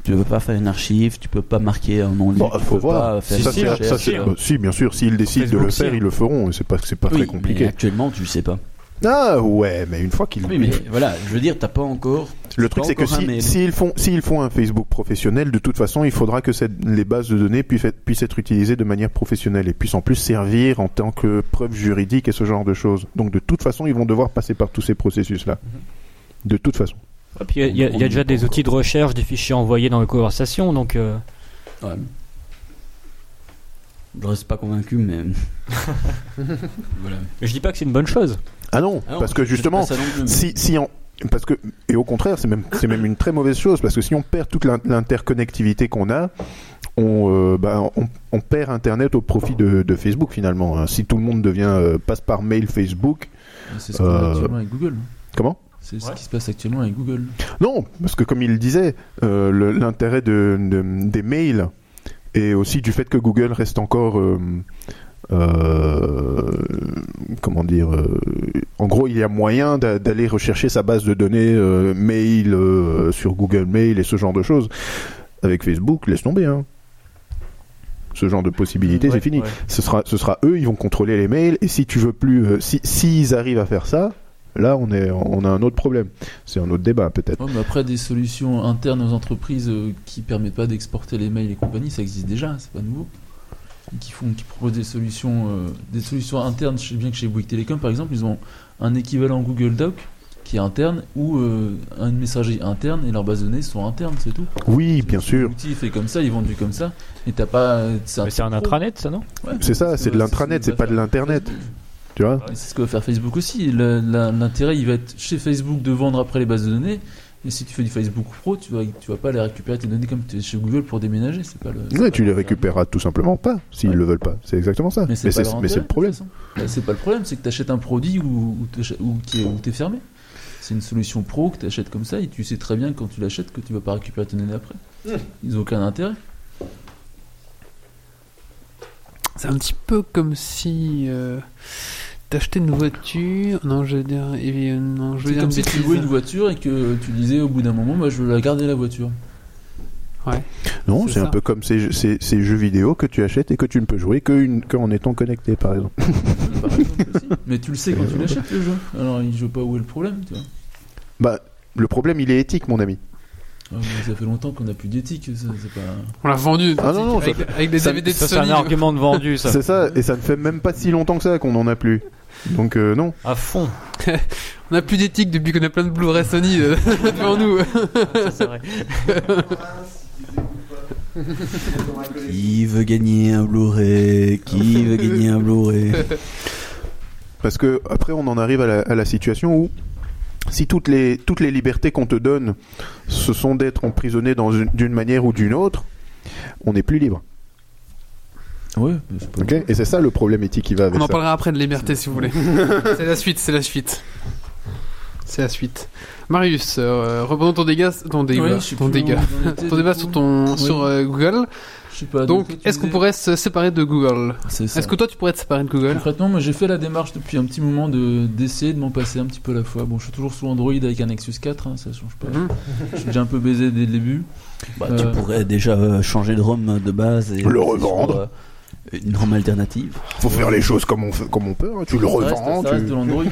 [SPEAKER 6] Tu ne peux pas faire une archive, tu peux pas marquer un nom libre,
[SPEAKER 2] Bon,
[SPEAKER 6] tu
[SPEAKER 2] faut
[SPEAKER 6] peux
[SPEAKER 2] voir.
[SPEAKER 6] pas faire
[SPEAKER 2] Ça,
[SPEAKER 6] une
[SPEAKER 4] si,
[SPEAKER 2] c'est-
[SPEAKER 6] recherche,
[SPEAKER 2] ça, c'est-
[SPEAKER 6] euh,
[SPEAKER 2] euh, si, bien sûr, s'ils décident de
[SPEAKER 4] Facebook,
[SPEAKER 2] le
[SPEAKER 4] si,
[SPEAKER 2] faire,
[SPEAKER 4] hein.
[SPEAKER 2] ils le feront. C'est pas, c'est pas
[SPEAKER 6] oui,
[SPEAKER 2] très
[SPEAKER 6] mais
[SPEAKER 2] compliqué.
[SPEAKER 6] actuellement, tu sais pas.
[SPEAKER 2] Ah ouais, mais une fois qu'ils
[SPEAKER 6] Oui, mais voilà, je veux dire, t'as pas encore.
[SPEAKER 2] Le truc,
[SPEAKER 6] Pas
[SPEAKER 2] c'est que
[SPEAKER 6] encore un
[SPEAKER 2] si-
[SPEAKER 6] mail.
[SPEAKER 2] s'ils font, s'ils font un Facebook professionnel, de toute façon, il faudra que cette- les bases de données puissent être, puissent être utilisées de manière professionnelle et puissent en plus servir en tant que preuve juridique et ce genre de choses. Donc, de toute façon, ils vont devoir passer par tous ces processus-là.
[SPEAKER 6] Mhm.
[SPEAKER 2] De toute façon.
[SPEAKER 4] Et puis, Il y, a- il y a déjà des outils de recherche, des fichiers envoyés dans les conversations, donc euh,
[SPEAKER 6] Ouais. Je reste pas convaincu, mais. voilà.
[SPEAKER 4] je dis pas que c'est une bonne chose.
[SPEAKER 2] Ah non,
[SPEAKER 6] Ah non,
[SPEAKER 2] parce que
[SPEAKER 6] je- je
[SPEAKER 2] justement,
[SPEAKER 6] sais pas ça non plus, mais-
[SPEAKER 2] si, si on- parce que et au contraire, c'est même c'est même une très mauvaise chose parce que si on perd toute l'in- l'interconnectivité qu'on a, on, euh, bah, on on perd Internet au profit de, de Facebook finalement. hein. Si tout le monde devient euh, passe par mail Facebook,
[SPEAKER 5] C'est ce qu'on a
[SPEAKER 2] Euh,
[SPEAKER 5] actuellement avec Google. hein.
[SPEAKER 2] comment
[SPEAKER 5] C'est ce
[SPEAKER 4] Ouais.
[SPEAKER 5] qui se passe actuellement avec Google.
[SPEAKER 2] Non, parce que comme il disait, euh, le- l'intérêt de, de- des mails et aussi du fait que Google reste encore, euh, euh, comment dire, euh, en gros, il y a moyen d'a- d'aller rechercher sa base de données euh, mail euh, sur Google Mail et ce genre de choses. Avec Facebook, laisse tomber. Hein. Ce genre de possibilité,
[SPEAKER 4] Ouais,
[SPEAKER 2] c'est fini.
[SPEAKER 4] ouais.
[SPEAKER 2] Ce sera, ce sera eux, ils vont contrôler les mails. Et si tu veux plus, euh, si s'ils arrivent à faire ça, là, on est, on a un autre problème. C'est un autre débat peut-être.
[SPEAKER 5] Ouais, mais après, des solutions internes aux entreprises euh, qui permettent pas d'exporter les mails et compagnie, ça existe déjà, hein, c'est pas nouveau. Et Qui, font, qui proposent des solutions, euh, des solutions internes. Je sais bien que chez Bouygues Telecom, par exemple, ils ont un équivalent Google Doc qui est interne ou euh, une messagerie interne et leurs bases de données sont internes, c'est tout.
[SPEAKER 2] Oui, bien sûr.
[SPEAKER 5] L'outil est fait comme ça, ils vendent du comme ça, et t'as pas. euh,
[SPEAKER 4] Mais c'est un
[SPEAKER 5] truc pro.
[SPEAKER 4] intranet, ça, non
[SPEAKER 5] Ouais,
[SPEAKER 2] C'est ça, c'est de
[SPEAKER 5] ce que-
[SPEAKER 2] l'intranet, c'est
[SPEAKER 5] ce que
[SPEAKER 2] pas de
[SPEAKER 5] va faire
[SPEAKER 2] l'internet,
[SPEAKER 5] Facebook.
[SPEAKER 2] tu
[SPEAKER 1] Bah
[SPEAKER 2] vois.
[SPEAKER 5] Et C'est ce que va faire Facebook aussi. Le- la- L'intérêt, il va être chez Facebook de vendre après les bases de données. Et si tu fais du Facebook Pro, tu vas, tu vas pas aller récupérer tes données comme tu es chez Google pour déménager. C'est pas le. c'est
[SPEAKER 2] Ouais,
[SPEAKER 5] pas
[SPEAKER 2] tu les
[SPEAKER 5] le-
[SPEAKER 2] récupéreras tout simplement pas s'ils
[SPEAKER 5] Ouais.
[SPEAKER 2] le veulent pas. C'est exactement ça.
[SPEAKER 5] Mais c'est pas leur
[SPEAKER 2] mais c'est
[SPEAKER 5] intérêt,
[SPEAKER 2] le problème.
[SPEAKER 5] de toute façon. Bah, C'est pas le problème, c'est que tu achètes un produit ou ou t'ach- ou qui est- ou t'es fermé. C'est une solution pro que tu achètes comme ça et tu sais très bien quand tu l'achètes que tu vas pas récupérer tes données après.
[SPEAKER 1] Hmm.
[SPEAKER 5] Ils ont aucun intérêt.
[SPEAKER 1] C'est un petit peu comme si euh, t'achetais une voiture. Non, je veux dire, et, euh, non, je veux
[SPEAKER 5] C'est
[SPEAKER 1] dire
[SPEAKER 5] comme
[SPEAKER 1] une
[SPEAKER 5] si tu
[SPEAKER 1] bêtise.
[SPEAKER 5] louais une voiture et que tu disais au bout d'un moment, bah, je veux la garder la voiture.
[SPEAKER 2] Non,
[SPEAKER 1] C'est
[SPEAKER 2] c'est un
[SPEAKER 1] ça.
[SPEAKER 2] peu comme ces, jeux- ces, ces jeux vidéo que tu achètes et que tu ne peux jouer que une- qu'en étant connecté, par exemple.
[SPEAKER 5] Par exemple, aussi. Mais tu le sais quand tu l'achètes le jeu. Alors il- je vois pas où est le problème, tu vois.
[SPEAKER 2] Bah, le problème, il est éthique, mon ami.
[SPEAKER 5] Ah, mais ça fait longtemps qu'on n'a plus d'éthique, ça, c'est pas.
[SPEAKER 1] On l'a vendu.
[SPEAKER 2] Ah non, non, ça
[SPEAKER 1] avec, avec des
[SPEAKER 2] ça-
[SPEAKER 1] DVD de
[SPEAKER 4] Ça, c'est
[SPEAKER 1] Sony.
[SPEAKER 4] un argument de vendu, ça.
[SPEAKER 2] C'est ça, et ça ne fait même pas si longtemps que ça qu'on en a plus. Donc euh, non.
[SPEAKER 4] À fond.
[SPEAKER 1] On a plus d'éthique depuis qu'on a plein de Blu-ray Sony euh, devant nous.
[SPEAKER 4] Ça, c'est vrai.
[SPEAKER 6] Qui veut gagner un Blu-ray Qui veut gagner un Blu-ray
[SPEAKER 2] Parce que après, on en arrive à la, à la situation où si toutes les, toutes les libertés qu'on te donne, ce sont d'être emprisonné dans une- d'une manière ou d'une autre, on n'est plus libre.
[SPEAKER 5] Ouais, c'est pas.
[SPEAKER 2] ok et c'est ça le problème éthique qui va avec
[SPEAKER 1] On en
[SPEAKER 2] ça.
[SPEAKER 1] parlera après de liberté si vous voulez. c'est la suite, c'est la suite. C'est la suite. Marius, euh, reprenons ton dégât, ton dégât,
[SPEAKER 5] Ouais, je suis
[SPEAKER 1] ton
[SPEAKER 5] plus
[SPEAKER 1] dégât,
[SPEAKER 5] en- en été,
[SPEAKER 1] ton
[SPEAKER 5] du
[SPEAKER 1] débat
[SPEAKER 5] coup.
[SPEAKER 1] sur ton,
[SPEAKER 5] Oui.
[SPEAKER 1] sur euh, Google.
[SPEAKER 5] Je sais pas.
[SPEAKER 1] Donc,
[SPEAKER 5] toi, tu
[SPEAKER 1] est-ce qu'on
[SPEAKER 5] disais-
[SPEAKER 1] pourrait se séparer de Google
[SPEAKER 5] C'est ça.
[SPEAKER 1] Est-ce que toi, tu pourrais te séparer de Google
[SPEAKER 5] Concrètement, moi j'ai fait la démarche depuis un petit moment de d'essayer de m'en passer un petit peu à la fois. Bon, je suis toujours sous Android avec un Nexus 4, hein, ça change pas.
[SPEAKER 1] Mhm.
[SPEAKER 5] Je suis déjà un peu baisé dès le début.
[SPEAKER 6] Bah,
[SPEAKER 5] Euh,
[SPEAKER 6] Tu pourrais déjà euh, changer de ROM de base et
[SPEAKER 2] Le revendre.
[SPEAKER 6] euh, une ROM alternative.
[SPEAKER 2] Faut faire les choses comme on, fait- comme on peut. hein. Tu le
[SPEAKER 5] Ça reste-
[SPEAKER 2] revends.
[SPEAKER 5] ça
[SPEAKER 2] tu-
[SPEAKER 5] reste de l'Android.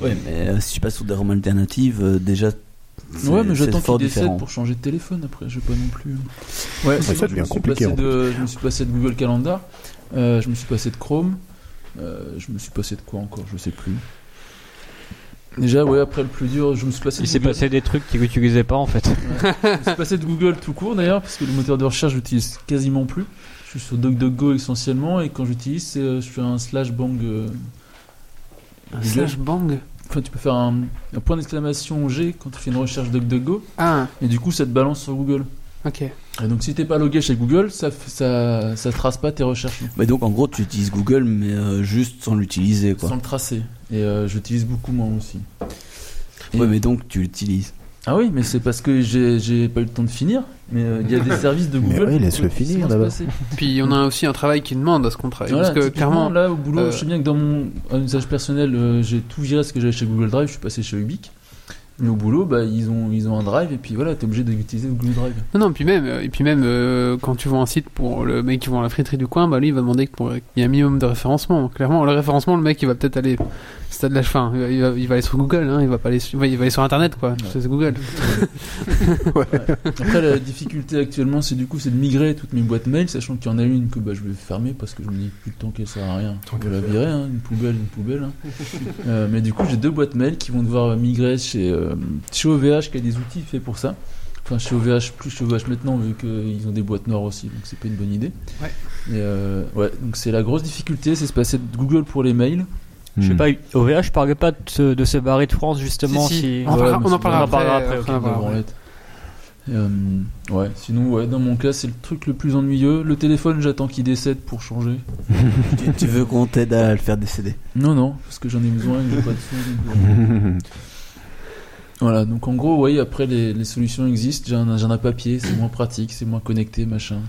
[SPEAKER 6] Ouais, mais euh, si tu passes sur des ROM alternatives, euh, déjà. c'est-
[SPEAKER 5] Ouais, mais
[SPEAKER 6] c'est
[SPEAKER 5] j'attends
[SPEAKER 6] fort
[SPEAKER 5] qu'il décède
[SPEAKER 6] différent.
[SPEAKER 5] pour changer de téléphone après, je vais pas non plus.
[SPEAKER 2] Ouais,
[SPEAKER 5] Sinon,
[SPEAKER 2] ça
[SPEAKER 5] je me
[SPEAKER 2] devient
[SPEAKER 5] suis
[SPEAKER 2] compliqué.
[SPEAKER 5] passé
[SPEAKER 2] en fait.
[SPEAKER 5] de- je me suis passé de Google Calendar, euh, je me suis passé de Chrome, euh, je me suis passé de quoi encore, je sais plus. Déjà, ouais, après le plus dur, je me suis passé,
[SPEAKER 4] Il
[SPEAKER 5] de
[SPEAKER 4] s'est
[SPEAKER 5] Google,
[SPEAKER 4] passé des trucs qu'ils n'utilisaient pas, en fait.
[SPEAKER 5] je me suis passé de Google tout court d'ailleurs, parce que le moteur de recherche, j'utilise quasiment plus. Je suis sur DuckDuckGo essentiellement, et quand j'utilise, c'est, euh, je fais un slash bang. euh, Google.
[SPEAKER 1] Slash bang.
[SPEAKER 5] Enfin, tu peux faire un, un point d'exclamation G quand tu fais une recherche DuckDuckGo,
[SPEAKER 1] Ah,
[SPEAKER 5] et du coup, ça te balance sur Google.
[SPEAKER 1] Ok.
[SPEAKER 5] Et Euh, donc si t'es pas logué chez Google, ça, f- ça, ça trace pas tes recherches.
[SPEAKER 6] Mais donc en gros, tu utilises Google, mais euh, juste sans l'utiliser, quoi.
[SPEAKER 5] Sans le tracer. Et euh, j'utilise beaucoup moins aussi.
[SPEAKER 6] Ouais, mais donc tu l'utilises.
[SPEAKER 5] Ah oui, mais c'est parce que j'ai j'ai pas eu le temps de finir. Mais euh, il y a des services de
[SPEAKER 2] Mais
[SPEAKER 5] Google.
[SPEAKER 2] oui, laisse-le
[SPEAKER 5] qui sont
[SPEAKER 2] finir,
[SPEAKER 5] se
[SPEAKER 2] d'abord.
[SPEAKER 5] passer.
[SPEAKER 1] Puis on a aussi un travail qui demande à ce qu'on travaille.
[SPEAKER 5] Voilà,
[SPEAKER 1] parce que
[SPEAKER 5] typiquement,
[SPEAKER 1] clairement,
[SPEAKER 5] là au boulot,
[SPEAKER 1] euh,
[SPEAKER 5] je sais bien que dans mon un usage personnel, euh, j'ai tout viré ce que j'avais chez Google Drive, je suis passé chez Ubic. Mais au boulot, bah, ils, ont, ils ont un drive et puis voilà, t'es obligé d'utiliser Google Drive.
[SPEAKER 1] Non, non, puis même, euh, et puis même euh, quand tu vois un site pour le mec qui vend la friterie du coin, bah lui il va demander que pour- qu'il y ait un minimum de référencement. Clairement, le référencement, le mec il va peut-être aller. C'est de la fin, il va, il va, il va aller sur Google, hein, il, va pas aller, sur- il va- il va aller sur internet quoi, c'est Google.
[SPEAKER 5] Après, la difficulté actuellement, c'est du coup, c'est de migrer toutes mes boîtes mail, sachant qu'il y en a une que bah, je vais fermer parce que je me dis plus le temps qu'elle sert à rien. On va la virer, hein, une poubelle, une poubelle. hein. Euh, mais du coup, j'ai deux boîtes mail qui vont devoir migrer chez, euh, chez OVH qui a des outils faits pour ça. Enfin, chez OVH, plus chez OVH maintenant, vu qu'ils ont des boîtes noires aussi, donc c'est pas une bonne idée.
[SPEAKER 1] Ouais.
[SPEAKER 5] Et, euh, ouais, donc c'est la grosse difficulté, c'est se passer de Google pour les mails.
[SPEAKER 4] Je
[SPEAKER 2] Hmm.
[SPEAKER 4] sais pas, OVH parlait pas de se, de se barrer de France justement
[SPEAKER 1] Si,
[SPEAKER 4] si.
[SPEAKER 1] si.
[SPEAKER 2] Ah,
[SPEAKER 1] On en parlera-
[SPEAKER 5] mais
[SPEAKER 1] on en
[SPEAKER 5] c'est-
[SPEAKER 1] parlera
[SPEAKER 4] on en parlera
[SPEAKER 1] après,
[SPEAKER 4] après,
[SPEAKER 1] après
[SPEAKER 4] ok.
[SPEAKER 1] avoir-
[SPEAKER 5] Devant l'être. Euh, ouais, sinon, ouais, dans mon cas, c'est le truc le plus ennuyeux. Le téléphone, j'attends qu'il décède pour changer.
[SPEAKER 6] tu, tu veux qu'on t'aide à le faire décéder.
[SPEAKER 5] Non, non, parce que j'en ai besoin et que j'ai pas de sous. donc, euh, Voilà, donc en gros, oui, après, les, les solutions existent. J'ai un agenda papier, c'est moins pratique, c'est moins connecté, machin.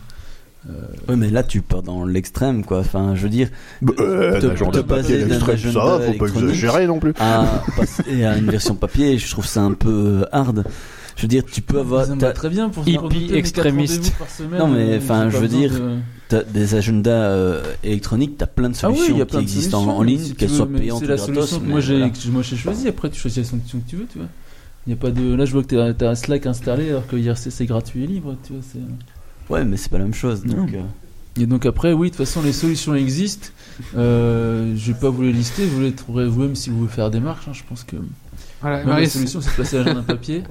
[SPEAKER 6] Ouais, mais là, tu pars dans l'extrême, quoi. Enfin, je veux dire,
[SPEAKER 2] Bah, euh,
[SPEAKER 6] Te-
[SPEAKER 2] l'agenda
[SPEAKER 6] te
[SPEAKER 2] papier,
[SPEAKER 6] baser d'un
[SPEAKER 2] l'extrait,
[SPEAKER 6] agenda
[SPEAKER 2] ça, va, faut pas
[SPEAKER 6] électronique.
[SPEAKER 2] exagérer non plus.
[SPEAKER 6] à passer à une version papier, je trouve ça un peu euh, hard. Je veux dire, tu peux avoir.
[SPEAKER 5] Ça me
[SPEAKER 6] t'as-
[SPEAKER 5] va très bien pour
[SPEAKER 4] hippie
[SPEAKER 5] pour noter mes quatre
[SPEAKER 4] extrémiste.
[SPEAKER 5] rendez-vous par semaine,
[SPEAKER 6] Non, mais,
[SPEAKER 5] euh,
[SPEAKER 6] enfin,
[SPEAKER 5] j'ai
[SPEAKER 6] je
[SPEAKER 5] pas
[SPEAKER 6] veux
[SPEAKER 5] besoin
[SPEAKER 6] dire,
[SPEAKER 5] de-
[SPEAKER 6] T'as des agendas euh, électroniques, t'as plein de
[SPEAKER 5] Ah oui,
[SPEAKER 6] solutions
[SPEAKER 5] il y a
[SPEAKER 6] qui
[SPEAKER 5] plein de
[SPEAKER 6] existent en-
[SPEAKER 5] solutions,
[SPEAKER 6] en ligne,
[SPEAKER 5] si tu
[SPEAKER 6] qu'elles
[SPEAKER 5] veux,
[SPEAKER 6] soient
[SPEAKER 5] mais
[SPEAKER 6] payantes
[SPEAKER 5] C'est
[SPEAKER 6] ou
[SPEAKER 5] la
[SPEAKER 6] gratos.
[SPEAKER 5] solution que
[SPEAKER 6] mais
[SPEAKER 5] moi j'ai
[SPEAKER 6] voilà.
[SPEAKER 5] que moi, j'ai choisie. Après, tu choisis la solution que tu veux, tu vois. Il y a pas de. Là, je vois que t'as- t'as un Slack installé alors que IRC c'est gratuit et libre, tu vois. c'est-
[SPEAKER 6] Ouais, mais c'est pas la même chose. Donc, euh,
[SPEAKER 5] Et donc après, oui, de toute façon, les solutions existent. Euh, je vais pas vous les lister, vous les trouverez vous-même si vous voulez faire des marches. hein. Je pense que
[SPEAKER 1] Ah, Voilà,
[SPEAKER 5] même la
[SPEAKER 1] Marius,
[SPEAKER 5] solution c'est de passer à l'agenda papier.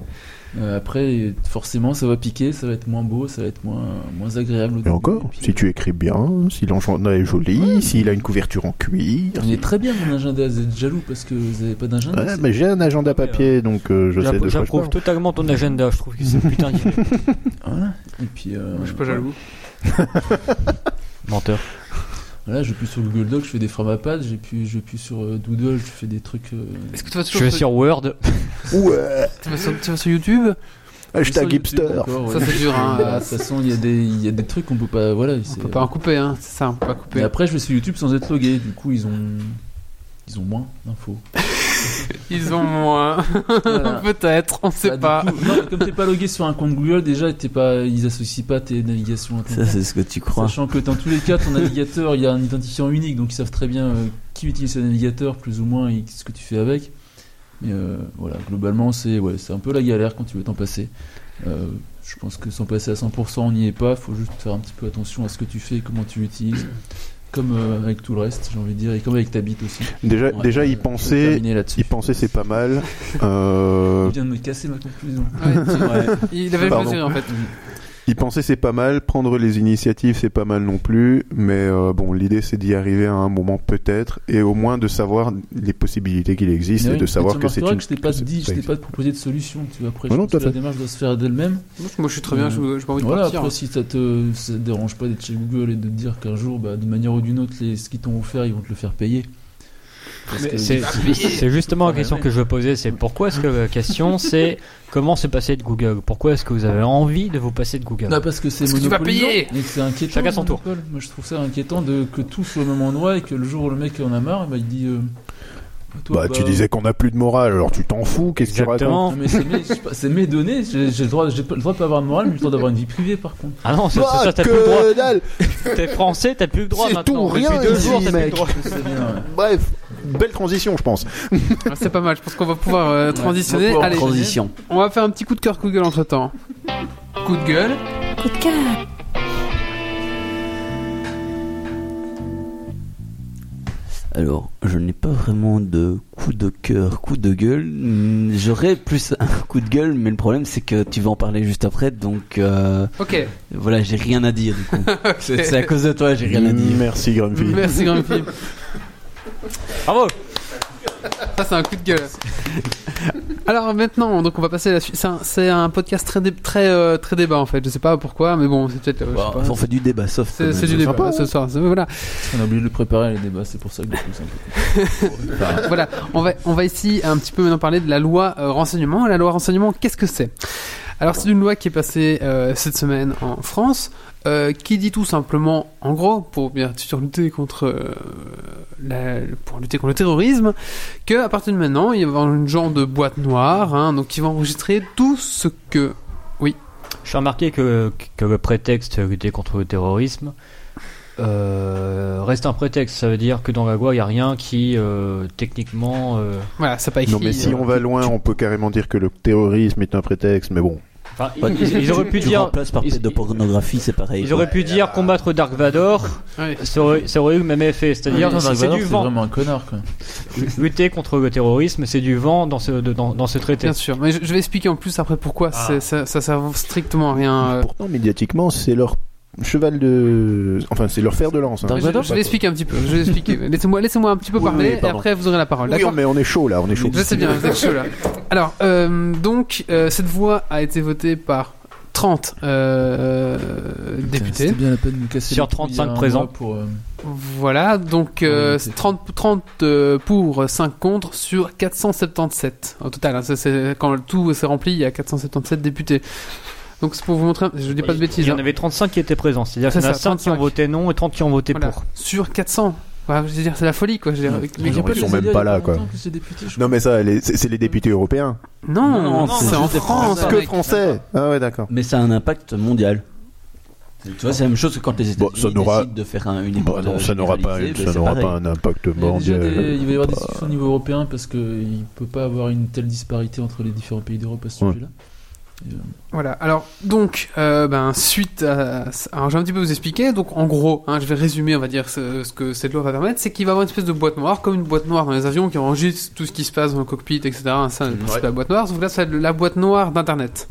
[SPEAKER 5] Euh, après, forcément, ça va piquer, ça va être moins beau, ça va être moins, moins agréable. au
[SPEAKER 2] Et
[SPEAKER 5] début.
[SPEAKER 2] encore,
[SPEAKER 5] puis,
[SPEAKER 2] si tu écris bien, si l'agenda est joli, s'il a une couverture en cuir.
[SPEAKER 5] On est très bien mon agenda, vous êtes jaloux parce que vous avez pas d'agenda.
[SPEAKER 2] Ouais,
[SPEAKER 5] c'est-
[SPEAKER 2] mais j'ai un agenda papier, donc euh, je sais de
[SPEAKER 4] J'approuve
[SPEAKER 2] quoi je
[SPEAKER 4] j'approuve
[SPEAKER 2] parle.
[SPEAKER 4] totalement ton agenda, je trouve que c'est putain de
[SPEAKER 5] Voilà. Et puis, euh,
[SPEAKER 1] je suis pas jaloux.
[SPEAKER 4] menteur.
[SPEAKER 5] Voilà, je plus sur Google Doc, je fais des formats pad, j'ai plus, je plus sur euh, Doodle, je fais des trucs. euh,
[SPEAKER 1] Est-ce que tu vas
[SPEAKER 4] Je vais
[SPEAKER 1] toujours sur,
[SPEAKER 4] sur Word.
[SPEAKER 2] Ouais,
[SPEAKER 1] tu vas sur- tu vas sur YouTube
[SPEAKER 5] sur
[SPEAKER 2] hashtag
[SPEAKER 5] YouTube
[SPEAKER 2] hipster.
[SPEAKER 5] encore,
[SPEAKER 1] Ça,
[SPEAKER 5] ouais.
[SPEAKER 1] c'est dur, hein.
[SPEAKER 5] De toute façon, il y, a des- il y a des trucs qu'on peut pas. Voilà,
[SPEAKER 1] On peut pas en couper, hein, c'est ça, on peut pas
[SPEAKER 5] Et
[SPEAKER 1] couper.
[SPEAKER 5] après, je vais sur YouTube sans être logué, du coup, ils ont. Ils ont moins d'infos.
[SPEAKER 1] Ils ont moins,
[SPEAKER 5] Voilà.
[SPEAKER 1] peut-être, on sait
[SPEAKER 5] Bah,
[SPEAKER 1] pas.
[SPEAKER 5] du coup, non, mais comme t'es pas logué sur un compte Google, déjà, t'es pas, ils associent pas tes navigations à ton
[SPEAKER 6] ça, c'est ce que tu crois.
[SPEAKER 5] Sachant que dans tous les cas, ton navigateur, il y a un identifiant unique, donc ils savent très bien euh, qui utilise ce navigateur, plus ou moins, et ce que tu fais avec. Mais euh, voilà, globalement, c'est ouais, c'est un peu la galère quand tu veux t'en passer. Euh, je pense que s'en passer à 100%, on n'y est pas. faut juste faire un petit peu attention à ce que tu fais et comment tu l'utilises. Comme euh, avec tout le reste, j'ai envie de dire, et comme avec ta bite aussi.
[SPEAKER 7] Déjà,
[SPEAKER 6] euh, Ouais,
[SPEAKER 7] Euh, déjà y
[SPEAKER 5] euh, Je vais
[SPEAKER 7] penser,
[SPEAKER 5] terminer là-dessus.
[SPEAKER 7] y penser c'est pas mal. Euh,
[SPEAKER 5] Je viens de me casser ma conclusion.
[SPEAKER 1] Ouais, tu-
[SPEAKER 6] Ouais.
[SPEAKER 1] Il avait
[SPEAKER 7] Pardon.
[SPEAKER 1] choisi en fait.
[SPEAKER 7] y penser c'est pas mal, prendre les initiatives c'est pas mal non plus, mais euh, bon, l'idée c'est d'y arriver à un moment peut-être, et au moins de savoir les possibilités qu'il existe et de savoir que c'est une.
[SPEAKER 5] Je t'ai pas
[SPEAKER 7] que c'est-
[SPEAKER 5] dit, je
[SPEAKER 7] ouais.
[SPEAKER 5] t'ai pas proposé de solution. Tu vois, après,
[SPEAKER 7] Ouais,
[SPEAKER 5] je
[SPEAKER 7] non,
[SPEAKER 5] pense
[SPEAKER 7] tout à
[SPEAKER 5] que la
[SPEAKER 7] fait.
[SPEAKER 5] démarche doit se faire d'elle-même.
[SPEAKER 1] Moi je suis très bien, je- j'ai pas envie de
[SPEAKER 5] Voilà,
[SPEAKER 1] partir. hein.
[SPEAKER 5] après, si ça te, ça te dérange pas d'être chez Google et de te dire qu'un jour, bah, d'une manière ou d'une autre, les, ce qu'ils t'ont offert, ils vont te le faire payer. Parce que-
[SPEAKER 4] Mais C'est c'est justement
[SPEAKER 2] Ah,
[SPEAKER 4] la question que je veux poser, c'est pourquoi est-ce que la question c'est comment se passer de Google Pourquoi est-ce que vous avez envie de vous passer de Google
[SPEAKER 5] Non, parce que c'est
[SPEAKER 1] Parce que tu vas
[SPEAKER 5] monopolisant
[SPEAKER 1] payer
[SPEAKER 5] et que c'est inquiétant.
[SPEAKER 4] Chacun son
[SPEAKER 5] le
[SPEAKER 4] tour.
[SPEAKER 5] monopole. Moi, je trouve ça inquiétant de que tout soit au même endroit et que le jour où le mec en a marre, bah, il dit. euh, toi,
[SPEAKER 2] Bah, tu disais qu'on a plus de morale, alors tu t'en fous, qu'est-ce que tu racontes
[SPEAKER 5] Non,
[SPEAKER 4] Exactement.
[SPEAKER 5] mais c'est mes, je sais pas, c'est mes données, j'ai j'ai le droit, j'ai pas le droit de pas avoir de morale, mais j'ai le droit d'avoir une vie privée par contre.
[SPEAKER 4] Ah non, c'est
[SPEAKER 2] Ah,
[SPEAKER 4] ça, t'as plus le droit.
[SPEAKER 2] que dalle
[SPEAKER 4] T'es français, t'as plus le droit
[SPEAKER 2] C'est
[SPEAKER 4] maintenant.
[SPEAKER 2] tout, rien
[SPEAKER 4] Depuis deux
[SPEAKER 2] ici,
[SPEAKER 4] jours, t'as plus le
[SPEAKER 2] mec.
[SPEAKER 4] droit.
[SPEAKER 5] Je sais bien, ouais.
[SPEAKER 2] Bref, belle transition, je pense.
[SPEAKER 1] Ah, C'est pas mal, je pense qu'on va pouvoir euh, transitionner.
[SPEAKER 5] pouvoir
[SPEAKER 1] Allez,
[SPEAKER 6] Transition.
[SPEAKER 1] on va faire un petit coup de cœur, coup de gueule entre temps. Coup de gueule.
[SPEAKER 8] Coup de cœur.
[SPEAKER 6] Alors, je n'ai pas vraiment de coup de cœur, coup de gueule. Hmm, J'aurais plus un coup de gueule, mais le problème c'est que tu vas en parler juste après, donc euh,
[SPEAKER 1] Ok.
[SPEAKER 6] voilà, j'ai rien à dire du coup. Hmm. C'est c'est à cause de toi, j'ai rien à dire.
[SPEAKER 7] Merci Grumpy.
[SPEAKER 1] Merci Grumpy.
[SPEAKER 4] Bravo
[SPEAKER 1] Ça c'est un coup de gueule. Alors maintenant, donc on va passer à la suite. C'est un, c'est un podcast très, dé- très, euh, très débat en fait. Je sais pas pourquoi, mais bon, c'est peut-être. euh, je sais
[SPEAKER 6] Bah,
[SPEAKER 1] pas.
[SPEAKER 6] on fait du débat, sauf
[SPEAKER 1] C'est, c'est du débat
[SPEAKER 7] sympa,
[SPEAKER 1] ce soir. C'est- Voilà,
[SPEAKER 5] On a oublié de le préparer les débats, c'est pour ça que du coup, c'est un peu-
[SPEAKER 1] voilà. On va, on va ici un petit peu maintenant parler de la loi euh, renseignement. La loi renseignement, qu'est-ce que c'est Alors c'est une loi qui est passée euh, cette semaine en France, euh, qui dit tout simplement, en gros, pour bien sûr lutter contre, euh, la- pour lutter contre le terrorisme, que à partir de maintenant, il va y avoir une genre de boîte noire, hein, donc qui va enregistrer tout ce que
[SPEAKER 4] J'ai remarqué que, que le prétexte lutter contre le terrorisme euh, reste un prétexte. Ça veut dire que dans la loi, il n'y a rien qui, euh, techniquement. euh,
[SPEAKER 1] Voilà, ça pas écrit.
[SPEAKER 7] Non, mais si
[SPEAKER 1] euh,
[SPEAKER 7] on va loin, on peut carrément dire que le terrorisme est un prétexte, mais bon.
[SPEAKER 4] enfin, ils, ils- ils auraient pu
[SPEAKER 6] tu
[SPEAKER 4] dire.
[SPEAKER 6] remplaces par
[SPEAKER 4] ils-
[SPEAKER 6] de pornographie, c'est pareil.
[SPEAKER 4] Ils auraient pu dire combattre Dark Vador,
[SPEAKER 1] ouais.
[SPEAKER 4] ça aurait, ça aurait eu le même effet. C'est-à-dire,
[SPEAKER 5] Attends,
[SPEAKER 4] c'est
[SPEAKER 5] Dark
[SPEAKER 4] c'est
[SPEAKER 5] Vador,
[SPEAKER 4] du
[SPEAKER 5] c'est
[SPEAKER 4] vent.
[SPEAKER 5] vraiment un connard quoi.
[SPEAKER 4] Lutter contre le terrorisme, c'est du vent dans ce, de- dans, dans ce traité.
[SPEAKER 1] Bien sûr, mais je, je vais expliquer en plus après pourquoi
[SPEAKER 4] Ah.
[SPEAKER 1] c'est- ça, ça sert strictement à rien. euh.
[SPEAKER 7] Pourtant, médiatiquement, c'est leur cheval de. Enfin, c'est leur fer de lance. hein.
[SPEAKER 1] Je, je vais expliquer un petit peu. Je vais expliquer. laissez-moi, laissez-moi un petit peu
[SPEAKER 7] Oui,
[SPEAKER 1] parler
[SPEAKER 7] oui,
[SPEAKER 1] et
[SPEAKER 7] pardon.
[SPEAKER 1] après vous aurez la parole.
[SPEAKER 7] Oui,
[SPEAKER 1] D'accord.
[SPEAKER 7] mais on est chaud là, on est chaud.
[SPEAKER 1] Je sais bien, vous êtes chaud là. Alors, euh, donc, euh, cette voie a été votée par 30 euh, députés.
[SPEAKER 5] C'était bien la peine de nous casser
[SPEAKER 4] Sur
[SPEAKER 5] les couilles il y a
[SPEAKER 4] 35
[SPEAKER 5] un
[SPEAKER 4] présents.
[SPEAKER 5] mois Pour, euh,
[SPEAKER 1] Voilà, donc euh,
[SPEAKER 5] Ouais,
[SPEAKER 1] c'est
[SPEAKER 5] c'est
[SPEAKER 1] 30, 30 euh, pour, 5 contre sur 477 au total. hein. Ça, c'est- quand tout s'est rempli, il y a 477 députés. Donc c'est pour vous montrer, je dis pas de bêtises.
[SPEAKER 4] Il y en
[SPEAKER 1] hein.
[SPEAKER 4] avait 35 qui étaient présents. C'est-à-dire
[SPEAKER 1] C'est
[SPEAKER 4] qu'il y en a
[SPEAKER 1] ça,
[SPEAKER 4] 5 qui ont
[SPEAKER 1] 35.
[SPEAKER 4] voté non et 30 qui ont voté
[SPEAKER 1] Voilà.
[SPEAKER 4] pour.
[SPEAKER 1] Sur 400. Voilà, je veux dire, c'est la folie quoi. Je veux dire, mais-
[SPEAKER 5] Ah, il y a
[SPEAKER 7] ils
[SPEAKER 5] pas
[SPEAKER 7] sont
[SPEAKER 5] les
[SPEAKER 7] même
[SPEAKER 5] élus,
[SPEAKER 7] pas
[SPEAKER 5] il y a
[SPEAKER 7] là, quoi.
[SPEAKER 5] longtemps que c'est député, je
[SPEAKER 7] Non, mais ça, les- c'est c'est les députés européens.
[SPEAKER 1] Non,
[SPEAKER 6] Non, non,
[SPEAKER 1] c'est
[SPEAKER 6] c'est
[SPEAKER 1] en
[SPEAKER 6] juste des
[SPEAKER 1] France.
[SPEAKER 7] Que
[SPEAKER 1] mec.
[SPEAKER 7] français Ah ouais, d'accord.
[SPEAKER 6] Mais ça a un impact mondial. Tu vois, c'est la même chose que quand les
[SPEAKER 7] Bon,
[SPEAKER 6] États-Unis
[SPEAKER 7] ça n'aura-
[SPEAKER 6] décident de faire un, une
[SPEAKER 7] Bah
[SPEAKER 6] épreuve
[SPEAKER 7] non, ça n'aura pas, une-
[SPEAKER 6] généralisée,
[SPEAKER 7] ça
[SPEAKER 6] ben,
[SPEAKER 7] n'aura
[SPEAKER 6] c'est
[SPEAKER 7] pas
[SPEAKER 6] pareil.
[SPEAKER 7] un impact
[SPEAKER 5] Il, y a déjà
[SPEAKER 7] mondial.
[SPEAKER 5] des- il va y avoir des discussions au niveau européen parce qu'il ne peut pas avoir une telle disparité entre les différents pays d'Europe à ce
[SPEAKER 7] Ouais.
[SPEAKER 5] sujet-là.
[SPEAKER 1] Voilà, alors donc, euh, ben, suite à. Alors, je vais un petit peu vous expliquer. Donc, en gros, hein, je vais résumer, on va dire, ce, ce que cette loi va permettre c'est qu'il va y avoir une espèce de boîte noire, comme une boîte noire dans les avions qui enregistre tout ce qui se passe dans le cockpit, etc. C'est le principe de la boîte noire, sauf que là, c'est la boîte noire d'Internet.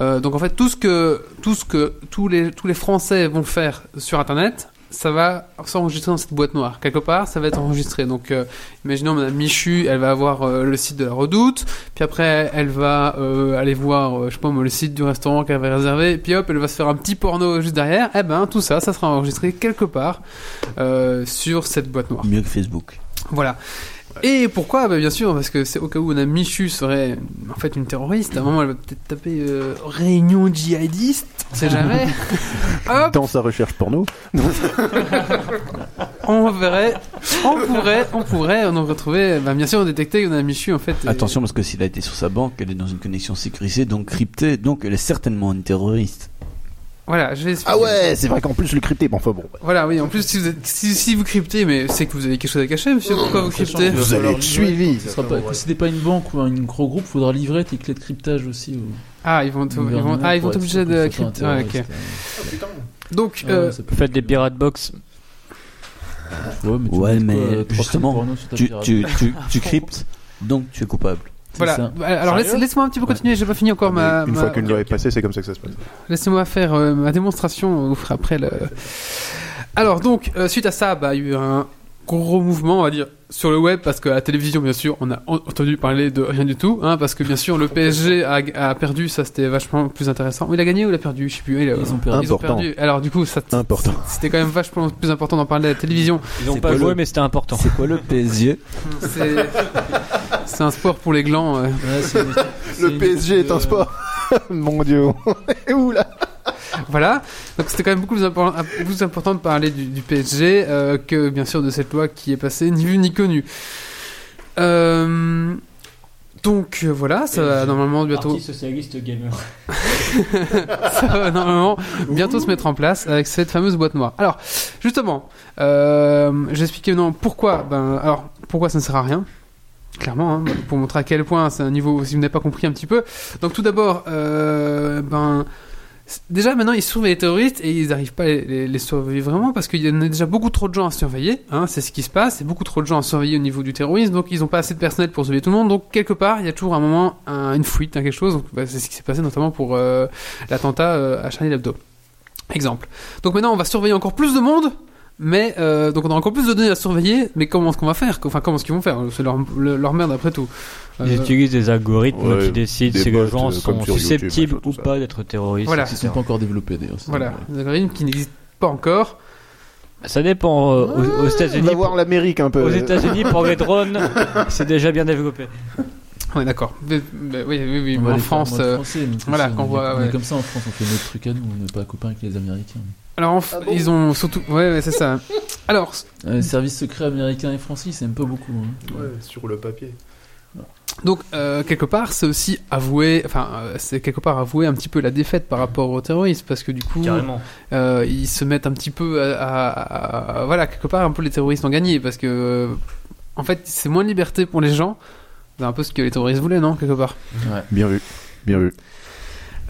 [SPEAKER 1] Euh, donc, en fait, tout ce que, tout ce que tous, les, tous les Français vont faire sur Internet, ça va s'enregistrer dans cette boîte noire. Quelque part, ça va être enregistré. Donc, euh, imaginons, Madame Michu, elle va avoir euh, le site de la redoute. Puis après, elle va euh, aller voir, euh, je sais pas moi, le site du restaurant qu'elle avait réservé. Puis hop, elle va se faire un petit porno juste derrière. Eh ben, tout ça, ça sera enregistré quelque part euh, sur cette boîte noire.
[SPEAKER 6] Mieux que Facebook.
[SPEAKER 1] Voilà. Et pourquoi bah, Bien sûr, parce que c'est au cas où on a Michu serait en fait une terroriste. À un moment, elle va peut-être taper euh, réunion djihadiste, on sait jamais. hop,
[SPEAKER 7] Dans sa recherche porno,
[SPEAKER 1] on verrait, on pourrait, on pourrait, on en retrouver. Bah, bien sûr, on détectait qu'on a Michu en fait. et-
[SPEAKER 6] Attention parce que s'il a été sur sa banque, elle est dans une connexion sécurisée, donc cryptée, donc elle est certainement une terroriste.
[SPEAKER 1] Voilà, je vais
[SPEAKER 7] Ah
[SPEAKER 1] expliquer.
[SPEAKER 7] ouais, c'est vrai qu'en plus le crypté, bon, enfin bon.
[SPEAKER 1] Voilà, oui, en plus, si vous, êtes- si, si vous cryptez, mais c'est que vous avez quelque chose à cacher, monsieur, pourquoi vous
[SPEAKER 5] sachant
[SPEAKER 1] cryptez
[SPEAKER 5] que-
[SPEAKER 7] Vous allez
[SPEAKER 5] Alors,
[SPEAKER 7] être
[SPEAKER 5] livrer,
[SPEAKER 7] suivi.
[SPEAKER 5] ce sera pas- Si t'es pas une banque ou un gros groupe, faudra livrer tes clés de cryptage aussi. Au
[SPEAKER 1] Ah, ils vont, t- ils vont, ah, ils vont t'obliger de crypter. Ouais, ok. Donc,
[SPEAKER 7] Ah,
[SPEAKER 1] euh,
[SPEAKER 4] Faites des pirate box.
[SPEAKER 6] Ouais, mais justement, Tu, tu, tu, tu cryptes, donc tu es coupable.
[SPEAKER 1] voilà. Bah,
[SPEAKER 5] ça.
[SPEAKER 1] Alors, laisse- laisse-moi un petit peu continuer, j'ai pas fini encore ma.
[SPEAKER 7] Ah, Une
[SPEAKER 1] ma-
[SPEAKER 7] fois qu'une loi est passée, c'est comme ça que ça se passe.
[SPEAKER 1] Laissez-moi faire euh, ma démonstration, on vous ferez après le. Alors, donc, euh, suite à ça, bah, il y a eu un gros mouvement, on va dire, sur le web, parce qu'à la télévision, bien sûr, on a en- entendu parler de rien du tout, hein, parce que bien sûr, le PSG a, a perdu, ça c'était vachement plus intéressant. Il a gagné ou il a perdu Je sais plus. Il a-
[SPEAKER 5] Ils ont perdu.
[SPEAKER 1] ils ont
[SPEAKER 7] Important.
[SPEAKER 1] perdu. Alors, du coup, ça.
[SPEAKER 7] Important.
[SPEAKER 1] C'était quand même vachement plus important d'en parler à la télévision.
[SPEAKER 4] Ils n'ont
[SPEAKER 6] C'est
[SPEAKER 4] pas
[SPEAKER 6] pas
[SPEAKER 4] joué,
[SPEAKER 6] le-
[SPEAKER 4] mais c'était important.
[SPEAKER 6] C'est quoi le PSG
[SPEAKER 1] C'est c'est un sport pour les glands. euh.
[SPEAKER 7] Le PSG est un sport. Mon dieu. Ouh là.
[SPEAKER 1] Voilà. Donc c'était quand même beaucoup plus, impor- plus important de parler du, du PSG euh, que bien sûr de cette loi qui est passée ni vue ni connue. Euh, donc euh, voilà, ça va normalement bientôt,
[SPEAKER 4] socialiste gamer.
[SPEAKER 1] ça va euh, normalement bientôt se mettre en place avec cette fameuse boîte noire. Alors justement, euh, j'expliquais non pourquoi. Ben alors pourquoi ça ne sert à rien. Clairement, hein, pour montrer à quel point c'est un niveau, si vous n'avez pas compris un petit peu. Donc tout d'abord, euh, ben, c- déjà maintenant ils surveillent les terroristes et ils n'arrivent pas à les, les- les surveiller vraiment parce qu'il y en a déjà beaucoup trop de gens à surveiller. hein, c'est ce qui se passe, c'est beaucoup trop de gens à surveiller au niveau du terrorisme, donc ils n'ont pas assez de personnel pour surveiller tout le monde. Donc quelque part, il y a toujours un moment un- une fuite, hein, quelque chose. Donc, bah, c'est ce qui s'est passé notamment pour euh, l'attentat euh, à Charlie Hebdo. Exemple. Donc maintenant, on va surveiller encore plus de monde Mais euh, donc on a encore plus de données à surveiller, mais comment est-ce qu'on va faire Enfin, comment est-ce qu'ils vont faire C'est leur, le- leur merde après tout. Euh,
[SPEAKER 4] Ils utilisent des algorithmes
[SPEAKER 7] Ouais,
[SPEAKER 4] qui décident
[SPEAKER 7] des
[SPEAKER 4] si
[SPEAKER 7] bots,
[SPEAKER 4] les gens
[SPEAKER 7] euh,
[SPEAKER 4] sont
[SPEAKER 7] comme sur YouTube,
[SPEAKER 4] susceptibles
[SPEAKER 7] machin, tout
[SPEAKER 4] ou
[SPEAKER 7] ça.
[SPEAKER 4] pas d'être terroristes.
[SPEAKER 1] Voilà.
[SPEAKER 5] Ils sont pas encore développés d'ailleurs. c'est
[SPEAKER 1] voilà,
[SPEAKER 5] vrai.
[SPEAKER 1] des algorithmes qui n'existent pas encore.
[SPEAKER 4] Ça dépend. euh, aux, aux États-Unis,
[SPEAKER 2] va voir l'Amérique un peu.
[SPEAKER 4] pour- aux États-Unis, pour les drones, c'est déjà bien développé.
[SPEAKER 1] On est d'accord. Mais- mais oui, oui, oui,
[SPEAKER 5] On
[SPEAKER 1] mais
[SPEAKER 5] va
[SPEAKER 1] en
[SPEAKER 5] les faire
[SPEAKER 1] France.
[SPEAKER 5] mode
[SPEAKER 1] euh,
[SPEAKER 5] français, nous, comme
[SPEAKER 1] voilà,
[SPEAKER 5] ça,
[SPEAKER 1] qu'on
[SPEAKER 5] on est-
[SPEAKER 1] voit,
[SPEAKER 5] on est
[SPEAKER 1] ouais.
[SPEAKER 5] Comme ça en France, on fait notre truc à nous, on n'est pas copains avec les Américains.
[SPEAKER 1] Alors, en f- ils ont surtout. Ouais, ouais, c'est ça. Alors,
[SPEAKER 5] Euh, Les services secrets américains et français, ils s'aiment pas beaucoup. hein.
[SPEAKER 7] sur le papier.
[SPEAKER 1] Donc euh, quelque part, c'est aussi avouer, enfin euh, c'est quelque part avouer un petit peu la défaite par rapport aux terroristes, parce que du coup,
[SPEAKER 4] Carrément.
[SPEAKER 1] euh, ils se mettent un petit peu, à, à- à- à- voilà, quelque part un peu les terroristes ont gagné, parce que euh, en fait c'est moins de liberté pour les gens, c'est un peu ce que les terroristes voulaient, non quelque part.
[SPEAKER 7] Bien vu, bien vu.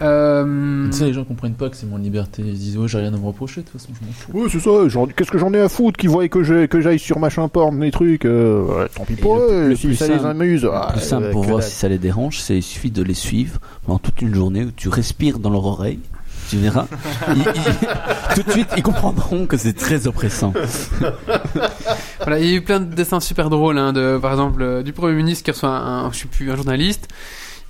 [SPEAKER 1] Euh,
[SPEAKER 5] Tu sais, les gens comprennent pas que c'est mon liberté. Ils se disent, ouais, j'ai rien à me reprocher, de toute façon, je m'en fous.
[SPEAKER 7] Oui, c'est ça. j'en- Qu'est-ce que j'en ai à foutre qu'ils voient que j'ai- que j'aille sur machin porn, les trucs. euh, ouais, tant pis
[SPEAKER 6] Et
[SPEAKER 7] pour
[SPEAKER 6] le-
[SPEAKER 7] eux.
[SPEAKER 6] le
[SPEAKER 7] si
[SPEAKER 6] plus
[SPEAKER 7] ça les
[SPEAKER 6] simple-
[SPEAKER 7] amuse.
[SPEAKER 6] Le
[SPEAKER 7] ah,
[SPEAKER 6] plus simple
[SPEAKER 7] euh,
[SPEAKER 6] pour
[SPEAKER 7] que
[SPEAKER 6] voir
[SPEAKER 7] dalle.
[SPEAKER 6] si ça les dérange, c'est il suffit de les suivre pendant toute une journée où tu respires dans leur oreille. Tu verras. Ils- ils- tout de suite, ils comprendront que c'est très oppressant.
[SPEAKER 1] Voilà, il y a eu plein de dessins super drôles, hein, de, par exemple euh, du Premier ministre qui reçoit un, un- je sais plus, un journaliste.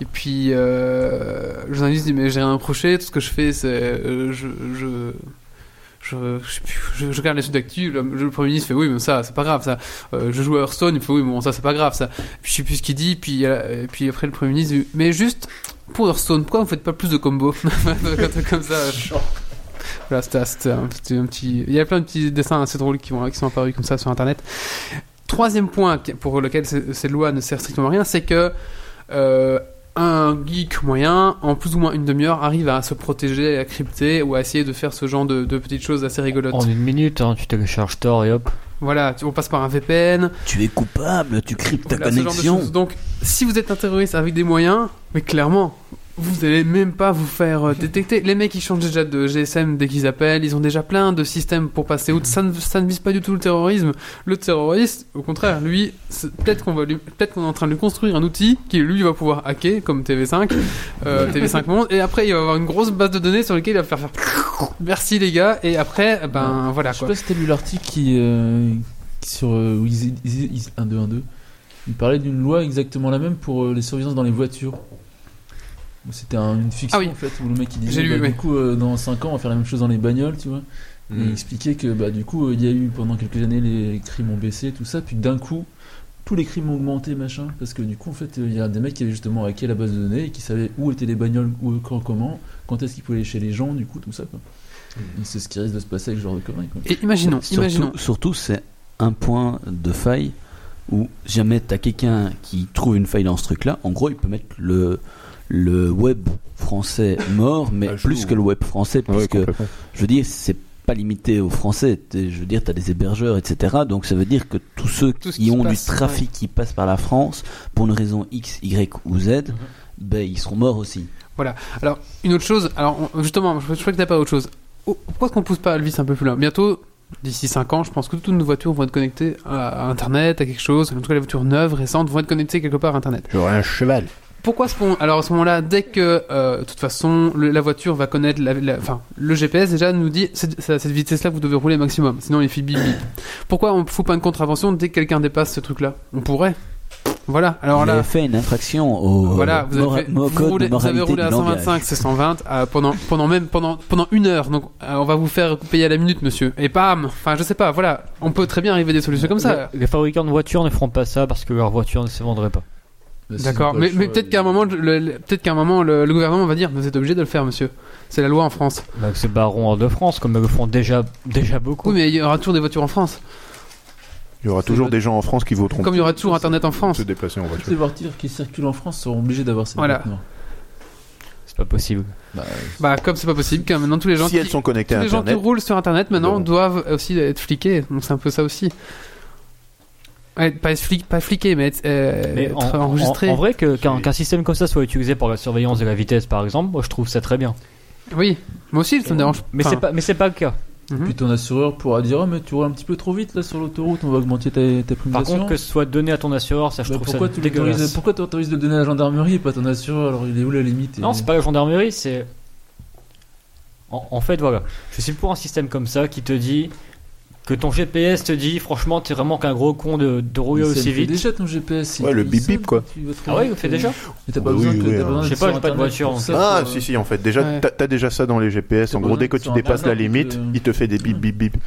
[SPEAKER 1] Et puis euh, le journaliste dit mais j'ai rien reproché, tout ce que je fais c'est euh, je, je je je, sais plus, je- je regarde les trucs d'actu. Le, le Premier ministre fait oui mais ça c'est pas grave ça. Euh, je joue à Hearthstone, il fait oui bon ça c'est pas grave ça. Puis je sais plus ce qu'il dit. Puis euh, et puis après le Premier ministre dit, mais juste pour Hearthstone pourquoi vous faites pas plus de combos un truc comme ça. Voilà, c'était c'était un, c'était un petit. Il y a plein de petits dessins assez drôles qui, vont- qui sont apparus comme ça sur Internet. Troisième point qui- pour lequel ce- cette loi ne sert strictement à rien, c'est que euh, un geek moyen, en plus ou moins une demi-heure, arrive à se protéger, à crypter ou à essayer de faire ce genre de, de petites choses assez rigolotes.
[SPEAKER 4] En une minute, hein, tu télécharges Tor et hop.
[SPEAKER 1] Voilà, tu- on passe par un VPN,
[SPEAKER 6] Tu es coupable, tu cryptes ta
[SPEAKER 1] voilà, ce genre de
[SPEAKER 6] connexion.
[SPEAKER 1] choses. Donc, si vous êtes un terroriste avec des moyens, mais clairement, vous allez même pas vous faire euh, détecter. Les mecs, ils changent déjà de GSM dès qu'ils appellent. Ils ont déjà plein de systèmes pour passer outre. Ça ne, ça ne vise pas du tout le terrorisme. Le terroriste, au contraire, lui, c'est- peut-être qu'on va lui, peut-être qu'on est en train de lui construire un outil qui lui va pouvoir hacker comme TV5, euh, TV5 Monde. Et après, il va avoir une grosse base de données sur laquelle il va faire faire. Merci les gars. Et après, ben voilà
[SPEAKER 5] Je sais
[SPEAKER 1] quoi.
[SPEAKER 5] pas si t'as lu l'article qui, euh, qui sur euh, où ils, ils- ils- 1 2 1 2. Il parlait d'une loi exactement la même pour euh, les surveillances dans les voitures. Où C'était un- une fiction
[SPEAKER 1] Ah oui.
[SPEAKER 5] en fait où le mec il disait
[SPEAKER 1] J'ai lu,
[SPEAKER 5] bah,
[SPEAKER 1] oui.
[SPEAKER 5] du coup euh, dans 5 ans on va faire la même chose dans les bagnoles, tu vois. Et il expliquait que bah du coup euh, il y a eu pendant quelques années les crimes ont baissé tout ça puis d'un coup tous les crimes ont augmenté machin parce que du coup en fait euh, il y a des mecs qui avaient justement hacké la base de données et qui savaient où étaient les bagnoles où quand comment quand est-ce qu'ils pouvaient aller chez les gens du coup tout ça quoi. Et C'est ce qui risque de se passer avec ce genre de conneries quoi.
[SPEAKER 1] Et imaginons, imaginons.
[SPEAKER 6] Surtout, surtout, c'est un point de faille où jamais t'as quelqu'un qui trouve une faille dans ce truc-là. En gros, il peut mettre le le web français mort, mais
[SPEAKER 7] À jour.
[SPEAKER 6] plus que le web français,
[SPEAKER 7] Ouais,
[SPEAKER 6] puisque
[SPEAKER 7] complètement.
[SPEAKER 6] je veux dire, c'est pas limité aux Français. T'es- Je veux dire, t'as des hébergeurs, etc. Donc ça veut dire que tous ceux
[SPEAKER 1] Tout ce
[SPEAKER 6] qui
[SPEAKER 1] qui se
[SPEAKER 6] ont
[SPEAKER 1] passe,
[SPEAKER 6] du trafic qui passe par la France, pour une raison X, Y ou Z,
[SPEAKER 1] Mhm.
[SPEAKER 6] ben ils seront morts aussi.
[SPEAKER 1] Une autre chose, alors on- justement, je, je crois que t'as pas autre chose. Oh, Pourquoi est-ce qu'on pousse pas Elvis un peu plus loin Bientôt, d'ici 5 ans, je pense que toutes nos voitures vont être connectées à, à Internet, à quelque chose. En tout cas, les voitures neuves, récentes, vont être connectées quelque part à Internet.
[SPEAKER 7] J'aurais un cheval.
[SPEAKER 1] Pourquoi ce qu'on. Alors à ce moment-là, dès que, euh, de toute façon, le- la voiture va connaître. la- la- Enfin, le GPS déjà nous dit c'est c'est à cette vitesse-là que vous devez rouler maximum, sinon il fait bip bip. Pourquoi on fout pas une contravention dès que quelqu'un dépasse ce truc-là On pourrait. Voilà, alors
[SPEAKER 6] Vous
[SPEAKER 1] là.
[SPEAKER 6] avez fait une infraction au
[SPEAKER 1] Voilà, vous
[SPEAKER 6] mora-
[SPEAKER 1] avez, fait-
[SPEAKER 6] mo-
[SPEAKER 1] vous
[SPEAKER 6] code de
[SPEAKER 1] roulez- vous avez
[SPEAKER 6] moralité
[SPEAKER 1] roulé
[SPEAKER 6] du
[SPEAKER 1] à
[SPEAKER 6] langage.
[SPEAKER 1] 125, c'est 120 euh, pendant pendant même pendant pendant une heure. Donc euh, on va vous faire payer à la minute, monsieur. Et bam. Enfin, je sais pas. Voilà, on peut très bien arriver à des solutions comme ça.
[SPEAKER 4] Les fabricants de voitures ne feront pas ça parce que leurs voitures ne se vendraient pas.
[SPEAKER 5] Bah, si,
[SPEAKER 1] D'accord.
[SPEAKER 5] pas
[SPEAKER 1] Mais,
[SPEAKER 5] le
[SPEAKER 1] mais
[SPEAKER 5] choix,
[SPEAKER 1] peut-être
[SPEAKER 5] euh,
[SPEAKER 1] qu'à un moment, le, le- peut-être qu'à un moment, le, le gouvernement va dire, vous êtes obligé de le faire, monsieur. C'est la loi en France.
[SPEAKER 4] Donc Bah, c'est barons hors de France, comme ils le font déjà, déjà beaucoup.
[SPEAKER 1] Oui, mais il y aura toujours des voitures en France.
[SPEAKER 7] Il y aura toujours des gens en France qui voteront
[SPEAKER 1] Comme il y aura toujours Internet en
[SPEAKER 7] pour
[SPEAKER 1] France.
[SPEAKER 7] se déplacer en
[SPEAKER 5] Toutes
[SPEAKER 7] voiture.
[SPEAKER 5] les voitures qui circulent en France seront obligées d'avoir cette
[SPEAKER 1] Voilà.
[SPEAKER 5] plaque noire.
[SPEAKER 4] C'est pas possible.
[SPEAKER 5] Bah,
[SPEAKER 1] Bah, comme c'est pas possible, car maintenant tous les gens
[SPEAKER 7] Si elles
[SPEAKER 1] qui
[SPEAKER 7] sont connectées
[SPEAKER 1] tous
[SPEAKER 7] à
[SPEAKER 1] les gens qui
[SPEAKER 7] Internet,
[SPEAKER 1] roulent sur Internet maintenant
[SPEAKER 7] Bon.
[SPEAKER 1] doivent aussi être fliqués. Donc c'est un peu ça aussi. Ouais, pas, flic, pas fliqués, mais être, euh,
[SPEAKER 4] Mais
[SPEAKER 1] être
[SPEAKER 4] en,
[SPEAKER 1] enregistrés.
[SPEAKER 4] en- en vrai, que- qu'un qu'un système comme ça soit utilisé pour la surveillance de la vitesse, par exemple, moi, je trouve ça très bien.
[SPEAKER 1] Oui, moi aussi, ça me dérange.
[SPEAKER 4] Mais
[SPEAKER 1] enfin,
[SPEAKER 4] c'est pas, mais c'est pas le cas.
[SPEAKER 1] Mhm.
[SPEAKER 5] Puis ton assureur pourra dire Oh, mais tu roules un petit peu trop vite là sur l'autoroute, on va augmenter ta, ta prime
[SPEAKER 4] Par
[SPEAKER 5] d'assurance.
[SPEAKER 4] contre, que ce soit donné à ton assureur, ça je
[SPEAKER 5] Bah,
[SPEAKER 4] trouve
[SPEAKER 5] pourquoi
[SPEAKER 4] ça
[SPEAKER 5] tu l'autorises-
[SPEAKER 4] dégueulasse.
[SPEAKER 5] pourquoi tu autorises de le donner à la gendarmerie et pas à ton assureur Alors il est où la limite Et-
[SPEAKER 4] Non, c'est pas la gendarmerie, c'est. En, en fait, voilà. Je suis pour un système comme ça qui te dit que ton GPS te dit, franchement, t'es vraiment qu'un gros con de, de rouiller
[SPEAKER 5] Mais ça
[SPEAKER 4] aussi
[SPEAKER 5] le fait
[SPEAKER 4] vite.
[SPEAKER 5] déjà ton GPS. il-
[SPEAKER 7] Ouais, le
[SPEAKER 5] il
[SPEAKER 7] bip
[SPEAKER 5] sait
[SPEAKER 7] bip, quoi.
[SPEAKER 5] où tu vas très
[SPEAKER 4] Ah ouais, il
[SPEAKER 5] vite,
[SPEAKER 4] le fait
[SPEAKER 5] euh,
[SPEAKER 4] déjà
[SPEAKER 5] Mais t'as pas
[SPEAKER 7] Oui,
[SPEAKER 5] besoin
[SPEAKER 7] oui,
[SPEAKER 5] que- t'as
[SPEAKER 7] hein.
[SPEAKER 5] pas besoin
[SPEAKER 4] Je sais
[SPEAKER 5] d'être
[SPEAKER 4] pas,
[SPEAKER 5] sur
[SPEAKER 4] j'ai pas de
[SPEAKER 5] Internet
[SPEAKER 4] voiture,
[SPEAKER 5] pour
[SPEAKER 4] hein.
[SPEAKER 5] ça,
[SPEAKER 7] Ah,
[SPEAKER 5] quoi.
[SPEAKER 7] si, si, en fait. Déjà,
[SPEAKER 1] Ouais.
[SPEAKER 7] t'as t'as déjà ça dans les GPS.
[SPEAKER 5] T'as
[SPEAKER 7] En
[SPEAKER 5] pas
[SPEAKER 7] gros,
[SPEAKER 5] besoin
[SPEAKER 7] dès que
[SPEAKER 5] de
[SPEAKER 7] tu
[SPEAKER 5] faire un
[SPEAKER 7] dépasses la
[SPEAKER 5] arbre,
[SPEAKER 7] limite,
[SPEAKER 5] euh,
[SPEAKER 7] il te fait des bip bip bip.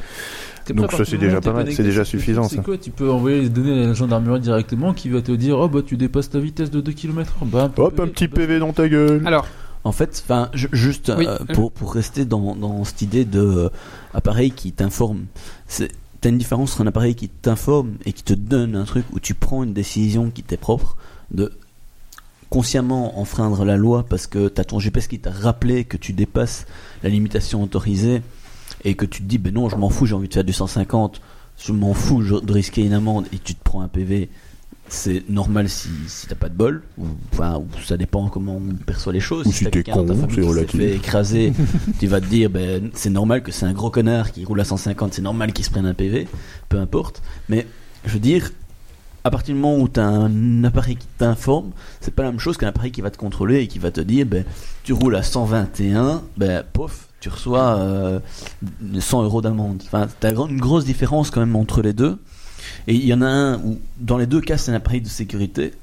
[SPEAKER 5] T'es
[SPEAKER 7] Donc ça,
[SPEAKER 5] pas
[SPEAKER 7] c'est
[SPEAKER 5] partout,
[SPEAKER 7] déjà
[SPEAKER 5] t'es
[SPEAKER 7] pas mal,
[SPEAKER 5] connecté
[SPEAKER 7] c'est déjà
[SPEAKER 5] sur tes
[SPEAKER 7] suffisant,
[SPEAKER 5] trucs,
[SPEAKER 7] ça.
[SPEAKER 5] C'est quoi Tu peux envoyer les données à la gendarmerie directement qui va te dire Oh bah tu dépasses ta vitesse de 2 km. Bah,
[SPEAKER 7] Hop, un petit PV dans ta gueule.
[SPEAKER 1] Alors,
[SPEAKER 6] En fait, enfin, ju- juste
[SPEAKER 1] Oui.
[SPEAKER 6] euh, pour, pour rester dans, dans cette idée de euh, appareil qui t'informe, c'est t'as une différence entre un appareil qui t'informe et qui te donne un truc où tu prends une décision qui t'est propre de consciemment enfreindre la loi parce que t'as ton GPS qui t'a rappelé que tu dépasses la limitation autorisée et que tu te dis ben non je m'en fous j'ai envie de faire du 150 je m'en fous je- de risquer une amende et tu te prends un PV c'est normal si, si t'as pas de bol, ou, enfin, ou ça dépend comment on perçoit les choses.
[SPEAKER 7] Ou si
[SPEAKER 6] t'as
[SPEAKER 7] t'es
[SPEAKER 6] quelqu'un dans ta
[SPEAKER 7] con,
[SPEAKER 6] famille
[SPEAKER 7] c'est
[SPEAKER 6] qui s'est
[SPEAKER 7] relatif.
[SPEAKER 6] fait écraser, tu vas te dire, ben, c'est normal que c'est un gros connard qui roule à 150, c'est normal qu'il se prenne un PV, peu importe. Mais je veux dire, à partir du moment où t'as un appareil qui t'informe, c'est pas la même chose qu'un appareil qui va te contrôler et qui va te dire, ben, tu roules à 121, ben, pof, tu reçois euh, 100 euros d'amende. Enfin, t'as une grosse différence quand même entre les deux. Et il y en a un où, dans les deux cas, c'est un appareil de sécurité,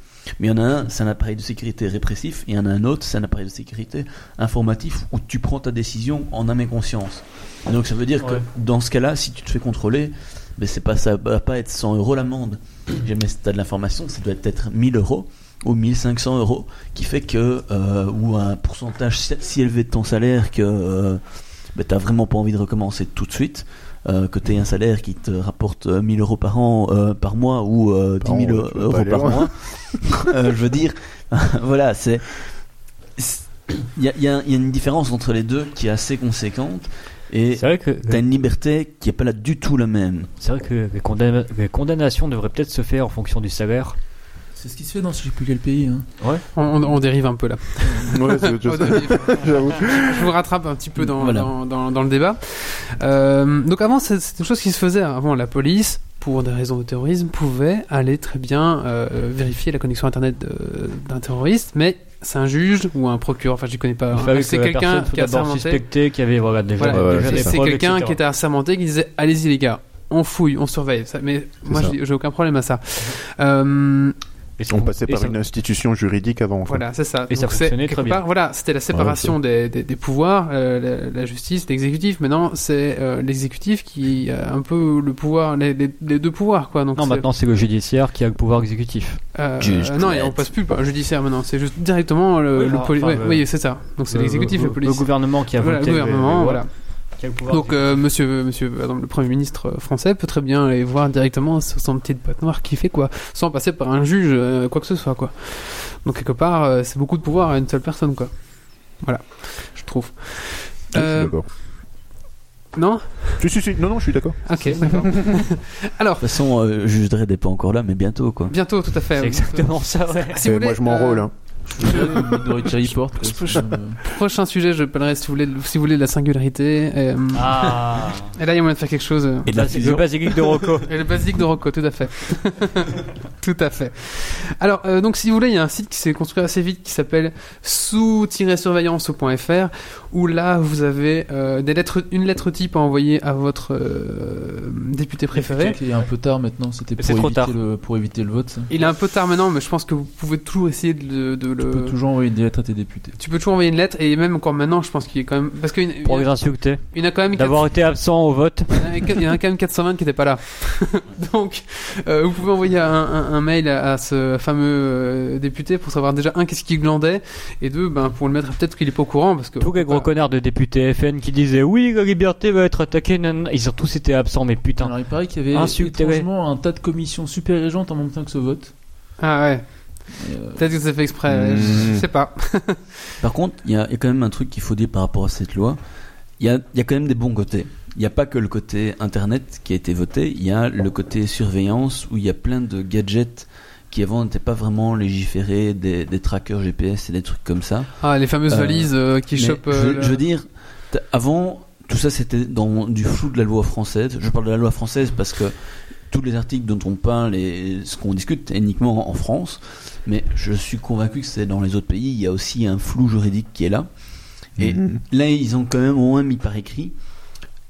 [SPEAKER 6] mais il y en a un, c'est un appareil de sécurité répressif, et il y en a un autre, c'est un appareil de sécurité informatif où tu prends ta décision en âme et conscience. Et donc ça veut dire
[SPEAKER 4] Ouais.
[SPEAKER 6] que dans ce cas-là, si tu te fais contrôler, ben c'est pas, ça va pas être 100 euros l'amende. Jamais si t'as de l'information, ça doit être 1000 euros ou 1500 euros, qui fait que, euh, ou un pourcentage si- si élevé de ton salaire que euh, ben, t'as vraiment pas envie de recommencer tout de suite euh, que tu un salaire qui te rapporte euh, 1000 euros par an, euh, par mois ou euh,
[SPEAKER 7] Par
[SPEAKER 6] 10 000
[SPEAKER 7] an, ouais, tu vas pas
[SPEAKER 6] euros
[SPEAKER 7] aller
[SPEAKER 6] par
[SPEAKER 7] loin.
[SPEAKER 6] mois, euh, je veux dire, voilà, c'est. c'est- Il y a, il y a- il y a une différence entre les deux qui est assez conséquente et
[SPEAKER 4] C'est vrai que
[SPEAKER 6] t'as une liberté qui est pas là du tout la même.
[SPEAKER 4] c'est vrai que les, condamna- les condamnations devraient peut-être se faire en fonction du salaire.
[SPEAKER 5] Bah, C'est ce qui se fait dans je sais plus quel pays. hein.
[SPEAKER 1] on, on- on dérive un peu là.
[SPEAKER 7] Ouais, c'est- je
[SPEAKER 1] On
[SPEAKER 7] sais.
[SPEAKER 1] dérive.
[SPEAKER 7] J'avoue.
[SPEAKER 1] je vous rattrape un petit peu dans,
[SPEAKER 6] Voilà.
[SPEAKER 1] dans, dans- dans le débat. Euh, donc avant, c'est- c'est une chose qui se faisait. Avant, la police, pour des raisons de terrorisme, pouvait aller très bien euh, vérifier la connexion Internet de- d'un terroriste, mais c'est un juge ou un procureur, enfin je ne connais pas.
[SPEAKER 4] Il fallait que
[SPEAKER 1] C'est
[SPEAKER 4] la
[SPEAKER 1] quelqu'un
[SPEAKER 4] personne soit
[SPEAKER 1] qui a
[SPEAKER 4] d'abord
[SPEAKER 1] sermenté.
[SPEAKER 4] suspectée, qui avait voilà, déjà,
[SPEAKER 1] Voilà,
[SPEAKER 7] Ouais,
[SPEAKER 4] déjà
[SPEAKER 1] c'est-
[SPEAKER 4] des
[SPEAKER 1] c'est
[SPEAKER 4] preuves,
[SPEAKER 1] quelqu'un
[SPEAKER 4] etc.
[SPEAKER 1] qui était assermenté qui disait allez-y les gars, on fouille, on surveille. Ça- mais moi
[SPEAKER 7] ça.
[SPEAKER 1] je dis- j'ai aucun problème à ça.
[SPEAKER 4] Mhm.
[SPEAKER 1] Euh,
[SPEAKER 4] Et ça-
[SPEAKER 7] On passait
[SPEAKER 4] et
[SPEAKER 7] par
[SPEAKER 4] ça-
[SPEAKER 7] une institution juridique avant. quoi.
[SPEAKER 1] voilà, c'est ça.
[SPEAKER 4] Et ça
[SPEAKER 1] c'est
[SPEAKER 4] fonctionnait
[SPEAKER 1] quelque
[SPEAKER 4] très bien.
[SPEAKER 1] part, voilà, c'était la séparation des, des- des pouvoirs, euh, la, la justice, l'exécutif. Maintenant, c'est euh, l'exécutif qui a un peu le pouvoir, les, les- les deux pouvoirs, quoi. Donc,
[SPEAKER 4] Non,
[SPEAKER 1] c'est-
[SPEAKER 4] maintenant c'est le judiciaire qui a le pouvoir exécutif.
[SPEAKER 1] euh,
[SPEAKER 6] Juge
[SPEAKER 1] euh, non, et
[SPEAKER 6] Dredd.
[SPEAKER 1] on passe plus par le judiciaire maintenant. C'est juste directement le,
[SPEAKER 4] Oui,
[SPEAKER 1] le
[SPEAKER 4] enfin,
[SPEAKER 1] poli- ouais,
[SPEAKER 4] le-
[SPEAKER 1] oui, c'est ça. Donc c'est
[SPEAKER 4] Le-
[SPEAKER 1] l'exécutif,
[SPEAKER 4] le,
[SPEAKER 1] la police.
[SPEAKER 4] le gouvernement qui a
[SPEAKER 1] Voilà, le
[SPEAKER 4] voté euh, les- les
[SPEAKER 1] gouvernement,
[SPEAKER 4] lois,
[SPEAKER 1] voilà.
[SPEAKER 4] qui a le pouvoir
[SPEAKER 1] Donc
[SPEAKER 4] exécutif.
[SPEAKER 1] euh, monsieur, monsieur, par exemple, le premier ministre euh, français peut très bien aller voir directement sur son petite boîte noire qui fait quoi, sans passer par un juge, euh, quoi que ce soit quoi. Donc quelque part, euh, c'est beaucoup de pouvoir à une seule personne quoi. Voilà, je trouve.
[SPEAKER 7] Je suis
[SPEAKER 1] Euh,
[SPEAKER 7] Ah, d'accord.
[SPEAKER 1] non
[SPEAKER 7] Si, si, si. Non, non, je suis d'accord.
[SPEAKER 1] Ok, d'accord.
[SPEAKER 6] De toute façon, euh, juge Dredd n'est pas encore là, mais bientôt quoi.
[SPEAKER 1] Bientôt, tout à fait.
[SPEAKER 4] C'est exactement ça, ouais.
[SPEAKER 1] Si vous
[SPEAKER 7] Eh, moi,
[SPEAKER 1] voulez,
[SPEAKER 7] je m'enrôle.
[SPEAKER 1] euh,
[SPEAKER 7] hein.
[SPEAKER 5] Minority Report. quoi,
[SPEAKER 1] je-
[SPEAKER 5] c'est
[SPEAKER 1] je-
[SPEAKER 5] comme, euh,
[SPEAKER 1] Prochain sujet, je parlerai si vous voulez, si vous voulez de la singularité. euh,
[SPEAKER 4] Ah
[SPEAKER 1] Et là, il y a moyen de faire quelque chose. euh,
[SPEAKER 6] Et de la
[SPEAKER 4] C'est le
[SPEAKER 6] fusion.
[SPEAKER 4] basique de Rocco.
[SPEAKER 1] Et le basique de Rocco, tout à fait. tout à fait. Alors, euh, donc, si vous voulez, il y a un site qui s'est construit assez vite qui s'appelle sous-surveillance.fr où là, vous avez euh, des lettres, une lettre type à envoyer à votre euh, député préféré.
[SPEAKER 5] qui est un peu tard maintenant. C'était pour,
[SPEAKER 4] C'est trop
[SPEAKER 5] éviter
[SPEAKER 4] tard.
[SPEAKER 5] le- pour éviter le vote. ça.
[SPEAKER 1] Il est un peu tard maintenant, mais je pense que vous pouvez toujours essayer de, le- de
[SPEAKER 5] Tu peux
[SPEAKER 1] le.
[SPEAKER 5] toujours envoyer des lettres à tes députés.
[SPEAKER 1] Tu peux toujours envoyer une lettre, et même encore maintenant, je pense qu'il est quand même. Parce qu'il y,
[SPEAKER 4] Pour les
[SPEAKER 1] en-
[SPEAKER 4] insulter.
[SPEAKER 1] il y en a quand même.
[SPEAKER 4] D'avoir été absent au vote.
[SPEAKER 1] Il y en a quand même 420 qui n'étaient pas là. Donc, euh, vous pouvez envoyer un, un- un mail à, à ce fameux euh, député pour savoir déjà, un, qu'est-ce qu'il glandait, et deux, ben, pour le mettre, peut-être qu'il est pas au courant. Parce que,
[SPEAKER 4] Tous les gros connards de députés FN qui disaient oui, la liberté va être attaquée. nanana. Ils ont tous été absents, mais putain.
[SPEAKER 5] Alors il paraît qu'il y avait
[SPEAKER 4] Insulté, ouais.
[SPEAKER 5] étrangement un tas de commissions super régentes en même temps que ce vote.
[SPEAKER 1] Ah ouais,
[SPEAKER 5] Et, euh,
[SPEAKER 1] peut-être que c'est fait exprès,
[SPEAKER 6] Hmm.
[SPEAKER 1] ouais, je- je sais pas.
[SPEAKER 6] Par contre, il y, a il y a quand même un truc qu'il faut dire par rapport à cette loi. Il y a, il y a quand même des bons côtés. Il n'y a pas que le côté Internet qui a été voté, il y a le côté surveillance où il y a plein de gadgets qui avant n'étaient pas vraiment légiférés, des, des trackers GPS et des trucs comme ça.
[SPEAKER 1] Ah, les fameuses
[SPEAKER 6] Euh,
[SPEAKER 1] valises euh, qui
[SPEAKER 6] Mais
[SPEAKER 1] chopent.
[SPEAKER 6] je,
[SPEAKER 1] euh, le-
[SPEAKER 6] je veux dire, t'as- avant, tout ça c'était dans du flou de la loi française. Je parle de la loi française parce que tous les articles dont on parle et ce qu'on discute est uniquement en France. Mais je suis convaincu que c'est dans les autres pays, il y a aussi un flou juridique qui est là. Et
[SPEAKER 7] Mhm.
[SPEAKER 6] là, ils ont quand même au moins mis par écrit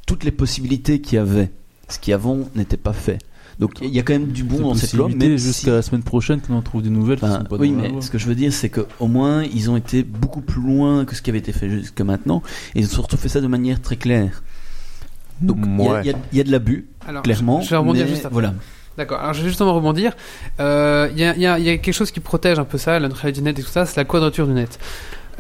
[SPEAKER 6] toutes les possibilités qu'il y avait. ce qui avant n'était pas fait. Donc il y a quand même du bon
[SPEAKER 5] C'est
[SPEAKER 6] dans cette loi,
[SPEAKER 5] possibilité
[SPEAKER 6] mais
[SPEAKER 5] jusqu'à la semaine prochaine qu'on en trouve des nouvelles qui sont pas
[SPEAKER 6] oui,
[SPEAKER 5] dans la
[SPEAKER 6] mais
[SPEAKER 5] loi.
[SPEAKER 6] ce que je veux dire, c'est qu'au moins, ils ont été beaucoup plus loin que ce qui avait été fait jusqu'à maintenant, et ils ont surtout fait ça de manière très claire. Donc, il y a-
[SPEAKER 7] Ouais.
[SPEAKER 6] il y, a- il y a de l'abus,
[SPEAKER 1] Alors,
[SPEAKER 6] clairement.
[SPEAKER 1] je vais rebondir
[SPEAKER 6] mais
[SPEAKER 1] juste après.
[SPEAKER 6] Voilà.
[SPEAKER 1] D'accord, alors je vais justement rebondir. Euh, Il y, a, il y a- il y a quelque chose qui protège un peu ça, la neutralité du net et tout ça, c'est la quadrature du net.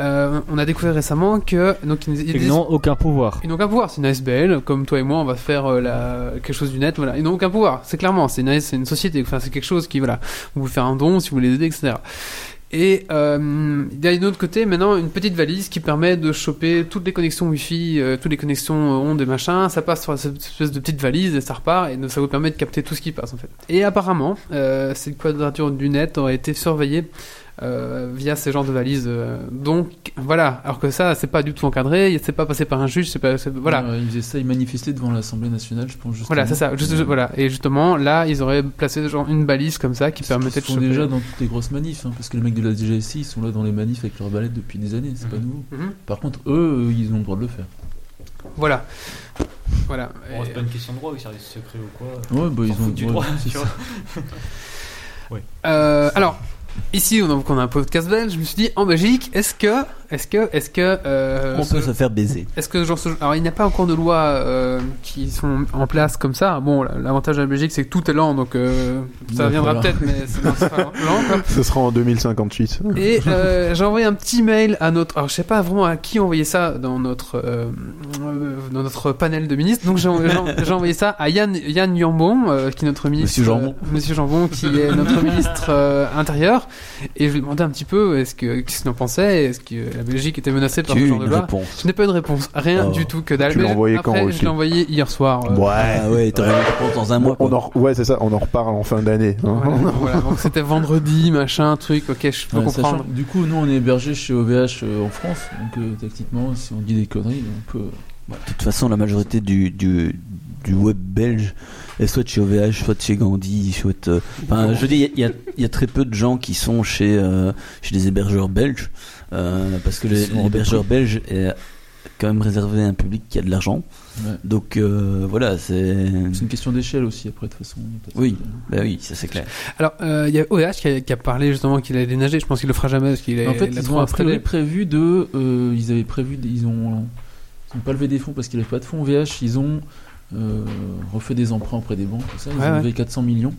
[SPEAKER 1] Euh, on a découvert récemment que. Donc, il, il
[SPEAKER 4] Ils
[SPEAKER 1] existe-
[SPEAKER 4] n'ont aucun pouvoir.
[SPEAKER 1] Ils n'ont aucun pouvoir, c'est une ASBL, comme toi et moi, on va faire euh, la... quelque chose du net, voilà. Ils n'ont aucun pouvoir, c'est clairement, c'est une, AS c'est une société, enfin, c'est quelque chose qui, voilà, vous pouvez faire un don si vous voulez les aider, etc. Et euh, il y a d'un autre côté, maintenant, une petite valise qui permet de choper toutes les connexions Wi-Fi, euh, toutes les connexions euh, ondes et machin, ça passe sur cette espèce de petite valise et ça repart, et ça vous permet de capter tout ce qui passe, en fait. Et apparemment, euh, cette quadrature du net aurait été surveillée euh, via ces genres de valises. euh, donc voilà, alors que ça, c'est pas du tout encadré, c'est pas passé par un juge, c'est pas, c'est- voilà.
[SPEAKER 5] Euh, ils essayent de manifester devant l'Assemblée nationale, je pense.
[SPEAKER 1] Voilà, c'est
[SPEAKER 5] justement.
[SPEAKER 1] ça. Juste, voilà. Et justement, là, ils auraient placé genre une balise comme ça qui
[SPEAKER 5] Ils
[SPEAKER 1] permettait de
[SPEAKER 5] sont
[SPEAKER 1] choper.
[SPEAKER 5] déjà dans toutes les grosses manifs, hein, parce que les mecs de la DGSI, ils sont là dans les manifs avec leurs balettes depuis des années, c'est pas nouveau.
[SPEAKER 1] Mhm.
[SPEAKER 5] Par contre, eux, euh, ils ont le droit de le faire.
[SPEAKER 1] Voilà. Voilà. Et-
[SPEAKER 4] Bon, c'est pas une question de droit, ou service secret ou quoi.
[SPEAKER 5] Ouais, bah, ils
[SPEAKER 4] Ils
[SPEAKER 5] ont le
[SPEAKER 4] du
[SPEAKER 5] droit.
[SPEAKER 4] droit,
[SPEAKER 5] c'est
[SPEAKER 4] tu
[SPEAKER 5] ça.
[SPEAKER 4] vois.
[SPEAKER 1] Euh, alors, ici, on a, qu'on a un podcast belge, je me suis dit, en Belgique, est-ce que, est-ce que, est-ce que, euh,
[SPEAKER 6] On
[SPEAKER 1] ce-
[SPEAKER 6] peut se faire baiser.
[SPEAKER 1] est-ce que genre, ce- alors il n'y a pas encore de lois euh, qui sont en place comme ça. Bon, l'avantage de la Belgique, c'est que tout est lent, donc euh, ça
[SPEAKER 5] Ouais,
[SPEAKER 1] viendra
[SPEAKER 5] voilà.
[SPEAKER 1] peut-être, mais c'est non, c'est pas lent. Quoi.
[SPEAKER 7] Ce sera en 2056.
[SPEAKER 1] Et euh, j'ai envoyé un petit mail à notre. Alors, je sais pas vraiment à qui envoyer ça dans notre euh, euh, dans notre panel de ministres. Donc j'ai j'ai- j'ai envoyé ça à Yann Yann Yambon, euh, qui est notre ministre.
[SPEAKER 6] Monsieur Jambon.
[SPEAKER 1] euh, Monsieur Jambon, qui est notre ministre euh, intérieur. Et je lui ai demandé un petit peu est-ce que qu'est-ce qu'il en pensait, est-ce que la Belgique était menacée par
[SPEAKER 6] Tu
[SPEAKER 1] ce
[SPEAKER 6] as
[SPEAKER 1] genre
[SPEAKER 6] une
[SPEAKER 1] de loi.
[SPEAKER 6] réponse.
[SPEAKER 1] Je n'ai pas eu de réponse, rien
[SPEAKER 6] Oh.
[SPEAKER 1] du tout que dalle.
[SPEAKER 7] Tu l'as
[SPEAKER 1] Mais je-
[SPEAKER 7] envoyé quand,
[SPEAKER 1] Après, je
[SPEAKER 7] Rocky
[SPEAKER 1] l'ai envoyé hier soir. euh,
[SPEAKER 7] Ouais.
[SPEAKER 6] Ah ouais, t'aurais une réponse dans un mois.
[SPEAKER 7] On
[SPEAKER 6] quoi.
[SPEAKER 7] en- ouais, c'est ça, on en reparle en fin d'année. hein.
[SPEAKER 1] voilà, voilà, donc c'était vendredi, machin, truc. Ok, je peux
[SPEAKER 5] Ouais, sachant
[SPEAKER 1] comprendre.
[SPEAKER 5] que, du coup, nous, on est hébergés chez OVH euh, en France, donc euh, tactiquement, si on dit des conneries, on peut.
[SPEAKER 6] Bah, de toute façon, la majorité du, du, du web belge est soit chez OVH, soit chez Gandhi, soit. euh, Enfin, je veux dire, il y a- il y, a- il y a très peu de gens qui sont chez, euh, chez des hébergeurs belges, euh, parce que les-
[SPEAKER 5] Ils sont en
[SPEAKER 6] l'hébergeur belge est quand même réservé à un public qui a de l'argent.
[SPEAKER 5] Ouais.
[SPEAKER 6] Donc euh, voilà, c'est.
[SPEAKER 5] C'est une question d'échelle aussi, après, de toute façon. euh,
[SPEAKER 6] Oui. Bah oui, ça c'est clair.
[SPEAKER 1] Alors, euh, il y a OH qui a, qui a parlé justement qu'il allait dénager. Je pense qu'il le fera jamais parce qu'il est
[SPEAKER 5] En fait,
[SPEAKER 1] il a
[SPEAKER 5] ils
[SPEAKER 1] trop
[SPEAKER 5] ont a priori
[SPEAKER 1] installé.
[SPEAKER 5] prévu de. euh, ils avaient prévu. des- Ils ont, ils ont pas levé des fonds parce qu'il n'y avait pas de fonds VH. Ils ont euh, refait des emprunts auprès des banques. tout ça. Ils
[SPEAKER 1] Ouais,
[SPEAKER 5] ont
[SPEAKER 1] ouais.
[SPEAKER 5] levé 400 millions.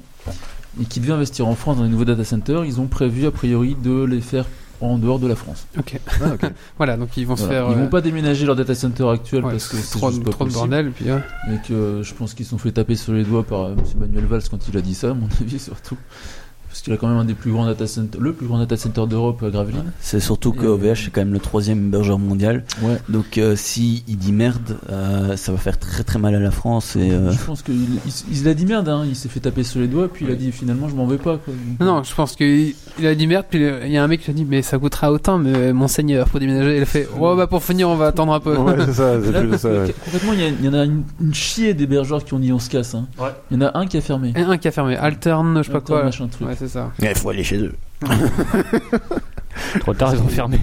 [SPEAKER 5] Et qui devaient investir en France dans les nouveaux data centers. Ils ont prévu, a priori, de les faire en dehors de la France.
[SPEAKER 1] Ok.
[SPEAKER 7] Ah, ok.
[SPEAKER 1] Voilà, donc ils vont se
[SPEAKER 5] Voilà.
[SPEAKER 1] faire.
[SPEAKER 5] Ils
[SPEAKER 1] euh,
[SPEAKER 5] vont pas déménager leur data center actuel
[SPEAKER 1] ouais,
[SPEAKER 5] parce que c'est
[SPEAKER 1] trop,
[SPEAKER 5] juste pas
[SPEAKER 1] trop de
[SPEAKER 5] possible.
[SPEAKER 1] bordel. Puis, ouais.
[SPEAKER 5] Et que euh, je pense qu'ils se sont fait taper sur les doigts par euh, M. Manuel Valls quand il a dit ça, à mon avis surtout. Parce qu'il a quand même un des plus grands data centers, le plus grand data center d'Europe à Gravelines.
[SPEAKER 6] C'est surtout que
[SPEAKER 5] Et- euh,
[SPEAKER 6] OVH est quand même le troisième hébergeur mondial.
[SPEAKER 5] Ouais.
[SPEAKER 6] Donc euh, si il dit merde, euh, ça va faire très très mal à la France et. euh,
[SPEAKER 5] Je pense qu'il il, il a dit merde, hein, il s'est fait taper sur les doigts, puis il a dit finalement je m'en vais pas. Quoi. Donc,
[SPEAKER 1] Non, je pense qu'il il a dit merde. Puis euh, il y a un mec qui a dit mais ça coûtera autant, mais euh, monseigneur, pour déménager. Il a fait ouais, bah pour finir, on va attendre un peu.
[SPEAKER 7] Ouais, c'est ça, c'est
[SPEAKER 5] euh, Là,
[SPEAKER 7] plus
[SPEAKER 5] parce
[SPEAKER 7] ça.
[SPEAKER 5] que,
[SPEAKER 7] ouais.
[SPEAKER 5] Concrètement, il y, a- il y en a une, une chier d'hébergeurs qui ont dit on se casse. hein.
[SPEAKER 4] Ouais.
[SPEAKER 5] Il y en a un qui a fermé.
[SPEAKER 1] Et un qui a fermé, alterne, je sais pas
[SPEAKER 5] Attends,
[SPEAKER 1] quoi.
[SPEAKER 5] machin truc.
[SPEAKER 1] Ouais, c'est ça.
[SPEAKER 2] Il faut aller chez eux.
[SPEAKER 4] Trop tard, ils ont fermé.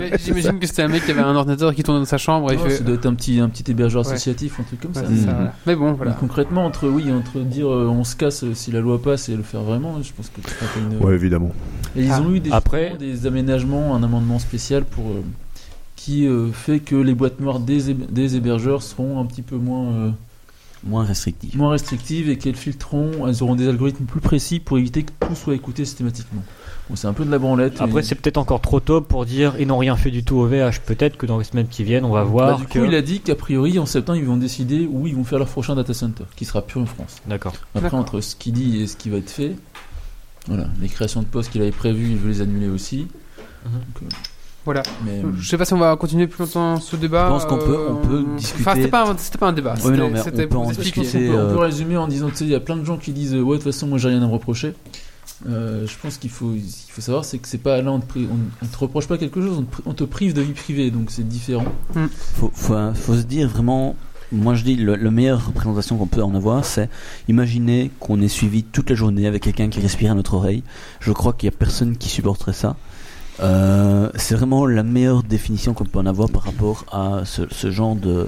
[SPEAKER 1] Mais J'imagine que c'était un mec qui avait un ordinateur qui tourne dans sa chambre et il
[SPEAKER 5] Oh,
[SPEAKER 1] fait.
[SPEAKER 5] ça doit être un petit, un petit hébergeur
[SPEAKER 1] Ouais.
[SPEAKER 5] associatif, un truc comme
[SPEAKER 1] Ouais,
[SPEAKER 5] ça.
[SPEAKER 1] c'est ça, voilà. Mais bon,
[SPEAKER 5] Mais
[SPEAKER 1] voilà.
[SPEAKER 5] Concrètement, entre, oui, entre dire euh, on se casse euh, si la loi passe et le faire vraiment, je pense que tu feras pas une.
[SPEAKER 7] Ouais, évidemment.
[SPEAKER 5] Et
[SPEAKER 1] Ah.
[SPEAKER 5] ils ont eu des,
[SPEAKER 4] Après-
[SPEAKER 5] justement des aménagements, un amendement spécial pour euh, qui euh, fait que les boîtes noires des, héber- des hébergeurs seront un petit peu moins, euh,
[SPEAKER 6] moins restrictif.
[SPEAKER 5] moins restrictives et qu'elles filtreront, elles auront des algorithmes plus précis pour éviter que tout soit écouté systématiquement. Bon, c'est un peu de la branlette.
[SPEAKER 4] Après,
[SPEAKER 5] mais-
[SPEAKER 4] c'est peut-être encore trop tôt pour dire ils n'ont rien fait du tout au VH. Peut-être que dans les semaines qui viennent, on va
[SPEAKER 5] Bah,
[SPEAKER 4] voir.
[SPEAKER 5] du coup,
[SPEAKER 4] que-
[SPEAKER 5] il a dit qu'a priori, en septembre, ils vont décider où ils vont faire leur prochain data center, qui sera plus en France.
[SPEAKER 4] D'accord.
[SPEAKER 5] Après,
[SPEAKER 1] D'accord.
[SPEAKER 5] entre ce qu'il dit et ce qui va être fait, voilà, les créations de postes qu'il avait prévues, il veut les annuler aussi.
[SPEAKER 4] Mhm.
[SPEAKER 5] Donc, euh,
[SPEAKER 1] Voilà. Euh,
[SPEAKER 5] Mais, euh,
[SPEAKER 1] Je sais pas si on va continuer plus longtemps ce débat. euh,
[SPEAKER 6] Je pense qu'on peut- on peut
[SPEAKER 1] Enfin, c'était
[SPEAKER 6] discuter.
[SPEAKER 1] pas, un- c'était pas un débat.
[SPEAKER 6] Ouais,
[SPEAKER 1] c'était-
[SPEAKER 6] non, mais on
[SPEAKER 1] c'était
[SPEAKER 6] peut
[SPEAKER 1] pour
[SPEAKER 6] en
[SPEAKER 1] vous
[SPEAKER 5] Je
[SPEAKER 1] expliquer.
[SPEAKER 5] pense qu'on
[SPEAKER 6] Et,
[SPEAKER 5] peut, on
[SPEAKER 6] euh,
[SPEAKER 5] peut résumer en disant, tu sais, il y a plein de gens qui disent, euh, ouais, de toute façon, moi, j'ai rien à me reprocher. Euh, je pense qu'il faut, il faut savoir, c'est que c'est pas là, on te, pri- on- on te reproche pas quelque chose, on te, pri- on te prive de vie privée, donc c'est différent.
[SPEAKER 6] Faut, faut, faut se dire vraiment. Moi, je dis le, la meilleure représentation qu'on peut en avoir, c'est imaginer qu'on est suivi toute la journée avec quelqu'un qui respire à notre oreille. Je crois qu'il y a personne qui supporterait ça. Euh, c'est vraiment la meilleure définition qu'on peut en avoir par rapport à ce, ce genre de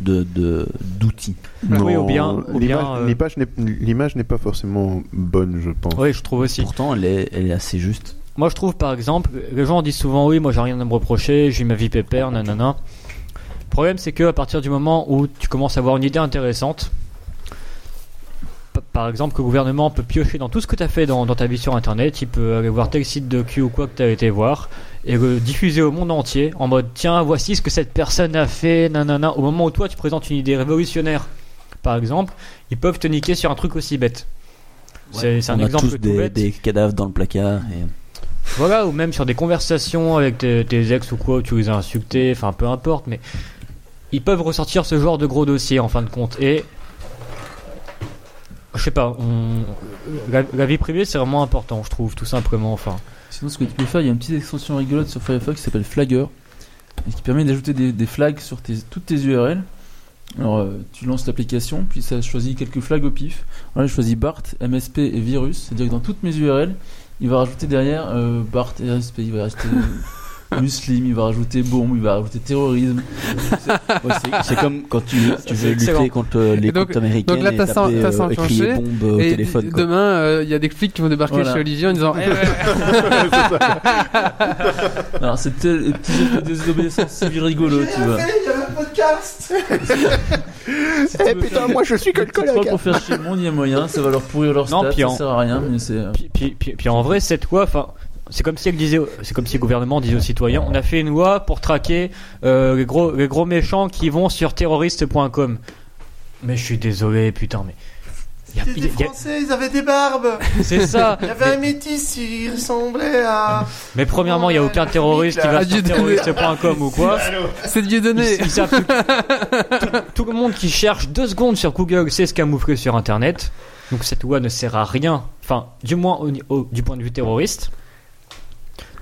[SPEAKER 6] de- de- d'outils.
[SPEAKER 7] Non,
[SPEAKER 4] Oui, ou bien- ou bien,
[SPEAKER 7] l'image-
[SPEAKER 4] euh,
[SPEAKER 7] l'image n'est- l'image n'est pas forcément bonne, je pense.
[SPEAKER 4] Oui, je trouve aussi.
[SPEAKER 6] Pourtant, elle est, elle est assez juste.
[SPEAKER 4] Moi, je trouve par exemple, les gens disent souvent oui, moi j'ai rien à me reprocher, j'ai ma vie pépère, nanana. Le problème, c'est que à partir du moment où tu commences à avoir une idée intéressante, pa- par exemple, que le gouvernement peut piocher dans tout ce que tu as fait dans, dans ta vie sur internet, il peut aller voir tel site de cul ou quoi que tu as été voir et le diffuser au monde entier en mode tiens, voici ce que cette personne a fait, nanana. Au moment où toi tu présentes une idée révolutionnaire, par exemple, ils peuvent te niquer sur un truc aussi bête. C'est c'est un
[SPEAKER 6] On a
[SPEAKER 4] exemple
[SPEAKER 6] tous
[SPEAKER 4] tout
[SPEAKER 6] des,
[SPEAKER 4] bête.
[SPEAKER 6] des cadavres dans le placard. et-
[SPEAKER 4] Voilà, ou même sur des conversations avec tes, tes ex ou quoi, où tu les as insultés, enfin peu importe, mais ils peuvent ressortir ce genre de gros dossier en fin de compte. Et je sais pas, on- la, la vie privée c'est vraiment important, je trouve, tout simplement. Enfin,
[SPEAKER 5] Sinon, ce que tu peux faire, il y a une petite extension rigolote sur Firefox qui s'appelle Flagger et qui permet d'ajouter des, des flags sur tes- toutes tes URL. Alors, euh, tu lances l'application, puis ça choisit quelques flags au pif. Alors là, je choisis BART, MSP et virus, c'est-à-dire que dans toutes mes URL, il va rajouter derrière euh, BART et MSP, il va rajouter euh, muslim, il va rajouter bombe, il va rajouter terrorisme.
[SPEAKER 6] Ouais, c'est- c'est comme quand tu, tu veux
[SPEAKER 4] C'est excellent.
[SPEAKER 6] lutter contre euh, les
[SPEAKER 1] Et donc-
[SPEAKER 6] côtes américaines
[SPEAKER 1] donc là,
[SPEAKER 6] et
[SPEAKER 1] t'as
[SPEAKER 6] taper,
[SPEAKER 1] sans- t'as
[SPEAKER 6] euh,
[SPEAKER 1] sans
[SPEAKER 6] et crier
[SPEAKER 1] changer,
[SPEAKER 6] bombe au
[SPEAKER 1] Et
[SPEAKER 6] téléphone.
[SPEAKER 1] d-
[SPEAKER 6] quoi.
[SPEAKER 1] demain, euh, il y a des flics qui vont débarquer
[SPEAKER 5] Voilà.
[SPEAKER 1] chez Olivier en disant Eh, ouais,
[SPEAKER 5] Alors, c'est peut-être le petit geste de désobéissance civile rigolo, tu vois. Si tu
[SPEAKER 2] Eh
[SPEAKER 5] veux
[SPEAKER 2] putain,
[SPEAKER 5] faire-
[SPEAKER 2] moi je suis que
[SPEAKER 5] Des
[SPEAKER 2] le
[SPEAKER 5] petites
[SPEAKER 2] collègue.
[SPEAKER 5] fois pour faire chier le monde, il y a moyen, ça va leur pourrir leur
[SPEAKER 4] Non,
[SPEAKER 5] stats,
[SPEAKER 4] puis
[SPEAKER 5] ça
[SPEAKER 4] en-
[SPEAKER 5] sert à rien, mais c'est. euh,
[SPEAKER 4] puis, puis- puis- puis en vrai, cette loi, enfin. C'est comme si elle disait, c'est comme si le gouvernement disait aux citoyens, on a fait une loi pour traquer euh, les gros, les gros méchants qui vont sur terroriste.com. Mais je suis désolé, putain, mais il y a-
[SPEAKER 8] C'était
[SPEAKER 4] il y a-
[SPEAKER 8] des
[SPEAKER 4] il y a-
[SPEAKER 8] Français, ils avaient des barbes.
[SPEAKER 4] c'est ça.
[SPEAKER 8] Il y avait un métis, il ressemblait à.
[SPEAKER 4] Mais premièrement, il n'y a aucun terroriste qui va
[SPEAKER 1] Adieu
[SPEAKER 4] sur
[SPEAKER 1] donné.
[SPEAKER 4] terroriste.com ou quoi.
[SPEAKER 1] c'est Dieu
[SPEAKER 4] Ils-
[SPEAKER 1] donné.
[SPEAKER 4] ils savent tout- tout- tout le monde qui cherche deux secondes sur Google sait se camoufler sur Internet. Donc cette loi ne sert à rien. Enfin, du moins au ni- au- du point de vue terroriste.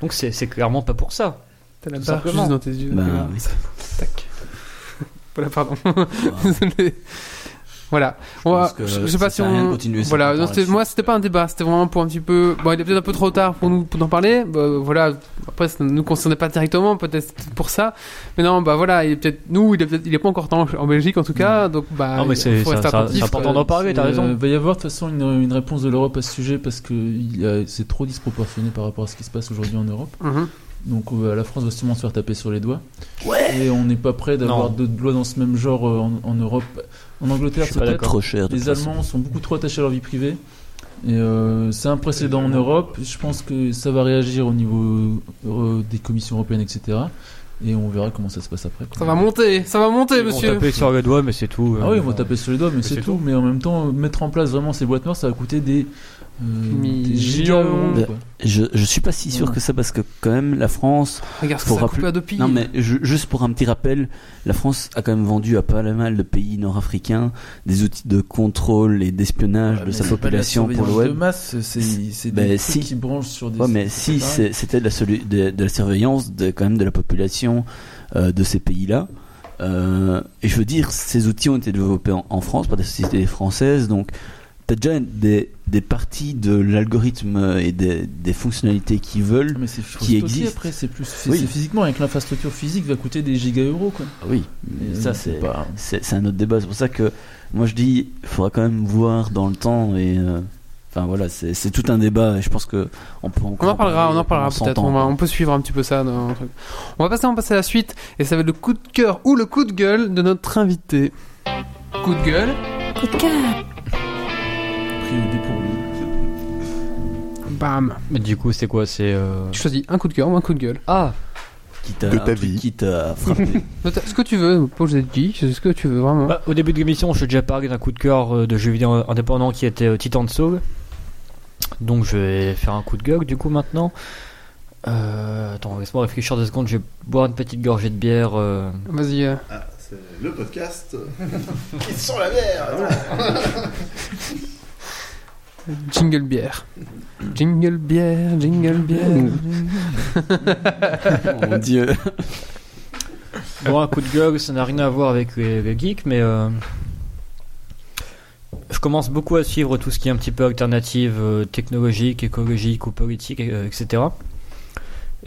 [SPEAKER 4] Donc c'est c'est clairement pas pour ça.
[SPEAKER 1] T'as la
[SPEAKER 4] Tout
[SPEAKER 1] barre
[SPEAKER 4] simplement.
[SPEAKER 1] juste dans tes yeux.
[SPEAKER 6] Ben, oui.
[SPEAKER 1] Tac. Voilà, pardon. Désolé. Voilà.
[SPEAKER 6] Je
[SPEAKER 1] On va-
[SPEAKER 6] pense que
[SPEAKER 1] je sais
[SPEAKER 6] ça
[SPEAKER 1] pas si
[SPEAKER 6] sert à rien de
[SPEAKER 1] on.
[SPEAKER 6] continuer cette
[SPEAKER 1] Voilà. non, c'était-
[SPEAKER 6] comparaison.
[SPEAKER 1] moi, c'était pas un débat. C'était vraiment pour un petit peu. Bon, il est peut-être un peu trop tard pour nous pour en parler. Bah, voilà. Après, ça ne nous concernait pas directement, peut-être pour ça. Mais non, bah voilà. Il est peut-être nous. Il est peut-être. Il est pas encore temps en Belgique, en tout cas. Donc, bah.
[SPEAKER 4] Non, mais
[SPEAKER 1] il
[SPEAKER 4] c'est-
[SPEAKER 1] faut
[SPEAKER 4] ça-
[SPEAKER 1] rester
[SPEAKER 4] ça-
[SPEAKER 1] attentif,
[SPEAKER 4] c'est important d'en
[SPEAKER 1] euh,
[SPEAKER 4] parler, t'as
[SPEAKER 5] Euh,
[SPEAKER 4] raison.
[SPEAKER 5] Il va y avoir de toute façon une, une réponse de l'Europe à ce sujet parce que il y a- c'est trop disproportionné par rapport à ce qui se passe aujourd'hui en Europe.
[SPEAKER 1] mhm.
[SPEAKER 5] Donc euh, la France va sûrement se faire taper sur les doigts. Et on n'est pas prêt d'avoir
[SPEAKER 4] Non.
[SPEAKER 5] d'autres lois dans ce même genre euh, en, en Europe. En Angleterre,
[SPEAKER 4] Je suis
[SPEAKER 5] c'est
[SPEAKER 4] pas
[SPEAKER 5] peut-être.
[SPEAKER 6] Trop cher. de
[SPEAKER 5] Les
[SPEAKER 6] toute façon.
[SPEAKER 5] Allemands sont beaucoup trop attachés à leur vie privée. Et euh, c'est un précédent en Europe. Je pense que ça va réagir au niveau euh, des commissions européennes, etc. Et on verra comment ça se passe après. quoi.
[SPEAKER 1] Ça va monter. Ça va monter,
[SPEAKER 4] Ils vont
[SPEAKER 1] monsieur.
[SPEAKER 4] taper sur le doigt, mais c'est tout.
[SPEAKER 5] Ah oui, ils vont
[SPEAKER 4] Euh,
[SPEAKER 5] taper sur les doigts, mais c'est tout. Mais en même temps, euh, mettre en place vraiment ces boîtes noires, ça va coûter des, euh,
[SPEAKER 1] Millions.
[SPEAKER 5] des gigas-euros,
[SPEAKER 6] De-
[SPEAKER 5] quoi.
[SPEAKER 6] Je, je suis pas si sûr
[SPEAKER 5] Ouais.
[SPEAKER 6] que ça parce que quand même la France
[SPEAKER 1] Regarde ce que
[SPEAKER 6] Faut
[SPEAKER 1] ça a
[SPEAKER 6] rappeler-
[SPEAKER 1] coupé à deux pays.
[SPEAKER 6] Non, mais ju- juste pour un petit rappel, la France a quand même vendu à pas mal de pays nord-africains des outils de contrôle et d'espionnage de
[SPEAKER 5] Ah, Mais
[SPEAKER 6] sa
[SPEAKER 5] c'est pas de la
[SPEAKER 6] population pour le
[SPEAKER 5] surveillance
[SPEAKER 6] web.
[SPEAKER 5] De masse, c'est c'est des
[SPEAKER 6] Ben,
[SPEAKER 5] trucs
[SPEAKER 6] si.
[SPEAKER 5] qui branchent sur des.
[SPEAKER 6] Ouais, mais si
[SPEAKER 5] pas
[SPEAKER 6] c'est- c'était de la, solu- de, de la surveillance de, quand même de la population euh, de ces pays-là. Euh, et je veux dire, ces outils ont été développés en, en France par des sociétés françaises, donc t'as déjà des, des parties de l'algorithme et des, des fonctionnalités qu'ils veulent.
[SPEAKER 5] Ah, mais c'est
[SPEAKER 6] qui
[SPEAKER 5] qui
[SPEAKER 6] existe.
[SPEAKER 5] Après, c'est plus c'est
[SPEAKER 6] Oui.
[SPEAKER 5] c'est physiquement avec l'infrastructure physique va coûter des gigas euros quoi.
[SPEAKER 1] Ah
[SPEAKER 6] Oui,
[SPEAKER 5] Et, euh,
[SPEAKER 6] ça c'est
[SPEAKER 5] pas-
[SPEAKER 6] C'est c'est un autre débat. C'est pour ça que moi je dis, il faudra quand même voir dans le temps et. euh, Enfin voilà, c'est c'est tout un débat et je pense que on peut encore.
[SPEAKER 1] On en parlera,
[SPEAKER 6] parler
[SPEAKER 1] on en parlera
[SPEAKER 6] pendant 100
[SPEAKER 1] peut-être.
[SPEAKER 6] ans.
[SPEAKER 1] On, va- on peut suivre un petit peu ça. Dans un truc. On va passer, on va passer à la suite et ça va être le coup de cœur ou le coup de gueule de notre invité. Coup de gueule.
[SPEAKER 9] Coup de cœur.
[SPEAKER 5] Pris au dépourvu.
[SPEAKER 1] Bam.
[SPEAKER 4] Mais du coup, c'est quoi C'est euh,
[SPEAKER 1] Tu choisis un coup de cœur ou un coup de gueule.
[SPEAKER 4] ah
[SPEAKER 6] Quitte à,
[SPEAKER 7] de ta
[SPEAKER 6] un truc
[SPEAKER 7] vie.
[SPEAKER 6] Quitte à frapper.
[SPEAKER 1] Donc, Ce que tu veux, pose des geeks, c'est ce que tu veux vraiment.
[SPEAKER 4] bah, au début de l'émission, je t'ai déjà parlé d'un coup de cœur euh, de jeu vidéo indépendant qui était euh, Titan de Soul. Donc je vais faire un coup de gueule du coup maintenant. Euh, attends, laisse-moi réfléchir deux secondes, je vais boire une petite gorgée de bière. euh.
[SPEAKER 1] Vas-y. euh.
[SPEAKER 8] C'est le podcast. euh, Ils sont la merde.
[SPEAKER 1] Jingle bière. Jingle bière, jingle bière.
[SPEAKER 6] Mon Dieu.
[SPEAKER 4] Bon, un coup de gueule, ça n'a rien à voir avec les, les geeks, mais euh, je commence beaucoup à suivre tout ce qui est un petit peu alternative euh, technologique, écologique ou politique, euh, etc.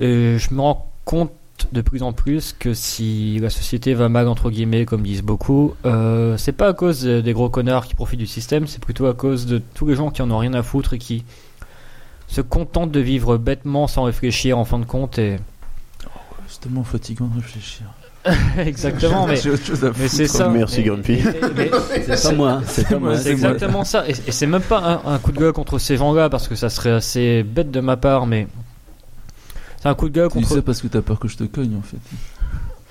[SPEAKER 4] Et je me rends compte de plus en plus que si la société va mal, entre guillemets, comme disent beaucoup, euh, c'est pas à cause des gros connards qui profitent du système, c'est plutôt à cause de tous les gens qui en ont rien à foutre et qui se contentent de vivre bêtement sans réfléchir en fin de compte. Et...
[SPEAKER 5] C'est tellement fatigant de réfléchir.
[SPEAKER 4] Exactement, mais,
[SPEAKER 6] J'ai autre chose à
[SPEAKER 4] mais c'est ça.
[SPEAKER 7] Merci,
[SPEAKER 4] Mais-
[SPEAKER 7] Grumpy.
[SPEAKER 4] mais-
[SPEAKER 6] C'est pas moi, c'est pas moi.
[SPEAKER 4] c'est exactement ça. Et, et c'est même pas un, un coup de gueule contre ces gens-là, parce que ça serait assez bête de ma part, mais. C'est un coup de gueule
[SPEAKER 5] Tu dis
[SPEAKER 4] contre.
[SPEAKER 5] ça parce que t'as peur que je te cogne en fait.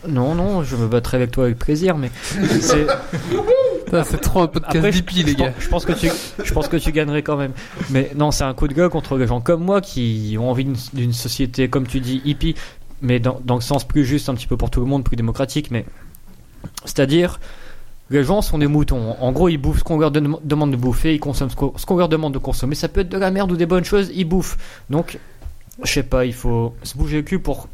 [SPEAKER 4] Non, non, je me battrai avec toi avec plaisir, mais. c'est-
[SPEAKER 1] Putain, c'est trop un podcast
[SPEAKER 4] Après, je-
[SPEAKER 1] hippie, les
[SPEAKER 4] je pense-
[SPEAKER 1] gars.
[SPEAKER 4] Je pense, que tu, je pense que tu gagnerais quand même. Mais non, c'est un coup de gueule contre les gens comme moi qui ont envie d'une- d'une société, comme tu dis, hippie, mais dans, dans le sens plus juste, un petit peu pour tout le monde, plus démocratique. Mais c'est-à-dire, les gens sont des moutons. En gros, ils bouffent ce qu'on leur dem- demande de bouffer, ils consomment ce qu'on ce qu'on leur demande de consommer. Ça peut être de la merde ou des bonnes choses, ils bouffent. Donc, je sais pas, il faut se bouger le cul pour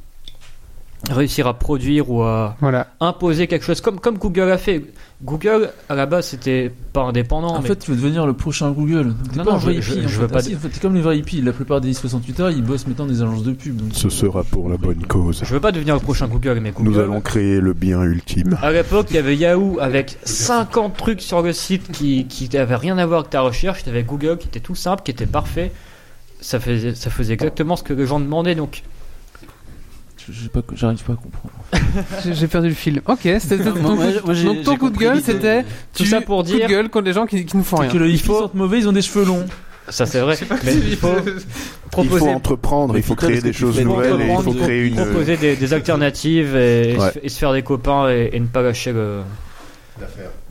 [SPEAKER 4] réussir à produire ou à
[SPEAKER 1] Voilà.
[SPEAKER 4] imposer quelque chose comme, comme Google a fait. Google, à la base, c'était pas indépendant.
[SPEAKER 5] en
[SPEAKER 4] mais-
[SPEAKER 5] fait, tu veux devenir le prochain Google. Donc, T'es
[SPEAKER 4] Non,
[SPEAKER 5] pas
[SPEAKER 4] non,
[SPEAKER 5] un vrai
[SPEAKER 4] je-
[SPEAKER 5] hippie.
[SPEAKER 4] je-
[SPEAKER 5] en
[SPEAKER 4] je
[SPEAKER 5] fait.
[SPEAKER 4] veux
[SPEAKER 5] Ah
[SPEAKER 4] pas
[SPEAKER 5] si,
[SPEAKER 4] de-
[SPEAKER 5] en fait, t'es comme les vrais hippies. La plupart des 68 heures, ils bossent maintenant dans des agences de pub. donc-
[SPEAKER 7] Ce sera pour la bonne cause.
[SPEAKER 4] je veux pas devenir le prochain Google, mais Google.
[SPEAKER 7] Nous allons créer le bien ultime.
[SPEAKER 4] À l'époque, il y avait Yahoo avec 50 trucs sur le site qui, qui n'avaient rien à voir avec ta recherche. Tu avais Google qui était tout simple, qui était parfait. Ça faisait, ça faisait exactement ce que les gens demandaient. Donc,
[SPEAKER 5] Je- j'ai pas- J'arrive pas à comprendre.
[SPEAKER 1] J'ai j'ai perdu le fil. Ok, c'était ton,
[SPEAKER 6] Moi, moi, moi, j'ai-
[SPEAKER 1] donc ton
[SPEAKER 6] j'ai
[SPEAKER 1] coup de
[SPEAKER 6] compris
[SPEAKER 1] gueule,
[SPEAKER 6] l'idée.
[SPEAKER 1] c'était
[SPEAKER 4] Tout
[SPEAKER 1] tu-
[SPEAKER 4] ça pour
[SPEAKER 1] coup
[SPEAKER 4] dire-
[SPEAKER 1] de gueule contre les gens qui, qui ne font
[SPEAKER 5] C'est
[SPEAKER 1] rien.
[SPEAKER 5] que les hippies
[SPEAKER 4] faut-
[SPEAKER 5] sentent mauvais, ils ont des cheveux longs.
[SPEAKER 4] ça c'est vrai. Mais il faut
[SPEAKER 7] Il faut
[SPEAKER 4] proposer,
[SPEAKER 7] entreprendre, il faut
[SPEAKER 6] Putain,
[SPEAKER 7] créer
[SPEAKER 6] parce que
[SPEAKER 7] des
[SPEAKER 6] tu
[SPEAKER 7] choses
[SPEAKER 6] fais
[SPEAKER 7] nouvelles et il faut
[SPEAKER 4] entreprendre,
[SPEAKER 7] créer une. euh,
[SPEAKER 4] proposer des, des alternatives et, et
[SPEAKER 7] Ouais.
[SPEAKER 4] se, et se faire des copains et, et ne pas lâcher le,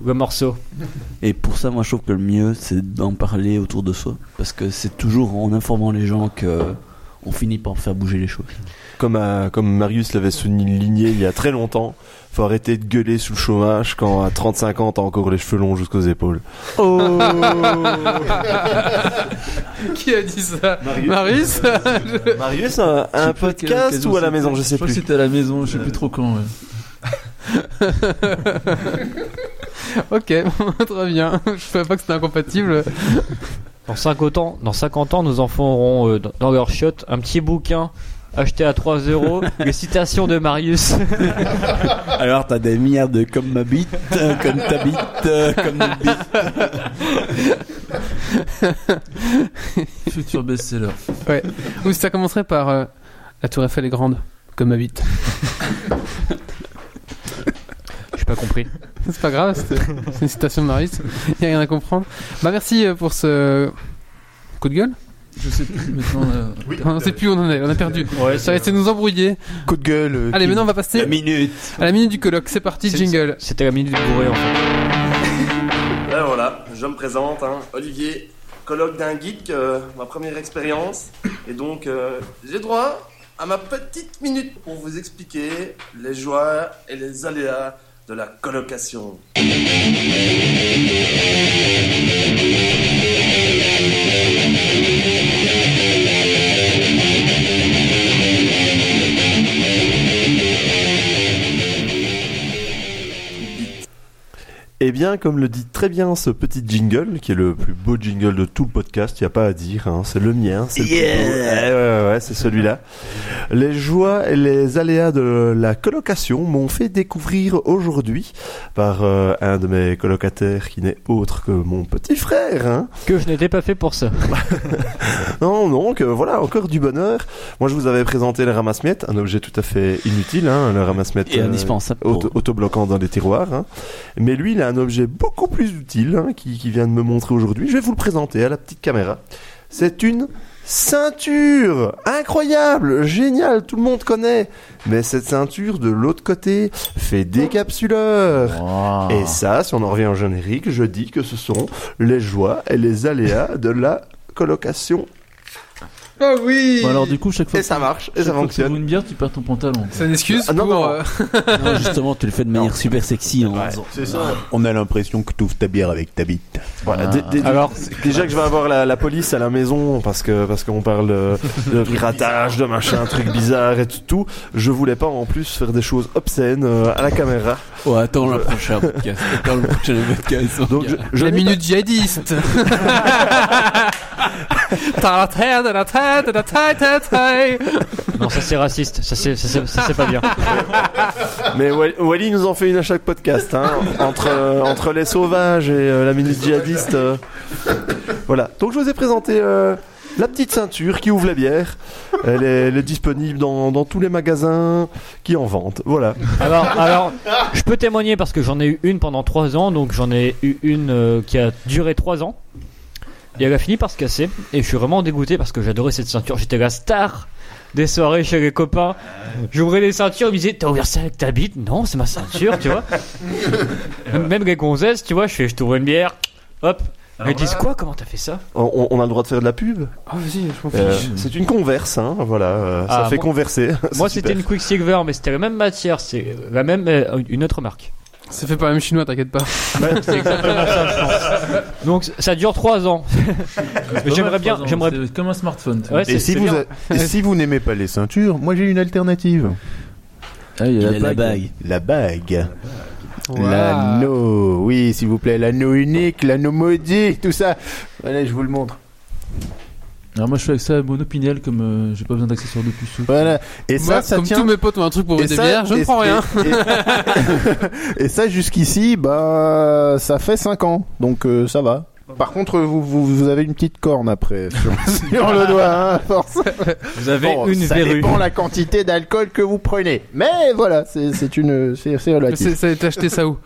[SPEAKER 4] le morceau.
[SPEAKER 6] Et pour ça, moi, je trouve que le mieux, c'est d'en parler autour de soi. Parce que c'est toujours en informant les gens que on finit par faire bouger les choses.
[SPEAKER 9] Comme, à- comme Marius l'avait souligné il y a très longtemps, faut arrêter de gueuler sous le chômage quand à 35 ans t'as encore les cheveux longs jusqu'aux épaules.
[SPEAKER 1] Qui a dit ça Marius
[SPEAKER 5] Je
[SPEAKER 9] Marius, un,
[SPEAKER 5] sais
[SPEAKER 9] un
[SPEAKER 5] pas quelle
[SPEAKER 9] podcast
[SPEAKER 5] occasion
[SPEAKER 9] ou à la
[SPEAKER 5] c'était.
[SPEAKER 9] maison, je sais
[SPEAKER 5] crois que
[SPEAKER 9] plus. Euh.
[SPEAKER 5] c'était à la maison, je sais plus trop quand. ouais.
[SPEAKER 1] Ok, très bien. Je savais pas que c'était incompatible.
[SPEAKER 4] Dans 50 ans, dans 50 ans, nos enfants auront euh, dans- dans leur chiotte un petit bouquin acheté à 3 euros, les citations de Marius.
[SPEAKER 6] Alors, t'as des merde comme ma bite, euh, comme ta bite, euh, comme ma bite.
[SPEAKER 5] Futur best-seller.
[SPEAKER 1] Ou ça commencerait par euh, la Tour Eiffel est grande, comme ma bite.
[SPEAKER 4] J'ai pas compris.
[SPEAKER 1] C'est pas grave, c'est c'est une citation de Marius. Il y a rien à comprendre. Bah merci euh, pour ce coup de gueule.
[SPEAKER 5] Je sais plus maintenant. euh,
[SPEAKER 1] On ne sait plus où on en est, on a perdu.
[SPEAKER 4] Ouais,
[SPEAKER 1] Ça va essayer de nous embrouiller.
[SPEAKER 7] Coup de gueule. euh,
[SPEAKER 1] Allez,
[SPEAKER 7] qui-
[SPEAKER 1] maintenant on va passer
[SPEAKER 6] La minute.
[SPEAKER 1] à la minute du colloque. C'est parti,
[SPEAKER 4] C'est-
[SPEAKER 1] jingle.
[SPEAKER 4] C'était la minute bourrée en fait.
[SPEAKER 9] Ben voilà, je me présente, hein, Olivier, colloque d'un geek, euh, ma première expérience. Et donc, euh, j'ai droit à ma petite minute pour vous expliquer les joies et les aléas de la colocation. Eh bien, comme le dit très bien ce petit jingle, qui est le plus beau jingle de tout le podcast, il n'y a pas à dire, hein, c'est le mien, c'est le plus
[SPEAKER 6] Yeah.
[SPEAKER 9] beau. Eh ouais, ouais, ouais, c'est celui-là. Les joies et les aléas de la colocation m'ont fait découvrir aujourd'hui par euh, un de mes colocataires qui n'est autre que mon petit frère. hein.
[SPEAKER 4] Que je n'étais pas fait pour ça.
[SPEAKER 9] Non, donc euh, voilà, encore du bonheur. Moi, je vous avais présenté le ramasse-miettes, un objet tout à fait inutile, hein, le ramasse-miettes.
[SPEAKER 6] Et
[SPEAKER 9] euh,
[SPEAKER 6] indispensable. pour-
[SPEAKER 9] auto- autobloquant dans les tiroirs. hein. Mais lui, il a un objet beaucoup plus utile hein, qui, qui vient de me montrer aujourd'hui. Je vais vous le présenter à la petite caméra. C'est une ceinture Incroyable Génial Tout le monde connaît Mais cette ceinture, de l'autre côté, fait des capsuleurs et ça, si on en revient au générique, je dis que ce sont les joies et les aléas de la colocation.
[SPEAKER 1] Ah oui
[SPEAKER 5] Bon, Bah, alors, du coup, chaque fois
[SPEAKER 9] Et ça marche, et
[SPEAKER 5] chaque fois
[SPEAKER 9] ça
[SPEAKER 5] que tu
[SPEAKER 9] fonctionne.
[SPEAKER 5] ouvres une bière, tu perds ton pantalon.
[SPEAKER 1] C'est une excuse
[SPEAKER 9] Ah, non,
[SPEAKER 1] pour.
[SPEAKER 9] non.
[SPEAKER 1] euh,
[SPEAKER 6] Non, justement, tu le fais de manière super sexy. En faisant-
[SPEAKER 2] On a l'impression que tu ouvres ta bière avec ta bite.
[SPEAKER 4] Ah,
[SPEAKER 9] Voilà, dé- dé-
[SPEAKER 4] Alors,
[SPEAKER 9] Ah. Déjà que je vais avoir la, la police à la maison parce que parce qu'on parle euh, de piratage, de machin, truc bizarre et tout, tout. Je voulais pas en plus faire des choses obscènes euh, à la caméra.
[SPEAKER 6] Oh, attends le prochain podcast. Attends le prochain podcast.
[SPEAKER 9] Donc je, je
[SPEAKER 1] la
[SPEAKER 9] n'ai
[SPEAKER 1] minute djihadiste. Ta la tête, ta la tête, ta la tête, ta la tête.
[SPEAKER 4] Non, ça c'est raciste, ça c'est, ça, c'est- ça, c'est pas bien.
[SPEAKER 9] Mais Wal- Wally nous en fait une à chaque podcast, hein, entre, euh, entre les sauvages et euh, la milice djihadiste. euh. Voilà. Donc je vous ai présenté euh, la petite ceinture qui ouvre la bière. Elle est, elle est disponible dans, dans tous les magasins qui en vendent. Voilà.
[SPEAKER 4] Alors, alors, je peux témoigner parce que j'en ai eu une pendant 3 ans, donc j'en ai eu une euh, qui a duré 3 ans. Et elle a fini par se casser. Et je suis vraiment dégoûté parce que j'adorais cette ceinture. J'étais la star des soirées chez les copains. J'ouvrais les ceintures, ils me disaient T'as ouvert ça avec ta bite Non, c'est ma ceinture, tu vois. Même les gonzesses, tu vois, je fais Je t'ouvre une bière, hop. Ils disent Quoi Comment t'as fait ça
[SPEAKER 9] On, on a le droit de faire de la pub.
[SPEAKER 1] Ah, vas-y, je m'en fiche.
[SPEAKER 9] Euh, c'est une converse, hein, voilà. euh, ça
[SPEAKER 4] Ah,
[SPEAKER 9] fait
[SPEAKER 4] moi-
[SPEAKER 9] converser. C'est
[SPEAKER 4] Moi,
[SPEAKER 9] super.
[SPEAKER 4] c'était une Quicksilver, mais c'était la même matière, c'est la même, euh, une autre marque.
[SPEAKER 1] C'est fait par le même chinois, t'inquiète pas.
[SPEAKER 4] Donc, ça dure 3 ans. Mais j'aimerais bien, j'aimerais
[SPEAKER 5] C'est comme un smartphone. tu vois.
[SPEAKER 4] Ouais, c'est
[SPEAKER 2] Et si
[SPEAKER 4] c'est
[SPEAKER 2] vous,
[SPEAKER 4] bien.
[SPEAKER 2] a- et si vous n'aimez pas les ceintures, moi j'ai une alternative.
[SPEAKER 5] Ah, il y a
[SPEAKER 6] Il y a la bague.
[SPEAKER 2] La bague.
[SPEAKER 1] Waouh.
[SPEAKER 2] L'anneau. Oui, s'il vous plaît, l'anneau unique, l'anneau maudit, tout ça. Voilà, je vous le montre.
[SPEAKER 5] Alors moi je fais avec ça monopinel comme euh, j'ai pas besoin d'accessoires de puceau.
[SPEAKER 2] Voilà. Et
[SPEAKER 1] Moi,
[SPEAKER 2] ça, ça
[SPEAKER 1] comme
[SPEAKER 2] tient.
[SPEAKER 1] tous mes potes ont un truc pour vendre des bières, je ne
[SPEAKER 2] et-
[SPEAKER 1] prends rien.
[SPEAKER 2] Et, et- et ça, jusqu'ici, bah, ça fait 5 ans, donc euh, ça va. Par contre, vous, vous, vous avez une petite corne après sur, sur le doigt, hein, à force.
[SPEAKER 4] Vous avez
[SPEAKER 9] Oh,
[SPEAKER 2] Bon,
[SPEAKER 4] une
[SPEAKER 2] ça
[SPEAKER 4] verrue.
[SPEAKER 2] dépend la quantité d'alcool que vous prenez. Mais voilà, c'est c'est une, c'est c'est
[SPEAKER 1] Mais c'est-
[SPEAKER 2] relatif.
[SPEAKER 1] ça a été acheté ça où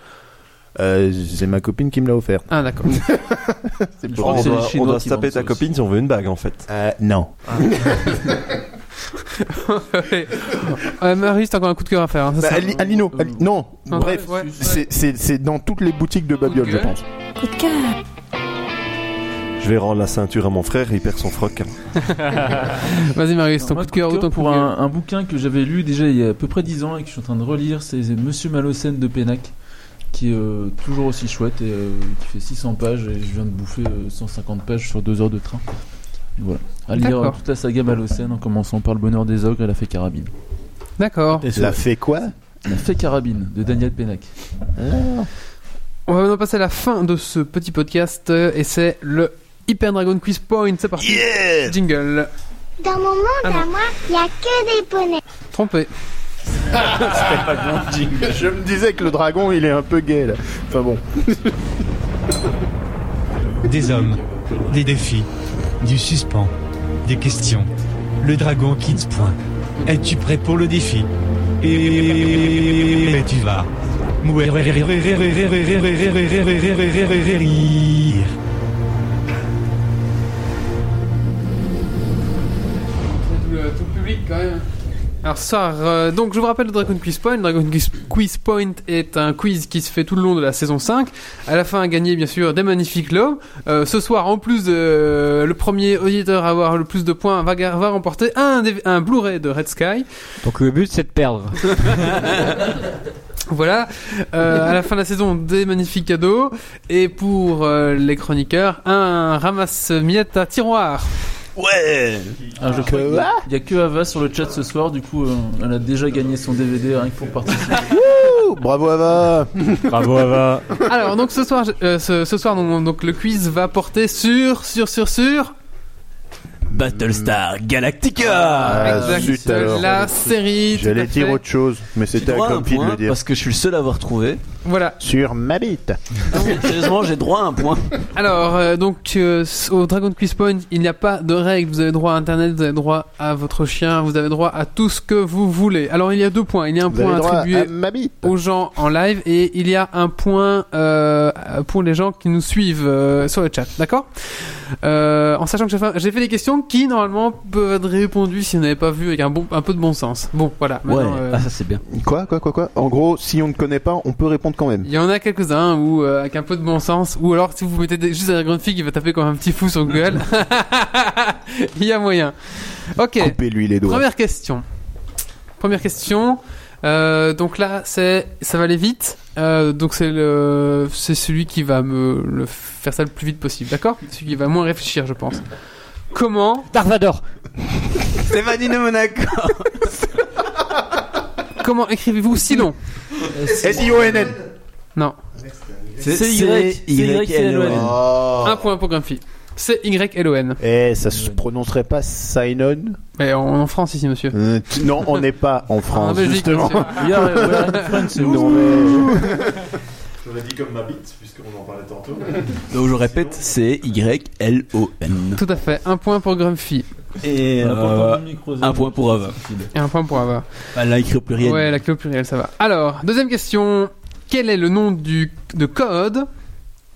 [SPEAKER 2] Euh, C'est ma copine qui me l'a offert.
[SPEAKER 1] Ah, d'accord.
[SPEAKER 5] Je crois
[SPEAKER 9] On
[SPEAKER 5] que c'est les
[SPEAKER 9] doit, on
[SPEAKER 5] Chinois
[SPEAKER 9] doit
[SPEAKER 5] qui
[SPEAKER 9] se taper
[SPEAKER 5] vendent
[SPEAKER 9] ta
[SPEAKER 5] ça aussi.
[SPEAKER 9] copine si on veut une bague en fait.
[SPEAKER 2] Euh, non.
[SPEAKER 1] Ouais. Euh, Marius, t'as encore un coup de cœur à faire. hein, ça,
[SPEAKER 2] Bah,
[SPEAKER 1] ça-
[SPEAKER 2] Ali- Alino, Ali- non.
[SPEAKER 1] Ah,
[SPEAKER 2] Bref,
[SPEAKER 1] ouais.
[SPEAKER 2] c'est- c'est c'est dans toutes les boutiques de Babiole, je
[SPEAKER 1] gueule.
[SPEAKER 2] pense.
[SPEAKER 10] Coup de cœur.
[SPEAKER 9] Je vais rendre la ceinture à mon frère, il perd son froc.
[SPEAKER 1] Vas-y, Marius, ton
[SPEAKER 5] Moi,
[SPEAKER 1] coup de cœur, autant
[SPEAKER 5] pour
[SPEAKER 1] pour
[SPEAKER 5] un, un bouquin que j'avais lu déjà il y a à peu près 10 ans et que je suis en train de relire, c'est Monsieur Malocène de Pénac, qui est euh, toujours aussi chouette et euh, qui fait 600 pages et je viens de bouffer euh, 150 pages sur 2 heures de train. Voilà. À lire
[SPEAKER 1] D'accord.
[SPEAKER 5] euh, toute la saga Malocène en commençant par Le Bonheur des Ogres et La Fée Carabine.
[SPEAKER 1] D'accord.
[SPEAKER 2] La fait quoi
[SPEAKER 5] La Fée Carabine de Daniel Pénac.
[SPEAKER 1] On va maintenant passer à la fin de ce petit podcast euh, et c'est le Hyper Dragon Quiz Point. C'est parti. Jingle.
[SPEAKER 10] Dans mon monde
[SPEAKER 1] Ah non.
[SPEAKER 10] à moi, il n'y a que des poneys.
[SPEAKER 1] Trompé.
[SPEAKER 2] Je me disais que le dragon, il est un peu gay, là. Enfin bon.
[SPEAKER 11] Des hommes, des défis, du suspens, des questions. Le dragon quitte point. Es-tu prêt pour le défi Et tu vas. Mourir.
[SPEAKER 1] tout le public quand même. Alors ce soir, euh, donc je vous rappelle le Dragon Quiz Point. Le Dragon Quiz- Quiz Point est un quiz qui se fait tout le long de la saison 5. À la fin, gagner bien sûr des magnifiques lobes. Euh, ce soir, en plus de euh, le premier auditeur à avoir le plus de points, va, ga- va remporter un, des- un Blu-ray de Red Sky.
[SPEAKER 4] Donc le but c'est de perdre.
[SPEAKER 1] Voilà. Euh, à la fin de la saison, des magnifiques cadeaux. Et pour euh, les chroniqueurs, un ramasse-miettes à tiroir.
[SPEAKER 6] Ouais
[SPEAKER 5] Ah, je crois qu'il y a- il n'y a que Ava sur le chat ce soir, du coup euh, elle a déjà gagné son DVD rien que pour participer.
[SPEAKER 2] Ouh, bravo Ava
[SPEAKER 4] Bravo Ava.
[SPEAKER 1] Alors donc ce soir, je- euh, ce, ce soir donc, donc, le quiz va porter sur sur sur sur
[SPEAKER 6] Battlestar Galactica
[SPEAKER 2] Ah,
[SPEAKER 1] Exact.
[SPEAKER 2] zut, alors.
[SPEAKER 1] la série. tout à
[SPEAKER 2] J'allais dire
[SPEAKER 1] fait.
[SPEAKER 2] autre chose, mais
[SPEAKER 6] J'ai
[SPEAKER 2] c'était
[SPEAKER 6] droit à
[SPEAKER 2] à
[SPEAKER 6] un
[SPEAKER 2] copie de
[SPEAKER 6] point
[SPEAKER 2] le dire.
[SPEAKER 6] parce que je suis le seul à avoir trouvé.
[SPEAKER 1] Voilà.
[SPEAKER 2] Sur ma bite.
[SPEAKER 6] Sérieusement, j'ai droit à un point.
[SPEAKER 1] Alors euh, donc euh, au Dragon Quiz Point, il n'y a pas de règles. Vous avez droit à Internet, vous avez droit à votre chien, vous avez droit à tout ce que vous voulez. Alors il y a deux points. Il y a un
[SPEAKER 2] Vous
[SPEAKER 1] point
[SPEAKER 2] avez droit à
[SPEAKER 1] attribué
[SPEAKER 2] ma bite.
[SPEAKER 1] aux gens en live et il y a un point euh, pour les gens qui nous suivent euh, sur le chat, d'accord Euh, En sachant que j'ai fait- j'ai fait des questions qui normalement peuvent être répondues si vous n'avez pas vu avec un, bon, un peu de bon sens. Bon, voilà.
[SPEAKER 6] Ouais,
[SPEAKER 1] maintenant, euh,
[SPEAKER 6] ah, ça c'est bien.
[SPEAKER 2] Quoi, quoi, quoi, quoi En gros, si on ne connaît pas, on peut répondre quand même.
[SPEAKER 1] Il y en a quelques-uns où euh, avec un peu de bon sens, ou alors si vous mettez des- juste un grande fille qui va taper comme un petit fou sur Google, il y a moyen. Ok.
[SPEAKER 2] Coupez-lui les doigts.
[SPEAKER 1] Première question. Première question. Euh, donc là, c'est, ça va aller vite. Euh, donc c'est le, c'est celui qui va me le faire ça le plus vite possible, d'accord Celui qui va moins réfléchir, je pense. Comment,
[SPEAKER 4] Darvador.
[SPEAKER 6] Stéphanie de Monaco
[SPEAKER 1] comment écrivez-vous Silon
[SPEAKER 5] euh,
[SPEAKER 2] S-I-O-N-N
[SPEAKER 1] Non.
[SPEAKER 6] C'est Y,
[SPEAKER 5] C-Y-L-O-N.
[SPEAKER 2] Oh.
[SPEAKER 1] Un point pour Grumpy. C'est Y-L-O-N.
[SPEAKER 2] Eh, ça se prononcerait pas Sinon
[SPEAKER 1] Mais on est en France ici, monsieur.
[SPEAKER 2] Euh, tu- Non, on n'est pas
[SPEAKER 1] Ah,
[SPEAKER 2] en France,
[SPEAKER 1] En Belgique,
[SPEAKER 2] justement.
[SPEAKER 1] monsieur.
[SPEAKER 5] We are- we are in France,
[SPEAKER 2] Non,
[SPEAKER 5] ouh.
[SPEAKER 2] mais-
[SPEAKER 9] Je l'ai dit comme ma bite, puisqu'on en parlait tantôt.
[SPEAKER 6] Donc je répète, c'est Y-L-O-N.
[SPEAKER 1] Tout à fait. Un point pour Grumpy.
[SPEAKER 6] Et
[SPEAKER 5] On a pas
[SPEAKER 6] euh,
[SPEAKER 5] entendu le micro, ça.
[SPEAKER 6] un point pour Ava.
[SPEAKER 1] Et un point pour Ava.
[SPEAKER 6] Bah, là, écrit au pluriel.
[SPEAKER 1] Ouais, la clé au pluriel, ça va. Alors, deuxième question. Quel est le nom du, de code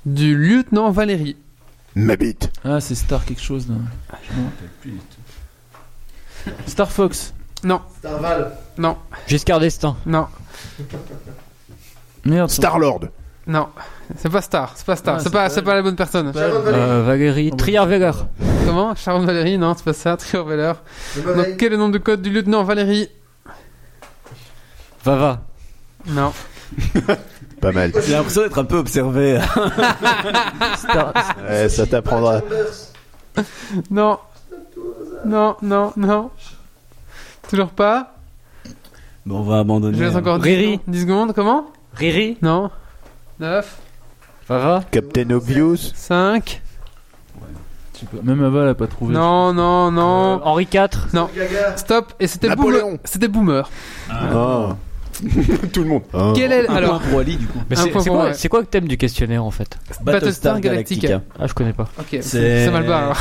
[SPEAKER 1] du lieutenant Valérie
[SPEAKER 7] Ma bite.
[SPEAKER 5] Ah, c'est Star quelque chose là. Je me rappelle plus du tout. Star Fox.
[SPEAKER 8] Starval.
[SPEAKER 1] Non,
[SPEAKER 4] Giscard d'Estaing.
[SPEAKER 1] non,
[SPEAKER 5] Merde.
[SPEAKER 7] Star-Lord.
[SPEAKER 1] non. C'est pas Star, c'est pas Star,
[SPEAKER 5] Ah,
[SPEAKER 1] c'est
[SPEAKER 5] c'est
[SPEAKER 1] pas,
[SPEAKER 5] pas
[SPEAKER 1] c'est
[SPEAKER 5] elle.
[SPEAKER 1] pas la bonne personne.
[SPEAKER 8] Sharon Valley.
[SPEAKER 4] Euh, Valérie Trier-Veller.
[SPEAKER 1] Comment Sharon Valérie Non, c'est pas ça, Trier Veller.
[SPEAKER 8] Le
[SPEAKER 1] Donc,
[SPEAKER 8] Valley.
[SPEAKER 1] quel est le nom de code du lieutenant Valérie
[SPEAKER 4] Vava.
[SPEAKER 1] Non.
[SPEAKER 2] Pas mal.
[SPEAKER 6] J'ai l'impression d'être un peu observé.
[SPEAKER 2] Eh, ça t'apprendra.
[SPEAKER 8] Chambers.
[SPEAKER 1] Non. Non, non, non. Toujours pas
[SPEAKER 6] Bon, on va abandonner.
[SPEAKER 1] Je laisse
[SPEAKER 6] hein.
[SPEAKER 1] encore 10
[SPEAKER 4] Riri.
[SPEAKER 1] secondes. 10 secondes, comment
[SPEAKER 4] Riri.
[SPEAKER 1] Non. 9,
[SPEAKER 4] Vava.
[SPEAKER 2] Captain Obvious.
[SPEAKER 1] 5.
[SPEAKER 5] Je sais pas. Même Ava l'a pas trouvé.
[SPEAKER 1] Non, non,
[SPEAKER 4] Euh,
[SPEAKER 1] non.
[SPEAKER 4] Henri IV.
[SPEAKER 1] Non.
[SPEAKER 8] Gaga.
[SPEAKER 1] Stop. Et c'était
[SPEAKER 7] Napoléon.
[SPEAKER 1] Boomer. C'était Boomer.
[SPEAKER 2] Oh.
[SPEAKER 1] Ah.
[SPEAKER 7] Tout le monde.
[SPEAKER 2] Oh.
[SPEAKER 1] Quel est.
[SPEAKER 6] Un
[SPEAKER 1] Alors,
[SPEAKER 6] point pour Ali, du coup.
[SPEAKER 4] Mais
[SPEAKER 1] Un
[SPEAKER 4] Ah, c'est
[SPEAKER 1] point
[SPEAKER 4] c'est
[SPEAKER 1] pour
[SPEAKER 4] quoi,
[SPEAKER 1] moi.
[SPEAKER 4] c'est quoi le thème du questionnaire en fait
[SPEAKER 1] Battlestar Galactica.
[SPEAKER 4] Ah, je connais pas.
[SPEAKER 1] Ok, c'est mal barre alors.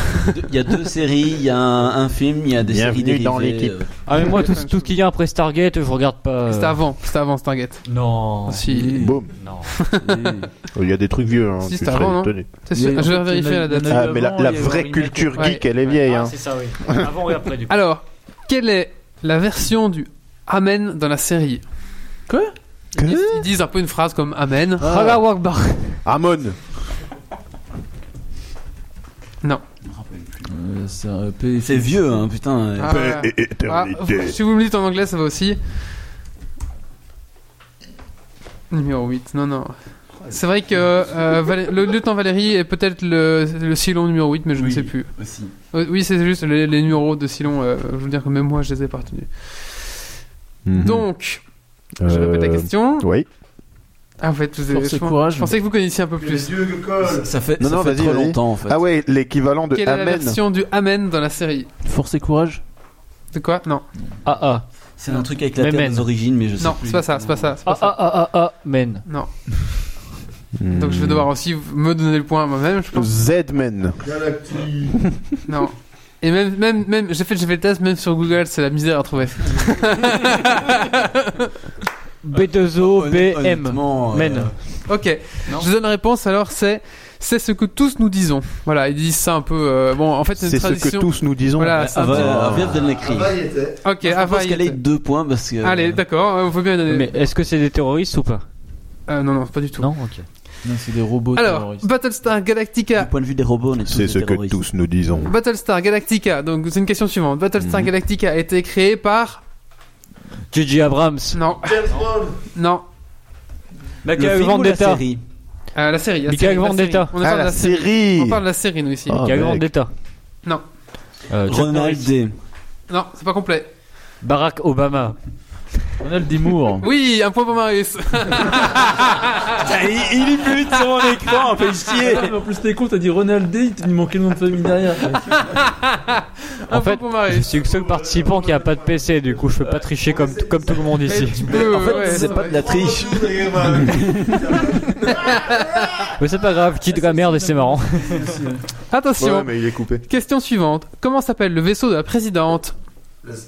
[SPEAKER 6] Il y a deux séries, il y a un, un film, il y a des
[SPEAKER 2] Bienvenue
[SPEAKER 6] séries
[SPEAKER 2] dans
[SPEAKER 6] dérivées,
[SPEAKER 2] l'équipe.
[SPEAKER 6] euh,
[SPEAKER 4] Ah, mais moi, tout, tout ce qu'il y a après Stargate, je regarde pas. euh.
[SPEAKER 1] C'était avant. C'était avant Stargate.
[SPEAKER 4] Non. Ah,
[SPEAKER 1] Si.
[SPEAKER 2] Boum.
[SPEAKER 4] Non.
[SPEAKER 2] Il y a des trucs vieux. Hein,
[SPEAKER 1] Si,
[SPEAKER 2] tu
[SPEAKER 1] c'est
[SPEAKER 2] serais
[SPEAKER 1] avant, non Euh,
[SPEAKER 2] étonné.
[SPEAKER 1] C'est sûr. Je vais vérifier la date.
[SPEAKER 5] Il y en a
[SPEAKER 2] Ah,
[SPEAKER 5] eu
[SPEAKER 2] mais la,
[SPEAKER 5] avant,
[SPEAKER 2] la
[SPEAKER 5] il y a eu un
[SPEAKER 2] vraie
[SPEAKER 5] remake.
[SPEAKER 2] culture
[SPEAKER 1] Ouais.
[SPEAKER 2] geek, elle est vieille.
[SPEAKER 4] Ah,
[SPEAKER 2] hein.
[SPEAKER 4] c'est ça, oui. Avant et après, du coup.
[SPEAKER 1] Alors, quelle est la version du Amen dans la série
[SPEAKER 5] Quoi
[SPEAKER 1] ils disent, ils disent un peu une phrase comme Amen.
[SPEAKER 4] Hala Wakbar.
[SPEAKER 7] Amon.
[SPEAKER 5] Euh, c'est un EP.
[SPEAKER 6] C'est vieux, hein, putain. euh.
[SPEAKER 1] Ah,
[SPEAKER 7] Paix
[SPEAKER 1] ouais.
[SPEAKER 7] et
[SPEAKER 1] Ah,
[SPEAKER 7] éternité.
[SPEAKER 1] si vous me dites en anglais, ça va aussi. Numéro 8, non, non. C'est vrai que euh, Valé- le lieutenant Valérie est peut-être le, le Silon numéro 8, mais je ne
[SPEAKER 12] Oui.
[SPEAKER 1] sais plus.
[SPEAKER 12] Aussi.
[SPEAKER 1] Euh, Oui, c'est juste les, les numéros de Silon, euh, je veux dire que même moi, je les ai pas retenus.
[SPEAKER 6] Mhm.
[SPEAKER 1] Donc, je répète la
[SPEAKER 2] Mhm. Euh,
[SPEAKER 1] question.
[SPEAKER 2] Oui.
[SPEAKER 1] Ah, en fait, vous avez-
[SPEAKER 5] Force
[SPEAKER 1] je,
[SPEAKER 5] et
[SPEAKER 1] pense-
[SPEAKER 5] courage.
[SPEAKER 1] je pensais que vous connaissiez un peu
[SPEAKER 8] Que les
[SPEAKER 1] plus.
[SPEAKER 8] yeux que collent.
[SPEAKER 6] Ça fait,
[SPEAKER 2] Non,
[SPEAKER 6] ça
[SPEAKER 2] non,
[SPEAKER 6] fait
[SPEAKER 2] vas-y,
[SPEAKER 6] trop
[SPEAKER 2] vas-y.
[SPEAKER 6] longtemps en fait.
[SPEAKER 7] Ah ouais, l'équivalent de
[SPEAKER 1] Quelle est la
[SPEAKER 7] Amen.
[SPEAKER 1] version du Amen dans la série
[SPEAKER 5] Force et courage.
[SPEAKER 1] De quoi Non,
[SPEAKER 4] Ah ah.
[SPEAKER 6] C'est un truc avec la
[SPEAKER 4] Mais
[SPEAKER 6] terre
[SPEAKER 4] men.
[SPEAKER 6] des origines, mais je sais
[SPEAKER 1] non,
[SPEAKER 6] plus.
[SPEAKER 1] c'est pas ça, c'est pas ça. c'est pas
[SPEAKER 4] Ah
[SPEAKER 1] ça.
[SPEAKER 4] ah ah ah ah. Men.
[SPEAKER 1] Non. Donc je vais devoir aussi me donner le point à moi-même,
[SPEAKER 2] Hmm.
[SPEAKER 1] je pense.
[SPEAKER 7] Z-Men.
[SPEAKER 8] Galactique.
[SPEAKER 1] Non. Et même, même, même, j'ai fait, j'ai fait le test, même sur Google, c'est la misère à trouver.
[SPEAKER 4] B2O BM.
[SPEAKER 6] Honnêtement, euh,
[SPEAKER 4] Men.
[SPEAKER 1] ok. Je vous donne la réponse, alors c'est, c'est ce que tous nous disons. Voilà, ils disent ça un peu, euh, bon, en fait, c'est
[SPEAKER 7] C'est
[SPEAKER 1] une
[SPEAKER 7] ce que
[SPEAKER 1] tradition.
[SPEAKER 7] tous nous disons.
[SPEAKER 1] Voilà,
[SPEAKER 6] bah,
[SPEAKER 1] c'est un
[SPEAKER 6] Ava vient de l'écrire.
[SPEAKER 8] Ava y était.
[SPEAKER 1] petit- Ok,
[SPEAKER 6] Je
[SPEAKER 1] Ava,
[SPEAKER 6] pense
[SPEAKER 1] il
[SPEAKER 6] qu'elle est
[SPEAKER 1] était-
[SPEAKER 6] deux points parce que.
[SPEAKER 1] Allez, d'accord, euh, on faut bien donner.
[SPEAKER 4] Mais est-ce que c'est des terroristes ou pas
[SPEAKER 1] Euh, non, non, pas du tout.
[SPEAKER 4] Non, ok.
[SPEAKER 5] Non, c'est des robots
[SPEAKER 1] alors,
[SPEAKER 5] terroristes.
[SPEAKER 1] Battlestar
[SPEAKER 6] Du
[SPEAKER 1] Galactica.
[SPEAKER 6] point de vue des robots, on est tous
[SPEAKER 7] C'est
[SPEAKER 6] des
[SPEAKER 7] ce que
[SPEAKER 6] terroristes.
[SPEAKER 7] tous nous disons.
[SPEAKER 1] Battlestar Galactica, donc c'est une question suivante. Battlestar Galactica a été créé par.
[SPEAKER 4] Gigi Abrams.
[SPEAKER 1] Non,
[SPEAKER 8] James Bond.
[SPEAKER 1] non,
[SPEAKER 6] Le
[SPEAKER 4] Michael
[SPEAKER 6] film ou la
[SPEAKER 4] Vendetta.
[SPEAKER 6] série
[SPEAKER 1] euh, la série. La
[SPEAKER 4] Michael
[SPEAKER 1] série, la série.
[SPEAKER 4] Vendetta.
[SPEAKER 1] On, est
[SPEAKER 7] Ah,
[SPEAKER 1] parle de
[SPEAKER 7] la
[SPEAKER 1] la série.
[SPEAKER 7] série.
[SPEAKER 1] on parle de la série, nous, ici.
[SPEAKER 7] Ah,
[SPEAKER 4] Michael
[SPEAKER 7] mec.
[SPEAKER 4] Vendetta.
[SPEAKER 1] Non.
[SPEAKER 4] Euh, Chuck
[SPEAKER 6] Ronald
[SPEAKER 4] Norris.
[SPEAKER 6] D.
[SPEAKER 1] Non, c'est pas complet.
[SPEAKER 4] Barack Obama.
[SPEAKER 5] Ronald Dimour.
[SPEAKER 1] Oui, un point pour Marius.
[SPEAKER 6] Il y bute sur mon écran, un peu chier.
[SPEAKER 5] en plus, t'es con, t'as dit Ronald D, il te manquait le nom de famille derrière.
[SPEAKER 1] Un
[SPEAKER 4] En
[SPEAKER 1] point
[SPEAKER 4] fait,
[SPEAKER 1] pour
[SPEAKER 4] je
[SPEAKER 1] Marius.
[SPEAKER 4] suis le seul participant qui a pas de PC, du coup je peux pas tricher comme, comme tout le monde
[SPEAKER 1] Mais
[SPEAKER 4] ici.
[SPEAKER 1] tu peux,
[SPEAKER 6] En
[SPEAKER 1] ouais,
[SPEAKER 6] fait, c'est pas de la triche.
[SPEAKER 4] Mais c'est pas grave, quitte la merde et c'est marrant.
[SPEAKER 1] Attention,
[SPEAKER 7] Ouais, mais il est coupé.
[SPEAKER 1] question suivante. Comment s'appelle le vaisseau de la présidente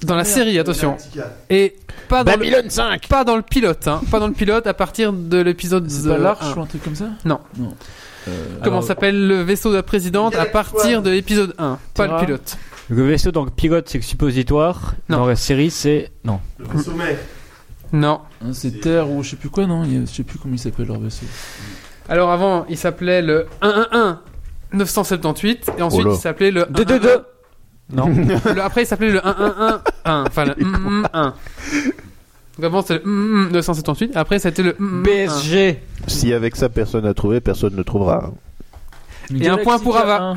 [SPEAKER 1] dans la série, attention,
[SPEAKER 8] Galactica.
[SPEAKER 1] et pas dans, le,
[SPEAKER 2] 5
[SPEAKER 1] pas dans le pilote, hein, pas dans le pilote à partir de l'épisode
[SPEAKER 5] C'est pas
[SPEAKER 1] euh,
[SPEAKER 5] l'arche
[SPEAKER 1] un.
[SPEAKER 5] ou un truc comme ça
[SPEAKER 1] Non.
[SPEAKER 5] Non. Euh,
[SPEAKER 1] Comment
[SPEAKER 5] alors,
[SPEAKER 1] s'appelle le vaisseau de la présidente à partir de l'épisode 1 Pas le
[SPEAKER 5] Terra.
[SPEAKER 1] pilote.
[SPEAKER 4] Le vaisseau dans le pilote c'est le suppositoire,
[SPEAKER 1] Non.
[SPEAKER 4] dans la série c'est... Non.
[SPEAKER 8] Le sommet.
[SPEAKER 1] Non.
[SPEAKER 5] hein, C'est Terre ou je sais plus quoi, non il y a- Je sais plus comment il s'appelle leur vaisseau.
[SPEAKER 1] Alors avant, il s'appelait le 111 978 et ensuite
[SPEAKER 2] Oh là.
[SPEAKER 1] il s'appelait le
[SPEAKER 4] 2-2-2 Non.
[SPEAKER 1] 111. Le- après il s'appelait le 1111 enfin le 111. Donc avant c'était le 111 978, après c'était le 111.
[SPEAKER 4] BSG.
[SPEAKER 2] Si avec ça personne n'a trouvé, personne ne trouvera.
[SPEAKER 5] Le
[SPEAKER 1] Et un point pour
[SPEAKER 5] Galactica
[SPEAKER 1] Ava.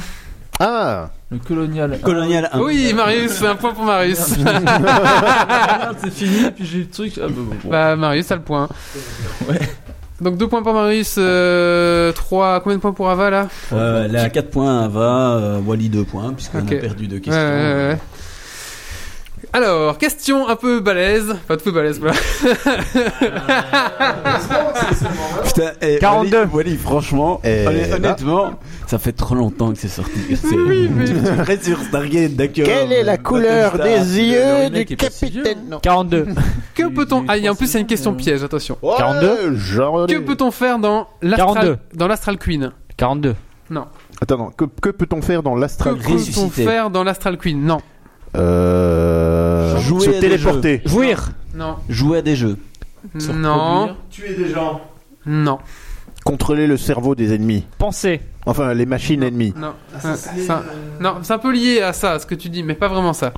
[SPEAKER 5] 1,
[SPEAKER 2] Ah
[SPEAKER 5] Le colonial.
[SPEAKER 6] Colonial 1.
[SPEAKER 1] Oui, Marius, un point pour Marius.
[SPEAKER 5] Ah, merde, c'est fini, puis j'ai eu le truc. Ah, bah, bon, bon.
[SPEAKER 1] bah, Marius a le point. Donc 2 points pour Marius, 3. Combien de points pour Ava là
[SPEAKER 6] Euh, là, 4 points, Ava, euh, Wally 2 points, puisqu'on
[SPEAKER 1] Ok.
[SPEAKER 6] a perdu 2
[SPEAKER 1] Ouais,
[SPEAKER 6] questions.
[SPEAKER 1] ouais, ouais, ouais. Alors, question un peu balèze. Pas de peu balèze, voilà.
[SPEAKER 6] Putain, eh,
[SPEAKER 1] 42.
[SPEAKER 6] Wally, Wally, franchement,
[SPEAKER 13] Eh,
[SPEAKER 6] allez,
[SPEAKER 13] là.
[SPEAKER 6] honnêtement, ça fait trop longtemps que c'est sorti. C'est-
[SPEAKER 1] Oui, mais-
[SPEAKER 6] Tu restes sur Stargate, d'accord.
[SPEAKER 13] Quelle est la couleur
[SPEAKER 6] Battlestar.
[SPEAKER 13] des yeux
[SPEAKER 5] mec
[SPEAKER 13] du
[SPEAKER 5] est pas si vieux,
[SPEAKER 13] capitaine Non.
[SPEAKER 4] 42.
[SPEAKER 1] Que peut-on. Ah, il y a en plus, c'est une question piège, attention.
[SPEAKER 4] 42.
[SPEAKER 13] Ouais, genre
[SPEAKER 1] Que
[SPEAKER 13] les-
[SPEAKER 1] peut-on faire dans l'Astral
[SPEAKER 4] 42.
[SPEAKER 1] dans l'Astral Queen
[SPEAKER 4] 42.
[SPEAKER 2] Attends, non, que, que peut-on faire dans
[SPEAKER 1] Que
[SPEAKER 2] l'astral
[SPEAKER 1] peut-on
[SPEAKER 6] Ressusciter.
[SPEAKER 1] faire dans l'Astral Queen Non.
[SPEAKER 2] Euh...
[SPEAKER 6] Jouer à
[SPEAKER 2] se
[SPEAKER 6] des
[SPEAKER 2] téléporter.
[SPEAKER 4] Jouir.
[SPEAKER 1] Non.
[SPEAKER 6] Jouer à des jeux.
[SPEAKER 5] Se
[SPEAKER 1] Non.
[SPEAKER 5] reproduire.
[SPEAKER 8] Tuer des gens.
[SPEAKER 1] Non.
[SPEAKER 2] Contrôler le cerveau des ennemis.
[SPEAKER 4] Penser.
[SPEAKER 2] Enfin, les machines ennemies.
[SPEAKER 1] Non. Euh, Ça-
[SPEAKER 8] euh,
[SPEAKER 1] Non, c'est un peu lié à ça, à ce que tu dis, mais pas vraiment ça.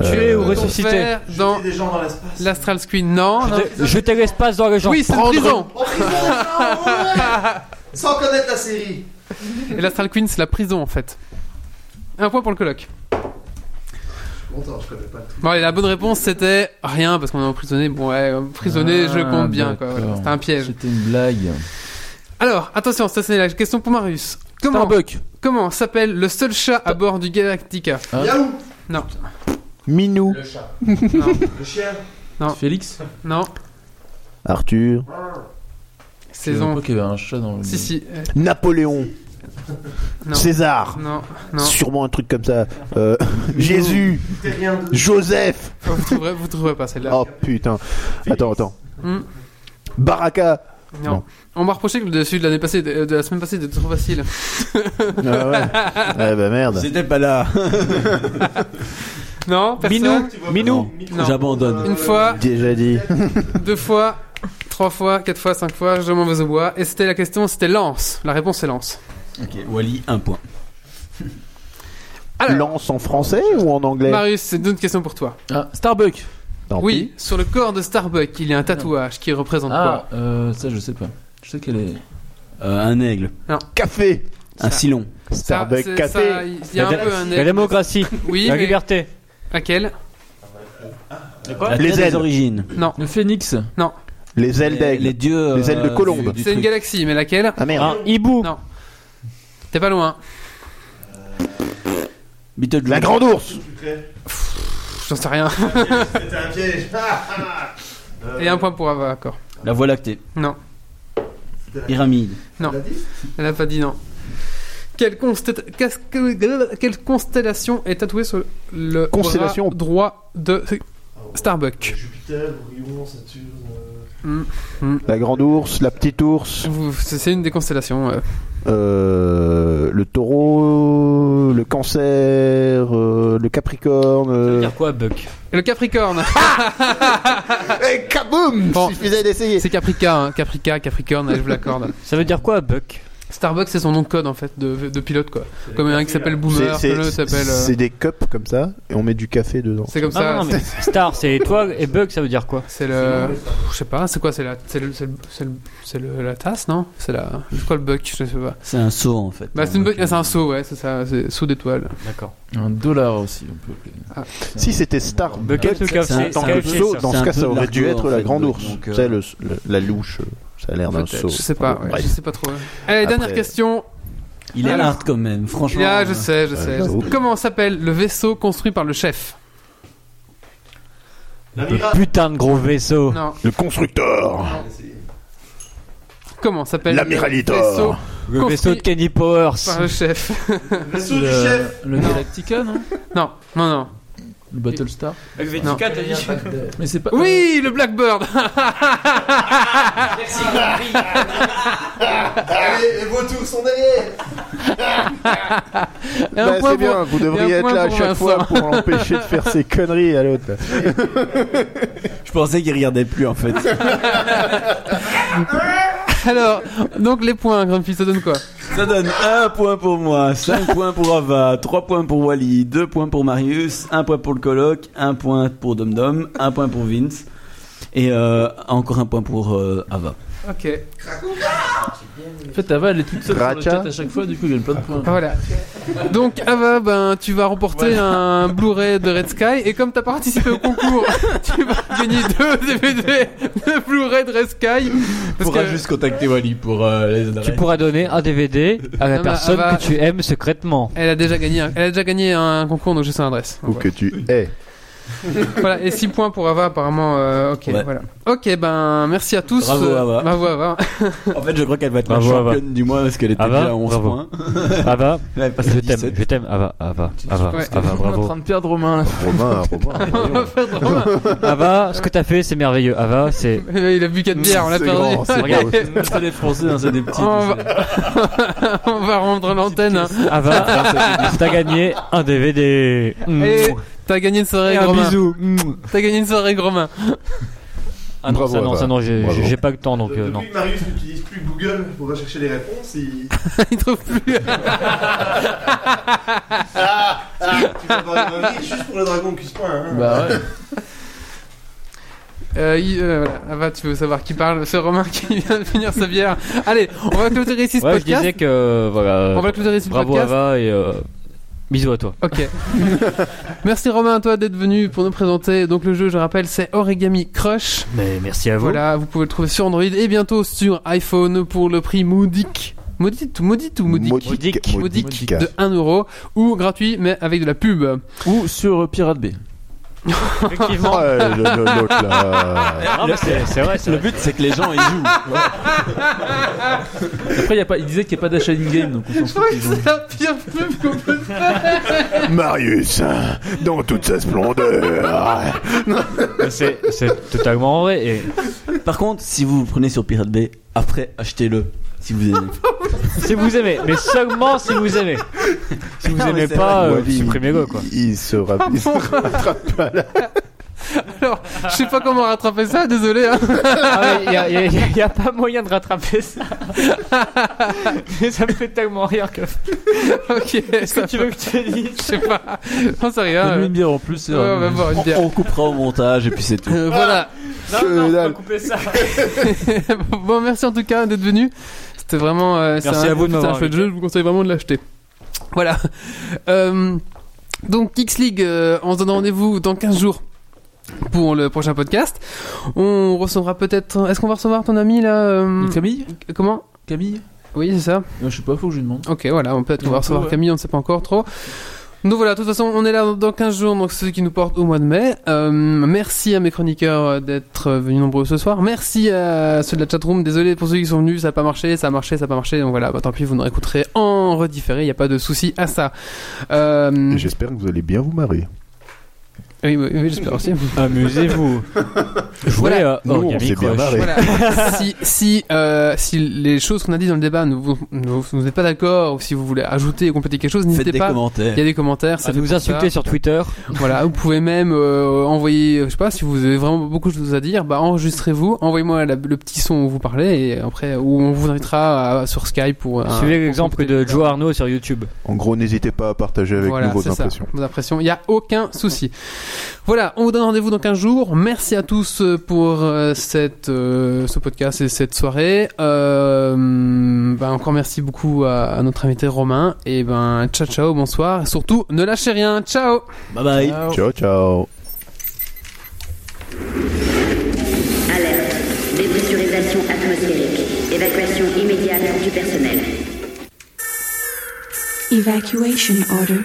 [SPEAKER 4] Tuer ou
[SPEAKER 1] Que peut-on
[SPEAKER 4] ressusciter.
[SPEAKER 1] faire dans
[SPEAKER 8] Tuer des gens dans l'espace.
[SPEAKER 1] l'Astral Queen Non. non.
[SPEAKER 4] Jeter- Jeter l'espace dans les gens.
[SPEAKER 1] Oui, c'est une prison.
[SPEAKER 8] En prison, non, Oh, ouais. Sans connaître la série.
[SPEAKER 1] Et l'Astral Queen, c'est la prison en fait. Un point pour le colloque.
[SPEAKER 8] Longtemps, je connais pas le truc.
[SPEAKER 1] Bon, allez, la bonne réponse c'était rien parce qu'on est emprisonné. Bon, ouais, emprisonné, je
[SPEAKER 5] Ah,
[SPEAKER 1] compte bien. quoi.
[SPEAKER 5] d'accord.
[SPEAKER 1] Voilà, C'était un piège.
[SPEAKER 5] C'était une blague.
[SPEAKER 1] Alors, attention, ça c'est la question pour Marius. Comment,
[SPEAKER 5] Starbuck.
[SPEAKER 1] comment s'appelle le seul chat à bord du Galactica
[SPEAKER 5] Ah.
[SPEAKER 8] Yahoo
[SPEAKER 1] Non,
[SPEAKER 2] Minou.
[SPEAKER 8] Le chat.
[SPEAKER 1] Non.
[SPEAKER 8] Le chien.
[SPEAKER 1] Ah,
[SPEAKER 5] Félix.
[SPEAKER 1] non,
[SPEAKER 2] Arthur.
[SPEAKER 5] Je savais
[SPEAKER 1] saison.
[SPEAKER 5] pas qu'il y avait un chat dans le.
[SPEAKER 1] Si, si, euh,
[SPEAKER 2] Napoléon.
[SPEAKER 1] Non.
[SPEAKER 2] César.
[SPEAKER 1] non, non.
[SPEAKER 2] Sûrement un truc comme ça. Euh, Jésus.
[SPEAKER 8] Terrien de.
[SPEAKER 2] Joseph.
[SPEAKER 1] Vous trouverez, vous trouverez pas celle-là.
[SPEAKER 2] Oh putain. Attends, attends.
[SPEAKER 1] Hmm.
[SPEAKER 2] Baraka.
[SPEAKER 1] non.
[SPEAKER 2] non.
[SPEAKER 1] On m'a reproché que le dessus de l'année passée, de, de la semaine passée, était trop facile.
[SPEAKER 2] Ah ouais. Ah bah merde.
[SPEAKER 6] C'était pas là.
[SPEAKER 1] Non, personne.
[SPEAKER 4] Minou. Minou.
[SPEAKER 1] Non.
[SPEAKER 6] J'abandonne.
[SPEAKER 1] Une fois,
[SPEAKER 2] Déjà dit.
[SPEAKER 1] deux fois, trois fois, quatre fois, cinq fois, je m'en vais au bois. Et c'était la question, c'était lance. La réponse c'est lance.
[SPEAKER 6] Ok, Wally, 1 point.
[SPEAKER 1] Alors,
[SPEAKER 2] Lance en français ou en anglais
[SPEAKER 1] Marius, c'est une autre question pour toi.
[SPEAKER 5] Ah, Starbuck.
[SPEAKER 2] Tant
[SPEAKER 1] oui, sur le corps de Starbuck, il y a un tatouage qui représente
[SPEAKER 5] Ah, euh, ça je sais pas. Je sais qu'elle est.
[SPEAKER 6] Euh, un aigle.
[SPEAKER 2] pis. Café.
[SPEAKER 6] Un silon.
[SPEAKER 1] quoi Ça,
[SPEAKER 2] Starbuck
[SPEAKER 1] Ah, c'est-
[SPEAKER 2] café.
[SPEAKER 1] ça, Il y a un
[SPEAKER 4] La-
[SPEAKER 1] peu un
[SPEAKER 4] La démocratie.
[SPEAKER 1] Oui,
[SPEAKER 4] La
[SPEAKER 1] mais
[SPEAKER 4] liberté.
[SPEAKER 1] laquelle
[SPEAKER 6] La
[SPEAKER 2] Les
[SPEAKER 6] terre des
[SPEAKER 2] ailes.
[SPEAKER 6] origines.
[SPEAKER 5] Le Phoenix.
[SPEAKER 2] Les ailes
[SPEAKER 6] Les,
[SPEAKER 2] d'aigle.
[SPEAKER 6] les dieux.
[SPEAKER 2] Les ailes de
[SPEAKER 6] euh,
[SPEAKER 2] colombe.
[SPEAKER 6] du- du
[SPEAKER 1] C'est une
[SPEAKER 6] truc.
[SPEAKER 1] galaxie, mais laquelle
[SPEAKER 2] Ah merde.
[SPEAKER 4] Un Hein, hibou.
[SPEAKER 1] Non. T'es pas loin.
[SPEAKER 6] Beetlejuice.
[SPEAKER 2] La grande ours.
[SPEAKER 1] J'en sais rien.
[SPEAKER 8] C'était un piège.
[SPEAKER 1] Et un point pour Ava, encore.
[SPEAKER 6] La voie lactée.
[SPEAKER 1] Non,
[SPEAKER 6] Pyramide.
[SPEAKER 1] Non. elle a pas dit non. Quelle, constata- qu'est-ce que- quelle constellation est tatouée sur le
[SPEAKER 2] Constellation.
[SPEAKER 1] bras droit de Starbuck
[SPEAKER 8] Jupiter, Orion, Saturne. euh,
[SPEAKER 2] La grande ours. La petite ours.
[SPEAKER 1] Vous- C'est c'est une des constellations. euh.
[SPEAKER 2] Euh, le taureau. Le cancer. euh, le capricorne.
[SPEAKER 4] Ça veut
[SPEAKER 2] euh,
[SPEAKER 4] dire quoi, Buck
[SPEAKER 1] Et le Capricorne
[SPEAKER 2] Eh, kaboum
[SPEAKER 1] Bon.
[SPEAKER 2] Suffisait d'essayer.
[SPEAKER 1] C'est Caprica, hein. Caprica, Capricorne, allez, je vous l'accorde.
[SPEAKER 4] Ça veut dire quoi, Buck
[SPEAKER 1] Starbuck, c'est son nom de code en fait, de, de pilote quoi. Comme il y en a un qui s'appelle Boomer, que l'autre s'appelle. euh,
[SPEAKER 2] c'est des cups comme ça et on met du café dedans.
[SPEAKER 1] C'est comme
[SPEAKER 4] Ah
[SPEAKER 1] ça.
[SPEAKER 4] non, non, mais Star, c'est étoile et Buck, ça veut dire quoi
[SPEAKER 1] C'est le. Je sais pas, c'est quoi C'est la... c'est le... c'est le- c'est le- c'est le- la tasse, non C'est la... c'est quoi le bug Je sais pas.
[SPEAKER 6] C'est un saut en fait.
[SPEAKER 1] Bah, c'est une
[SPEAKER 6] Donc,
[SPEAKER 1] bug- ah, c'est un saut, ouais, c'est ça, c'est saut d'étoile.
[SPEAKER 4] D'accord.
[SPEAKER 5] Un dollar aussi, on peut appeler.
[SPEAKER 2] Si c'était Star
[SPEAKER 4] Bucket, le
[SPEAKER 6] C'est un-
[SPEAKER 4] café,
[SPEAKER 6] c'est un
[SPEAKER 2] tant que
[SPEAKER 6] peu
[SPEAKER 4] café,
[SPEAKER 2] saut,
[SPEAKER 4] ça.
[SPEAKER 2] dans
[SPEAKER 6] C'est
[SPEAKER 2] ce
[SPEAKER 6] un
[SPEAKER 2] cas
[SPEAKER 6] peu
[SPEAKER 2] ça aurait
[SPEAKER 6] l'argot,
[SPEAKER 2] dû
[SPEAKER 6] en
[SPEAKER 2] être
[SPEAKER 6] fait,
[SPEAKER 2] la grande
[SPEAKER 6] donc,
[SPEAKER 2] ours.
[SPEAKER 6] donc, euh,
[SPEAKER 2] C'est le- le- la louche, euh, ça a l'air d'un
[SPEAKER 1] Peut-être,
[SPEAKER 2] saut.
[SPEAKER 1] Je sais pas, ouais,
[SPEAKER 2] Bref.
[SPEAKER 1] je sais pas trop. Allez, dernière
[SPEAKER 2] Après-
[SPEAKER 1] question.
[SPEAKER 6] Il est
[SPEAKER 1] Alors-
[SPEAKER 6] hard quand même, franchement.
[SPEAKER 1] Ah, je sais, je sais.
[SPEAKER 2] Ouais,
[SPEAKER 1] je sais.
[SPEAKER 2] ouais.
[SPEAKER 1] Comment s'appelle le vaisseau construit par le chef
[SPEAKER 8] La
[SPEAKER 4] Le
[SPEAKER 8] mira.
[SPEAKER 4] putain de gros vaisseau.
[SPEAKER 1] Non.
[SPEAKER 2] Le constructeur,
[SPEAKER 1] Comment s'appelle le vaisseau
[SPEAKER 2] l'amiralitor,
[SPEAKER 4] Le
[SPEAKER 1] Construit-
[SPEAKER 4] vaisseau de Kenny Powers.
[SPEAKER 1] par le chef
[SPEAKER 8] Vaisseau du chef.
[SPEAKER 5] Le Galactica, non
[SPEAKER 1] Non, non, non.
[SPEAKER 5] Le Battlestar.
[SPEAKER 4] Helvetica, t'as dit
[SPEAKER 5] Mais c'est pas.
[SPEAKER 1] Oui, le Blackbird
[SPEAKER 8] Allez, les vautours sont derrière.
[SPEAKER 1] Et un
[SPEAKER 2] Bah,
[SPEAKER 1] point
[SPEAKER 2] c'est
[SPEAKER 1] pour-
[SPEAKER 2] bien, vous devriez
[SPEAKER 1] et un
[SPEAKER 2] être
[SPEAKER 1] point
[SPEAKER 2] là à
[SPEAKER 1] pour
[SPEAKER 2] chaque
[SPEAKER 1] Vincent.
[SPEAKER 2] fois pour l'empêcher de faire ses conneries à l'autre.
[SPEAKER 6] Je pensais qu'il regardait plus en fait.
[SPEAKER 1] Alors, donc les points, Grumpy, ça donne quoi
[SPEAKER 6] Ça donne 1 point pour moi, 5 points pour Ava, 3 points pour Wally, 2 points pour Marius, 1 point pour le coloc, 1 point pour Dom Dom, 1 point pour Vince. Et euh, encore un point pour euh, Ava.
[SPEAKER 1] Ok.
[SPEAKER 5] En fait, Ava, elle est toute seule sur le
[SPEAKER 1] Racha.
[SPEAKER 5] chat à chaque fois, du coup, il gagne plein de points.
[SPEAKER 1] Voilà. Donc Ava, ben, tu vas remporter un Blu-ray de Red Sky et comme t'as participé au concours, tu vas gagner deux DVD de Blu-ray de Red Sky.
[SPEAKER 14] On pourra juste contacter Wally pour euh, les
[SPEAKER 4] Tu pourras donner un DVD à la
[SPEAKER 1] Non, mais
[SPEAKER 4] personne
[SPEAKER 1] Ava-
[SPEAKER 4] que tu aimes secrètement.
[SPEAKER 1] Elle a déjà gagné, un, elle a déjà gagné un concours donc je sais l'adresse.
[SPEAKER 2] Ou que tu es.
[SPEAKER 1] voilà et 6 points pour Ava apparemment. euh, ok
[SPEAKER 14] Ouais.
[SPEAKER 1] voilà. Ok ben merci à tous.
[SPEAKER 14] Bravo,
[SPEAKER 1] Euh,
[SPEAKER 14] Ava.
[SPEAKER 1] Bravo Ava.
[SPEAKER 14] En fait, je crois qu'elle va être
[SPEAKER 4] Bravo,
[SPEAKER 14] la
[SPEAKER 4] Ava.
[SPEAKER 14] championne du mois parce qu'elle était
[SPEAKER 4] Ava,
[SPEAKER 14] déjà à 11
[SPEAKER 4] bravo.
[SPEAKER 14] points.
[SPEAKER 4] Ava,
[SPEAKER 14] Elle est passée à
[SPEAKER 4] je t'aime,
[SPEAKER 14] 17.
[SPEAKER 4] je t'aime, Ava, Ava, Ava,
[SPEAKER 1] Ouais.
[SPEAKER 4] Ava,
[SPEAKER 5] On est en
[SPEAKER 4] bravo.
[SPEAKER 5] train de perdre Romain.
[SPEAKER 2] Romain,
[SPEAKER 1] On va faire drôle.
[SPEAKER 4] Ava, ce que t'as fait, c'est merveilleux. Ava, c'est.
[SPEAKER 1] Il a bu 4 bières, on l'a
[SPEAKER 4] C'est
[SPEAKER 1] perdu.
[SPEAKER 4] grand, c'est
[SPEAKER 1] Regarde.
[SPEAKER 4] grand.
[SPEAKER 5] Même pas les Français, hein, c'est des petits.
[SPEAKER 1] On va, on va rendre l'antenne. hein.
[SPEAKER 4] Ava, t'as gagné un DVD. Mm.
[SPEAKER 1] Et t'as gagné une soirée,
[SPEAKER 4] Et un
[SPEAKER 1] gros main.
[SPEAKER 4] bisou. Mm.
[SPEAKER 1] T'as gagné une soirée, gros main.
[SPEAKER 4] Ah non,
[SPEAKER 2] Bravo,
[SPEAKER 4] ça non,
[SPEAKER 2] Ava.
[SPEAKER 4] ça non, j'ai
[SPEAKER 2] Bravo.
[SPEAKER 4] j'ai pas le temps donc euh, non.
[SPEAKER 8] Depuis que Marius n'utilise plus Google pour rechercher les réponses, il.
[SPEAKER 1] il trouve plus.
[SPEAKER 8] ah, ah, tu vas avoir une envie juste pour le dragon cuisse-point. Hein.
[SPEAKER 5] Bah ouais.
[SPEAKER 1] Euh, il- euh, voilà. Ah bah, tu veux savoir qui parle C'est Romain qui vient de finir sa bière. Allez, on va clôturer ici ce
[SPEAKER 4] Ouais, je
[SPEAKER 1] podcast.
[SPEAKER 4] disais que euh, voilà.
[SPEAKER 1] On va clôturer ce
[SPEAKER 4] Bravo
[SPEAKER 1] podcast.
[SPEAKER 4] Ava et euh, bisous à toi.
[SPEAKER 1] Ok. Merci Romain à toi d'être venu pour nous présenter. Donc le jeu, je rappelle, c'est Origami Crush.
[SPEAKER 4] Mais merci à vous.
[SPEAKER 1] Voilà, vous pouvez le trouver sur Android et bientôt sur iPhone pour le prix modique. Maudite ou maudite ou modique
[SPEAKER 4] Modique.
[SPEAKER 1] Modique de 1 euro ou gratuit mais avec de la pub.
[SPEAKER 5] Ou sur euh, Pirate Bay.
[SPEAKER 4] Effectivement.
[SPEAKER 7] Ouais, le- le- l'autre, là.
[SPEAKER 4] Ah, mais C'est c'est vrai, c'est
[SPEAKER 14] Le
[SPEAKER 4] vrai.
[SPEAKER 14] but, c'est que les gens ils jouent.
[SPEAKER 5] Après, il y a pas, il disait qu'il n'y a pas d'achat in-game, donc on s'en fout. qu'ils ont-
[SPEAKER 1] C'est la pire pub qu'on peut
[SPEAKER 7] Marius, dans toute sa splendeur.
[SPEAKER 1] Ah,
[SPEAKER 4] Mais C'est c'est totalement vrai. Et
[SPEAKER 6] Par contre, si vous le prenez sur Pirate Bay, après achetez-le si vous aimez.
[SPEAKER 4] si vous aimez, mais seulement si vous aimez. Si vous
[SPEAKER 6] Non, mais
[SPEAKER 4] aimez
[SPEAKER 6] c'est
[SPEAKER 4] pas,
[SPEAKER 6] vrai.
[SPEAKER 4] euh,
[SPEAKER 7] Wally,
[SPEAKER 4] supprimez-le quoi.
[SPEAKER 7] Il, il se rappelle. il se
[SPEAKER 1] Alors, je sais pas comment rattraper ça, désolé. hein.
[SPEAKER 4] Ah il n'y a, pas moyen de rattraper ça. Mais ça me fait tellement rire que.
[SPEAKER 1] ok,
[SPEAKER 4] Qu'est-ce
[SPEAKER 1] ça
[SPEAKER 4] que tu veux que je te dise
[SPEAKER 1] Je sais pas. Non, c'est
[SPEAKER 5] T'as
[SPEAKER 1] rien.
[SPEAKER 5] mis
[SPEAKER 1] euh.
[SPEAKER 5] une bière en plus, c'est
[SPEAKER 1] Ouais, on va boire une bière.
[SPEAKER 6] On, on coupera au montage et puis c'est tout.
[SPEAKER 1] Euh, voilà.
[SPEAKER 4] Non, non, on peut couper ça.
[SPEAKER 1] bon, merci en tout cas d'être venu. C'était vraiment. euh, c'est
[SPEAKER 4] Merci
[SPEAKER 1] un-
[SPEAKER 4] à vous de
[SPEAKER 1] c'est un
[SPEAKER 4] m'avoir
[SPEAKER 1] chouette jeu. Je vous conseille vraiment de l'acheter. Voilà. Euh, donc X League, euh, on se donne rendez-vous dans 15 jours pour le prochain podcast. On recevra peut-être. Est-ce qu'on va recevoir ton ami là euh,
[SPEAKER 5] Camille
[SPEAKER 1] Comment
[SPEAKER 5] Camille
[SPEAKER 1] Oui, c'est ça.
[SPEAKER 5] Non, Je sais pas, faut que je lui demande.
[SPEAKER 1] Ok, voilà, on peut-être qu'on
[SPEAKER 5] Un
[SPEAKER 1] va
[SPEAKER 5] peu,
[SPEAKER 1] recevoir
[SPEAKER 5] ouais.
[SPEAKER 1] Camille, on ne sait pas encore trop. Donc voilà, de toute façon, on est là dans 15 jours, donc ceux qui nous portent au mois de mai. Euh, merci à mes chroniqueurs euh, d'être euh, venus nombreux ce soir. Merci à ceux de la chatroom, désolé pour ceux qui sont venus, ça n'a pas marché, ça a marché, ça n'a pas marché. Donc voilà, bah, tant pis, vous nous réécouterez en redifféré, il n'y a pas de souci à ça. Euh,
[SPEAKER 7] Et J'espère que vous allez bien vous marrer.
[SPEAKER 1] oui, oui, oui, j'espère aussi.
[SPEAKER 4] Amusez-vous. Jouez
[SPEAKER 1] Voilà.
[SPEAKER 4] à
[SPEAKER 7] Nous, on
[SPEAKER 4] Origami
[SPEAKER 7] s'est bien
[SPEAKER 4] Crush.
[SPEAKER 7] marré.
[SPEAKER 1] Voilà. si si, euh, si les choses qu'on a dit dans le débat, ne vous, ne vous- vous n'êtes pas d'accord, ou si vous voulez ajouter ou compléter quelque chose,
[SPEAKER 6] Faites
[SPEAKER 1] n'hésitez
[SPEAKER 6] des
[SPEAKER 1] pas.
[SPEAKER 6] commentaires.
[SPEAKER 1] Il y a des commentaires, ça
[SPEAKER 4] Ça
[SPEAKER 1] fait
[SPEAKER 4] nous
[SPEAKER 1] pour ça.
[SPEAKER 4] insulter sur Twitter.
[SPEAKER 1] Voilà, vous pouvez même euh, envoyer, euh, je sais pas, si vous avez vraiment beaucoup de choses à dire, bah enregistrez-vous, envoyez-moi la- le petit son où vous parlez et après où on vous invitera à- sur Skype pour. un-
[SPEAKER 4] Suivez
[SPEAKER 1] pour
[SPEAKER 4] l'exemple
[SPEAKER 1] compléter
[SPEAKER 4] de
[SPEAKER 1] le
[SPEAKER 4] Joe Arnaud sur YouTube.
[SPEAKER 7] En gros, n'hésitez pas à partager avec
[SPEAKER 1] voilà,
[SPEAKER 7] nous vos
[SPEAKER 1] c'est ça,
[SPEAKER 7] impressions.
[SPEAKER 1] vos impressions. Il n'y a aucun souci. Voilà, on vous donne rendez-vous dans 15 jours. Merci à tous euh, pour euh, cette, euh, ce podcast et cette soirée. Euh, bah, encore merci beaucoup à, à notre invité Romain. Et ben, ciao, ciao, bonsoir. Et surtout, ne lâchez rien. Ciao!
[SPEAKER 6] Bye bye.
[SPEAKER 7] Ciao, ciao.
[SPEAKER 10] Alerte. Dépressurisation atmosphérique. Évacuation immédiate du personnel.
[SPEAKER 15] Evacuation order.